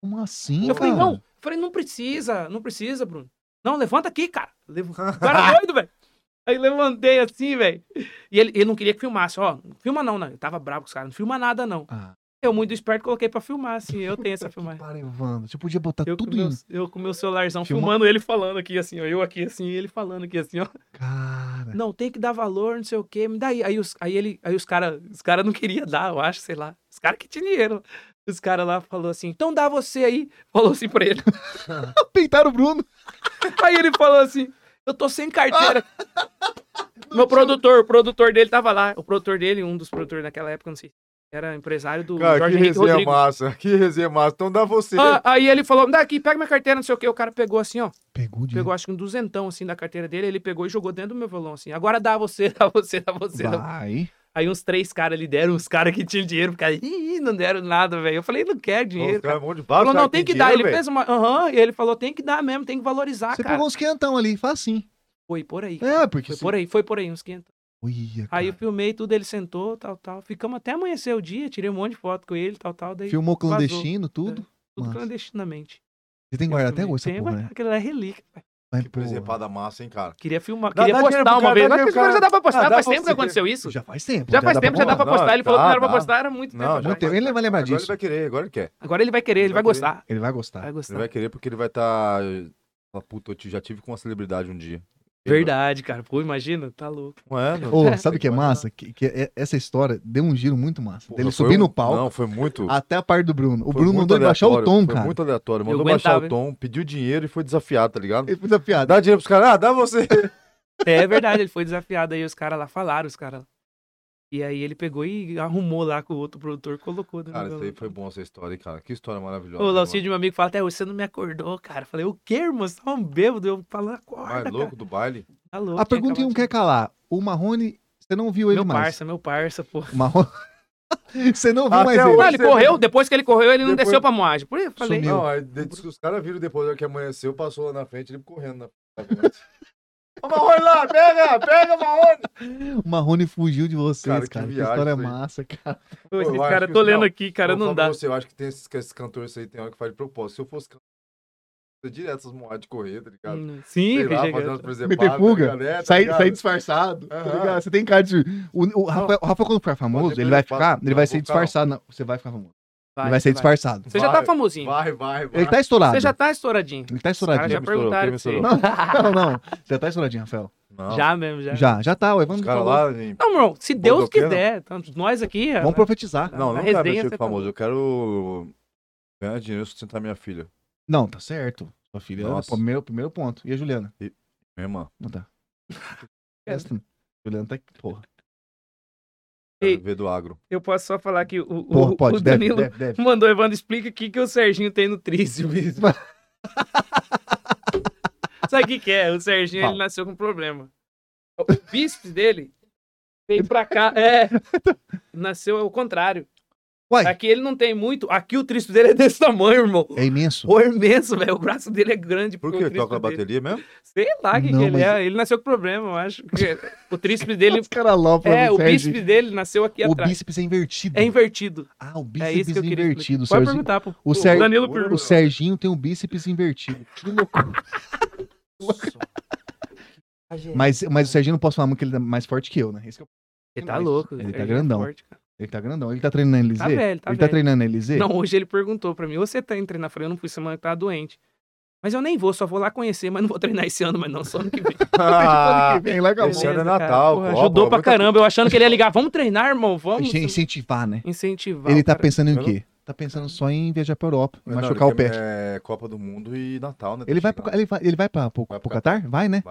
Speaker 1: Como assim,
Speaker 2: Eu falei,
Speaker 1: cara?
Speaker 2: não, Eu falei, não precisa, não precisa, Bruno. Não, levanta aqui,
Speaker 1: [LAUGHS]
Speaker 2: cara. Levo... O cara é doido, velho. Aí levantei assim, velho. E ele, ele não queria que filmasse, ó. Não filma não, não. Eu tava bravo com os caras, não filma nada, não.
Speaker 1: Ah,
Speaker 2: Eu, muito esperto, coloquei pra filmar, assim.
Speaker 1: [LAUGHS]
Speaker 2: Eu tenho essa filmagem.
Speaker 1: para, Evandro. Você podia botar
Speaker 2: Eu com,
Speaker 1: Tá tudo
Speaker 2: meu,
Speaker 1: em... um
Speaker 2: eu com meu celularzão
Speaker 1: Filma-
Speaker 2: filmando ele falando aqui, assim, ó. Eu aqui, assim, e ele falando aqui, assim, ó. [LAUGHS]
Speaker 1: Cara.
Speaker 2: Não, tem que dar valor, não sei o quê. Me dá aí. Aí os, aí ele, aí os caras os cara não queriam dar, eu acho, sei lá. Os caras que tinham dinheiro. Os caras lá falou assim, então dá você aí. Falou assim pra ele.
Speaker 1: Peitaram o Bruno.
Speaker 2: Aí ele falou assim: Eu tô sem
Speaker 3: [LAUGHS]
Speaker 2: carteira. Meu produtor, o produtor dele tava lá. O produtor dele, um dos produtores naquela época, não sei, era empresário do
Speaker 3: Cara, que
Speaker 2: Jorge Henrique
Speaker 3: resenha
Speaker 2: Rodrigo.
Speaker 3: massa. Que resenha massa. Então dá você.
Speaker 2: Ah, aí ele falou: dá aqui, pega minha carteira, não sei o que. O cara pegou assim, ó.
Speaker 1: Pegou de...
Speaker 2: Pegou acho que um duzentão assim da carteira dele. Ele pegou e jogou dentro do meu violão assim. Agora dá você, dá você, dá você. dá
Speaker 1: Vai.
Speaker 2: Aí uns três caras ali deram, uns caras que tinham dinheiro. Cara, Ih, não deram nada, velho. Eu falei: Não quero dinheiro.
Speaker 3: Os caras, um monte de barro,
Speaker 2: tá Falou,
Speaker 3: os caras
Speaker 2: não, tem que
Speaker 3: têm
Speaker 2: dar. Ele
Speaker 3: dinheiro,
Speaker 2: fez uma. Aham, e ele falou: tem que dar mesmo, tem que valorizar,
Speaker 1: Você
Speaker 2: Ah, cara.
Speaker 1: pegou uns quentão ali, faz assim.
Speaker 2: Foi por aí.
Speaker 1: É, porque...
Speaker 2: Foi
Speaker 1: Você...
Speaker 2: por aí, foi por aí, uns 500.
Speaker 1: Uia, cara.
Speaker 2: Aí eu filmei tudo, ele sentou, tal, tal. Ficamos até amanhecer o dia, tirei um monte de foto com ele, tal, tal. Daí
Speaker 1: Filmou
Speaker 2: vazou.
Speaker 1: clandestino, tudo.
Speaker 2: tudo
Speaker 1: Massa.
Speaker 2: clandestinamente.
Speaker 1: Você tem que guardar até hoje essa
Speaker 2: Tem,
Speaker 1: porra,
Speaker 2: mas
Speaker 1: né?
Speaker 2: Aquilo lá é relíquia. pai.
Speaker 1: Mas,
Speaker 3: Que
Speaker 1: porra,
Speaker 3: presepada massa, hein, cara.
Speaker 2: Queria filmar,
Speaker 3: Dá-
Speaker 2: queria
Speaker 3: dá
Speaker 2: postar
Speaker 3: dinheiro pro
Speaker 2: uma
Speaker 3: cara,
Speaker 2: vez.
Speaker 3: dá
Speaker 2: Mas
Speaker 3: dinheiro,
Speaker 2: agora já dá pra postar,
Speaker 3: Ah, dá
Speaker 2: faz tempo que
Speaker 3: você.
Speaker 2: aconteceu isso. Já,
Speaker 1: Já faz tempo.
Speaker 2: faz
Speaker 3: dá pra
Speaker 2: tempo, já dá pra
Speaker 3: postar.
Speaker 2: postar.
Speaker 3: Não,
Speaker 2: Ele falou que
Speaker 3: dá,
Speaker 2: não era pra
Speaker 3: dá.
Speaker 2: postar, era muito tempo.
Speaker 3: Não,
Speaker 2: já.
Speaker 1: Muito tempo. Ele vai lembrar
Speaker 3: Agora
Speaker 1: disso.
Speaker 3: ele vai querer, agora ele quer.
Speaker 2: Agora ele vai querer, ele vai
Speaker 3: Vai querer.
Speaker 2: gostar.
Speaker 1: Ele vai gostar.
Speaker 2: Vai
Speaker 3: Ele
Speaker 2: gostar.
Speaker 3: vai querer porque ele vai estar. Tá... Puta, eu te- já tive com uma celebridade um dia. Ele-
Speaker 2: Verdade, cara. Pô, imagina, tá louco.
Speaker 3: Não é, não-
Speaker 1: Ô, sabe o que
Speaker 2: [LAUGHS]
Speaker 1: é
Speaker 3: Vai lá.
Speaker 1: massa? Que, que é- essa história deu um giro muito massa.
Speaker 3: Porra,
Speaker 1: Dele
Speaker 3: foi
Speaker 1: subir
Speaker 3: um-
Speaker 1: no palco
Speaker 3: Não, foi muito.
Speaker 1: até a parte do Bruno. O
Speaker 3: foi
Speaker 1: Bruno
Speaker 3: muito
Speaker 1: mandou ele baixar o
Speaker 3: aleatório,
Speaker 1: tom,
Speaker 3: foi
Speaker 1: cara.
Speaker 3: muito aleatório. Mandou
Speaker 2: Eu
Speaker 3: baixar
Speaker 2: aguentava,
Speaker 3: o
Speaker 2: hein?
Speaker 3: tom, pediu dinheiro e foi desafiado, tá ligado?
Speaker 1: Ele fez a piada.
Speaker 3: Dá dinheiro pros caras, ah, dá você.
Speaker 2: [LAUGHS] É verdade, ele foi desafiado aí, os caras lá falaram, os caras lá. E aí ele pegou e arrumou lá com o outro produtor, colocou. dentro do
Speaker 3: Cara, isso aí
Speaker 2: violão.
Speaker 3: foi bom essa história, hein, cara. Que história maravilhosa.
Speaker 2: O
Speaker 3: né,
Speaker 2: Laucinho de meu amigo fala, até hoje você não me acordou, cara. Eu falei, o quê, irmão? Você tá um bêbado? Eu falo,
Speaker 3: mano? Mais
Speaker 2: acorda, cara.
Speaker 3: Ah, é louco do baile.
Speaker 2: Tá louco.
Speaker 1: A pergunta que não quer calar. O Marrone, você não viu ele
Speaker 2: Meu
Speaker 1: mais.
Speaker 2: parça, meu parça, pô.
Speaker 1: O Marrone... [LAUGHS] você não viu
Speaker 3: Até
Speaker 1: mais
Speaker 3: hoje.
Speaker 1: ele.
Speaker 2: Não, ele
Speaker 3: você-
Speaker 2: correu, depois que ele correu, ele não
Speaker 3: Depois-
Speaker 2: desceu pra moagem. Por isso eu falei,
Speaker 1: Sumiu.
Speaker 3: Não, aí, de- diz que os caras viram depois que amanheceu, passou lá na frente, ele correndo na
Speaker 2: [LAUGHS]
Speaker 3: Ô, Marrone lá, pega, pega, Marrone!
Speaker 1: O Marrone fugiu de vocês,
Speaker 3: Cara,
Speaker 1: cara.
Speaker 3: que
Speaker 1: Que,
Speaker 3: viagem
Speaker 1: história
Speaker 3: isso aí.
Speaker 1: massa, cara.
Speaker 2: pô,
Speaker 3: eu
Speaker 2: esses
Speaker 3: acho
Speaker 2: caras,
Speaker 3: que
Speaker 2: tô
Speaker 3: os-
Speaker 2: lendo
Speaker 3: não,
Speaker 2: aqui, cara,
Speaker 3: Vou
Speaker 2: não
Speaker 3: falar
Speaker 2: dá.
Speaker 3: pra Você, eu acho que tem esses, esses cantores aí, tem hora que faz de propósito. Se eu fosse cantor, eu ia direto essas moadas de correr, tá ligado?
Speaker 1: um
Speaker 2: Hum, Sim,
Speaker 3: Sei lá,
Speaker 2: veja,
Speaker 3: fazer
Speaker 2: cara.
Speaker 3: umas presepadas.
Speaker 1: Meter fuga,
Speaker 3: tá ligado?
Speaker 1: sair,
Speaker 3: Tá ligado?
Speaker 1: sair disfarçado, tá
Speaker 3: Aham.
Speaker 1: ligado? Você tem cara de... O, o Rafael, o Rafael, quando ficar famoso,
Speaker 3: depois
Speaker 1: ele vai
Speaker 3: eu faço.
Speaker 1: ficar... Ele
Speaker 3: Não,
Speaker 1: vai
Speaker 3: vou
Speaker 1: ser
Speaker 3: ficar,
Speaker 1: disfarçado. Não, você vai ficar famoso.
Speaker 2: Vai,
Speaker 1: Ele vai ser
Speaker 2: vai.
Speaker 1: disfarçado.
Speaker 2: Você já tá
Speaker 3: Vai,
Speaker 2: famosinho.
Speaker 3: Vai, vai, vai.
Speaker 1: Ele tá estourado.
Speaker 2: Você já tá estouradinho.
Speaker 1: Ele tá
Speaker 2: Os caras já
Speaker 1: estouradinho.
Speaker 3: Quem misturou? Quem
Speaker 2: perguntaram isso aí.
Speaker 3: misturou?
Speaker 1: [LAUGHS] Não, não. Você já tá estouradinho, Rafael.
Speaker 3: Não,
Speaker 2: Já mesmo, já.
Speaker 1: Já, já tá. O
Speaker 3: Os
Speaker 1: Evandro
Speaker 3: caras
Speaker 1: falou.
Speaker 3: lá. em-
Speaker 2: Não, irmão, se Deus
Speaker 3: Bodoqueno?
Speaker 2: quiser, tanto nós aqui...
Speaker 1: Vamos
Speaker 2: né?
Speaker 1: profetizar.
Speaker 3: Não,
Speaker 2: Na
Speaker 3: não quero
Speaker 2: resenha
Speaker 3: mexer
Speaker 2: você
Speaker 3: com famoso. Eu quero ganhar dinheiro e sustentar minha filha.
Speaker 1: Não, tá certo. Sua filha é o
Speaker 3: Nossa.
Speaker 1: primeiro, primeiro ponto. E a Juliana?
Speaker 3: Minha irmã.
Speaker 1: Não
Speaker 2: [LAUGHS]
Speaker 1: tá.
Speaker 2: É.
Speaker 1: Essa- Juliana tá aqui. Porra.
Speaker 2: Ei.
Speaker 3: Quero ver do agro.
Speaker 2: Eu posso só falar que o, o-
Speaker 1: Porra,
Speaker 2: o
Speaker 1: pode. deve,
Speaker 2: Danilo
Speaker 1: deve, deve.
Speaker 2: mandou, Evandro, explica o que, que o Serginho tem no
Speaker 1: [LAUGHS]
Speaker 2: tríceps. Sabe o que, que é? O Serginho ele
Speaker 1: Fala.
Speaker 2: nasceu com problema. O bíceps dele veio pra cá. É. Nasceu ao contrário.
Speaker 1: Uai.
Speaker 2: Aqui ele não tem muito. Aqui o tríceps dele é desse tamanho, irmão.
Speaker 1: É imenso.
Speaker 2: Pô, é imenso, velho. O braço dele é grande.
Speaker 3: Por
Speaker 2: porque o
Speaker 3: quê? Toca a
Speaker 2: tríceps dele-
Speaker 3: bateria
Speaker 2: [LAUGHS]
Speaker 3: mesmo?
Speaker 2: Sei lá o que, que
Speaker 1: Não,
Speaker 2: ele
Speaker 1: mas-
Speaker 2: é. Ele nasceu com problema, eu
Speaker 1: [LAUGHS]
Speaker 2: acho. Porque O tríceps dele.
Speaker 1: Os caras lopam,
Speaker 2: É,
Speaker 1: não
Speaker 2: o
Speaker 1: perde.
Speaker 2: bíceps dele nasceu aqui
Speaker 1: O
Speaker 2: atrás.
Speaker 1: bíceps é invertido.
Speaker 2: É invertido.
Speaker 1: Ah, o
Speaker 2: É
Speaker 1: bíceps
Speaker 2: isso que eu queria.
Speaker 1: invertido.
Speaker 2: explicar. Pode
Speaker 1: Serginho.
Speaker 2: perguntar pro
Speaker 1: O
Speaker 2: o
Speaker 1: Ser-
Speaker 2: Danilo
Speaker 1: O
Speaker 2: perguntou.
Speaker 1: Serginho tem um bíceps invertido. Que loucura. Mas, mas o Serginho não posso falar muito que ele é mais forte que eu, né? Esse que eu-
Speaker 2: Ele tá louco.
Speaker 1: Ele tá
Speaker 2: é
Speaker 1: grandão.
Speaker 2: forte, cara.
Speaker 1: Ele tá grandão. Ele tá treinando na LZ?
Speaker 2: Tá velho, tá
Speaker 1: ele tá
Speaker 2: velho.
Speaker 1: treinando na LZ?
Speaker 2: Não, hoje ele perguntou pra mim, você tá em treinar? Eu falei, eu não fui semana que tava doente. Mas eu nem vou, só vou lá conhecer, mas não vou treinar esse ano, mas não, só ano que vem.
Speaker 1: [LAUGHS] Ah,
Speaker 3: Ah,
Speaker 1: vem, larga a mão.
Speaker 3: esse ano é
Speaker 2: Beleza, cara.
Speaker 3: Natal,
Speaker 2: Porra,
Speaker 3: Copa,
Speaker 2: Ajudou pra
Speaker 3: muita
Speaker 2: caramba, eu achando que ele ia ligar, vamos treinar, irmão, vamos.
Speaker 1: Incentivar, né?
Speaker 2: Incentivar.
Speaker 1: Ele
Speaker 2: o
Speaker 1: tá
Speaker 2: cara.
Speaker 1: pensando em
Speaker 3: Eu
Speaker 1: o quê? Tá pensando só em viajar pra Europa, em
Speaker 3: Não,
Speaker 1: machucar
Speaker 3: ele
Speaker 1: o pé.
Speaker 3: quer- É Copa do Mundo e Natal, né?
Speaker 1: Ele vai,
Speaker 3: pro
Speaker 1: pro, ele vai, ele Tá vai pra, pro,
Speaker 3: Vai
Speaker 1: pro
Speaker 3: pro
Speaker 1: Catar? Vai,
Speaker 3: É.
Speaker 1: né?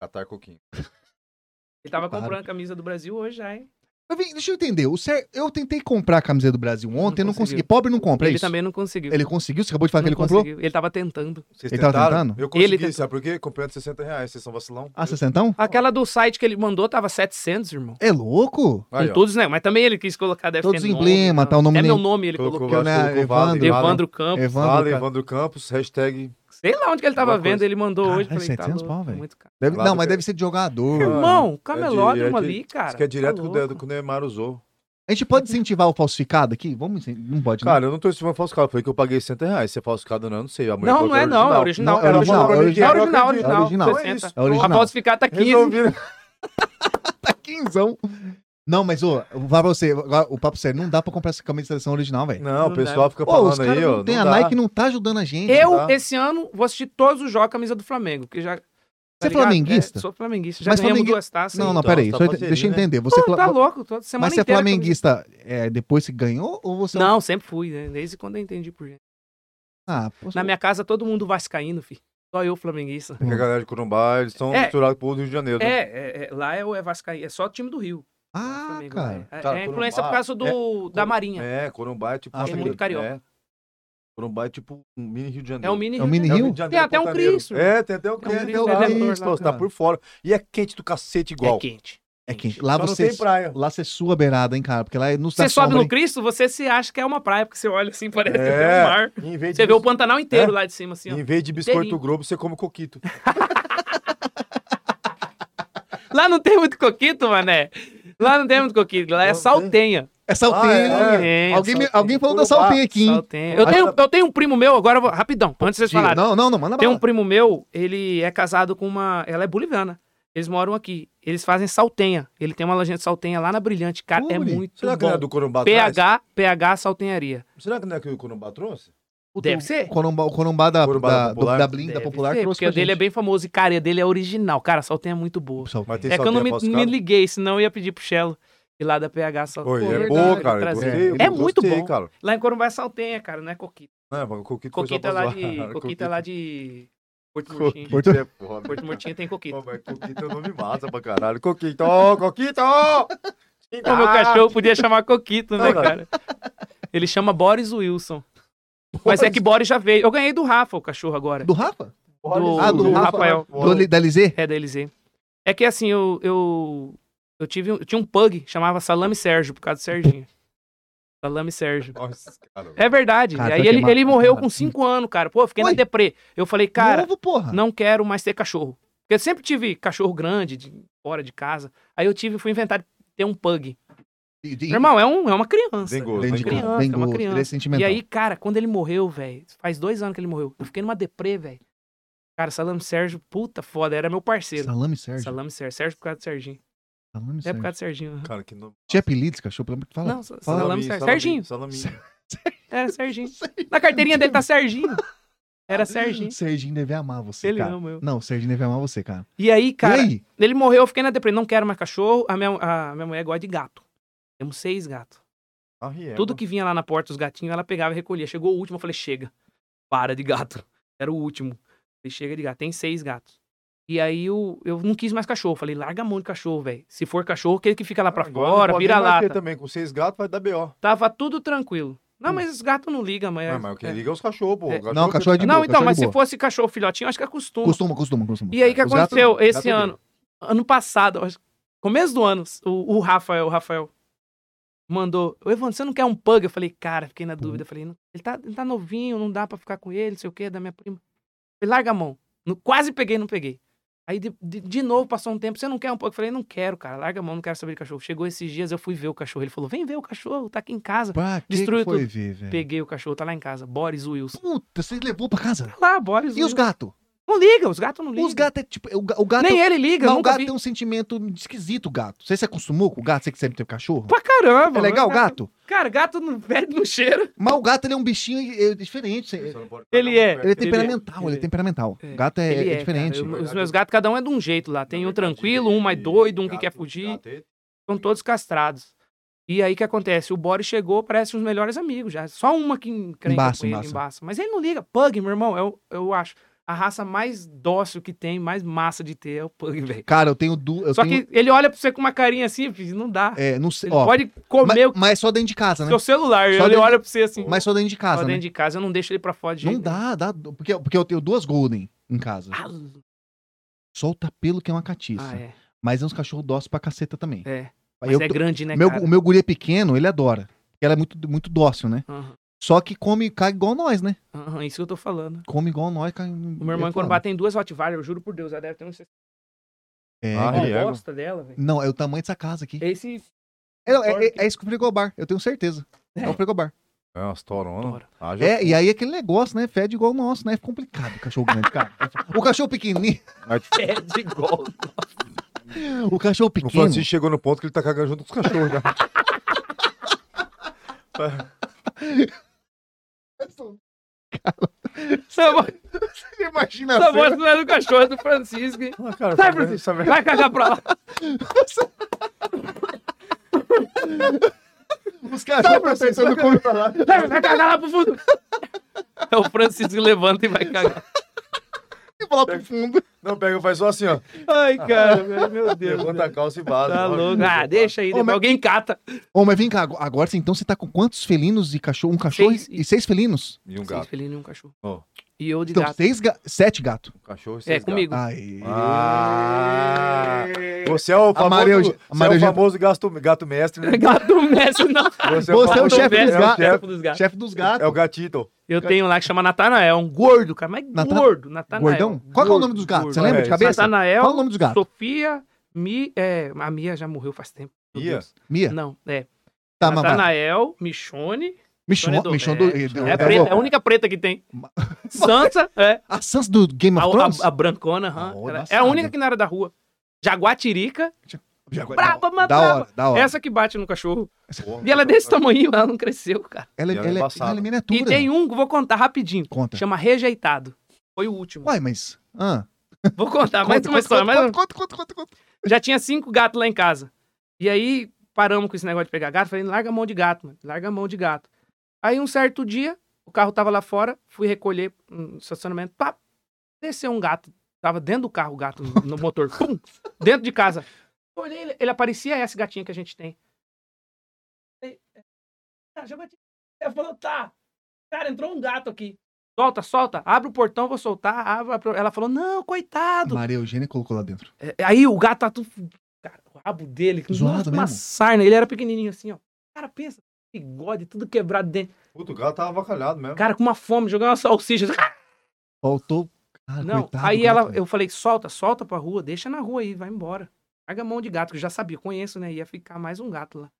Speaker 3: Catar Coquinho.
Speaker 2: Ele tava
Speaker 1: Claro.
Speaker 2: comprando a camisa do Brasil hoje já, hein?
Speaker 1: Mas vem, deixa eu entender. O Ser... Eu tentei comprar a camiseta do Brasil ontem,
Speaker 2: Não
Speaker 1: não, consegui.
Speaker 2: conseguiu.
Speaker 1: Pobre não compra, é
Speaker 2: ele
Speaker 1: isso?
Speaker 2: também não conseguiu.
Speaker 1: Ele conseguiu? Você acabou de falar que ele
Speaker 2: não
Speaker 1: comprou?
Speaker 2: conseguiu. Ele tava tentando.
Speaker 3: Vocês
Speaker 1: Ele tava
Speaker 3: tentaram?
Speaker 1: tentando?
Speaker 3: Eu consegui,
Speaker 2: Ele tentou.
Speaker 3: sabe por quê? Comprei de 60 reais, vocês são vacilão.
Speaker 1: Ah, 60?
Speaker 2: Aquela do site que ele mandou tava 700, irmão.
Speaker 1: É louco?
Speaker 2: Com todos, né? Mas também ele quis colocar, deve
Speaker 1: Todos
Speaker 2: ter
Speaker 1: os
Speaker 2: nome,
Speaker 1: emblemas,
Speaker 2: né?
Speaker 1: tá, o nome
Speaker 2: É
Speaker 1: nem-
Speaker 2: meu nome, ele colocou.
Speaker 3: colocou,
Speaker 1: colocou, né?
Speaker 3: colocou Vale,
Speaker 1: Evandro-
Speaker 3: Vale,
Speaker 2: Evandro Campos.
Speaker 1: Evandro,
Speaker 3: Vale,
Speaker 1: cara.
Speaker 3: Evandro Campos, hashtag...
Speaker 2: Sei lá onde que ele tava
Speaker 3: Alguma
Speaker 2: vendo,
Speaker 3: coisa.
Speaker 2: ele mandou hoje.
Speaker 1: Caralho,
Speaker 2: Falei, tá
Speaker 1: 700
Speaker 2: louco,
Speaker 1: pau, velho.
Speaker 2: muito caro.
Speaker 1: Deve-
Speaker 3: Lá
Speaker 1: Não,
Speaker 3: do
Speaker 1: mas
Speaker 3: Pe-
Speaker 1: deve ser de jogador.
Speaker 2: Irmão,
Speaker 3: é de-
Speaker 2: camelódromo
Speaker 3: é de-
Speaker 2: ali, cara.
Speaker 3: Isso que é direto
Speaker 2: tá
Speaker 3: com o
Speaker 2: louco.
Speaker 3: dedo que o Neymar usou.
Speaker 1: A gente pode incentivar o falsificado aqui? Vamos incentivar. Não pode, né?
Speaker 3: Cara, eu não tô estimando falsificado. Eu falei que eu paguei 60 reais. Se é falsificado ou não, eu não sei. A mulher
Speaker 2: Não,
Speaker 3: falou
Speaker 2: não
Speaker 3: que
Speaker 2: é não, é original.
Speaker 1: Não, é
Speaker 2: é original,
Speaker 1: original,
Speaker 2: original,
Speaker 3: é
Speaker 2: original,
Speaker 3: original,
Speaker 1: é
Speaker 2: original,
Speaker 1: original.
Speaker 3: É
Speaker 2: 60.
Speaker 3: isso.
Speaker 1: É original.
Speaker 2: A falsificada tá 15.
Speaker 1: [LAUGHS]
Speaker 3: Resolvi. né?
Speaker 1: Quinzão. Não, mas, ô, vou falar pra você, agora, o papo sério, não dá pra comprar essa camisa de seleção original, velho.
Speaker 3: Não,
Speaker 2: Não
Speaker 3: o
Speaker 2: né?
Speaker 3: pessoal fica
Speaker 1: Pô, os
Speaker 3: falando
Speaker 1: caras
Speaker 3: aí, ó.
Speaker 1: não tem,
Speaker 3: não
Speaker 1: a
Speaker 3: dá.
Speaker 1: Nike não tá ajudando a gente.
Speaker 2: Eu,
Speaker 3: Tá.
Speaker 2: esse ano, vou assistir todos os jogos com a camisa do Flamengo, que já... tá
Speaker 1: Você é
Speaker 2: ligado?
Speaker 1: flamenguista?
Speaker 2: É, sou flamenguista. Já
Speaker 1: Mas
Speaker 2: ganhamos
Speaker 1: flamengu-
Speaker 2: duas taças.
Speaker 1: Não, não,
Speaker 3: Então,
Speaker 1: peraí,
Speaker 3: tá
Speaker 1: só,
Speaker 3: parceria,
Speaker 1: deixa eu
Speaker 3: né?
Speaker 1: entender. Você é
Speaker 2: Pô,
Speaker 1: fla-
Speaker 2: tá louco, toda semana
Speaker 1: Mas você é
Speaker 2: inteira com a camisa.
Speaker 1: flamenguista é, depois que ganhou ou você... é um-
Speaker 2: Não, sempre fui, né? Desde quando eu entendi por gente.
Speaker 1: Ah, posso...
Speaker 2: Na minha casa, todo mundo vascaíno, filho. Só
Speaker 1: [LAUGHS]
Speaker 2: eu flamenguista.
Speaker 3: É que a galera de Corumbá, eles estão
Speaker 2: É.
Speaker 3: misturados com o Rio de Janeiro. né?
Speaker 2: É, é, é, lá é, o- é vascaíno, é só o time do Rio.
Speaker 1: Ah,
Speaker 2: Flamengo,
Speaker 1: cara.
Speaker 2: É,
Speaker 3: Cara,
Speaker 2: é
Speaker 3: Corumbá,
Speaker 2: influência por causa do, da Marinha.
Speaker 3: É, Corumbá é tipo.
Speaker 1: Ah,
Speaker 3: uma
Speaker 1: é
Speaker 3: mini-
Speaker 1: muito
Speaker 2: carioca.
Speaker 3: É. Corumbá é tipo um mini Rio de
Speaker 2: É,
Speaker 3: Janeiro.
Speaker 2: o mini
Speaker 1: É o mini
Speaker 3: É o
Speaker 1: Rio?
Speaker 3: de Janeiro
Speaker 2: Tem até um
Speaker 3: Pantaneiro.
Speaker 2: Cristo.
Speaker 3: É, tem até o
Speaker 2: Tem
Speaker 3: Cristo.
Speaker 2: um
Speaker 3: Tem
Speaker 2: Cristo,
Speaker 3: lá,
Speaker 2: é
Speaker 1: Cristo,
Speaker 3: Cristo, tá
Speaker 1: cara.
Speaker 3: por fora. E é quente do cacete
Speaker 2: É
Speaker 3: igual.
Speaker 2: quente. Ah,
Speaker 1: É quente. Lá
Speaker 3: Só
Speaker 1: você,
Speaker 3: não tem praia.
Speaker 1: lá você sua beirada, hein, cara? Porque lá é nos
Speaker 2: Você sobe no Cristo, você se acha que é uma praia, porque você olha assim, parece que
Speaker 3: É.
Speaker 2: tem um mar.
Speaker 3: Em vez
Speaker 2: Você
Speaker 3: de,
Speaker 2: vê o Pantanal inteiro
Speaker 3: É.
Speaker 2: lá de cima, assim, ó.
Speaker 3: em vez de biscoito
Speaker 2: Inteirinho.
Speaker 3: grobo, você come coquito.
Speaker 2: Lá não tem muito coquito, mané. Lá não tem muito coquito, lá é
Speaker 3: Não tem.
Speaker 2: saltenha.
Speaker 1: É salteio.
Speaker 3: Ah,
Speaker 1: né?
Speaker 2: Tem,
Speaker 1: Alguém, me-
Speaker 2: saltenha.
Speaker 1: alguém falou da
Speaker 3: Corumbá,
Speaker 1: salteia aqui, hein?
Speaker 2: Saltenha. Eu,
Speaker 3: Mas-
Speaker 2: tenho, eu tenho um primo meu, agora eu vou, rapidão, antes de vocês
Speaker 1: Diga.
Speaker 2: falarem.
Speaker 1: Não, tá não, não, manda
Speaker 2: Tem
Speaker 1: bala.
Speaker 2: um primo meu, ele é casado com uma. Ela é boliviana. Eles moram aqui. Eles fazem saltenha. Ele tem uma lojinha de saltenha lá na Brilhante. Cara, é
Speaker 1: Ui,
Speaker 2: muito
Speaker 3: Será que não é
Speaker 2: bom.
Speaker 3: do Corumbá atrás?
Speaker 2: PH, PH Saltenharia.
Speaker 3: Será que não é que o Corumbá trouxe?
Speaker 1: Puta,
Speaker 2: Deve
Speaker 1: o
Speaker 2: ser.
Speaker 1: Corumbá, o Corumbá da,
Speaker 3: Corumbá
Speaker 1: da,
Speaker 3: da
Speaker 1: do-
Speaker 3: Popular.
Speaker 1: da Blim, da
Speaker 2: Deve
Speaker 1: Popular,
Speaker 2: ser,
Speaker 1: trouxe
Speaker 2: porque
Speaker 1: pra
Speaker 2: o dele é
Speaker 1: gente.
Speaker 2: bem famoso e, cara, o dele é original. Cara, a saltenha é muito boa.
Speaker 1: Salteia.
Speaker 3: Mas tem
Speaker 2: É que eu não me,
Speaker 3: salteia
Speaker 2: me
Speaker 3: falsificada?
Speaker 2: liguei, senão eu ia pedir pro Chelo ir lá da PH só.
Speaker 3: Oi,
Speaker 2: Pô,
Speaker 3: é
Speaker 2: verdade,
Speaker 3: boa,
Speaker 2: vou
Speaker 3: cara. eu
Speaker 2: trazer.
Speaker 3: gostei, eu
Speaker 2: É muito
Speaker 3: gostei,
Speaker 2: bom.
Speaker 3: cara.
Speaker 2: Lá em Corumbá é saltenha, cara, não é coquito.
Speaker 3: Não, mas o coquito foi só
Speaker 2: Coquito
Speaker 3: pra
Speaker 2: é lá
Speaker 3: zoar. [LAUGHS]
Speaker 2: de. Coquito é lá de. Porto Murtinho.
Speaker 3: Coquito é foda.
Speaker 2: Porto Murtinho tem coquito.
Speaker 3: Pô, mas Coquito é nome massa pra caralho. Coquito, ô,
Speaker 2: [LAUGHS]
Speaker 3: Coquito! Ô,
Speaker 2: O Então, meu cachorro podia chamar Coquito, né,
Speaker 3: Ah! Não, não.
Speaker 2: cara? Ele chama Boris Wilson. Mas é que Boris já veio. Eu ganhei do Rafa o cachorro agora.
Speaker 1: Do Rafa?
Speaker 2: do-
Speaker 1: Ah, do
Speaker 2: Rafael.
Speaker 1: Do, Li- da LZ?
Speaker 2: É da Elisê. É que assim, eu. Eu, eu, tive, um- eu tinha um pug, chamava Salame Sérgio, por causa
Speaker 1: [LAUGHS]
Speaker 2: do Serginho. Salame Sérgio.
Speaker 3: Nossa, cara.
Speaker 2: É verdade.
Speaker 1: Cara,
Speaker 2: E aí
Speaker 1: vai
Speaker 2: ele,
Speaker 1: queimar.
Speaker 2: ele morreu com 5 anos, cara. Pô, eu fiquei
Speaker 1: Oi.
Speaker 2: na deprê. Eu falei, cara,
Speaker 1: Novo, porra.
Speaker 2: não quero mais ter cachorro. Porque eu sempre tive cachorro grande, de- fora de casa. Aí eu tive, fui inventar de ter um pug.
Speaker 1: E- e-
Speaker 2: Meu irmão, é, um, é uma criança.
Speaker 3: Dengoso,
Speaker 2: é
Speaker 1: Dengoso,
Speaker 2: uma
Speaker 3: dengoso.
Speaker 2: criança, é
Speaker 1: dengoso,
Speaker 2: uma
Speaker 1: ele é
Speaker 2: criança. E
Speaker 1: sentimental.
Speaker 2: aí, cara, quando ele morreu, velho, faz dois anos que ele morreu, eu fiquei numa deprê, velho. Cara, Salame Sérgio, puta foda, era meu parceiro.
Speaker 1: Salame Sérgio.
Speaker 2: Salame Sérgio. Sérgio por causa do Serginho.
Speaker 1: Salame
Speaker 2: É por
Speaker 1: Sérgio.
Speaker 2: causa do Serginho. aham.
Speaker 3: Cara, que nome.
Speaker 1: Tinha apelido esse cachorro, pelo amor de Deus. Fala.
Speaker 2: Não, sa- Salame Sérgio. Serginho.
Speaker 3: Salaminho.
Speaker 2: Era Serginho. Na carteirinha dele tá Serginho. Era é Serginho.
Speaker 1: Hum, Serginho deve amar você,
Speaker 2: Ele
Speaker 1: cara.
Speaker 2: ama eu.
Speaker 1: Não, o Serginho deve amar você, cara.
Speaker 2: E aí, cara,
Speaker 1: e aí?
Speaker 2: ele morreu, eu fiquei na deprê. Não quero mais cachorro. A minha, a minha mulher gosta de gato. Temos seis gatos.
Speaker 3: Ah, Riego.
Speaker 2: Tudo que vinha lá na porta, os gatinhos, ela pegava e recolhia. Chegou o último, eu falei, chega. Para de gato. Era o último. Falei, chega de gato. Tem seis gatos. E aí eu, eu não quis mais cachorro. Falei, larga a mão de cachorro, velho. Se for cachorro, aquele que fica lá pra
Speaker 3: Ah, Agora não
Speaker 2: fora,
Speaker 3: pode
Speaker 2: vira
Speaker 3: nem mais ter
Speaker 2: lata.
Speaker 3: também, com seis gatos vai dar B.O.
Speaker 2: Tava tudo tranquilo. Não, mas os gatos não ligam, mas...
Speaker 3: Ah, mas o que
Speaker 2: é.
Speaker 3: liga é os cachorros, pô.
Speaker 2: É.
Speaker 3: O
Speaker 1: Não, cachorro é de boa.
Speaker 2: Não, então,
Speaker 1: cachorro
Speaker 2: mas
Speaker 1: de
Speaker 2: se
Speaker 1: boa.
Speaker 2: fosse cachorro filhotinho, acho que acostuma.
Speaker 1: Costuma, costuma, costuma.
Speaker 2: um E aí, o que
Speaker 1: Os gatos-
Speaker 2: aconteceu
Speaker 3: gatos
Speaker 2: esse
Speaker 3: brigam.
Speaker 2: ano? ano passado, eu acho- começo do ano, o, o Rafael, o Rafael mandou, "Ô, Evandro, você não quer um pug? Eu falei, cara, fiquei na dúvida, Eu falei, "Não, ele tá, ele tá novinho, não dá pra ficar com ele, não sei o que, da minha prima. Eu falei, larga a mão. No- quase peguei, não peguei. Aí, de, de- de novo, passou um tempo, você não quer um pug? Eu falei, não quero, cara, larga a mão, não quero saber de cachorro. Chegou esses dias, eu fui ver o cachorro, ele falou, vem ver o cachorro, tá aqui em casa. [LAUGHS]
Speaker 1: Pra é que
Speaker 2: Destruiu
Speaker 1: que foi
Speaker 2: tudo.
Speaker 1: ver, velho?
Speaker 2: Peguei o cachorro, tá lá em casa, Boris Wilson.
Speaker 1: Puta, você levou pra casa?
Speaker 2: Tá lá, Boris
Speaker 1: E os
Speaker 2: Wilson.
Speaker 1: gatos?
Speaker 2: Não liga, os gatos não ligam.
Speaker 1: Os gatos é tipo. O, ga- o gato
Speaker 2: Nem ele liga,
Speaker 1: Mas
Speaker 2: eu
Speaker 1: o
Speaker 2: nunca
Speaker 1: gato
Speaker 2: vi.
Speaker 1: tem um sentimento esquisito, gato. Você se acostumou com o gato? Você que sempre teve cachorro?
Speaker 2: Pra caramba.
Speaker 1: É legal o
Speaker 2: mano.
Speaker 1: gato?
Speaker 2: Cara, gato não [LAUGHS] perde no cheiro.
Speaker 1: Mas o gato ele é um bichinho é, diferente. Ele
Speaker 2: Ele é.
Speaker 1: é
Speaker 2: Ele
Speaker 1: temperamental, ele,
Speaker 2: ele
Speaker 1: é
Speaker 2: é.
Speaker 1: temperamental. O gato é,
Speaker 2: Ele
Speaker 1: é
Speaker 2: cara.
Speaker 1: diferente.
Speaker 2: Eu- os meus gatos, cada um é de um jeito lá. Tem um tranquilo, um mais doido, um que quer fugir. São todos castrados. E aí o que acontece? O Boris chegou, parece os melhores amigos já. Só uma que encrenca
Speaker 1: Embaça,
Speaker 2: com ele,
Speaker 1: embaça.
Speaker 2: embaça. Mas ele não liga. Pug, meu irmão, é eu, eu acho. A raça mais dócil que tem, mais massa de ter é o Pug, velho.
Speaker 1: Cara, eu tenho duas.
Speaker 2: Só que ele olha pra você com uma carinha assim, filho, não dá.
Speaker 1: É, não sei.
Speaker 2: ele
Speaker 1: Ó,
Speaker 2: pode
Speaker 1: ma-
Speaker 2: comer o
Speaker 1: mas, só dentro de casa, né?
Speaker 2: seu celular.
Speaker 1: Só
Speaker 2: ele
Speaker 1: dentro-
Speaker 2: olha pra você assim.
Speaker 1: Mas só dentro de
Speaker 2: só
Speaker 1: casa,
Speaker 2: dentro
Speaker 1: né?
Speaker 2: de casa, eu não deixo ele pra fora de
Speaker 1: Não
Speaker 2: jeito
Speaker 1: dá, dá. Porque, porque eu tenho duas Golden em casa.
Speaker 2: nenhum.
Speaker 1: Solta pelo que é uma catiça.
Speaker 2: Ah, é.
Speaker 1: Mas é uns cachorros dóceis pra caceta também.
Speaker 2: É.
Speaker 1: Aí
Speaker 2: Mas
Speaker 1: eu
Speaker 2: é
Speaker 1: tô-
Speaker 2: grande, né,
Speaker 1: meu,
Speaker 2: cara?
Speaker 1: o meu guri é pequeno, ele adora. Ela é muito, muito dócil, né?
Speaker 2: Aham,
Speaker 1: Só que come e caga igual nós, né?
Speaker 2: aham, isso que eu tô falando.
Speaker 1: Come igual nós, um caga.
Speaker 2: O meu irmão, quando batem duas Rottweiler, eu juro por Deus, ela deve ter um...
Speaker 1: É,
Speaker 3: Ah,
Speaker 1: cara.
Speaker 3: é?
Speaker 2: Ela
Speaker 3: ego.
Speaker 2: gosta dela, velho.
Speaker 1: Não, é o tamanho dessa casa aqui.
Speaker 2: Esse... [LAUGHS]
Speaker 1: É, não, é,
Speaker 2: Torque.
Speaker 1: é, é isso que o frigobar, eu tenho certeza. É, o frigobar.
Speaker 3: É umas Ah, toronas.
Speaker 2: Tora.
Speaker 3: Haja
Speaker 1: É, e aí aquele negócio, né? Fede igual o nosso, né? É complicado o cachorro grande, cara. [LAUGHS] O cachorro pequenininho, [LAUGHS]
Speaker 2: É de gol.
Speaker 1: o cachorro
Speaker 3: O
Speaker 1: tá pequeno.
Speaker 3: Francisco chegou no ponto que ele tá cagando junto com os
Speaker 1: [LAUGHS]
Speaker 3: cachorros já.
Speaker 2: Essa voz
Speaker 1: Você imagina
Speaker 2: tá essa
Speaker 1: a
Speaker 2: voz
Speaker 1: cena,
Speaker 2: não é do cachorro, é do Francisco. hein?
Speaker 3: Ah,
Speaker 2: Sai,
Speaker 3: cara, tá vendo?
Speaker 2: Francisco. Vai cagar pra lá.
Speaker 1: os cachorros tentando comer.
Speaker 2: Sai, Vai cagar lá pro fundo. É o Francisco que levanta e vai cagar.
Speaker 1: e falar pro tá fundo.
Speaker 3: Não, pega, faz só assim, ó.
Speaker 2: Ai, cara, velho, [LAUGHS] meu Deus.
Speaker 3: Levanta
Speaker 2: velho.
Speaker 3: a calça e vaza.
Speaker 2: Tá
Speaker 3: Ó,
Speaker 2: louco. Ah, deixa aí, depois
Speaker 1: mas-
Speaker 2: alguém cata.
Speaker 1: Ô, mas vem cá, agora- agora sim, então você tá com quantos felinos e cachorro? Um cachorro
Speaker 2: Seis
Speaker 1: e... e seis felinos?
Speaker 3: E um
Speaker 2: Seis
Speaker 3: gato.
Speaker 2: felinos e um cachorro.
Speaker 3: Ó.
Speaker 2: E eu de
Speaker 1: Então,
Speaker 2: gato.
Speaker 1: seis ga... sete gato.
Speaker 3: Um cachorro e
Speaker 2: É,
Speaker 3: seis
Speaker 2: comigo.
Speaker 1: Aí.
Speaker 3: gatos. Ah, você é o famoso,
Speaker 1: Amarelo-
Speaker 3: você
Speaker 1: amarelo-
Speaker 3: é o famoso gato, gato mestre, né?
Speaker 2: [LAUGHS] Gato mestre, não.
Speaker 1: Você
Speaker 3: Você,
Speaker 1: é o
Speaker 3: famoso-
Speaker 1: chefe dos
Speaker 3: é o
Speaker 1: gatos.
Speaker 3: chefe-
Speaker 2: Então, dos gatos.
Speaker 1: Chefe dos gatos.
Speaker 3: É o gatito.
Speaker 2: Eu tenho lá que chama Natanael, um gordo, cara, mas
Speaker 1: Nata-
Speaker 2: gordo, Natanael.
Speaker 1: Gordão? Qual que é o nome dos gatos? Você lembra de
Speaker 3: É,
Speaker 1: cabeça?
Speaker 2: Natanael,
Speaker 1: Qual é o nome dos gatos?
Speaker 2: Sofia, Mi, é, a Mia já morreu faz tempo. meu
Speaker 3: Mia?
Speaker 2: Deus.
Speaker 1: Mia?
Speaker 2: Não, é.
Speaker 1: Tá, mas vai.
Speaker 2: Natanael, Michone,
Speaker 1: Michon,
Speaker 2: Michone do-
Speaker 1: Michon
Speaker 2: é,
Speaker 1: do...
Speaker 2: é, a preta, é a única preta que tem. [LAUGHS] Sansa, é,
Speaker 1: A Sans do Game
Speaker 2: a,
Speaker 1: of Thrones?
Speaker 2: a- a brancona, aham.
Speaker 1: Oh,
Speaker 2: Ela- é a
Speaker 1: embaçada.
Speaker 2: única que não era da rua. Jaguatirica,
Speaker 1: Já agora-
Speaker 2: braba, mas
Speaker 1: da
Speaker 2: braba.
Speaker 1: hora, da hora.
Speaker 2: essa que bate no cachorro. E ela é desse tamanho, ela não cresceu, cara.
Speaker 1: Ela,
Speaker 3: E ela
Speaker 1: ela,
Speaker 3: é
Speaker 1: ela,
Speaker 3: embaçada.
Speaker 1: é
Speaker 2: E
Speaker 1: miniatura.
Speaker 2: tem um que eu vou contar rapidinho.
Speaker 1: Conta.
Speaker 2: Chama Rejeitado. Foi o último.
Speaker 1: Uai, mas... Ah,
Speaker 2: Vou contar mais
Speaker 1: conta,
Speaker 2: uma história.
Speaker 1: Conta,
Speaker 2: mais
Speaker 1: conta, conta, conta, conta, conta.
Speaker 2: Já tinha cinco gatos lá em casa. E aí paramos com esse negócio de pegar gato. Falei, larga a mão de gato, mano. Larga a mão de gato. Aí um certo dia, o carro tava lá fora, fui recolher um estacionamento. Pá, desceu um gato. Tava dentro do carro o gato, no- no [LAUGHS] motor. Pum, dentro de casa. Eu Olhei, ele, ele aparecia essa gatinha que a gente tem. Falei, "Ah, já [LAUGHS] bati." Ela falou, tá. Cara, entrou um gato aqui. Solta, solta. Abre o portão, vou soltar. Abre, abre. Ela falou, não, coitado.
Speaker 1: Maria Eugênia colocou lá dentro.
Speaker 2: É, Aí o gato tá tudo. Cara, o rabo dele.
Speaker 1: Zoado
Speaker 2: nossa, uma
Speaker 1: mesmo?
Speaker 2: sarna. Ele era pequenininho assim, ó. Cara, pensa. Bigode, tudo quebrado dentro.
Speaker 3: Puta, o gato tava avacalhado mesmo.
Speaker 2: Cara, com uma fome, jogando uma salsicha.
Speaker 1: Faltou... Cara,
Speaker 2: não,
Speaker 1: Ah, coitado, né?
Speaker 2: aí
Speaker 1: cara,
Speaker 2: ela,
Speaker 1: cara.
Speaker 2: eu falei, solta, solta pra rua, deixa na rua aí, vai embora. Larga a mão de gato, que eu já sabia, conheço, né? Ia ficar mais um gato lá.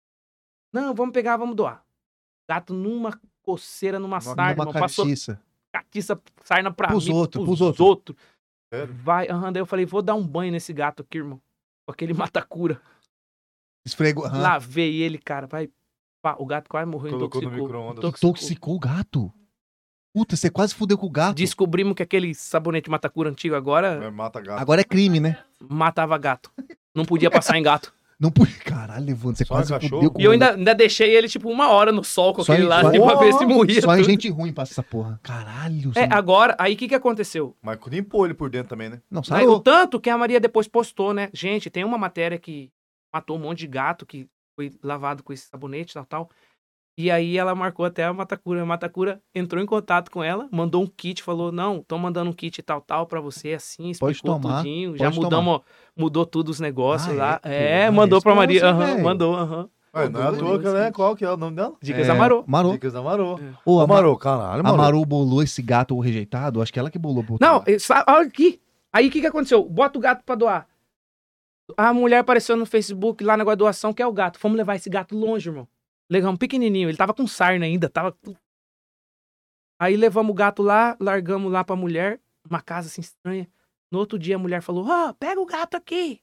Speaker 2: Não, vamos pegar, vamos doar. Gato numa coceira, numa sarna,
Speaker 1: Uma
Speaker 2: irmão, passou
Speaker 1: catiça.
Speaker 2: catiça, sarna pra
Speaker 1: Pros
Speaker 2: mim,
Speaker 1: outros, pros outros.
Speaker 3: Sério?
Speaker 2: Vai, aham, daí eu falei, vou dar um banho nesse gato aqui, irmão. Com aquele matacura.
Speaker 1: Esfregou... aham.
Speaker 2: Lavei ele, cara. Vai. Pá, o gato quase morreu.
Speaker 3: Colocou no
Speaker 2: intoxicou,
Speaker 3: micro-ondas.
Speaker 2: intoxicou.
Speaker 1: Intoxicou o gato. Puta, você quase fudeu com o gato.
Speaker 2: Descobrimos que aquele sabonete matacura antigo agora
Speaker 3: É, Mata gato.
Speaker 1: Agora é crime, né?
Speaker 2: matava gato. Não podia passar em gato.
Speaker 1: Não pude... Caralho, Evandro, você
Speaker 3: Só
Speaker 1: quase
Speaker 3: é cachorro?
Speaker 1: fudeu com
Speaker 2: E eu ainda, ainda deixei ele, tipo, uma hora no sol com
Speaker 1: Só
Speaker 2: aquele
Speaker 1: em-
Speaker 2: lá,
Speaker 1: só-
Speaker 2: assim, pra ver se morria.
Speaker 1: Só em
Speaker 2: tudo.
Speaker 1: gente ruim passa essa porra. Caralho.
Speaker 2: É,
Speaker 1: você-
Speaker 2: agora, aí o que, que aconteceu?
Speaker 3: Mas limpou ele por dentro também, né?
Speaker 1: Não,
Speaker 2: Aí, o
Speaker 1: saiu.
Speaker 2: tanto que a Maria depois postou, né? Gente, tem uma matéria que matou um monte de gato que foi lavado com esse sabonete e tal, tal. E aí ela marcou até a Matacura. A Matacura entrou em contato com ela, mandou um kit, falou: "Não, tô mandando um kit tal tal para você assim,
Speaker 1: Pode
Speaker 2: explicou
Speaker 1: tomar,
Speaker 2: tudinho,
Speaker 1: pode
Speaker 2: já mudamos, mudou tudo os negócios
Speaker 1: Ah,
Speaker 2: lá".
Speaker 1: é,
Speaker 2: É,
Speaker 1: pô,
Speaker 2: mandou pra Maria,
Speaker 1: responsa,
Speaker 2: aham,
Speaker 1: velho.
Speaker 2: mandou, aham.
Speaker 3: Ué, não é à toa, que ela é Qual que é o nome dela?
Speaker 2: Dicas
Speaker 1: É,
Speaker 2: amarou.
Speaker 1: Marou.
Speaker 3: Dicas da Marô.
Speaker 1: Ô,
Speaker 3: Ô,
Speaker 1: a Maru,
Speaker 3: Marô, caralho,
Speaker 1: a
Speaker 3: Marô.
Speaker 1: Maru bolou esse gato rejeitado? Acho que ela que bolou. pro outro
Speaker 2: Tá Não,
Speaker 1: lado.
Speaker 2: eu sa- olha aqui. Aí o que, que aconteceu? Bota o gato pra doar. A mulher apareceu no Facebook lá na negócio de doação, que é o gato. Fomos levar esse gato longe, irmão. Levamos pequenininho, ele tava com sarna ainda, tava. tu- Aí levamos o gato lá, largamos lá pra mulher, uma casa assim estranha. No outro dia a mulher falou: Ó, pega o gato aqui.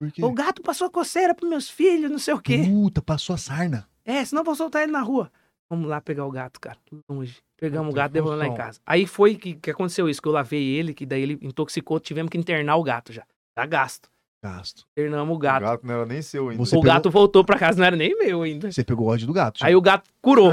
Speaker 1: Por quê?
Speaker 2: O gato passou coceira pros meus filhos, não sei o quê.
Speaker 1: Puta, passou a sarna.
Speaker 2: É, senão eu vou soltar ele na rua. Vamos lá pegar o gato, cara. Longe. Pegamos o
Speaker 1: Puta,
Speaker 2: gato, devolvemos lá em
Speaker 1: função.
Speaker 2: casa. Aí foi que, que aconteceu isso, que eu lavei ele, que daí ele intoxicou, tivemos que internar o gato já. Tá gasto.
Speaker 1: Gasto.
Speaker 2: Internamos o
Speaker 3: O
Speaker 2: gato.
Speaker 3: gato não era nem seu ainda.
Speaker 1: Você-
Speaker 2: o
Speaker 1: pegou-
Speaker 2: gato voltou pra casa, não era nem meu ainda.
Speaker 1: Você pegou o ódio do gato.
Speaker 2: Aí o gato
Speaker 1: [LAUGHS]
Speaker 2: curou.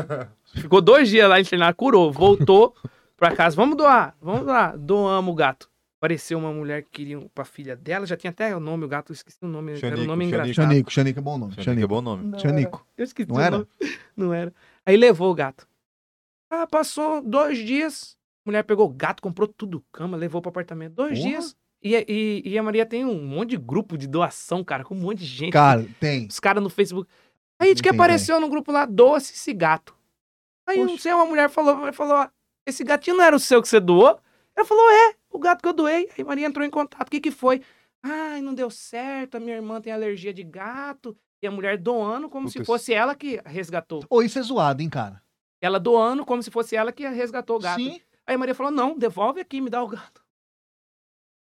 Speaker 2: Ficou dois dias lá internado, curou. Voltou pra casa. Vamos doar, vamos doar. Doamos o gato. Apareceu uma mulher que queria um- pra filha dela, já tinha até o nome, o gato, eu esqueci o nome, era
Speaker 3: Xanico,
Speaker 2: um nome engraçado.
Speaker 3: Xanico.
Speaker 1: Xanico, Xanico é bom nome.
Speaker 3: Xanico é
Speaker 1: Xanico.
Speaker 3: bom nome.
Speaker 2: Não, era-
Speaker 1: Xanico.
Speaker 2: Eu esqueci
Speaker 1: Não
Speaker 2: o
Speaker 1: era?
Speaker 2: nome. [LAUGHS] Não era. Aí levou o gato. Ah, passou dois dias. A mulher pegou o gato, comprou tudo, cama, levou pro apartamento. Dois
Speaker 1: Porra.
Speaker 2: dias. E, e- e a Maria tem um monte de grupo de doação, cara, com um monte de gente.
Speaker 1: Cara, tem.
Speaker 2: Os caras no Facebook. Aí de que
Speaker 1: Entendi.
Speaker 2: apareceu no grupo lá, doce esse gato. Aí não
Speaker 1: Poxa.
Speaker 2: sei, uma mulher falou, falou: ó, esse gatinho não era o seu que você doou? Ela falou: é, o gato que eu doei. Aí Maria entrou em contato. O que que foi? Ai, não deu certo, a minha irmã tem alergia de gato. E a mulher doando como se
Speaker 3: Putz.
Speaker 2: fosse ela que resgatou.
Speaker 1: Ô, isso é zoado, hein, cara?
Speaker 2: Ela doando como se fosse ela que resgatou o gato.
Speaker 1: Sim.
Speaker 2: Aí a Maria falou: não, devolve aqui, me dá o gato.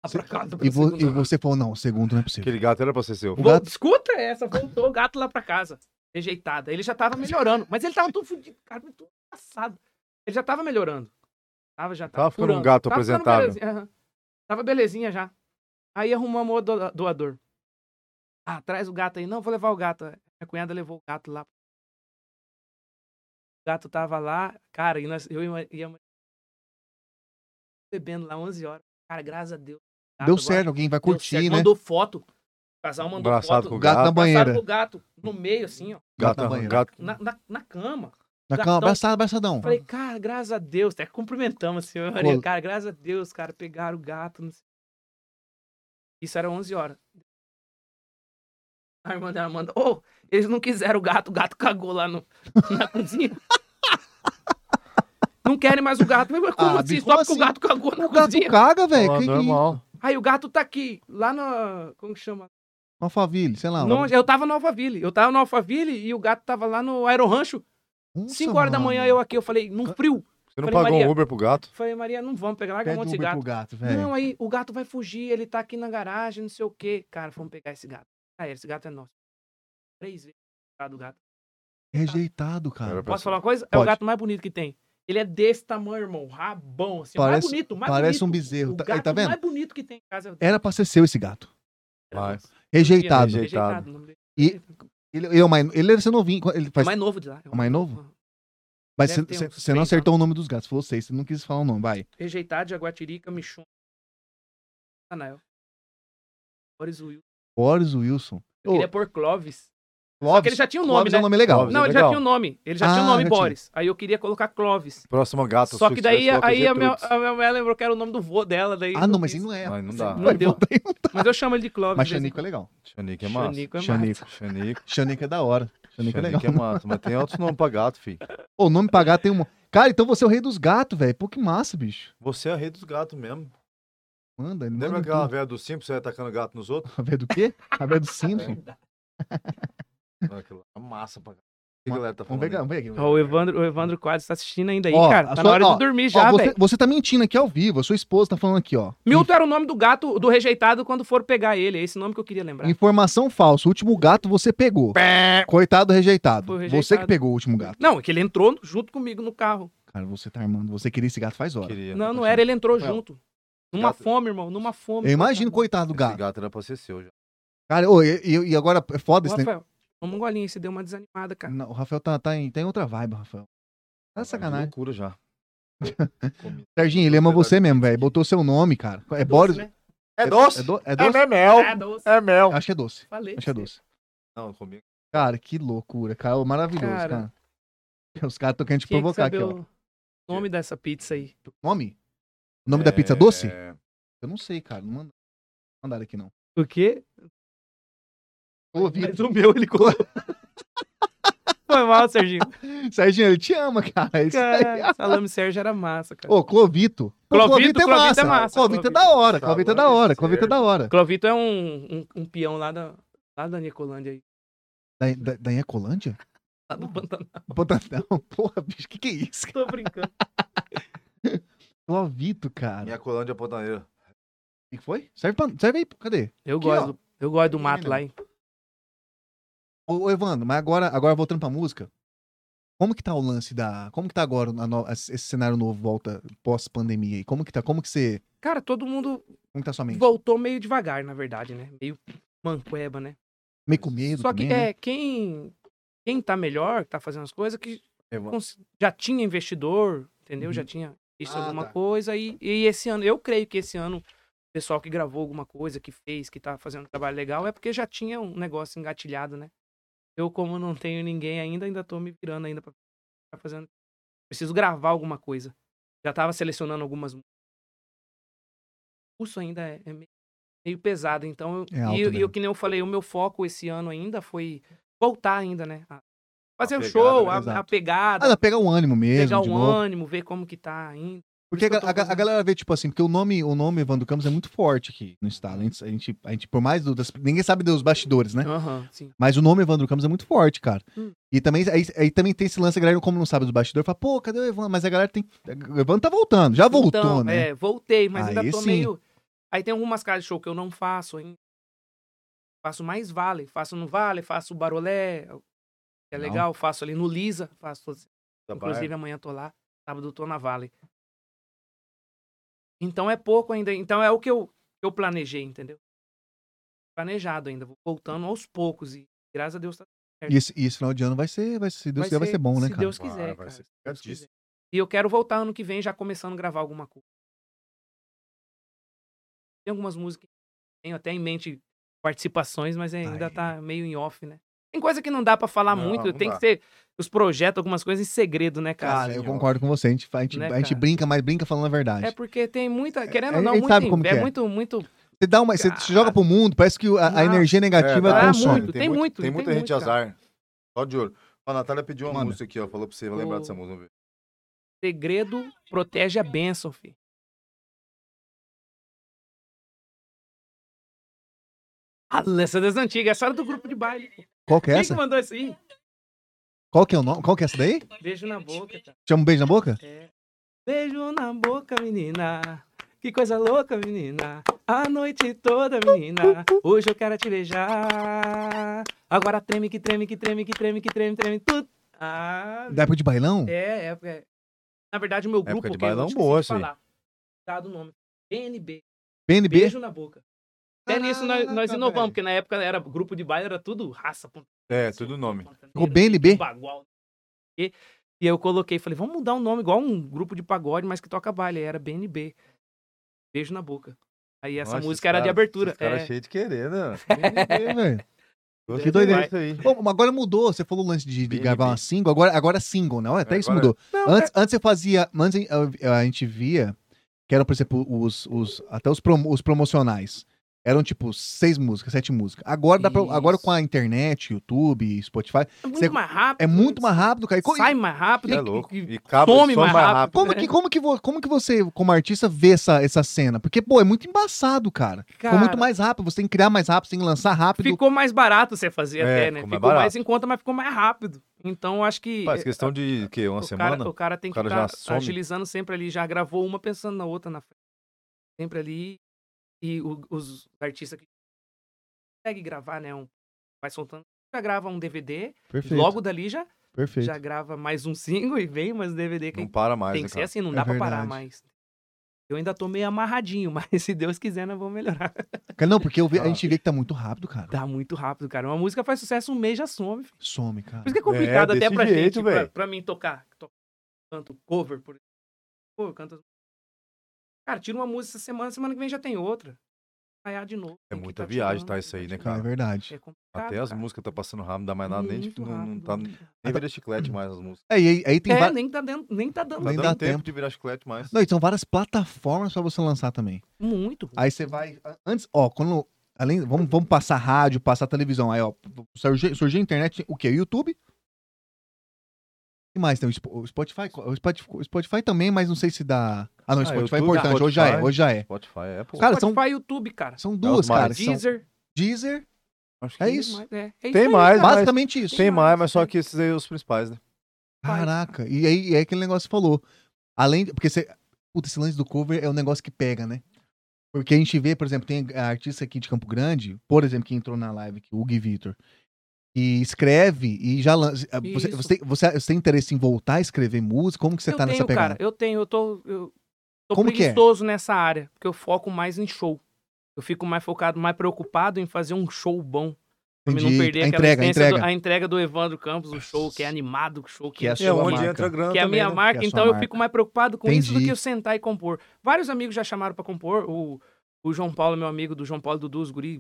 Speaker 2: Tá pra casa, pra
Speaker 1: E, vo-
Speaker 2: segunda
Speaker 1: e você falou, não, o segundo não é possível.
Speaker 3: Aquele gato era pra ser seu.
Speaker 1: O
Speaker 2: Vol-
Speaker 1: gato-
Speaker 2: Escuta essa, voltou o gato lá pra casa, rejeitada. Ele já tava melhorando, mas ele tava todo fudido, cara, todo passado. Ele já tava melhorando. Tava, já tava.
Speaker 3: Tava ficando um
Speaker 2: curando.
Speaker 3: gato
Speaker 2: Tava ficando
Speaker 3: apresentável.
Speaker 2: belezinha, aham. Tava belezinha já. Aí arrumamos outro do- doador. Ah, traz o gato aí. Não, vou levar o gato. Minha cunhada levou o gato lá. O gato tava lá, cara, e nós, eu e a- e a bebendo lá 11 horas. Cara, graças a Deus. O gato
Speaker 1: Deu
Speaker 2: agora-
Speaker 1: certo, alguém vai
Speaker 2: Deu
Speaker 1: curtir,
Speaker 2: certo.
Speaker 1: né?
Speaker 2: Mandou foto. O casal mandou
Speaker 3: Abraçado
Speaker 2: foto.
Speaker 3: com o
Speaker 1: O gato na
Speaker 3: gato.
Speaker 2: Abraçado
Speaker 1: banheira.
Speaker 2: com o gato no meio, assim, ó.
Speaker 1: Gato na
Speaker 3: Gato, é um
Speaker 1: banheira.
Speaker 3: gato.
Speaker 2: Na, na, na cama.
Speaker 1: Na
Speaker 2: gatão.
Speaker 1: cama, abraçado, abraçadão.
Speaker 2: Falei, cara, graças a Deus. Até cumprimentamos, senhor.
Speaker 1: Pô.
Speaker 2: Cara, graças a Deus, cara. Pegaram o gato. não sei. Isso era 11 horas. A irmã dela manda, ô, eles não quiseram o gato. O gato cagou lá no, na [LAUGHS] cozinha. Não querem mais o gato. Mas como
Speaker 1: Ah,
Speaker 2: assim?
Speaker 1: bicho,
Speaker 2: Só
Speaker 1: como
Speaker 2: porque o
Speaker 1: assim?
Speaker 2: gato cagou na
Speaker 1: O gato
Speaker 2: cozinha.
Speaker 1: caga, velho.
Speaker 3: Fala
Speaker 1: Que, que...
Speaker 3: é normal.
Speaker 2: Aí o gato tá aqui, lá na. Como que chama?
Speaker 1: Alphaville, sei lá.
Speaker 2: Longe, eu tava no Alphaville. Eu tava no Alphaville e o gato tava lá no Aerorancho.
Speaker 1: Nossa,
Speaker 2: 5 horas da
Speaker 1: mano. Ah.
Speaker 2: manhã eu aqui, eu falei, num frio.
Speaker 3: Você não
Speaker 2: Falei,
Speaker 3: pagou
Speaker 2: Maria.
Speaker 3: um Uber pro gato?
Speaker 2: Falei, Maria, não vamos pegar, larga um
Speaker 1: Pede
Speaker 2: monte de
Speaker 1: Uber pro
Speaker 2: gato.
Speaker 1: gato, velho.
Speaker 2: Não, aí o gato vai fugir, ele tá aqui na garagem, não sei o quê. Cara, vamos pegar esse gato. Ah, esse gato é nosso. Três vezes o gato. é
Speaker 1: Rejeitado, cara.
Speaker 3: Era pra-
Speaker 2: Posso falar uma coisa? É o
Speaker 1: Pode.
Speaker 2: gato mais bonito que tem. Ele é desse tamanho, irmão. Rabão, assim. Parece, mais
Speaker 1: Parece-
Speaker 2: bonito, mais
Speaker 1: Parece um
Speaker 2: bonito.
Speaker 1: bezerro.
Speaker 2: O
Speaker 1: Tá,
Speaker 2: gato
Speaker 1: aí, tá vendo?
Speaker 2: mais bonito que tem em casa. é o-
Speaker 1: Era pra ser seu esse gato.
Speaker 3: Vai.
Speaker 1: Rejeitado.
Speaker 3: Rejeitado.
Speaker 2: o nome dele.
Speaker 1: E- Ele, ele, é o mais- ele deve ser novinho. Ele
Speaker 2: É
Speaker 1: faz-
Speaker 2: mais novo de lá. é
Speaker 1: o mais novo? mas
Speaker 2: deve ter uns
Speaker 1: você não
Speaker 2: três
Speaker 1: acertou o nome dos gatos. Falou seis. Você não quis falar o nome. Vai.
Speaker 2: Rejeitado, Jaguatirica, Michon. Anael. Boris Will.
Speaker 1: Boris Wilson. Ô,
Speaker 2: Ele é por Clovis.
Speaker 1: Clóvis-
Speaker 2: que ele já tinha um nome,
Speaker 1: Clóvis é um
Speaker 2: né?
Speaker 1: nome legal.
Speaker 3: Clóvis.
Speaker 2: Não, ele já
Speaker 3: legal.
Speaker 2: tinha o nome. Ele já tinha o
Speaker 1: Ah,
Speaker 2: nome
Speaker 1: já tinha. Ah,
Speaker 2: Boris. Aí eu queria colocar Clovis.
Speaker 3: Próximo gato.
Speaker 2: Só que daí,
Speaker 3: sucesso,
Speaker 2: aí a
Speaker 3: Getúlio.
Speaker 2: minha, a minha mulher lembrou que era o nome do vô dela. Daí
Speaker 1: Ah, não,
Speaker 2: eu
Speaker 1: mas [LAUGHS]
Speaker 2: quis.
Speaker 1: ele não é.
Speaker 3: Mas não dá.
Speaker 2: Não deu.
Speaker 1: Vai, volta aí.
Speaker 2: Mas eu chamo ele de Clovis.
Speaker 1: Mas
Speaker 2: de vez em
Speaker 1: Xanico é legal.
Speaker 3: Xanique é
Speaker 2: quando.
Speaker 3: massa.
Speaker 2: Xanico é massa.
Speaker 1: Xanico.
Speaker 3: Xanico.
Speaker 1: Xanico é da hora. Xanico é legal.
Speaker 3: Xanique é massa. Mas tem outros nomes pra gato, filho.
Speaker 2: é
Speaker 1: Ô, O nome pra gato tem um. Cara, então você é o rei dos gatos, velho. Pô, que massa, bicho.
Speaker 3: Você é a rei dos gatos mesmo.
Speaker 1: Manda, ele
Speaker 3: Lembra
Speaker 1: manda
Speaker 3: aquela
Speaker 1: tudo.
Speaker 3: velha do Simples, você ia atacando gato nos
Speaker 1: [LAUGHS]
Speaker 3: outros?
Speaker 1: A velha do quê? A velha do
Speaker 3: É.
Speaker 1: Simpson.
Speaker 3: Mano, Aquilo lá é massa pra gato. O que a galera tá
Speaker 1: Vamos
Speaker 3: falando?
Speaker 1: ver,
Speaker 3: aí?
Speaker 1: vamos ver aqui.
Speaker 2: Ó, o Evandro, o Evandro Quadros tá assistindo ainda aí,
Speaker 1: Ó,
Speaker 2: cara.
Speaker 1: a
Speaker 2: Tá
Speaker 1: sua-
Speaker 2: na hora
Speaker 1: ó,
Speaker 2: de dormir
Speaker 1: Ó,
Speaker 2: já,
Speaker 1: você,
Speaker 2: velho.
Speaker 1: você tá mentindo aqui ao vivo. A sua esposa tá falando aqui, ó.
Speaker 2: Milton era o nome do gato, do rejeitado, quando foram pegar ele. É esse nome que eu queria lembrar.
Speaker 1: Informação falsa. O último gato você pegou. Coitado rejeitado.
Speaker 2: Foi
Speaker 1: Você
Speaker 2: rejeitado.
Speaker 1: que pegou o último gato.
Speaker 2: Não, é que ele entrou junto comigo no carro.
Speaker 1: Cara, você tá armando. Você queria esse gato faz hora.
Speaker 3: Queria.
Speaker 2: Não, não era, ele entrou
Speaker 1: Rafael.
Speaker 2: junto. Numa
Speaker 3: Gato-
Speaker 2: fome, irmão, numa fome.
Speaker 1: Eu imagino, coitado do
Speaker 3: Esse
Speaker 1: gato.
Speaker 3: gato era pra ser seu já.
Speaker 1: Cara, ô, e, e- e agora é foda
Speaker 2: Ô,
Speaker 1: esse negócio.
Speaker 2: Rafael, toma um golinho, aí, você deu uma desanimada, cara.
Speaker 1: Não, o Rafael tá, tá, em, tá em outra vibe, Rafael. Tá de
Speaker 3: Mas é
Speaker 1: sacanagem. É
Speaker 3: Loucura
Speaker 1: [LAUGHS]
Speaker 3: já.
Speaker 1: Serginho, ele ama você mesmo, velho. Botou seu nome, cara. É Boris.
Speaker 2: Doce, né?
Speaker 3: É
Speaker 1: É,
Speaker 3: doce?
Speaker 1: do- é doce?
Speaker 3: mel.
Speaker 2: É doce.
Speaker 3: É mel.
Speaker 1: Acho que é doce.
Speaker 2: Falei.
Speaker 1: Acho que é doce.
Speaker 3: Não, comigo.
Speaker 1: Cara, que loucura, cara. Maravilhoso,
Speaker 2: Cara.
Speaker 1: cara. Os caras estão querendo te
Speaker 2: Tinha que
Speaker 1: provocar aqui,
Speaker 2: saber
Speaker 1: ó.
Speaker 2: o nome dessa pizza aí.
Speaker 1: Nome? O nome da pizza
Speaker 3: É,
Speaker 1: doce? Eu não sei, cara. Não manda- não mandaram aqui, não.
Speaker 2: O quê?
Speaker 1: Eu ouvi.
Speaker 2: Mas o meu ele colocou. Foi mal, Serginho.
Speaker 1: [LAUGHS] Serginho, ele te ama, cara. [LAUGHS] Isso aí. é
Speaker 2: Cara, salame Sérgio era massa, cara.
Speaker 1: Ô, Clovito. Pô,
Speaker 2: Clovito, Clovito é massa,
Speaker 1: Clovito é
Speaker 2: Clovito.
Speaker 1: da hora. Clovito é da
Speaker 3: Salame
Speaker 1: hora. Clovito é da hora.
Speaker 2: Clovito é um, um, um peão lá da, lá da Nicolândia aí.
Speaker 1: Da, da, da [LAUGHS] Ecolândia?
Speaker 2: Lá do Pantanal.
Speaker 1: Pantanal. [LAUGHS] Porra, bicho, que que é isso?
Speaker 2: Tá Tô brincando.
Speaker 1: Clovito, cara.
Speaker 3: Minha colândia pantaneira.
Speaker 1: O que foi? Serve, pra... Serve aí, cadê?
Speaker 2: [LAUGHS] Eu
Speaker 1: Aqui, ó.
Speaker 2: gosto, do, eu gosto do
Speaker 1: Aqui, menino.
Speaker 2: mato lá, hein?
Speaker 1: Ô, ô, Evandro, mas agora, agora voltando pra música, como que tá o lance da. Como que tá agora a no- esse cenário novo volta pós-pandemia aí? Como que tá? Como que você.
Speaker 2: Cara, todo mundo
Speaker 1: Como que tá sua mente?
Speaker 2: voltou meio devagar, na verdade, né? Meio mancueba, né?
Speaker 1: Meio com medo
Speaker 2: Só que
Speaker 1: também, né?
Speaker 2: é, quem, quem tá melhor, que tá fazendo as coisas, que
Speaker 3: É, mano.
Speaker 2: cons- já tinha investidor, entendeu?
Speaker 1: Uhum.
Speaker 2: Já tinha visto
Speaker 1: Ah,
Speaker 2: alguma
Speaker 1: tá.
Speaker 2: coisa. E, e esse ano, eu creio que esse ano, o pessoal que gravou alguma coisa, que fez, que tá fazendo um trabalho legal, é porque já tinha um negócio engatilhado, né? Eu, como não tenho ninguém ainda, ainda tô me virando ainda pra tá fazendo. Preciso gravar alguma coisa. Já tava selecionando algumas. músicas. O curso ainda é, é meio, meio pesado, então.
Speaker 1: É alto,
Speaker 2: e, eu- e
Speaker 1: né?
Speaker 2: eu, que nem eu falei, o meu foco esse ano ainda foi voltar ainda, né? A fazer
Speaker 3: A
Speaker 2: o
Speaker 3: pegada,
Speaker 2: show,
Speaker 3: né?
Speaker 2: a- a,
Speaker 1: Exato.
Speaker 2: pegada,
Speaker 1: Ah, dá, pega o ânimo mesmo,
Speaker 2: pegar
Speaker 1: de
Speaker 2: o
Speaker 1: novo.
Speaker 2: ânimo, ver como que tá ainda.
Speaker 1: Porque a,
Speaker 2: Por isso que eu tô
Speaker 1: a- a
Speaker 2: fazendo.
Speaker 1: galera vê, tipo assim, porque o nome, o nome Evandro Campos é muito forte aqui no estado. A gente, a gente, a gente por mais dúvidas, ninguém sabe dos bastidores, né?
Speaker 2: Aham, sim.
Speaker 1: Mas o nome Evandro Campos é muito forte, cara.
Speaker 2: Hum.
Speaker 1: E também, aí, aí também tem esse lance, a galera, como não sabe do bastidor, fala, pô, cadê o Evandro? Mas a galera tem. O Evandro tá voltando, já voltou,
Speaker 2: Então,
Speaker 1: né?
Speaker 2: É, voltei, mas
Speaker 1: Aí
Speaker 2: ainda tô
Speaker 1: sim.
Speaker 2: meio. Aí tem algumas casas de show que eu não faço ainda. Faço mais vale, faço no Vale, faço o Barolé, que é
Speaker 1: Legal.
Speaker 2: legal, faço ali no Lisa, faço todas-
Speaker 3: Da
Speaker 2: inclusive amanhã tô lá, sábado tô na Vale. Então é pouco ainda, então é o que eu, que eu planejei, entendeu? Planejado ainda, vou voltando aos poucos e graças a Deus tá
Speaker 1: E esse, e esse final de ano vai ser, vai ser, Deus vai ser, vai ser bom, né,
Speaker 2: se
Speaker 1: cara?
Speaker 2: Deus
Speaker 3: Vai,
Speaker 2: quiser,
Speaker 3: vai
Speaker 2: cara, se
Speaker 3: ser
Speaker 2: Deus
Speaker 3: pegadíssimo.
Speaker 2: quiser. E eu quero voltar ano que vem já começando a gravar alguma coisa. Tem algumas músicas que tenho até em mente participações, mas ainda
Speaker 1: Aí.
Speaker 2: tá meio em off, né? Tem coisa que não dá pra falar
Speaker 3: Não,
Speaker 2: muito,
Speaker 3: não
Speaker 2: tem
Speaker 3: dá.
Speaker 2: que ser os projetos, algumas coisas em segredo, né, cara?
Speaker 1: Cara, eu
Speaker 3: Sim, ó.
Speaker 1: concordo com você. A gente, a gente,
Speaker 2: Né,
Speaker 1: a gente
Speaker 2: cara?
Speaker 1: brinca, mas brinca falando a verdade.
Speaker 2: é porque tem muita, querendo
Speaker 1: a
Speaker 2: ou não,
Speaker 1: gente
Speaker 2: muito,
Speaker 1: sabe como
Speaker 2: é,
Speaker 1: que é.
Speaker 2: muito, muito,
Speaker 1: Você dá uma, você
Speaker 2: Cara.
Speaker 1: se joga pro mundo, parece que a, a
Speaker 2: Não.
Speaker 1: energia negativa
Speaker 2: É, dá. Ah,
Speaker 1: consome.
Speaker 2: muito, tem muito,
Speaker 3: Tem
Speaker 2: tem
Speaker 3: muita
Speaker 2: muito,
Speaker 3: gente
Speaker 2: cara.
Speaker 3: azar. Só de olho. Ó, A Natália pediu uma
Speaker 1: Manda.
Speaker 3: música aqui, ó. Falou pra você vai lembrar
Speaker 2: Ô.
Speaker 3: dessa música. vamos ver.
Speaker 2: segredo protege a bênção, filho. Ah, essa é das antigas, essa era do grupo de baile.
Speaker 1: Qual que é
Speaker 2: Quem
Speaker 1: essa?
Speaker 2: que mandou isso aí?
Speaker 1: Qual que é o nome? Qual que é essa daí?
Speaker 2: Beijo na boca, cara.
Speaker 1: Chama um beijo na boca?
Speaker 2: É. Beijo na boca, menina. Que coisa louca, menina. A noite toda, menina. Hoje eu quero te beijar. Agora treme, que treme, que treme, que treme, que treme, treme tudo. Ah,
Speaker 1: Da época de bailão?
Speaker 2: é, é, é. Na verdade, o meu grupo.
Speaker 3: Época de
Speaker 2: que eu
Speaker 3: bailão
Speaker 2: esqueci
Speaker 3: boa, assim.
Speaker 2: de
Speaker 3: isso aí.
Speaker 2: falar. Dado o nome. BNB.
Speaker 1: PNB?
Speaker 2: Beijo na boca. Até nisso nós, nós
Speaker 1: Caraca,
Speaker 2: inovamos,
Speaker 1: velho.
Speaker 2: porque na época era grupo de baile, era tudo raça. ponta-
Speaker 3: É, tudo nome.
Speaker 2: ponta-
Speaker 1: Ficou BNB?
Speaker 2: Bagual. E, e eu coloquei, falei, vamos mudar um nome igual um grupo de pagode, mas que toca baile. Aí Era BNB. Beijo na boca. Aí essa
Speaker 3: Nossa,
Speaker 2: música
Speaker 3: esse
Speaker 2: era de
Speaker 3: cara-
Speaker 2: abertura.
Speaker 3: esse cara
Speaker 2: é.
Speaker 3: cheio de querer, né?
Speaker 1: É, velho.
Speaker 3: Gostei
Speaker 1: Que doideira.
Speaker 3: disso aí.
Speaker 1: Bom, mas agora mudou. Você falou o lance de, de
Speaker 3: BNB.
Speaker 1: gravar uma single, agora, agora é single, né? Olha, Até isso
Speaker 3: Agora-
Speaker 1: mudou.
Speaker 2: Não, é.
Speaker 1: Antes, antes você fazia. Antes a, a gente via que eram, por exemplo, os, os, até os, promo- os promocionais. Eram tipo seis músicas, sete músicas. Agora, dá pra,
Speaker 2: Isso.
Speaker 1: agora com a internet, YouTube, Spotify,
Speaker 2: é muito
Speaker 1: você-
Speaker 2: mais rápido.
Speaker 1: é muito mais rápido, cara. E co-
Speaker 2: Sai né? mais rápido.
Speaker 3: É
Speaker 2: e-
Speaker 3: louco.
Speaker 2: e-
Speaker 3: E cabe
Speaker 2: some
Speaker 3: só
Speaker 2: mais
Speaker 3: mais
Speaker 2: rápido.
Speaker 3: rápido.
Speaker 1: Como que, como, que, vo- como que você, como artista, vê essa, essa cena? Porque, pô, é muito embaçado, cara.
Speaker 2: cara,
Speaker 1: Ficou muito mais rápido, você tem que criar mais rápido, você tem que lançar rápido.
Speaker 2: Ficou mais barato você fazer
Speaker 3: É,
Speaker 2: até, né?
Speaker 3: ficou mais
Speaker 2: Ficou mais
Speaker 3: barato.
Speaker 2: em conta, mas ficou mais rápido. Então, acho que...
Speaker 3: Faz questão de quê? Uma
Speaker 2: o
Speaker 3: semana?
Speaker 2: Cara, o cara tem
Speaker 3: O
Speaker 2: que
Speaker 3: cara
Speaker 2: estar
Speaker 3: já some.
Speaker 2: agilizando sempre ali, já gravou uma pensando na outra na frente. Sempre ali. E o- os artistas que conseguem gravar, né? Um, vai soltando, já grava um DVD,
Speaker 1: Perfeito.
Speaker 2: logo dali já,
Speaker 1: perfeito.
Speaker 2: já grava mais um single e vem mais um DVD. Que
Speaker 3: Não para mais,
Speaker 2: tem
Speaker 3: né,
Speaker 2: que ser
Speaker 3: cara?
Speaker 2: assim, não
Speaker 1: É
Speaker 2: dá pra parar
Speaker 1: verdade.
Speaker 2: mais. Eu ainda tô meio amarradinho, [LAUGHS] mas se Deus quiser, nós vamos melhorar.
Speaker 1: Cara, Não, porque eu ve- a
Speaker 3: Ah.
Speaker 1: gente vê que tá muito rápido, cara.
Speaker 2: Dá muito rápido, cara. Uma música faz sucesso, um mês já some. filho.
Speaker 1: Some,
Speaker 2: Por isso
Speaker 1: cara.
Speaker 2: que é complicado até
Speaker 3: desse
Speaker 2: pra
Speaker 3: jeito,
Speaker 2: gente, pra,
Speaker 3: velho.
Speaker 2: pra mim tocar. To- Canto cover, por exemplo. Pô, eu canto... Cara, tira uma música essa semana, semana que vem já tem outra. ensaiar de novo.
Speaker 3: É
Speaker 2: tem que
Speaker 3: muita
Speaker 2: tá
Speaker 3: viagem,
Speaker 2: tirando,
Speaker 3: tá? Isso aí, né,
Speaker 2: tirando.
Speaker 1: É
Speaker 3: cara?
Speaker 1: verdade.
Speaker 2: É complicado,
Speaker 3: Até as
Speaker 2: cara.
Speaker 3: músicas tá passando rápico, não dá mais nada, nem,
Speaker 2: Muito
Speaker 3: tipo, não, não tá,
Speaker 2: rápido. né?
Speaker 3: nem vira chiclete mais as músicas.
Speaker 1: É, e aí, aí tem
Speaker 2: É,
Speaker 1: va-
Speaker 3: né?
Speaker 2: nem tá, dando, nem tá dando
Speaker 3: Não
Speaker 1: Nem
Speaker 3: dá
Speaker 1: dá
Speaker 3: tempo,
Speaker 1: tempo.
Speaker 3: de virar chiclete mais.
Speaker 1: Não, e são várias plataformas pra você lançar também.
Speaker 2: muito.
Speaker 1: Aí você vai. a- Antes, ó, quando. Além, vamos, vamos passar rádio, passar televisão. Aí, ó, surgiu, surgiu a internet, o quê? O YouTube? E mais, tem o Spo- o Spotify? O Spotify, o Spotify também, mas não sei se dá. Ah, não, o
Speaker 3: Ah,
Speaker 1: Spotify é
Speaker 3: YouTube,
Speaker 1: importante.
Speaker 3: Spotify.
Speaker 1: Hoje já é, hoje já é.
Speaker 3: Spotify, Apple.
Speaker 1: Cara, são,
Speaker 2: Spotify e YouTube, cara.
Speaker 1: são
Speaker 3: é os
Speaker 1: duas,
Speaker 3: mais.
Speaker 1: cara. São
Speaker 2: Deezer.
Speaker 1: Deezer,
Speaker 3: acho
Speaker 1: é isso.
Speaker 2: Mas, é, é
Speaker 3: Tem
Speaker 2: isso aí,
Speaker 3: mais,
Speaker 2: cara.
Speaker 3: mas-
Speaker 1: Basicamente isso.
Speaker 3: Tem
Speaker 2: Tem
Speaker 3: mais,
Speaker 2: mais,
Speaker 3: mas só
Speaker 2: tem.
Speaker 3: que esses aí são os principais, né?
Speaker 2: Faz.
Speaker 1: Caraca, e aí e é aquele negócio que você falou. Além. de- Porque você. Puta, esse lance do cover é um negócio que pega, né? Porque a gente vê, por exemplo, tem a artista aqui de Campo Grande, por exemplo, que entrou na live aqui, o Gui Vitor, e escreve e já lança. Você,
Speaker 2: Isso.
Speaker 1: você, tem- você, você tem interesse em voltar a escrever música? Como que você
Speaker 2: eu
Speaker 1: tá
Speaker 2: tenho,
Speaker 1: nessa pegada?
Speaker 2: cara. Eu tenho, eu tô, eu tô
Speaker 1: Como que é?
Speaker 2: preguiçoso nessa área, porque eu foco mais em show. Eu fico mais focado, mais preocupado em fazer um show bom. Pra mim não
Speaker 1: Entendi.
Speaker 2: perder
Speaker 1: a
Speaker 2: aquela
Speaker 1: entrega, a
Speaker 2: essência do-
Speaker 1: entrega.
Speaker 2: a entrega do Evandro Campos, o show que é animado, o show que,
Speaker 1: Que é a
Speaker 2: que
Speaker 1: sua
Speaker 3: onde
Speaker 1: marca.
Speaker 3: entra a grana
Speaker 2: é a
Speaker 3: também,
Speaker 2: minha
Speaker 3: né?
Speaker 2: marca,
Speaker 1: Que é a sua
Speaker 2: então eu
Speaker 1: marca.
Speaker 2: fico mais preocupado com isso do
Speaker 1: Entendi.
Speaker 2: que eu sentar e compor. Vários amigos já chamaram pra compor, o, o João Paulo, meu amigo do João Paulo Dudu, os guri,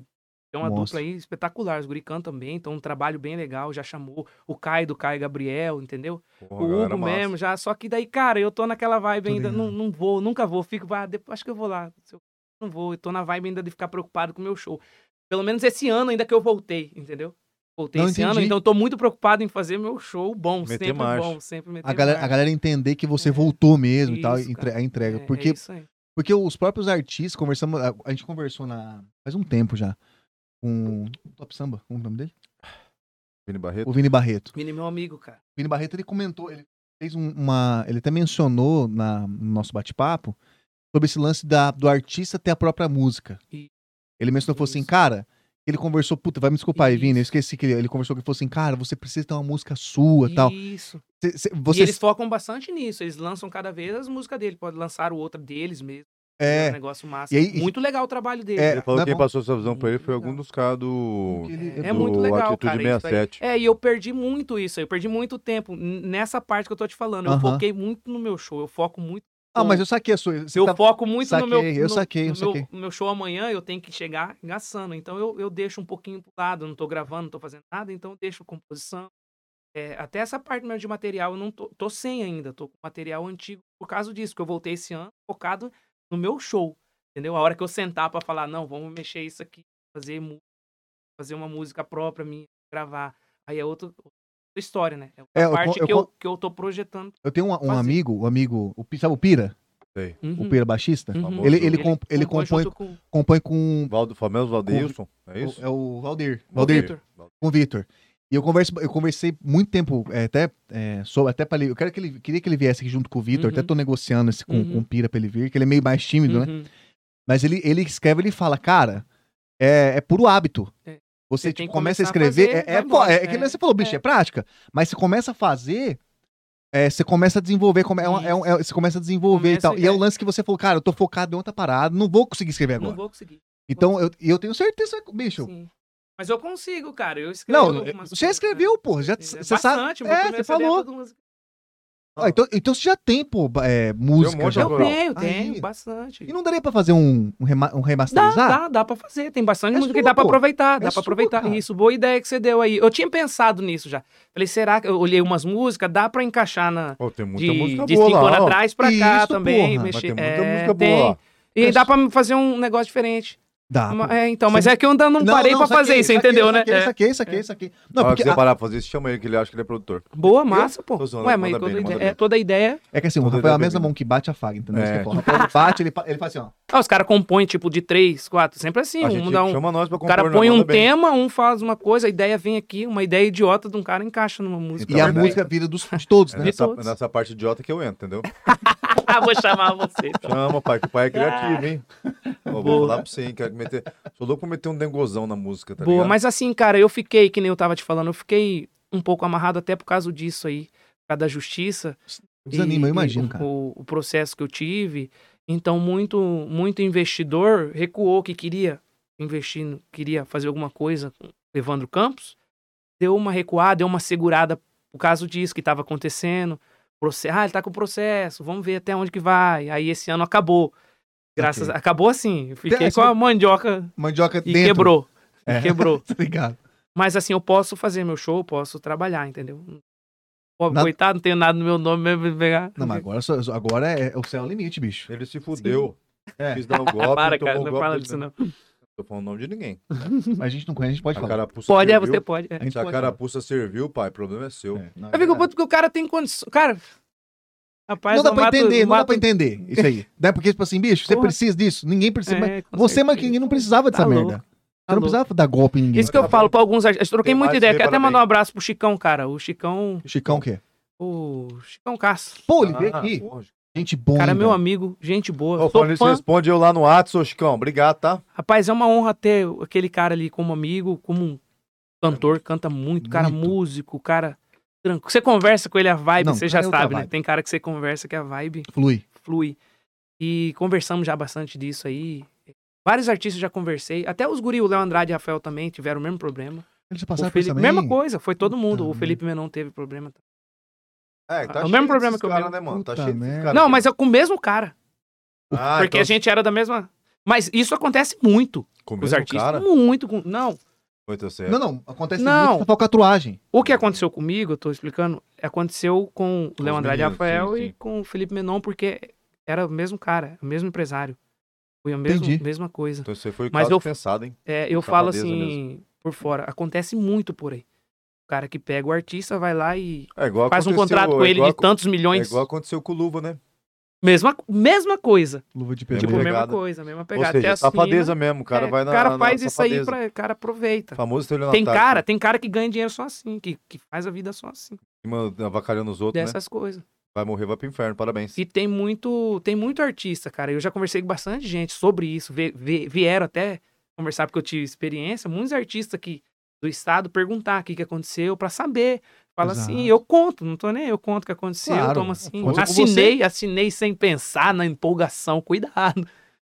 Speaker 2: tem uma
Speaker 1: Monstro.
Speaker 2: dupla aí espetacular, os guri cantam bem, então um trabalho bem legal, já chamou o Caio do Caio Gabriel, entendeu?
Speaker 3: Porra,
Speaker 2: o
Speaker 3: galera
Speaker 2: Hugo
Speaker 3: massa.
Speaker 2: mesmo, já. Só que daí, cara, eu tô naquela vibe
Speaker 1: Tô
Speaker 2: ainda. Não,
Speaker 1: ligado.
Speaker 2: não vou, nunca vou. Fico, ah, depois, acho que eu vou lá. Se eu- Não vou. Eu tô na vibe ainda de ficar preocupado com o meu show. Pelo menos esse ano ainda que eu voltei, entendeu? Voltei
Speaker 1: Não,
Speaker 2: esse ano,
Speaker 1: entendi.
Speaker 2: então eu tô muito preocupado em fazer meu show bom,
Speaker 3: Meter
Speaker 2: sempre
Speaker 3: marcha.
Speaker 2: bom, sempre meter
Speaker 1: A galera, a
Speaker 2: marcha.
Speaker 1: galera entender que você
Speaker 2: É.
Speaker 1: voltou mesmo e tal,
Speaker 2: Isso,
Speaker 1: e entre-
Speaker 2: cara.
Speaker 1: a entrega.
Speaker 2: É- é
Speaker 1: porque
Speaker 2: isso aí.
Speaker 1: Porque os próprios artistas, conversamos, a, a gente conversou na, faz um tempo já, com o Top Samba, como é o nome dele?
Speaker 3: Vini Barreto.
Speaker 1: O Vini Barreto.
Speaker 2: Vini, meu amigo, cara.
Speaker 1: O Vini Barreto, ele comentou, ele fez um- uma, ele até mencionou na, no nosso bate-papo, sobre esse lance da, do artista ter a própria música.
Speaker 2: E-
Speaker 1: Ele mencionou, falou assim,
Speaker 2: Isso.
Speaker 1: cara, ele conversou, puta, vai me desculpar aí, Vini, eu esqueci que ele, ele conversou, que ele falou assim, cara, você precisa ter uma música sua, tal.
Speaker 2: Isso.
Speaker 1: Cê- cê-
Speaker 2: E
Speaker 1: você,
Speaker 2: eles focam bastante nisso. Eles lançam cada vez as músicas dele. Pode lançar outra deles mesmo. É um
Speaker 1: é,
Speaker 2: negócio massa.
Speaker 1: E aí-
Speaker 2: muito legal o trabalho dele.
Speaker 1: É,
Speaker 3: Ele falou
Speaker 1: não é
Speaker 3: que quem
Speaker 1: bom.
Speaker 3: passou essa visão pra ele foi
Speaker 2: Não.
Speaker 3: algum dos caras do.
Speaker 2: É
Speaker 3: do
Speaker 2: muito legal,
Speaker 3: Atitude
Speaker 2: cara, isso aí.
Speaker 3: 67.
Speaker 2: É, e eu perdi muito isso. Eu perdi muito tempo n- nessa parte que eu tô te falando. Eu
Speaker 1: Aham.
Speaker 2: foquei muito no meu show. Eu foco muito.
Speaker 1: ah, mas eu saquei a sua, você
Speaker 2: eu
Speaker 1: tá-
Speaker 2: foco muito
Speaker 1: saquei,
Speaker 2: no meu.
Speaker 1: eu
Speaker 2: no-
Speaker 1: saquei, eu
Speaker 2: no meu-
Speaker 1: saquei.
Speaker 2: no meu show amanhã eu tenho que chegar engaçando. Então eu, eu deixo um pouquinho pro lado. eu Não tô gravando, não tô fazendo nada. Então eu deixo composição. É, até essa parte mesmo de material eu não tô, tô sem ainda. Tô com material antigo por causa disso. Porque eu voltei esse ano focado no meu show. Entendeu? A hora que eu sentar pra falar, não, vamos mexer isso aqui, fazer mu- fazer uma música própria minha, gravar. Aí é outro- outra história, né? É outra
Speaker 1: É, eu
Speaker 2: parte
Speaker 1: con- eu
Speaker 2: que, eu,
Speaker 1: con-
Speaker 2: que eu tô projetando.
Speaker 1: eu tenho um, um
Speaker 2: fazer.
Speaker 1: amigo, o amigo, o, Pi- sabe o Pira?
Speaker 2: assim. Uhum,
Speaker 1: O Pira baixista?
Speaker 2: uhum.
Speaker 1: Ele, ele,
Speaker 3: Ele
Speaker 1: comp- ele compõe,
Speaker 2: junto com
Speaker 1: compõe com,
Speaker 3: Valdo Flamengo, Valdeilson. É
Speaker 1: o-
Speaker 3: isso?
Speaker 1: É o Valdir.
Speaker 3: O
Speaker 1: Valdir,
Speaker 2: Vitor.
Speaker 1: com o Vitor. E eu, converso, eu conversei muito tempo, é, até é, sobre, até pra ele, eu quero que ele, queria que ele viesse aqui junto com o Vitor,
Speaker 2: Uhum.
Speaker 1: até tô negociando esse com,
Speaker 2: Uhum.
Speaker 1: com o Pira pra ele vir, que ele é meio mais tímido, né?
Speaker 2: Uhum.
Speaker 1: Mas ele, ele escreve, ele fala, cara, é, é puro hábito.
Speaker 2: É.
Speaker 1: Você
Speaker 2: Você
Speaker 1: tipo,
Speaker 2: tem que
Speaker 1: começa a
Speaker 2: começar a
Speaker 1: escrever,
Speaker 2: fazer,
Speaker 1: é, é,
Speaker 2: vai
Speaker 1: pô,
Speaker 2: embora.
Speaker 1: é, que nem
Speaker 2: É.
Speaker 1: você falou, bicho, é, prática. Mas você começa a fazer, é, você começa a desenvolver, come- é um- é um- é- você começa a desenvolver e
Speaker 2: Começa
Speaker 1: tal.
Speaker 2: a
Speaker 1: E é o
Speaker 2: ideia.
Speaker 1: lance que você falou, cara, eu tô focado em outra parada, não vou conseguir escrever É agora.
Speaker 2: Não vou conseguir.
Speaker 1: então, eu, e eu tenho certeza, bicho,
Speaker 2: sim. Mas eu consigo, cara. Eu escrevo.
Speaker 1: não,
Speaker 2: algumas
Speaker 1: você já
Speaker 2: coisas, né?
Speaker 1: escreveu, porra. Já,
Speaker 2: Sim,
Speaker 1: você
Speaker 2: é
Speaker 1: sabe.
Speaker 2: Bastante,
Speaker 1: é, você falou. Ó, então, então você já tem, pô, ba- é, música.
Speaker 3: um monte
Speaker 1: já.
Speaker 3: de
Speaker 2: Eu
Speaker 3: autoral.
Speaker 2: tenho,
Speaker 1: Aí.
Speaker 2: tenho, bastante.
Speaker 1: E não daria pra fazer um, um, rema- um
Speaker 2: Dá,
Speaker 1: remasterizado?
Speaker 2: dá, dá pra fazer. Tem bastante
Speaker 1: É
Speaker 2: música que
Speaker 1: sua,
Speaker 2: dá pra
Speaker 1: pô. É
Speaker 2: aproveitar. Dá
Speaker 1: sua,
Speaker 2: pra aproveitar.
Speaker 1: cara.
Speaker 2: Isso, boa ideia que você deu aí. Eu tinha pensado nisso já. Falei, será que eu olhei umas músicas? Dá pra encaixar na.
Speaker 3: Pô, tem
Speaker 2: De,
Speaker 3: muita música
Speaker 2: de
Speaker 3: boa
Speaker 2: cinco
Speaker 3: lá.
Speaker 2: anos
Speaker 3: ó.
Speaker 2: atrás pra cá
Speaker 1: Isso,
Speaker 2: também.
Speaker 1: porra.
Speaker 3: Mas
Speaker 2: Mexer.
Speaker 3: tem muita
Speaker 2: É,
Speaker 3: música
Speaker 2: tem.
Speaker 3: boa lá.
Speaker 2: E dá pra fazer um negócio diferente.
Speaker 1: Dá.
Speaker 2: Uma-
Speaker 1: Ah, pô.
Speaker 2: é, então, mas
Speaker 1: Você-
Speaker 2: é que eu ainda não,
Speaker 1: Não,
Speaker 2: parei
Speaker 1: não,
Speaker 2: pra
Speaker 1: saquei,
Speaker 2: fazer, você
Speaker 1: saquei,
Speaker 2: entendeu, né?
Speaker 1: Saquei,
Speaker 2: É.
Speaker 1: saquei, saquei, saquei. Não,
Speaker 3: Na hora que
Speaker 1: porque
Speaker 3: você
Speaker 1: a-
Speaker 3: parar pra fazer isso, chama ele que ele acha que ele é produtor.
Speaker 2: Boa, massa, pô.
Speaker 3: Tô zoando,
Speaker 2: Ué, mas
Speaker 3: manda
Speaker 2: toda,
Speaker 3: bem, manda
Speaker 2: ideia,
Speaker 3: bem.
Speaker 2: é, toda ideia.
Speaker 1: é que assim, o
Speaker 3: Todo
Speaker 1: Rafael, a
Speaker 3: dedo
Speaker 1: mesma
Speaker 3: menino.
Speaker 1: mão que bate, afaga, entendeu? Isso que
Speaker 3: É.
Speaker 1: eu falo. Quando ele bate, ele, pa- ele faz assim, ó.
Speaker 2: Ah, os caras compõem, tipo, de três, quatro, sempre assim.
Speaker 3: a
Speaker 2: Um
Speaker 3: gente
Speaker 2: dá um.
Speaker 3: chama nós pra
Speaker 2: O
Speaker 3: compor.
Speaker 2: cara
Speaker 3: nós
Speaker 2: põe um
Speaker 3: manda bem.
Speaker 2: tema, um faz uma coisa, a ideia vem aqui, uma ideia idiota de um cara encaixa numa música.
Speaker 1: E a
Speaker 3: verdade.
Speaker 1: música vira dos, de todos,
Speaker 3: É
Speaker 1: né?
Speaker 3: nessa,
Speaker 2: todos.
Speaker 3: nessa parte idiota que eu entro, entendeu?
Speaker 2: [LAUGHS] Ah, vou chamar você.
Speaker 3: [LAUGHS] Chama, pai, que o pai é criativo, hein? Ó, vou
Speaker 2: Boa.
Speaker 3: falar pra você, hein? Quero que meter... Sou louco pra meter um dengozão na música, tá
Speaker 2: Boa,
Speaker 3: ligado?
Speaker 2: mas assim, cara, eu fiquei, que nem eu tava te falando, eu fiquei um pouco amarrado até por causa disso aí, por causa da justiça.
Speaker 1: Desanima, eu
Speaker 2: E- e
Speaker 1: imagino,
Speaker 2: o-
Speaker 1: cara.
Speaker 2: O, o processo que eu tive. Então, muito, muito investidor recuou que queria investir, no- queria fazer alguma coisa com o Evandro Campos. Deu uma recuada, deu uma segurada por causa disso que estava acontecendo. Proce- Ah, ele tá com o processo, vamos ver até onde que vai. Aí esse ano acabou. Graças Acabou assim. Eu
Speaker 1: Tem-
Speaker 2: Fiquei
Speaker 1: esse-
Speaker 2: com a mandioca
Speaker 1: Mandioca
Speaker 2: e
Speaker 1: dentro.
Speaker 2: quebrou. E
Speaker 1: É.
Speaker 2: quebrou.
Speaker 1: Tá ligado?
Speaker 2: Mas assim, eu posso fazer meu show, eu posso trabalhar, entendeu? Pô,
Speaker 1: Nada-
Speaker 2: Coitado, não tenho nada no meu nome mesmo. Pegar.
Speaker 1: Não, mas agora, só- agora é o céu é o limite, bicho.
Speaker 3: Ele se fudeu.
Speaker 1: É.
Speaker 3: Quis
Speaker 2: [LAUGHS]
Speaker 3: dar um golpe.
Speaker 2: Para,
Speaker 3: tomou
Speaker 2: cara,
Speaker 3: um
Speaker 2: não
Speaker 3: golpe
Speaker 2: fala
Speaker 3: dele
Speaker 2: disso,
Speaker 3: mesmo.
Speaker 2: não.
Speaker 3: Tô falando o nome de ninguém.
Speaker 1: Mas a gente não conhece, a gente pode
Speaker 3: A
Speaker 1: falar.
Speaker 3: carapuça
Speaker 2: Pode, é,
Speaker 3: serviu.
Speaker 2: você pode. é.
Speaker 1: A gente
Speaker 3: Se a
Speaker 1: pode
Speaker 3: carapuça serviu, pai, o problema é seu.
Speaker 1: falar. É, não, é
Speaker 2: Eu fico
Speaker 1: verdade.
Speaker 2: puto porque o cara tem condições. Cara, rapaz,
Speaker 1: não dá
Speaker 2: eu
Speaker 1: pra
Speaker 2: mato-
Speaker 1: entender, não dá
Speaker 2: mato-
Speaker 1: pra entender isso [LAUGHS] aí. Não é porque, tipo assim, bicho, você
Speaker 2: Porra.
Speaker 1: precisa disso? Ninguém precisa.
Speaker 2: É,
Speaker 1: mas
Speaker 2: com
Speaker 1: você, mas
Speaker 2: certeza.
Speaker 1: ninguém não precisava dessa
Speaker 2: Tá
Speaker 1: merda.
Speaker 2: louco,
Speaker 1: Você não
Speaker 2: louco.
Speaker 1: precisava dar golpe em ninguém.
Speaker 2: Isso que eu falo pra alguns artistas. Eu troquei
Speaker 3: Tem
Speaker 2: muita
Speaker 3: mais
Speaker 2: ideia.
Speaker 3: que
Speaker 2: Quero até
Speaker 3: parabéns.
Speaker 2: mandar um abraço pro Chicão, cara. O Chicão.
Speaker 1: Chicão o quê?
Speaker 2: O Chicão Castro.
Speaker 1: Pô, ele veio
Speaker 3: Ah,
Speaker 1: aqui.
Speaker 3: lógico.
Speaker 1: Gente boa.
Speaker 2: Cara,
Speaker 1: hein,
Speaker 2: meu
Speaker 1: velho?
Speaker 2: amigo, gente boa.
Speaker 3: Ô,
Speaker 2: sou
Speaker 3: falando isso,
Speaker 2: fã.
Speaker 3: responde eu lá no Atos, ô Chicão. Obrigado, tá?
Speaker 2: Rapaz, é uma honra ter aquele cara ali como amigo, como um
Speaker 3: É
Speaker 2: cantor, canta muito, cara
Speaker 1: Muito.
Speaker 2: músico, cara tranquilo. Você conversa com ele, a vibe,
Speaker 1: Não,
Speaker 2: você
Speaker 1: cara
Speaker 2: já
Speaker 1: é outra
Speaker 2: sabe, né?
Speaker 1: vibe.
Speaker 2: Tem cara que você conversa que é a vibe
Speaker 1: Flui.
Speaker 2: flui. E conversamos já bastante disso aí. Vários artistas já conversei, até os guri, o Léo Andrade e o Rafael também tiveram o mesmo problema.
Speaker 1: Eles
Speaker 2: O
Speaker 1: passaram por isso
Speaker 2: Felipe-
Speaker 1: também.
Speaker 2: mesma coisa, foi todo mundo.
Speaker 1: Puta
Speaker 2: o Felipe Menon teve problema.
Speaker 3: É,
Speaker 2: É o
Speaker 3: cheio
Speaker 2: mesmo problema
Speaker 3: desses
Speaker 2: que eu
Speaker 3: cara,
Speaker 2: tenho.
Speaker 3: né, mano? Tá
Speaker 1: Puta
Speaker 3: cheio desses
Speaker 1: merda.
Speaker 3: cara
Speaker 2: Não,
Speaker 3: aqui.
Speaker 2: mas é com o mesmo cara,
Speaker 3: Ah,
Speaker 2: porque
Speaker 3: então
Speaker 2: a gente era da mesma. Mas isso acontece muito
Speaker 3: com o
Speaker 2: com os
Speaker 3: mesmo
Speaker 2: artistas,
Speaker 3: um cara?
Speaker 2: muito com... Não,
Speaker 3: Foi teu certo.
Speaker 1: Não, não. Acontece
Speaker 2: Não.
Speaker 1: muito essa falcatruagem.
Speaker 2: O que aconteceu comigo, eu tô explicando, aconteceu com o Léo
Speaker 3: os
Speaker 2: Andrade
Speaker 3: meninos,
Speaker 2: Rafael
Speaker 3: sim,
Speaker 2: e
Speaker 3: sim.
Speaker 2: com o Felipe Menon, porque era o mesmo cara, o mesmo empresário. Foi a mesma,
Speaker 1: Entendi.
Speaker 2: mesma coisa.
Speaker 3: Então você foi o
Speaker 2: Mas
Speaker 3: caso
Speaker 2: eu-
Speaker 3: pensado, hein?
Speaker 2: É, eu falo
Speaker 3: Safadeza
Speaker 2: assim, por fora, acontece muito por aí. O cara que pega o artista, vai lá e
Speaker 3: É igual
Speaker 2: faz um
Speaker 3: aconteceu-
Speaker 2: contrato com
Speaker 3: é
Speaker 2: ele
Speaker 3: igual
Speaker 2: de
Speaker 3: acon-
Speaker 2: tantos
Speaker 3: É
Speaker 2: milhões.
Speaker 3: igual aconteceu com o Luva, né?
Speaker 2: Mesma, mesma coisa.
Speaker 1: Luva de
Speaker 3: Mesma
Speaker 2: Tipo,
Speaker 1: pedreiro.
Speaker 3: pegada.
Speaker 2: mesma coisa, mesma
Speaker 3: Ou
Speaker 2: pegada.
Speaker 3: seja, é
Speaker 2: Até
Speaker 3: safadeza
Speaker 2: assina,
Speaker 3: mesmo. O cara
Speaker 2: é,
Speaker 3: vai na.
Speaker 2: O cara
Speaker 3: na
Speaker 2: faz isso aí,
Speaker 3: safadeza.
Speaker 2: pra, cara aproveita.
Speaker 3: Famoso estelionatário.
Speaker 2: Tem cara, tem cara que ganha dinheiro só assim, que, que faz a vida só assim.
Speaker 3: que manda- Avacalhando os outros, né?
Speaker 2: Dessas coisas.
Speaker 3: Vai morrer, vai pro inferno, parabéns.
Speaker 2: E tem muito, tem muito artista, cara. Eu já conversei com bastante gente sobre isso. Vê- vê- vieram até conversar porque eu tive experiência. Muitos artistas aqui do estado perguntar o que, que aconteceu pra saber. Fala
Speaker 1: Exato.
Speaker 2: assim, eu conto, não tô nem aí, eu conto o que aconteceu,
Speaker 1: Claro,
Speaker 2: toma assim.
Speaker 1: conta com
Speaker 2: Assinei, assinei sem pensar na empolgação, cuidado.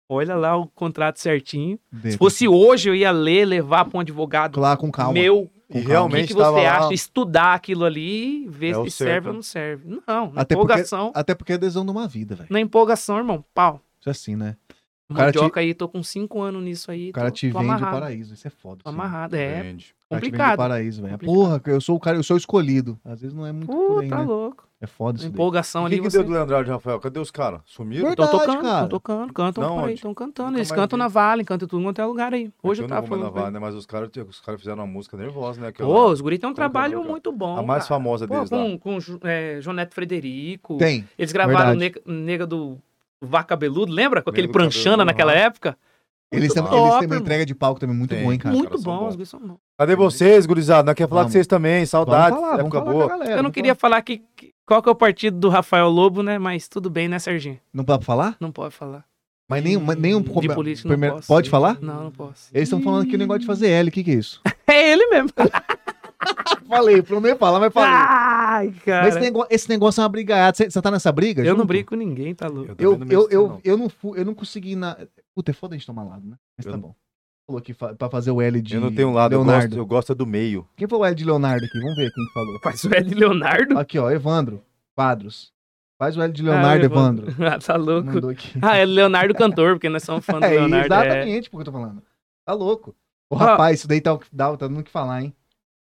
Speaker 2: Olha lá o contrato certinho. Se fosse hoje, eu ia ler, levar pra um advogado
Speaker 1: Lá com calma.
Speaker 2: meu,
Speaker 1: Com calma.
Speaker 2: o
Speaker 3: E
Speaker 2: que,
Speaker 3: realmente
Speaker 2: que
Speaker 3: tava
Speaker 2: você
Speaker 3: lá.
Speaker 2: acha, estudar aquilo ali, ver
Speaker 3: É o
Speaker 2: se
Speaker 3: certo,
Speaker 2: serve ou
Speaker 3: né?
Speaker 2: não serve. Não, na
Speaker 1: Até porque-
Speaker 2: empolgação.
Speaker 1: Até porque é adesão de uma vida, velho.
Speaker 2: Na empolgação, irmão, pau.
Speaker 1: Isso é assim, né? O cara te-
Speaker 2: Mandioca aí, tô com 5 anos nisso aí.
Speaker 1: O cara
Speaker 2: tô,
Speaker 1: te
Speaker 2: tô
Speaker 1: vende o
Speaker 2: amarrado,
Speaker 1: paraíso. Isso é foda.
Speaker 2: Tô
Speaker 1: assim.
Speaker 2: amarrado, é
Speaker 3: Entende?
Speaker 1: O cara te vende o
Speaker 2: complicado.
Speaker 1: paraíso, velho.
Speaker 2: Complicado.
Speaker 1: Porra, eu sou o cara, eu sou o escolhido. Às vezes não é muito por
Speaker 2: Uh,
Speaker 1: aí,
Speaker 2: tá
Speaker 1: né?
Speaker 2: louco.
Speaker 1: É foda isso. daí.
Speaker 2: Empolgação
Speaker 3: O
Speaker 2: ali,
Speaker 3: que, que
Speaker 2: você...
Speaker 3: deu do Leandro Alves, Rafael? Cadê os caras? Sumiram?
Speaker 1: Por-
Speaker 2: Estão
Speaker 1: Verdade,
Speaker 2: tocando,
Speaker 1: cara.
Speaker 2: estão tocando, cantam
Speaker 3: Não,
Speaker 2: por aí,
Speaker 3: onde?
Speaker 2: estão cantando.
Speaker 3: Nunca
Speaker 2: Eles
Speaker 3: mais
Speaker 2: cantam
Speaker 3: vi.
Speaker 2: na Vale, cantam em tudo quanto é lugar aí. Hoje eu
Speaker 3: Aqui
Speaker 2: tava
Speaker 3: não vou
Speaker 2: falando.
Speaker 3: mais
Speaker 2: com
Speaker 3: lavar,
Speaker 2: ele.
Speaker 3: né? Mas os caras os caras fizeram uma música nervosa, né? Aquela-
Speaker 2: Pô, os guris têm um
Speaker 3: Como que é o nome
Speaker 2: trabalho
Speaker 3: dela?
Speaker 2: muito bom.
Speaker 3: a mais
Speaker 2: cara.
Speaker 3: famosa
Speaker 2: Pô,
Speaker 3: deles lá.
Speaker 2: com, com Ju- é, Jonete Frederico.
Speaker 1: Tem.
Speaker 2: Eles gravaram Nega, Nega do Vá Cabeludo, lembra? Com aquele
Speaker 3: Nega do
Speaker 2: pranchana
Speaker 3: Cabeludo,
Speaker 2: naquela
Speaker 3: aham.
Speaker 2: época.
Speaker 1: Eles,
Speaker 2: Muito
Speaker 1: tam-
Speaker 2: top,
Speaker 1: eles têm uma
Speaker 2: mano.
Speaker 1: entrega de palco também muito
Speaker 3: Tem.
Speaker 1: boa, hein, cara.
Speaker 3: Muito
Speaker 2: Muito
Speaker 3: caras são
Speaker 2: bom,
Speaker 3: bons.
Speaker 2: os guris são bons.
Speaker 3: Cadê vocês, gurizada? Não quer falar
Speaker 1: Vamos.
Speaker 3: com vocês também. Saudades. época boa.
Speaker 1: É,
Speaker 2: Eu não queria falar que, que- qual que é o partido do Rafael Lobo, né? Mas tudo bem, né, Serginho?
Speaker 1: Não dá pra falar?
Speaker 2: Não pode falar.
Speaker 1: Mas nem, mas nem um.
Speaker 2: De
Speaker 1: come-
Speaker 2: política
Speaker 1: primeiro-
Speaker 2: não posso.
Speaker 1: Pode falar?
Speaker 2: Não, não posso.
Speaker 1: Eles estão falando que o negócio de fazer L, o que, que é isso?
Speaker 2: É ele mesmo.
Speaker 1: falei, pra não falar, mas
Speaker 2: Ai, Ah, cara.
Speaker 1: Mas esse, nego- esse negócio é uma brigaiada. Você tá nessa briga?
Speaker 2: eu não
Speaker 1: junto?
Speaker 2: brigo com ninguém, tá louco.
Speaker 3: também
Speaker 1: Eu,
Speaker 3: não mereço
Speaker 1: eu,
Speaker 3: isso,
Speaker 1: eu,
Speaker 3: não.
Speaker 1: eu, não fu, eu não consegui na. Puta, é foda a gente tomar lado, né? Mas
Speaker 3: Eu
Speaker 1: tá
Speaker 3: não-
Speaker 1: bom. Falou aqui fa- pra fazer o L de.
Speaker 3: Eu não tenho um lado, eu gosto,
Speaker 1: Leonardo.
Speaker 3: eu gosto é do meio.
Speaker 1: Quem falou o L de Leonardo aqui? Vamos ver quem que falou.
Speaker 2: Faz o L Leonardo.
Speaker 1: Aqui, ó, Evandro. Quadros. Faz o L de Leonardo,
Speaker 2: Ah,
Speaker 1: Evandro.
Speaker 2: [LAUGHS] Ah, tá louco.
Speaker 1: Mandou aqui.
Speaker 2: Ah, é Leonardo cantor, porque nós somos fã do
Speaker 1: [LAUGHS] É,
Speaker 2: Leonardo. É.
Speaker 1: exatamente porque eu tô falando. Tá louco. Ô,
Speaker 2: Ó.
Speaker 1: rapaz, isso daí tá, dá, tá dando o que falar, hein?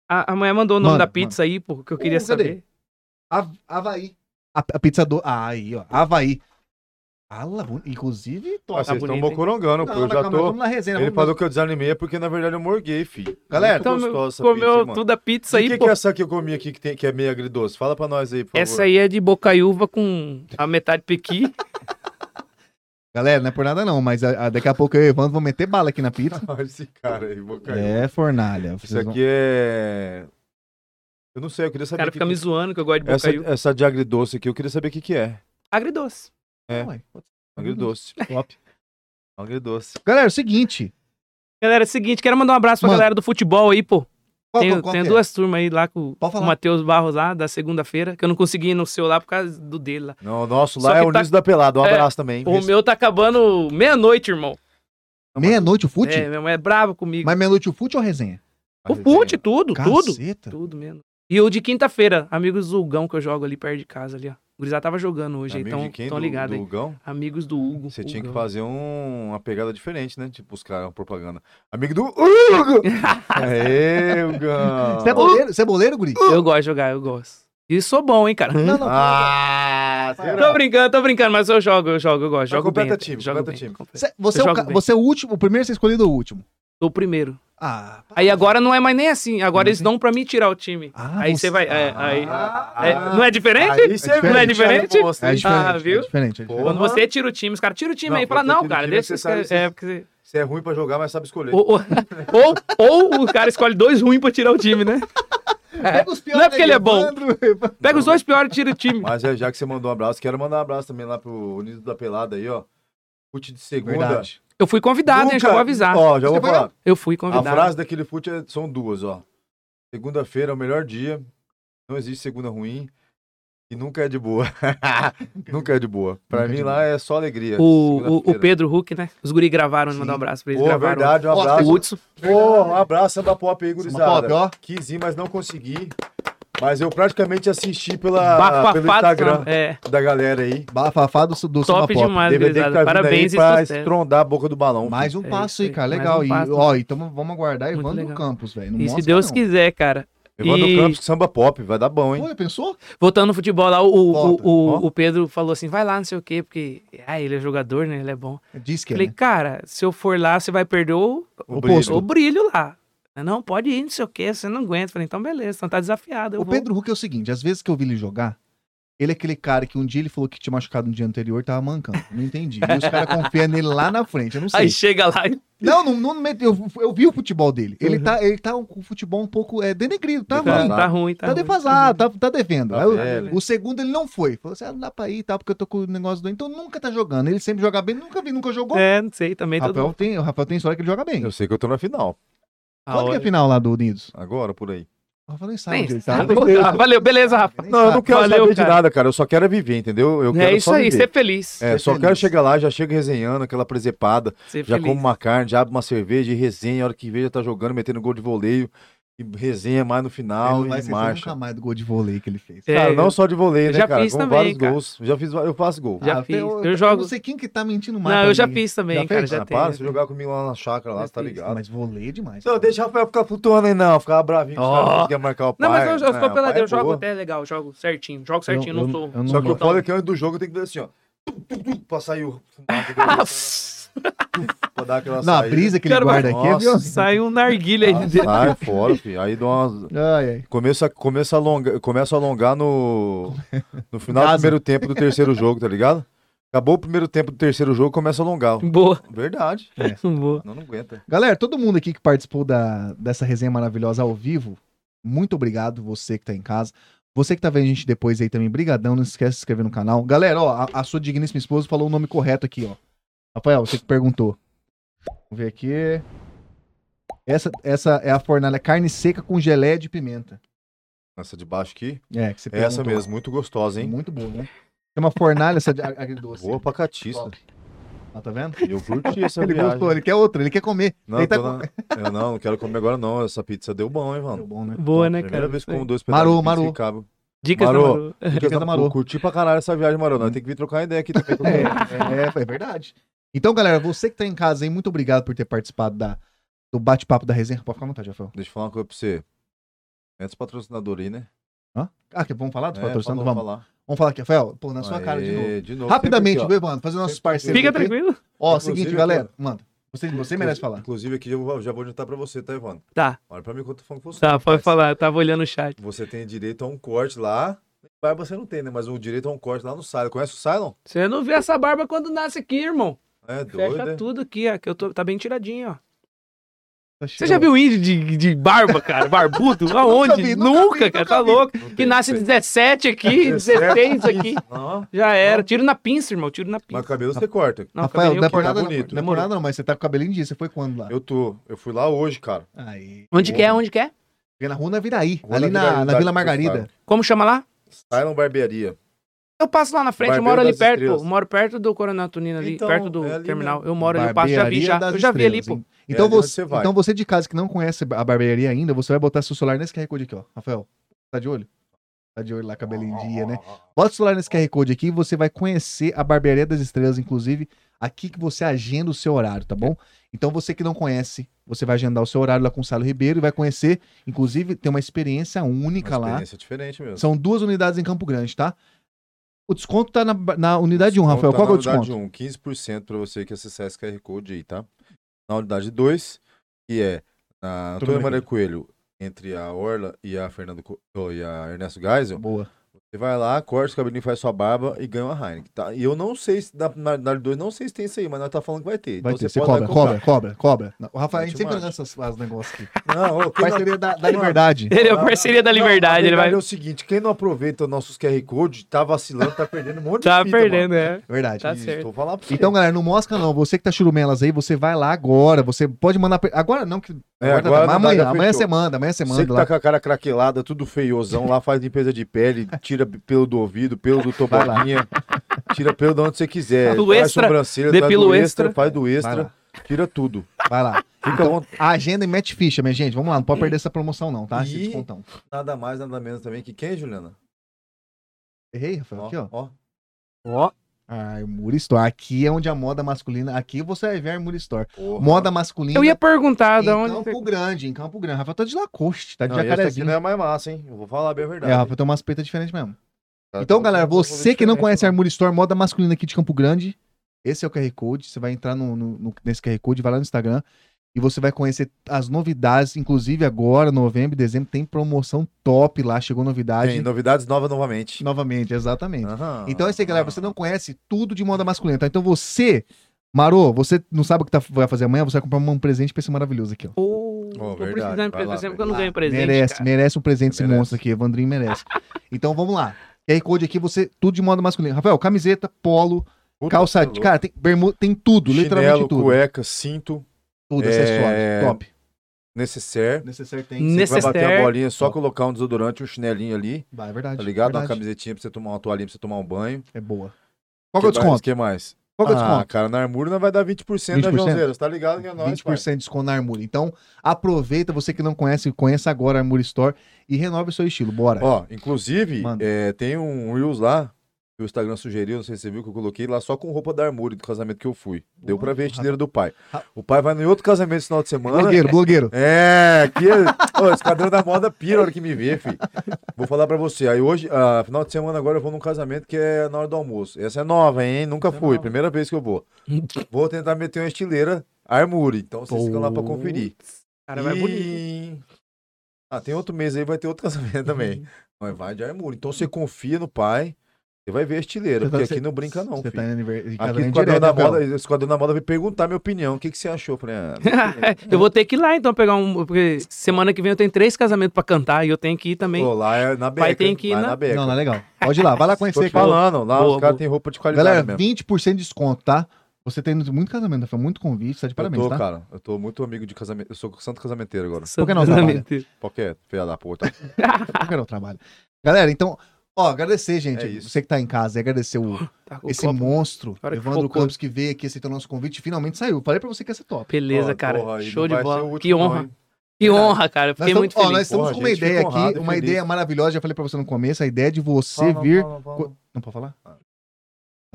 Speaker 2: A, a mulher mandou o nome
Speaker 1: Manda,
Speaker 2: da pizza aí, pô, que eu queria
Speaker 1: Uh, cadê?
Speaker 2: saber.
Speaker 1: Ha- Havaí. A, a pizza do. Ah, aí, ó. Havaí. Ala, bu- inclusive.
Speaker 3: Ah, vocês
Speaker 2: tá bonito,
Speaker 3: estão
Speaker 2: hein?
Speaker 3: mocorongando, pô. Eu
Speaker 1: mas
Speaker 3: já
Speaker 1: calma,
Speaker 3: tô.
Speaker 1: vamos na resenha.
Speaker 3: Ele
Speaker 1: vamos na-
Speaker 3: falou que eu desanimei é porque, na verdade, eu morguei, filho.
Speaker 1: Galera,
Speaker 3: Muito
Speaker 2: Então,
Speaker 3: gostosa essa
Speaker 2: comeu
Speaker 3: pizza, mano.
Speaker 2: tudo a pizza
Speaker 3: E
Speaker 2: aí,
Speaker 3: que
Speaker 2: pô.
Speaker 3: que é essa que eu comi aqui que, tem, que é meio agridoce? Fala pra nós aí, por
Speaker 2: Essa
Speaker 3: favor. [LAUGHS]
Speaker 2: aí é de bocaiúva com a metade pequi. [LAUGHS]
Speaker 1: Galera, não é por nada não, mas a- a- daqui a pouco eu e o Evandro vão meter bala aqui na
Speaker 3: [LAUGHS]
Speaker 1: pizza.
Speaker 3: Olha esse cara aí, vou cair.
Speaker 1: É, fornalha.
Speaker 3: Isso
Speaker 1: Vocês vão-
Speaker 3: aqui é. Eu não sei, eu queria
Speaker 2: O
Speaker 3: saber.
Speaker 2: cara
Speaker 3: que
Speaker 2: fica me
Speaker 3: que-
Speaker 2: zoando que eu gosto de
Speaker 3: essa,
Speaker 2: bocaiúva.
Speaker 3: essa de agridoce aqui, eu queria saber o que, que é.
Speaker 2: Agridoce.
Speaker 3: é.
Speaker 1: Ué,
Speaker 2: [LAUGHS]
Speaker 3: Agridoce.
Speaker 1: top.
Speaker 3: Agridoce.
Speaker 1: Galera, é o seguinte.
Speaker 2: Galera, é o seguinte, quero mandar um abraço pra
Speaker 1: Manda.
Speaker 2: galera do futebol aí, pô.
Speaker 1: Qual,
Speaker 2: tem
Speaker 1: qual- qual
Speaker 2: tem
Speaker 1: que é?
Speaker 2: duas turmas aí lá com,
Speaker 1: Pode
Speaker 2: com
Speaker 1: falar.
Speaker 2: o Matheus Barros lá, da segunda-feira, que eu não consegui ir no seu lá por causa do dele lá.
Speaker 3: Não, o nosso
Speaker 2: Só
Speaker 3: lá é
Speaker 2: que
Speaker 3: o
Speaker 2: tá-
Speaker 3: Niso da Pelada. Um
Speaker 2: É,
Speaker 3: abraço também.
Speaker 2: O meu tá acabando meia-noite, irmão.
Speaker 1: Meia-noite o fute?
Speaker 2: É, minha mãe é brava comigo.
Speaker 1: Mas meia-noite o fute ou a resenha?
Speaker 2: o fute, tudo, tudo.
Speaker 1: Caceta.
Speaker 2: Tudo mesmo. E o de quinta-feira, amigo Zulgão que eu jogo ali perto de casa ali, ó. O Gurizada tava jogando hoje,
Speaker 3: Amigo
Speaker 2: então
Speaker 3: de quem?
Speaker 2: estão
Speaker 3: do,
Speaker 2: ligados
Speaker 3: do
Speaker 2: aí.
Speaker 3: Hugão?
Speaker 2: Amigos do Hugo.
Speaker 3: Você tinha que
Speaker 2: Hugão.
Speaker 3: fazer um- uma pegada diferente, né? Tipo, os caras, uma propaganda. Amigo
Speaker 2: [LAUGHS]
Speaker 3: do Hugo! Aê, Hugão!
Speaker 1: Você é boleiro, você é boleiro guri?
Speaker 2: Eu gosto de jogar, eu gosto. E sou bom, hein, cara.
Speaker 1: Não, não.
Speaker 3: Hum? Ah,
Speaker 2: [LAUGHS] Tô
Speaker 3: será?
Speaker 2: brincando, tô brincando, mas eu jogo, eu jogo, eu gosto.
Speaker 3: Mas
Speaker 2: Jogo bem.
Speaker 3: completa
Speaker 2: até,
Speaker 3: time,
Speaker 2: jogo
Speaker 3: completa
Speaker 2: bem, tá
Speaker 3: time.
Speaker 2: completa.
Speaker 1: Cê- você,
Speaker 2: Eu
Speaker 1: é o,
Speaker 2: jogo
Speaker 1: ca-
Speaker 2: bem.
Speaker 1: você é o último, o primeiro você escolhido ou o último?
Speaker 2: Sou o primeiro.
Speaker 1: Ah,
Speaker 2: Aí agora não é mais nem assim. Agora eles dão pra mim tirar o time.
Speaker 1: Ah,
Speaker 2: aí
Speaker 1: você-
Speaker 2: você vai. é,
Speaker 1: Ah.
Speaker 2: aí,
Speaker 3: Ah,
Speaker 2: é, não é diferente?
Speaker 3: aí você
Speaker 1: Não é
Speaker 3: vende a
Speaker 2: diferente?
Speaker 3: moça,
Speaker 1: é
Speaker 3: hein?
Speaker 1: diferente.
Speaker 2: Ah, viu?
Speaker 1: É diferente, é diferente.
Speaker 3: Porra.
Speaker 2: Quando você tira o time, os caras tiram o time
Speaker 3: Não,
Speaker 2: aí e falam,
Speaker 3: quando
Speaker 2: não,
Speaker 3: tira o
Speaker 2: cara,
Speaker 3: time,
Speaker 2: deixa
Speaker 3: você
Speaker 2: os
Speaker 3: sabe
Speaker 2: caras-
Speaker 3: se-
Speaker 2: é, porque-
Speaker 3: Você é ruim pra jogar, mas sabe escolher.
Speaker 2: [LAUGHS] ou, ou, ou, ou o cara escolhe dois ruins pra tirar o time,
Speaker 3: [LAUGHS]
Speaker 2: né?
Speaker 1: Pega os piores
Speaker 2: Não é porque ele é bom.
Speaker 1: [LAUGHS] Evandro.
Speaker 2: Pega os dois piores e tira o time.
Speaker 3: Mas é, já que você mandou um abraço, quero mandar um abraço também lá pro Unido da Pelada aí, ó. Fute de segunda.
Speaker 1: Verdade.
Speaker 2: Eu fui convidado, hein? né? Já
Speaker 3: Nunca-
Speaker 2: vou avisar.
Speaker 3: Ó, já vou
Speaker 1: Você foi
Speaker 3: falar.
Speaker 2: Eu fui
Speaker 3: A
Speaker 2: convidado.
Speaker 3: frase daquele fute é- são duas, ó. Segunda-feira é o melhor dia. Não existe segunda ruim. E nunca é de boa. [LAUGHS] nunca é de boa. Pra
Speaker 1: Nunca é
Speaker 3: mim
Speaker 1: de
Speaker 3: lá é só alegria.
Speaker 2: O, o- o
Speaker 3: segunda-feira.
Speaker 2: Pedro Huck, né? Os guri gravaram,
Speaker 1: Sim.
Speaker 2: mandar um abraço pra eles.
Speaker 3: Pô,
Speaker 2: gravaram.
Speaker 3: verdade, um
Speaker 1: Ó,
Speaker 3: abraço.
Speaker 2: O Hudson.
Speaker 3: Pô, um abraço da Pop aí,
Speaker 1: Pop,
Speaker 3: gurizada.
Speaker 1: ó.
Speaker 3: Quis ir, mas não consegui. Mas eu praticamente assisti pela, pelo Instagram
Speaker 2: Bafafado. É,
Speaker 3: da galera aí.
Speaker 1: Bafafado do, do Samba
Speaker 2: top
Speaker 1: Pop.
Speaker 2: demais,
Speaker 3: DVD que tá
Speaker 2: gurizada.
Speaker 3: vindo
Speaker 2: Parabéns e
Speaker 3: aí pra
Speaker 2: sucesso.
Speaker 3: estrondar a boca do balão.
Speaker 1: Mais um
Speaker 2: É
Speaker 1: passo
Speaker 2: isso
Speaker 1: aí,
Speaker 2: aí,
Speaker 1: cara.
Speaker 2: mais
Speaker 1: Legal.
Speaker 2: um
Speaker 1: E,
Speaker 2: passo.
Speaker 1: ó, então vamos aguardar
Speaker 2: Muito
Speaker 1: Evandro
Speaker 2: legal.
Speaker 1: Campos, velho. Não
Speaker 2: E se
Speaker 1: mostra,
Speaker 2: Deus
Speaker 1: não.
Speaker 2: quiser, cara.
Speaker 3: Levando
Speaker 2: E-
Speaker 3: o campo samba pop, vai dar bom, hein?
Speaker 1: Pô, pensou?
Speaker 2: Voltando no futebol lá, o, o,
Speaker 1: Volta,
Speaker 2: o,
Speaker 3: ó.
Speaker 2: o Pedro falou assim: vai lá, não sei o quê, porque. Ah, ele é jogador, né? Ele é bom.
Speaker 1: Diz que é,
Speaker 2: Falei,
Speaker 1: né?
Speaker 2: cara, se eu for lá, você vai perder o,
Speaker 1: O
Speaker 3: brilho.
Speaker 1: posto.
Speaker 2: o brilho lá. Não, pode ir, não sei o quê, você não aguenta. Falei, então beleza, então tá desafiado. Eu
Speaker 1: O
Speaker 2: vou.
Speaker 1: Pedro Huck é o seguinte, às vezes que eu vi ele jogar, ele é aquele cara que um dia ele falou que tinha machucado no dia anterior, tava mancando. Não entendi. E os caras confiam nele lá na frente, eu não sei.
Speaker 2: Aí chega lá e.
Speaker 1: Não, não, não mete- eu, eu vi o futebol dele. Ele tá, ele tá com o futebol um pouco é, denegrido, tá
Speaker 3: Defasado.
Speaker 1: ruim.
Speaker 2: tá ruim, tá
Speaker 1: Tá
Speaker 2: ruim.
Speaker 1: defasado, tá, tá devendo.
Speaker 3: Tá
Speaker 1: Aí o-
Speaker 3: velho.
Speaker 1: o segundo ele não foi. Falou assim: ah, não dá pra ir, tá? Porque eu tô com o negócio doente. Então nunca tá jogando. Ele sempre joga bem, nunca vi, nunca jogou.
Speaker 2: É, não sei, também todo
Speaker 1: Rafael tem, o Rafael tem história que ele joga bem.
Speaker 3: Eu sei que eu tô na final,
Speaker 2: a
Speaker 1: Qual que é
Speaker 2: hora.
Speaker 1: a final lá do Unidos?
Speaker 3: agora, por aí.
Speaker 1: O Rafael nem sabe
Speaker 2: Nem
Speaker 1: onde ele tá.
Speaker 2: sabe. [LAUGHS] Ah, Valeu, beleza, Rafa.
Speaker 1: Nem
Speaker 3: Não, eu não
Speaker 1: sabe.
Speaker 3: quero
Speaker 2: Valeu,
Speaker 3: saber de
Speaker 2: cara.
Speaker 3: nada, cara. Eu só quero é viver, entendeu? Eu
Speaker 2: É
Speaker 3: quero
Speaker 2: isso
Speaker 3: só
Speaker 2: aí,
Speaker 3: viver.
Speaker 2: ser feliz.
Speaker 3: É,
Speaker 1: Ser
Speaker 3: só
Speaker 1: feliz.
Speaker 3: quero chegar lá, já chego resenhando, aquela presepada,
Speaker 2: Ser
Speaker 3: já
Speaker 2: feliz.
Speaker 3: como uma carne, já abro uma cerveja e resenha, a hora que veja tá jogando, metendo gol de voleio, e resenha mais no final
Speaker 1: Ele não vai
Speaker 3: e
Speaker 1: esquecer
Speaker 3: marcha.
Speaker 1: nunca mais do gol de vôlei que ele fez.
Speaker 2: É,
Speaker 3: Cara, não
Speaker 2: eu-
Speaker 3: só de voleio,
Speaker 2: eu
Speaker 3: né,
Speaker 2: já
Speaker 3: cara?
Speaker 2: fiz
Speaker 3: Com
Speaker 2: também,
Speaker 3: vários
Speaker 2: cara.
Speaker 3: gols. Já fiz, eu faço gol.
Speaker 2: Já fiz. Eu
Speaker 1: Eu
Speaker 2: jogo-
Speaker 1: não sei quem que tá mentindo mais.
Speaker 2: Não,
Speaker 1: pra
Speaker 2: eu já
Speaker 1: mim.
Speaker 2: fiz também,
Speaker 1: Já
Speaker 2: cara.
Speaker 1: fez?
Speaker 2: Já
Speaker 3: ah,
Speaker 2: tem.
Speaker 3: para, se jogar comigo lá na chácara, lá,
Speaker 2: Já
Speaker 3: você tá
Speaker 2: fiz.
Speaker 3: ligado.
Speaker 1: Mas vôlei é demais.
Speaker 3: Não,
Speaker 1: cara.
Speaker 3: deixa o Rafael ficar flutuando aí, não. Ficar bravinho,
Speaker 2: Ó.
Speaker 3: oh. não conseguia marcar o pai.
Speaker 2: Não, mas eu, eu
Speaker 3: Ah,
Speaker 2: sou
Speaker 3: o
Speaker 2: pela
Speaker 3: pai é
Speaker 2: eu jogo
Speaker 3: boa.
Speaker 2: até legal, jogo certinho, jogo certinho, não sou.
Speaker 1: [LAUGHS] eu né? não
Speaker 3: Só que o
Speaker 1: gosto.
Speaker 3: foda é que antes do jogo eu tenho que fazer assim, ó. Pra sair o. pra dar aquela
Speaker 1: Não, a
Speaker 3: saída.
Speaker 1: brisa que ele
Speaker 2: Cara,
Speaker 1: guarda aqui é
Speaker 3: nossa.
Speaker 1: violenta.
Speaker 2: Saiu um narguilha aí de
Speaker 3: Ah,
Speaker 2: dentro.
Speaker 3: sai fora, filho. Aí dá uma...
Speaker 1: Ai, ai.
Speaker 3: começa, começa, a alongar, começa a alongar no,
Speaker 1: [LAUGHS]
Speaker 3: no final do
Speaker 1: Gaza.
Speaker 3: primeiro tempo do terceiro jogo, tá ligado? Acabou o primeiro tempo do terceiro jogo, começa a alongar.
Speaker 2: [LAUGHS] Boa,
Speaker 3: Verdade.
Speaker 1: É.
Speaker 2: boa.
Speaker 3: Não, não aguenta.
Speaker 1: Galera, todo mundo aqui que participou da, dessa resenha maravilhosa ao vivo, muito obrigado, você que tá em casa. Você que tá vendo a gente depois aí também, brigadão, não esquece de se inscrever no canal. Galera, ó, a, a sua digníssima esposa falou o nome correto aqui, ó. Rafael, você que perguntou. Vamos ver aqui. Essa, essa é a fornalha carne seca com geleia de pimenta.
Speaker 3: Essa de baixo aqui.
Speaker 1: É, que você
Speaker 3: É essa
Speaker 1: perguntou.
Speaker 3: mesmo, muito gostosa, hein?
Speaker 1: Muito boa, né? É uma fornalha essa de ag- agridoce.
Speaker 3: Boa pra catiça.
Speaker 1: Top. Ó, tá vendo?
Speaker 3: E Eu curti essa
Speaker 1: [LAUGHS] Ele
Speaker 3: viagem.
Speaker 1: gostou, ele quer outra, ele quer comer.
Speaker 3: Não,
Speaker 1: ele tá
Speaker 3: tô na- eu não, não quero comer agora não. Essa pizza deu bom, hein, mano?
Speaker 1: bom, né?
Speaker 2: Boa, né,
Speaker 3: Primeira
Speaker 2: cara?
Speaker 3: vez que
Speaker 2: Isso aí.
Speaker 3: como dois pedaços
Speaker 1: Marô,
Speaker 3: de pizza
Speaker 1: marô.
Speaker 2: [LAUGHS]
Speaker 3: e cabo.
Speaker 2: Dicas um.
Speaker 3: Marô.
Speaker 2: do
Speaker 1: Fica
Speaker 3: Fica
Speaker 1: da
Speaker 3: da
Speaker 1: marô.
Speaker 3: Pô, curti pra caralho essa viagem, Marô. Nós tem que vir trocar ideia
Speaker 2: [LAUGHS]
Speaker 3: aqui também.
Speaker 1: É, [LAUGHS] é, é verdade. Então, galera, você que tá em casa aí, muito obrigado por ter participado da, do bate-papo da resenha. Pode ficar à vontade, Rafael.
Speaker 3: Deixa eu falar uma coisa pra você. Antes patrocinador aí, né?
Speaker 1: Ah, que, vamos falar dos
Speaker 3: É,
Speaker 1: patrocinadores?
Speaker 3: falou,
Speaker 1: Vamos.
Speaker 3: falar.
Speaker 1: vamos falar aqui, Rafael. Pô, na sua
Speaker 3: Aê,
Speaker 1: cara de novo.
Speaker 3: sempre
Speaker 1: Rapidamente,
Speaker 3: aqui,
Speaker 1: viu, Evandro? Fazer nossos
Speaker 3: Sempre
Speaker 1: parceiros.
Speaker 2: Fica
Speaker 1: aqui.
Speaker 2: tranquilo.
Speaker 1: Ó,
Speaker 3: Inclusive,
Speaker 1: seguinte,
Speaker 3: aqui,
Speaker 1: galera. Mano, você, você merece falar.
Speaker 3: Inclusive aqui eu vou- já vou adiantar pra você, tá, Ivano?
Speaker 2: Tá,
Speaker 3: Olha pra mim quanto eu tô falando com você.
Speaker 2: tá, pode
Speaker 3: rapaz.
Speaker 2: falar. Eu tava olhando o chat.
Speaker 3: Você tem direito a um corte lá. Barba você não tem, né? Mas o direito a um corte lá no Silon. Conhece o Silon?
Speaker 2: Você não vê essa barba quando nasce aqui, irmão.
Speaker 3: É doido,
Speaker 2: Fecha
Speaker 3: né?
Speaker 2: tudo aqui, ó, que eu tô, tá bem tiradinho, ó.
Speaker 1: Tá
Speaker 2: Você
Speaker 1: cheio.
Speaker 2: já viu índio de, de barba,
Speaker 1: [LAUGHS]
Speaker 2: cara? Barbudo? Aonde?
Speaker 1: vi, nunca
Speaker 2: nunca,
Speaker 1: vi,
Speaker 2: cara,
Speaker 1: nunca
Speaker 2: tá
Speaker 1: vi.
Speaker 2: louco.
Speaker 3: Não
Speaker 2: Que
Speaker 3: tem,
Speaker 2: nasce
Speaker 3: não tem.
Speaker 2: 17
Speaker 1: [LAUGHS]
Speaker 2: aqui, 16 aqui.
Speaker 3: Não,
Speaker 2: Já era. Tiro na pinça, irmão. Tiro na
Speaker 3: mas
Speaker 2: pinça.
Speaker 3: cabelo você corta.
Speaker 2: Não,
Speaker 1: Rafael, não
Speaker 2: cabelinho
Speaker 1: é por
Speaker 2: aqui, ó.
Speaker 1: nada,
Speaker 3: tá
Speaker 1: não
Speaker 3: bonito.
Speaker 1: é por
Speaker 2: Demorou.
Speaker 1: nada não, mas você tá com o cabelinho disso. Você foi quando lá?
Speaker 3: Eu tô. Eu fui lá hoje, cara.
Speaker 1: Aí.
Speaker 2: Onde que é? Onde que é?
Speaker 1: Fica na rua na Viraí,
Speaker 3: Rua
Speaker 1: ali
Speaker 3: na
Speaker 1: na,
Speaker 3: Viraí,
Speaker 1: na
Speaker 3: tá,
Speaker 1: Vila
Speaker 3: tá,
Speaker 1: Margarida.
Speaker 2: Como chama lá?
Speaker 3: Silon Barbearia.
Speaker 2: Eu passo lá na frente, eu
Speaker 3: Barbeiro
Speaker 2: moro ali
Speaker 3: das
Speaker 2: perto,
Speaker 3: Estrelas.
Speaker 2: pô. Eu moro perto do Coronel Tonino ali,
Speaker 3: Então,
Speaker 2: perto do
Speaker 3: é ali
Speaker 2: terminal. Eu moro ali, eu passo, já vi
Speaker 1: Barbearia
Speaker 2: já.
Speaker 1: das
Speaker 2: Eu já vi ali,
Speaker 1: Estrelas,
Speaker 2: pô.
Speaker 1: hein? Então,
Speaker 3: ali É, onde
Speaker 1: você,
Speaker 3: você vai.
Speaker 1: então você de casa que não conhece a barbearia ainda, você vai botar seu celular nesse QR Code aqui, ó. Rafael, tá de olho? Tá de olho lá, cabelinho em dia, né? Bota o celular nesse QR Code aqui, você vai conhecer a Barbearia das Estrelas, inclusive, aqui que você agenda o seu horário, tá bom? Então você que não conhece, você vai agendar o seu horário lá com o Salo Ribeiro e vai conhecer, inclusive, tem uma experiência única
Speaker 3: Uma
Speaker 1: lá.
Speaker 3: experiência diferente mesmo.
Speaker 1: São duas unidades em Campo Grande, tá? O desconto tá na, na unidade 1, um, Rafael.
Speaker 3: Então,
Speaker 1: Qual que é o
Speaker 3: tá na
Speaker 1: desconto?
Speaker 3: unidade 1, 15% para você que acessar esse QR Code aí, tá? Na unidade 2, que é na
Speaker 1: Tudo
Speaker 3: Antônio
Speaker 1: bem.
Speaker 3: Maria Coelho, entre a Orla e a Fernando Co- oh, e a Ernesto Geisel,
Speaker 1: Boa.
Speaker 3: você vai lá, corta o cabelinho, faz sua barba e ganha uma Heineken, tá? E eu não sei se, na na unidade 2, não sei se tem isso aí, mas nós tá falando que vai ter.
Speaker 1: Vai
Speaker 3: Então
Speaker 1: ter, você
Speaker 3: pode
Speaker 1: cobra,
Speaker 3: lá comprar.
Speaker 1: cobra, cobra, cobra. Não, O Rafael, a
Speaker 3: Eu
Speaker 1: gente
Speaker 3: te
Speaker 1: sempre
Speaker 3: mato.
Speaker 1: lança os- os negócios aqui.
Speaker 3: [LAUGHS] Não, ô, quem não-
Speaker 1: Parceria da, da
Speaker 3: [LAUGHS]
Speaker 1: liberdade.
Speaker 2: Ele é o
Speaker 3: Não,
Speaker 2: parceria da
Speaker 3: não,
Speaker 2: liberdade,
Speaker 3: na
Speaker 2: ele vai.
Speaker 3: verdade é o seguinte, quem não aproveita os nossos QR Code, tá vacilando, tá perdendo um monte
Speaker 2: Tá
Speaker 3: de fita,
Speaker 2: perdendo, é.
Speaker 1: Verdade.
Speaker 2: Tá
Speaker 3: Mano.
Speaker 2: certo.
Speaker 3: Estou falando pra você.
Speaker 1: Então, galera, não mosca não. Você que tá churumelas aí, você vai lá agora. Você pode mandar. pra- Agora não, que.
Speaker 3: É,
Speaker 1: agora,
Speaker 3: agora
Speaker 1: não, mas
Speaker 3: não dá,
Speaker 1: amanhã.
Speaker 3: já
Speaker 1: Amanhã
Speaker 3: fechou.
Speaker 1: você manda, amanhã você
Speaker 3: Você
Speaker 1: manda
Speaker 3: que
Speaker 1: lá.
Speaker 3: tá com a cara craquelada, tudo feiosão lá, faz limpeza de pele, tira pelo do ouvido, pelo do
Speaker 1: Vai lá.
Speaker 3: toboguinha, tira pelo de onde você quiser.
Speaker 2: Do
Speaker 3: faz
Speaker 2: extra,
Speaker 3: sobrancelha,
Speaker 2: dê
Speaker 3: faz
Speaker 2: pelo
Speaker 3: do
Speaker 2: extra.
Speaker 3: faz do
Speaker 1: Vai
Speaker 3: extra,
Speaker 1: lá.
Speaker 3: tira tudo.
Speaker 1: Vai
Speaker 3: [LAUGHS]
Speaker 1: lá.
Speaker 3: Fica à vontade.
Speaker 1: A agenda e mete ficha, minha gente. Vamos lá, não pode perder essa promoção, não, tá? Esse
Speaker 3: E-
Speaker 1: descontão.
Speaker 3: Nada mais, nada menos também que quem, Juliana?
Speaker 1: Errei, Rafael, aqui, ó.
Speaker 3: ó.
Speaker 2: Ó,
Speaker 1: Ah, Moura Store. Aqui é onde a moda masculina. Aqui você vai ver a Moura Store.
Speaker 3: Porra.
Speaker 1: Moda masculina.
Speaker 2: eu ia perguntar
Speaker 1: em
Speaker 3: Então,
Speaker 2: de onde.
Speaker 1: Campo Grande, em Campo Grande. Rafael tá de Lacoste, tá de
Speaker 3: Não, essa aqui
Speaker 1: jacarezinho.
Speaker 3: não é mais massa, hein? Eu vou falar bem a verdade.
Speaker 1: É, Rafa, tem umas peitas diferentes mesmo.
Speaker 3: Tá-
Speaker 1: Então,
Speaker 3: tá-
Speaker 1: galera,
Speaker 3: tá- tá-
Speaker 1: você que não
Speaker 3: diferente,
Speaker 1: conhece a Armory Store, moda masculina aqui de Campo Grande, esse é o QR Code. Você vai entrar no, no- no- nesse QR Code, vai lá no Instagram e você vai conhecer as novidades. Inclusive, agora, novembro e dezembro, tem promoção top lá. Chegou novidade.
Speaker 3: Tem Ah, novidades novas novamente.
Speaker 1: Novamente, exatamente.
Speaker 3: Aham.
Speaker 1: Então é isso aí, galera. Você não conhece tudo de moda masculina, tá? Então você, Marô, você não sabe o que tá, vai fazer amanhã, você vai comprar um presente pra esse maravilhoso aqui, ó.
Speaker 2: Pô,
Speaker 3: Ó,
Speaker 2: tô
Speaker 3: verdade,
Speaker 2: precisando de
Speaker 3: vai lá,
Speaker 2: presente, porque
Speaker 3: vai
Speaker 2: eu não
Speaker 1: lá.
Speaker 2: ganho presente.
Speaker 1: Ah, merece,
Speaker 2: cara.
Speaker 1: merece um presente esse
Speaker 3: Merece.
Speaker 1: monstro aqui. Evandrinho merece. então vamos lá. QR Code aqui, você, tudo de moda masculina. Rafael, camiseta, polo,
Speaker 3: Puta,
Speaker 1: calça,
Speaker 3: tá louco.
Speaker 1: cara, tem bermuda, tem tudo, literalmente
Speaker 3: Chinelo,
Speaker 1: tudo.
Speaker 3: cueca, cinto,
Speaker 1: Tudo,
Speaker 3: é,
Speaker 1: acessório, top.
Speaker 3: necessaire.
Speaker 1: Necessaire
Speaker 2: tem- Nesse-
Speaker 3: Vai bater
Speaker 2: Necessaire.
Speaker 3: a bolinha, só colocar um desodorante, um chinelinho ali.
Speaker 1: Vai, é verdade.
Speaker 3: Tá ligado? Uma
Speaker 1: verdade.
Speaker 3: camisetinha pra você tomar uma toalhinha, pra você tomar um banho.
Speaker 1: É boa. Qual que é o
Speaker 3: mais?
Speaker 1: desconto?
Speaker 3: que mais?
Speaker 1: Qual que é o
Speaker 3: ah,
Speaker 1: desconto?
Speaker 3: cara, na armura não vai dar 20%,
Speaker 1: 20%?
Speaker 3: 20%? da Jonzeiras, tá ligado que é nóis,
Speaker 1: 20% de desconto na Armura. Então, aproveita, você que não conhece, conheça agora a Armura Store e renove o seu estilo. Bora.
Speaker 3: pai. Ó, inclusive,
Speaker 1: Manda.
Speaker 3: é, tem um Reels lá, que o Instagram sugeriu, não sei se você viu, que eu coloquei lá só com roupa da armura do casamento que eu fui. Deu
Speaker 1: Boa,
Speaker 3: pra ver a estileira do pai.
Speaker 1: tá Ra-
Speaker 3: O pai vai em outro casamento esse final de semana.
Speaker 1: [LAUGHS] blogueiro, blogueiro.
Speaker 3: É, aqui. Ô, esse cadeiro da moda pira a hora que me vê, filho. Vou falar pra você. Aí hoje, ah, final de semana agora, eu vou num casamento que é na hora do almoço. Essa é nova, hein? Nunca
Speaker 1: é
Speaker 3: fui.
Speaker 1: nova.
Speaker 3: Primeira vez que
Speaker 1: [LAUGHS]
Speaker 3: eu vou. Vou tentar meter uma estileira Armure. Então vocês ficam lá pra conferir.
Speaker 2: Cara, vai
Speaker 3: E-
Speaker 2: bonito.
Speaker 3: Ah, tem outro mês aí, vai ter outro [LAUGHS] casamento
Speaker 1: Uhum.
Speaker 3: também. Mas vai de Armure. Então você confia no pai, você vai ver a
Speaker 1: Você
Speaker 3: estileira.
Speaker 1: tá-
Speaker 3: porque
Speaker 1: você-
Speaker 3: aqui não brinca, não.
Speaker 1: Você
Speaker 3: Filho.
Speaker 1: tá em aniversário. de
Speaker 3: Aqui o
Speaker 1: casamento
Speaker 3: esquadrão
Speaker 1: direto,
Speaker 3: da
Speaker 1: né, Fel?
Speaker 3: moda, é o esquadrão da moda veio perguntar minha opinião. O que, que você achou? Eu Falei,
Speaker 1: [LAUGHS]
Speaker 3: ah,
Speaker 2: eu vou ter que ir lá então pegar um. Porque semana que vem eu tenho três casamentos pra cantar e eu tenho que ir também.
Speaker 3: pô, lá é na beca.
Speaker 2: Pai tem
Speaker 3: hein?
Speaker 2: que ir
Speaker 3: Lá é
Speaker 2: na-
Speaker 3: na beca.
Speaker 1: Não, não é legal. Pode ir lá, vai lá
Speaker 3: [LAUGHS] Tô
Speaker 1: conhecer.
Speaker 3: te
Speaker 1: cara.
Speaker 3: falando, lá
Speaker 2: Boa,
Speaker 3: os caras
Speaker 2: boa.
Speaker 3: têm roupa de qualidade
Speaker 1: Galera,
Speaker 3: mesmo.
Speaker 1: 20% de desconto, tá? Você tem muito casamento, Rafael, muito convite, tá de parabéns,
Speaker 3: eu tô,
Speaker 1: tá?
Speaker 3: cara. Eu tô muito amigo de casamento. Eu sou santo casamenteiro agora.
Speaker 1: Por que não
Speaker 2: Casamento.
Speaker 3: Qualquer filha da puta.
Speaker 1: Eu quero o trabalho. Galera, então, ó, agradecer, gente.
Speaker 3: É isso.
Speaker 1: você que tá em casa, e agradecer
Speaker 3: [GASPS]
Speaker 1: o,
Speaker 2: Tá com o
Speaker 1: esse
Speaker 2: copo.
Speaker 1: monstro,
Speaker 2: Cara, que
Speaker 1: Evandro
Speaker 2: focou.
Speaker 1: Campos, que veio aqui, aceitou nosso convite e finalmente saiu. Falei pra você que ia ser top.
Speaker 2: Beleza,
Speaker 3: Ó,
Speaker 2: cara.
Speaker 3: porra, aí não
Speaker 2: Show de
Speaker 3: vai ser o
Speaker 2: bola.
Speaker 3: último,
Speaker 2: Que honra.
Speaker 3: não, hein? É.
Speaker 2: Que honra, cara. Eu
Speaker 1: Nós
Speaker 2: Fiquei
Speaker 1: estamos,
Speaker 2: muito
Speaker 1: ó,
Speaker 2: feliz.
Speaker 1: nós estamos
Speaker 3: Porra,
Speaker 1: com uma
Speaker 3: gente,
Speaker 1: ideia
Speaker 3: fico
Speaker 1: aqui,
Speaker 3: honrado e
Speaker 1: uma
Speaker 3: feliz.
Speaker 1: ideia maravilhosa, já falei pra você no começo, a ideia é de você
Speaker 3: Fala,
Speaker 1: vir...
Speaker 3: fala, fala.
Speaker 1: co- Não pode falar? Ah,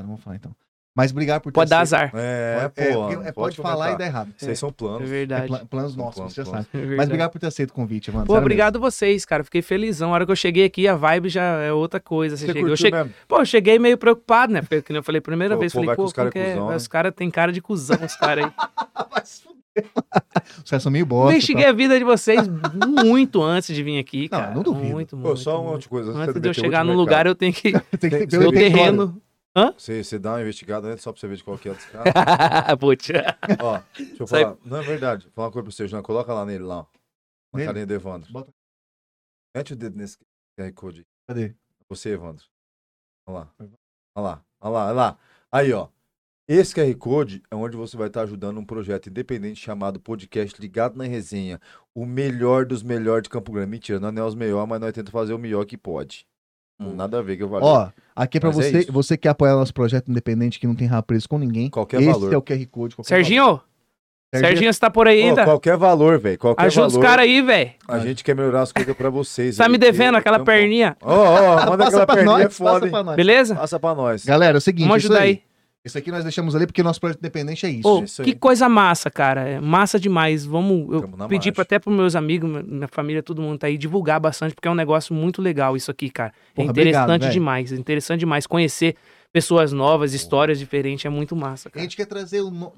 Speaker 1: não vou falar, então. Mas obrigado por ter
Speaker 2: Pode dar
Speaker 1: aceito.
Speaker 2: azar.
Speaker 3: É, pô.
Speaker 1: É,
Speaker 3: não
Speaker 1: porque- é, pode falar e
Speaker 3: comentar.
Speaker 1: dar errado.
Speaker 3: Vocês são
Speaker 2: É
Speaker 3: planos.
Speaker 1: É,
Speaker 2: verdade.
Speaker 1: pla- planos
Speaker 3: São
Speaker 1: nossos,
Speaker 3: planos
Speaker 1: você já
Speaker 3: nossos.
Speaker 1: sabe.
Speaker 2: É
Speaker 1: Mas
Speaker 2: verdade.
Speaker 1: obrigado por ter aceito o convite, mano.
Speaker 2: Pô,
Speaker 1: sério
Speaker 2: obrigado vocês, cara. Fiquei felizão. A hora que eu cheguei aqui, a vibe já é outra coisa. Você
Speaker 3: Você
Speaker 2: chegou. Eu
Speaker 3: curtiu
Speaker 2: cheguei...
Speaker 3: mesmo?
Speaker 2: Pô, eu cheguei meio preocupado, né? Porque, como eu falei, primeira
Speaker 3: Pô,
Speaker 2: vez,
Speaker 3: pô,
Speaker 2: falei,
Speaker 3: vai que
Speaker 2: pô,
Speaker 3: os cara
Speaker 2: como que
Speaker 3: é
Speaker 2: é?
Speaker 3: cuzão, né?
Speaker 2: os caras têm cara de cuzão, os caras
Speaker 3: [LAUGHS]
Speaker 2: aí.
Speaker 1: mesmo. Vai se fuder, mano. Os caras são meio bosta. tá?
Speaker 2: Investiguei
Speaker 3: tá.
Speaker 2: a vida de vocês muito antes de vir aqui,
Speaker 1: Não,
Speaker 2: cara.
Speaker 1: não duvido.
Speaker 2: Muito, muito.
Speaker 3: Pô, só uma
Speaker 2: muito.
Speaker 3: outra coisa.
Speaker 2: Antes
Speaker 3: você
Speaker 2: de eu
Speaker 3: meter o
Speaker 2: chegar
Speaker 3: último
Speaker 2: num lugar,
Speaker 3: recado.
Speaker 2: [LAUGHS] eu tenho que.
Speaker 1: Tem que tem
Speaker 2: Meu
Speaker 1: que-
Speaker 2: terreno.
Speaker 3: Você, você dá uma investigada antes só pra você ver de qual que é
Speaker 2: [LAUGHS]
Speaker 3: dos caras.
Speaker 2: Putz.
Speaker 3: Ó, deixa eu
Speaker 2: Sai-
Speaker 3: falar. Não é verdade. Vou falar uma coisa pra você, João. Coloca lá nele, lá. ó. Na
Speaker 1: Nele?
Speaker 3: carinha do Evandro.
Speaker 1: Bota.
Speaker 3: Mete o dedo nesse QR Code. aí.
Speaker 1: Cadê?
Speaker 3: Você, Evandro. Olha lá. Olha lá. Olha lá. Olha lá. Aí, ó. Esse QR Code é onde você vai estar ajudando um projeto independente chamado Podcast Ligado na Resenha. O melhor dos melhores de Campo Grande. Mentira, não é os melhores, mas nós tentamos fazer o melhor que pode. Não, nada a ver que eu falei.
Speaker 1: Ó, aqui é pra
Speaker 3: Mas é
Speaker 1: você,
Speaker 3: isso.
Speaker 1: você que quer apoiar nosso projeto independente que não tem rapreço com ninguém.
Speaker 3: Qualquer
Speaker 1: Esse
Speaker 3: valor.
Speaker 1: é o QR Code. qualquer
Speaker 2: Serginho, Serginho, você tá por aí
Speaker 3: Ô,
Speaker 2: ainda?
Speaker 3: qualquer valor, velho. Qualquer
Speaker 2: Ajuda os
Speaker 3: valor.
Speaker 2: caras aí, velho.
Speaker 3: A gente quer melhorar as coisas pra vocês.
Speaker 2: Tá
Speaker 3: aí,
Speaker 2: me
Speaker 3: porque
Speaker 2: devendo aquela
Speaker 3: tamo-
Speaker 2: perninha,
Speaker 3: Ó, ó, ó, manda
Speaker 1: Passa
Speaker 3: aquela
Speaker 1: pra
Speaker 3: perninha é
Speaker 1: nós,
Speaker 3: foda,
Speaker 1: passa
Speaker 3: hein?
Speaker 1: pra nós.
Speaker 2: beleza?
Speaker 3: Passa pra nós.
Speaker 1: Galera, é o seguinte,
Speaker 2: Vamos
Speaker 1: isso
Speaker 2: ajudar aí.
Speaker 1: Isso aqui nós deixamos ali porque nosso projeto independente é isso.
Speaker 2: Ô,
Speaker 3: isso
Speaker 2: que
Speaker 3: aí.
Speaker 2: coisa massa, cara. É massa demais. Vamos. Eu
Speaker 3: Tamo na
Speaker 2: pedi
Speaker 3: marcha.
Speaker 2: pra, até pros meus amigos, minha- minha família, todo mundo tá aí, divulgar bastante, porque é um negócio muito legal isso aqui, cara.
Speaker 1: Porra,
Speaker 2: é interessante
Speaker 1: obrigado, velho.
Speaker 2: demais. É interessante demais. Conhecer pessoas novas, histórias diferentes, é muito massa,
Speaker 1: A
Speaker 2: cara.
Speaker 1: gente quer trazer o no...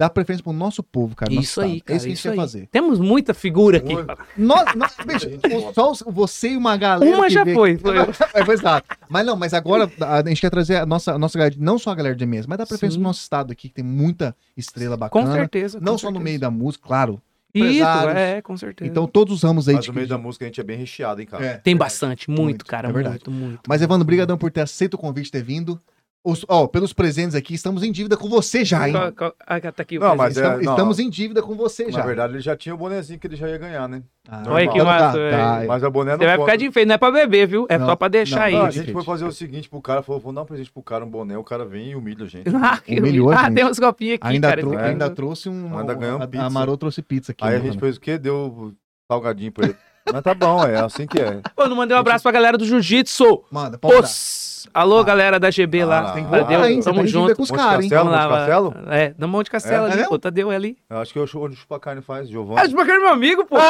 Speaker 1: dar preferência pro nosso povo, cara. nosso
Speaker 2: Isso aí,
Speaker 1: estado.
Speaker 2: cara.
Speaker 1: É isso que a gente
Speaker 2: isso
Speaker 1: quer
Speaker 2: aí.
Speaker 1: fazer.
Speaker 2: Temos muita figura aqui.
Speaker 3: Oi.
Speaker 2: cara.
Speaker 1: Nós,
Speaker 3: [LAUGHS]
Speaker 1: nós, bicho, o- só os- você e uma galera.
Speaker 2: Uma
Speaker 1: que tá
Speaker 2: já
Speaker 1: vê-
Speaker 2: foi, foi eu.
Speaker 1: Mas foi exato. É, Mas não, mas agora a gente quer trazer a nossa, a nossa galera, de- não só a galera de Minas, mas dar preferência
Speaker 2: Sim.
Speaker 1: pro nosso estado aqui, que tem muita estrela
Speaker 2: Com
Speaker 1: bacana.
Speaker 2: certeza. com
Speaker 1: não só no
Speaker 2: certeza.
Speaker 1: meio da música, claro.
Speaker 2: Isso,
Speaker 1: empresários.
Speaker 2: é, com certeza.
Speaker 1: Então todos os ramos aí
Speaker 3: Mas no meio da música a gente é bem recheado, hein, cara?
Speaker 1: É.
Speaker 2: Tem bastante, muito,
Speaker 1: Muito,
Speaker 2: cara.
Speaker 1: é verdade.
Speaker 2: Muito, muito.
Speaker 1: Mas, Evandro, brigadão por ter aceito o convite, ter vindo. Os- ó, pelos presentes aqui, estamos em dívida com você já, hein?
Speaker 2: Qual- qual- Ah, tá aqui o
Speaker 3: Não, mas
Speaker 2: presente.
Speaker 1: Estamos,
Speaker 3: é, não.
Speaker 1: estamos em dívida com você já.
Speaker 3: Na verdade, ele já tinha o bonezinho que ele já ia ganhar, né?
Speaker 1: Ah,
Speaker 3: Olha
Speaker 1: normal.
Speaker 3: que
Speaker 2: massa,
Speaker 1: Tá,
Speaker 2: velho.
Speaker 1: tá, é.
Speaker 3: Mas a boné não
Speaker 2: Você vai
Speaker 3: conta.
Speaker 2: ficar de enfeite, não é pra beber, viu? É
Speaker 1: Não,
Speaker 2: só pra deixar
Speaker 1: não,
Speaker 2: aí.
Speaker 3: Não, a
Speaker 1: isso,
Speaker 3: gente foi
Speaker 1: gente.
Speaker 3: fazer o seguinte pro cara, falou, vou dar um presente pro cara, um boné, o cara vem e humilha a gente.
Speaker 2: Ah, que
Speaker 1: Humilhou a
Speaker 2: ruim. Ah,
Speaker 1: gente.
Speaker 2: tem uns copinhos aqui,
Speaker 1: ainda,
Speaker 2: cara.
Speaker 1: trou-
Speaker 2: esse
Speaker 3: é.
Speaker 1: ainda
Speaker 2: cara-
Speaker 1: trouxe um.
Speaker 3: Ainda ganhou
Speaker 1: a-
Speaker 3: pizza.
Speaker 1: A Marô trouxe pizza aqui.
Speaker 3: Aí a
Speaker 1: mano.
Speaker 3: gente fez o quê? Deu salgadinho pra ele. Mas tá bom, é assim que é.
Speaker 2: Pô, não mandei um abraço pra galera do Jiu-Jitsu.
Speaker 1: Manda, pode dar.
Speaker 2: Os... Alô, galera da GB
Speaker 3: Ah,
Speaker 2: lá.
Speaker 3: tem que
Speaker 1: Volta
Speaker 2: Tadeu,
Speaker 1: aí, você
Speaker 2: tamo
Speaker 1: tem tá dívida
Speaker 2: junto.
Speaker 1: com os
Speaker 3: Monte
Speaker 1: caras, hein?
Speaker 3: Castelo,
Speaker 2: Vamos lá,
Speaker 3: Monte Castelo?
Speaker 2: lá. É, no Monte Castelo
Speaker 1: É?
Speaker 2: ali,
Speaker 1: É
Speaker 2: pô. Tadeu é ali.
Speaker 3: Eu acho que é o show onde o Chupacarne faz, Giovanni.
Speaker 2: Ah, o Chupacabra é meu amigo, pô.
Speaker 1: O
Speaker 3: Ele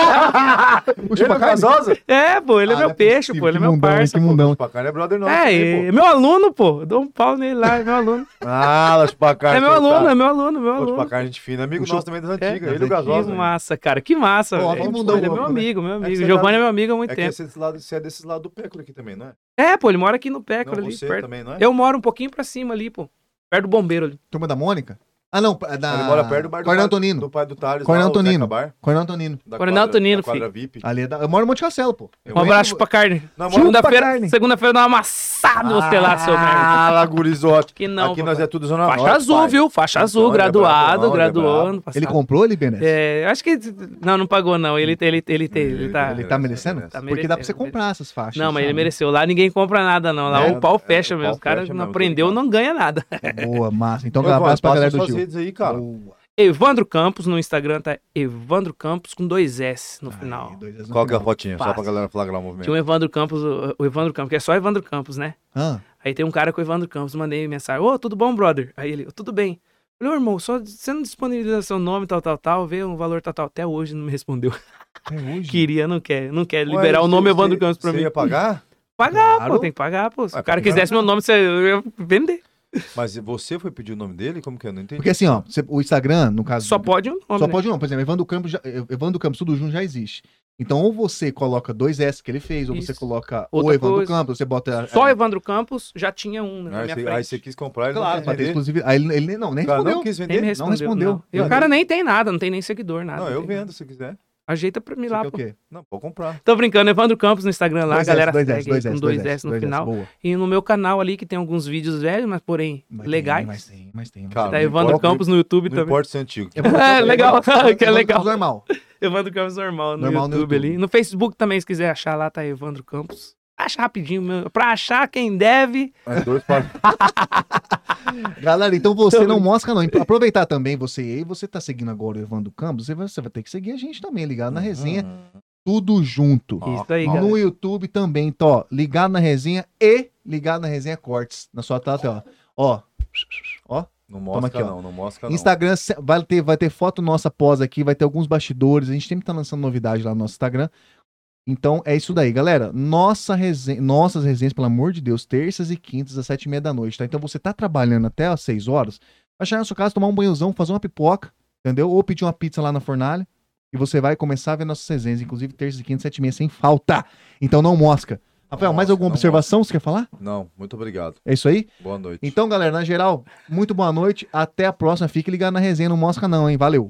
Speaker 3: é
Speaker 1: Chupacabra?
Speaker 3: casosa?
Speaker 2: É, pô, ele é
Speaker 1: Ah, não
Speaker 2: meu peixe,
Speaker 1: possível,
Speaker 2: pô. Ele é
Speaker 1: que
Speaker 2: meu
Speaker 1: mundão, hein,
Speaker 2: parça,
Speaker 1: que
Speaker 2: pô.
Speaker 1: mundão.
Speaker 3: Chupacarne é brother nosso.
Speaker 2: É,
Speaker 3: também,
Speaker 2: é meu aluno, pô. Dou um pau nele lá, é meu aluno.
Speaker 3: pô. Ah, Chupacarne.
Speaker 2: É meu aluno, é meu aluno, é meu
Speaker 3: Pô,
Speaker 2: aluno.
Speaker 3: Chupacarne, gente fina. Amigo
Speaker 1: O Chu-
Speaker 3: nosso também das antigas.
Speaker 1: das
Speaker 3: Ele e
Speaker 2: Que
Speaker 3: o Gasosa. né?
Speaker 2: massa, cara. Que massa,
Speaker 1: Ó,
Speaker 2: velho.
Speaker 1: vamos mudar o
Speaker 2: Ele é meu
Speaker 1: louco, né?
Speaker 2: amigo, meu
Speaker 3: que
Speaker 2: amigo.
Speaker 3: você
Speaker 2: Giovanni
Speaker 3: tá-
Speaker 2: é meu amigo há muito
Speaker 3: É que
Speaker 2: tempo.
Speaker 3: esse lado, você é desse lado do Pécula aqui também, não é?
Speaker 2: É, pô, ele mora aqui no Pécora
Speaker 3: Não,
Speaker 2: ali,
Speaker 3: você
Speaker 2: perto.
Speaker 3: também, não é?
Speaker 2: Eu moro um pouquinho pra cima ali, pô. Perto do bombeiro ali.
Speaker 1: Turma da Mônica? Ah, não. é Da...
Speaker 3: Ele mora perto do bar do
Speaker 1: Coronel
Speaker 3: pai-
Speaker 1: Antonino.
Speaker 3: Do pai do Thales.
Speaker 1: Coronel
Speaker 3: lá, o
Speaker 1: Antonino.
Speaker 3: Zeca Bar,
Speaker 1: Coronel Antonino.
Speaker 3: da
Speaker 2: Coronel
Speaker 3: quadra-
Speaker 2: Antonino,
Speaker 3: da quadra VIP.
Speaker 1: Ali é da... Eu moro em Monte Castelo, pô.
Speaker 2: Um abraço pra carne.
Speaker 3: Não, mano,
Speaker 2: Segunda-feira,
Speaker 1: carne.
Speaker 2: segunda-feira eu dou uma amassada no seu lá, seu merda.
Speaker 3: Ah, lá, gurizote.
Speaker 2: Que não,
Speaker 3: Aqui
Speaker 2: papai.
Speaker 3: nós é tudo zona norte.
Speaker 2: Faixa azul,
Speaker 3: pai.
Speaker 2: viu? Faixa
Speaker 3: Então,
Speaker 2: azul,
Speaker 3: ele é
Speaker 2: graduado,
Speaker 3: brabo, não, ele é
Speaker 2: graduou
Speaker 3: brabo.
Speaker 2: ano passado.
Speaker 1: Ele comprou ele, Benes?
Speaker 2: É, acho que. Não, não pagou, não. Ele, ele, ele, ele, ele tá.
Speaker 1: Ele tá merecendo?
Speaker 3: Tá
Speaker 1: Porque dá pra você
Speaker 2: merecendo,
Speaker 1: comprar essas faixas.
Speaker 2: Não, mas ele
Speaker 1: sabe?
Speaker 2: mereceu. Lá ninguém compra nada, não. Lá
Speaker 3: É,
Speaker 2: o pau
Speaker 3: é,
Speaker 2: fecha
Speaker 3: o
Speaker 2: mesmo.
Speaker 3: pau
Speaker 2: Os caras
Speaker 3: fecha
Speaker 2: não
Speaker 3: mesmo, tô
Speaker 2: aprendeu,
Speaker 3: ligado.
Speaker 2: não ganha nada. [LAUGHS]
Speaker 1: Boa, massa. Então,
Speaker 3: Giovanni,
Speaker 1: abraço pra
Speaker 3: passa
Speaker 1: galera do
Speaker 3: suas
Speaker 1: Gil.
Speaker 3: redes aí, cara.
Speaker 1: Boa.
Speaker 2: Evandro Campos no Instagram tá Evandro Campos com dois S no
Speaker 1: Aí,
Speaker 2: final.
Speaker 1: dois anos no
Speaker 3: Qual que é a
Speaker 1: final.
Speaker 3: fotinha? Só pra
Speaker 2: Fácil.
Speaker 3: galera flagrar o
Speaker 2: Tinha
Speaker 3: movimento.
Speaker 2: o Evandro Campos, o o Evandro Campos, que é só Evandro Campos, né?
Speaker 1: Ah,
Speaker 2: Aí tem um cara com o Evandro Campos, mandei mensagem, ô, tudo bom, brother? Aí ele, "Ô, tudo bem. Eu Falei, ô, irmão, só você não disponibiliza seu nome, tal, tal, tal, vê um valor, tal, tal. Até hoje não me respondeu.
Speaker 1: até É hoje.
Speaker 2: Queria, não quer, não quer
Speaker 3: Ué,
Speaker 2: liberar o
Speaker 3: cê-
Speaker 2: nome Evandro
Speaker 3: cê-
Speaker 2: Campos pra
Speaker 3: cê
Speaker 2: mim.
Speaker 3: ia pagar?
Speaker 2: Pagar,
Speaker 1: Claro.
Speaker 2: pô, tem que pagar, pô. Se
Speaker 3: Ah,
Speaker 2: o cara
Speaker 3: claro.
Speaker 2: quisesse meu nome, você eu ia vender.
Speaker 3: Mas você foi pedir o nome dele? Como que eu não entendi?
Speaker 1: Porque assim, ó, você- o Instagram, no caso.
Speaker 2: Só pode um nome,
Speaker 1: Só
Speaker 2: né?
Speaker 1: pode não. Por exemplo, Evandro Campos, já, Evandro Campos tudo junto já existe. Então, ou você coloca dois S que ele fez, ou você
Speaker 2: Isso.
Speaker 1: coloca o
Speaker 2: Outra
Speaker 1: Evandro
Speaker 2: coisa.
Speaker 1: Campos, você bota.
Speaker 2: Só
Speaker 1: é,
Speaker 2: Evandro Campos já tinha um
Speaker 1: Ah,
Speaker 2: na minha
Speaker 3: Aí você,
Speaker 2: frente.
Speaker 3: aí você quis comprar, ele
Speaker 1: Claro,
Speaker 3: não
Speaker 1: pra ter
Speaker 3: quis vender.
Speaker 1: exclusividade. Aí ele, ele não, nem
Speaker 3: Cara,
Speaker 1: respondeu.
Speaker 3: não quis
Speaker 2: Nem
Speaker 3: vender?
Speaker 2: me
Speaker 1: Não
Speaker 2: respondeu.
Speaker 1: respondeu.
Speaker 2: não. E o
Speaker 1: Não.
Speaker 2: cara nem tem nada, não tem nem seguidor, nada.
Speaker 3: Não, eu
Speaker 2: tem nada.
Speaker 3: vendo se quiser.
Speaker 2: Ajeita pra mim
Speaker 1: Você
Speaker 2: lá,
Speaker 1: quer o
Speaker 2: pô.
Speaker 1: quê?
Speaker 3: Não, vou comprar.
Speaker 2: Tô brincando, Evandro Campos no Instagram lá, a
Speaker 1: Dois S,
Speaker 2: galera
Speaker 1: dois S,
Speaker 2: segue
Speaker 1: dois
Speaker 2: aí
Speaker 1: S,
Speaker 2: com dois S no
Speaker 1: dois
Speaker 2: final.
Speaker 1: boa.
Speaker 2: E no meu canal ali, que tem alguns vídeos velhos, mas porém
Speaker 1: Mas tem, Ah,
Speaker 2: legais.
Speaker 1: Mas tem, mas tem. mas
Speaker 2: [LAUGHS]
Speaker 3: Cara,
Speaker 2: Tá
Speaker 3: não
Speaker 2: Evandro
Speaker 3: importa-
Speaker 2: Campos no YouTube
Speaker 3: Não
Speaker 2: também.
Speaker 3: importa ser antigo.
Speaker 1: tem. vou-
Speaker 2: É, legal, [LAUGHS] que é
Speaker 1: Evandro
Speaker 2: legal.
Speaker 1: Campos normal.
Speaker 2: Evandro Campos normal no,
Speaker 1: Normal no
Speaker 2: YouTube, ali.
Speaker 1: YouTube.
Speaker 2: No Facebook também, se quiser achar lá, tá Evandro Campos. Acha rapidinho, meu. Pra achar quem deve.
Speaker 1: É
Speaker 3: Mas dois [LAUGHS] pra-
Speaker 1: Galera, então você
Speaker 2: Tô
Speaker 1: não mosca, não. Aproveitar também você aí, você tá seguindo agora o Evandro Campos, você vai, você vai ter que seguir a gente também, ligado Tá na
Speaker 3: Uhum.
Speaker 1: resenha,
Speaker 3: hum,
Speaker 1: tudo junto.
Speaker 3: Ah,
Speaker 2: Isso aí,
Speaker 3: ah,
Speaker 2: galera.
Speaker 1: No YouTube também, tá, ó, ligado na resenha e ligado na resenha cortes, na sua tela, tá, ó. Ó, ó,
Speaker 3: Não
Speaker 1: Toma
Speaker 3: mostra
Speaker 1: aqui, ó.
Speaker 3: não, não mostra não.
Speaker 1: Instagram se- vai ter, vai ter foto nossa pós aqui, vai ter alguns bastidores. A gente sempre tá lançando novidade lá no nosso Instagram. Então é isso daí, galera. Nossa resenha, nossas resenhas, pelo amor de Deus, terças e quintas às sete e meia da noite, tá? Então você tá trabalhando até às seis horas, vai chegar na sua casa, tomar um banhozão, fazer uma pipoca, entendeu? Ou pedir uma pizza lá na fornalha e você vai começar a ver nossas resenhas, inclusive terças e quintas, sete e meia, sem falta. Então não mosca. Rafael, mais
Speaker 3: mosca,
Speaker 1: alguma
Speaker 3: não
Speaker 1: observação que você quer falar?
Speaker 3: Não, muito obrigado.
Speaker 1: É isso aí?
Speaker 3: Boa noite.
Speaker 1: Então, galera, na geral, muito boa noite. Até a próxima. Fique ligado na resenha. Não mosca, não, hein? Valeu.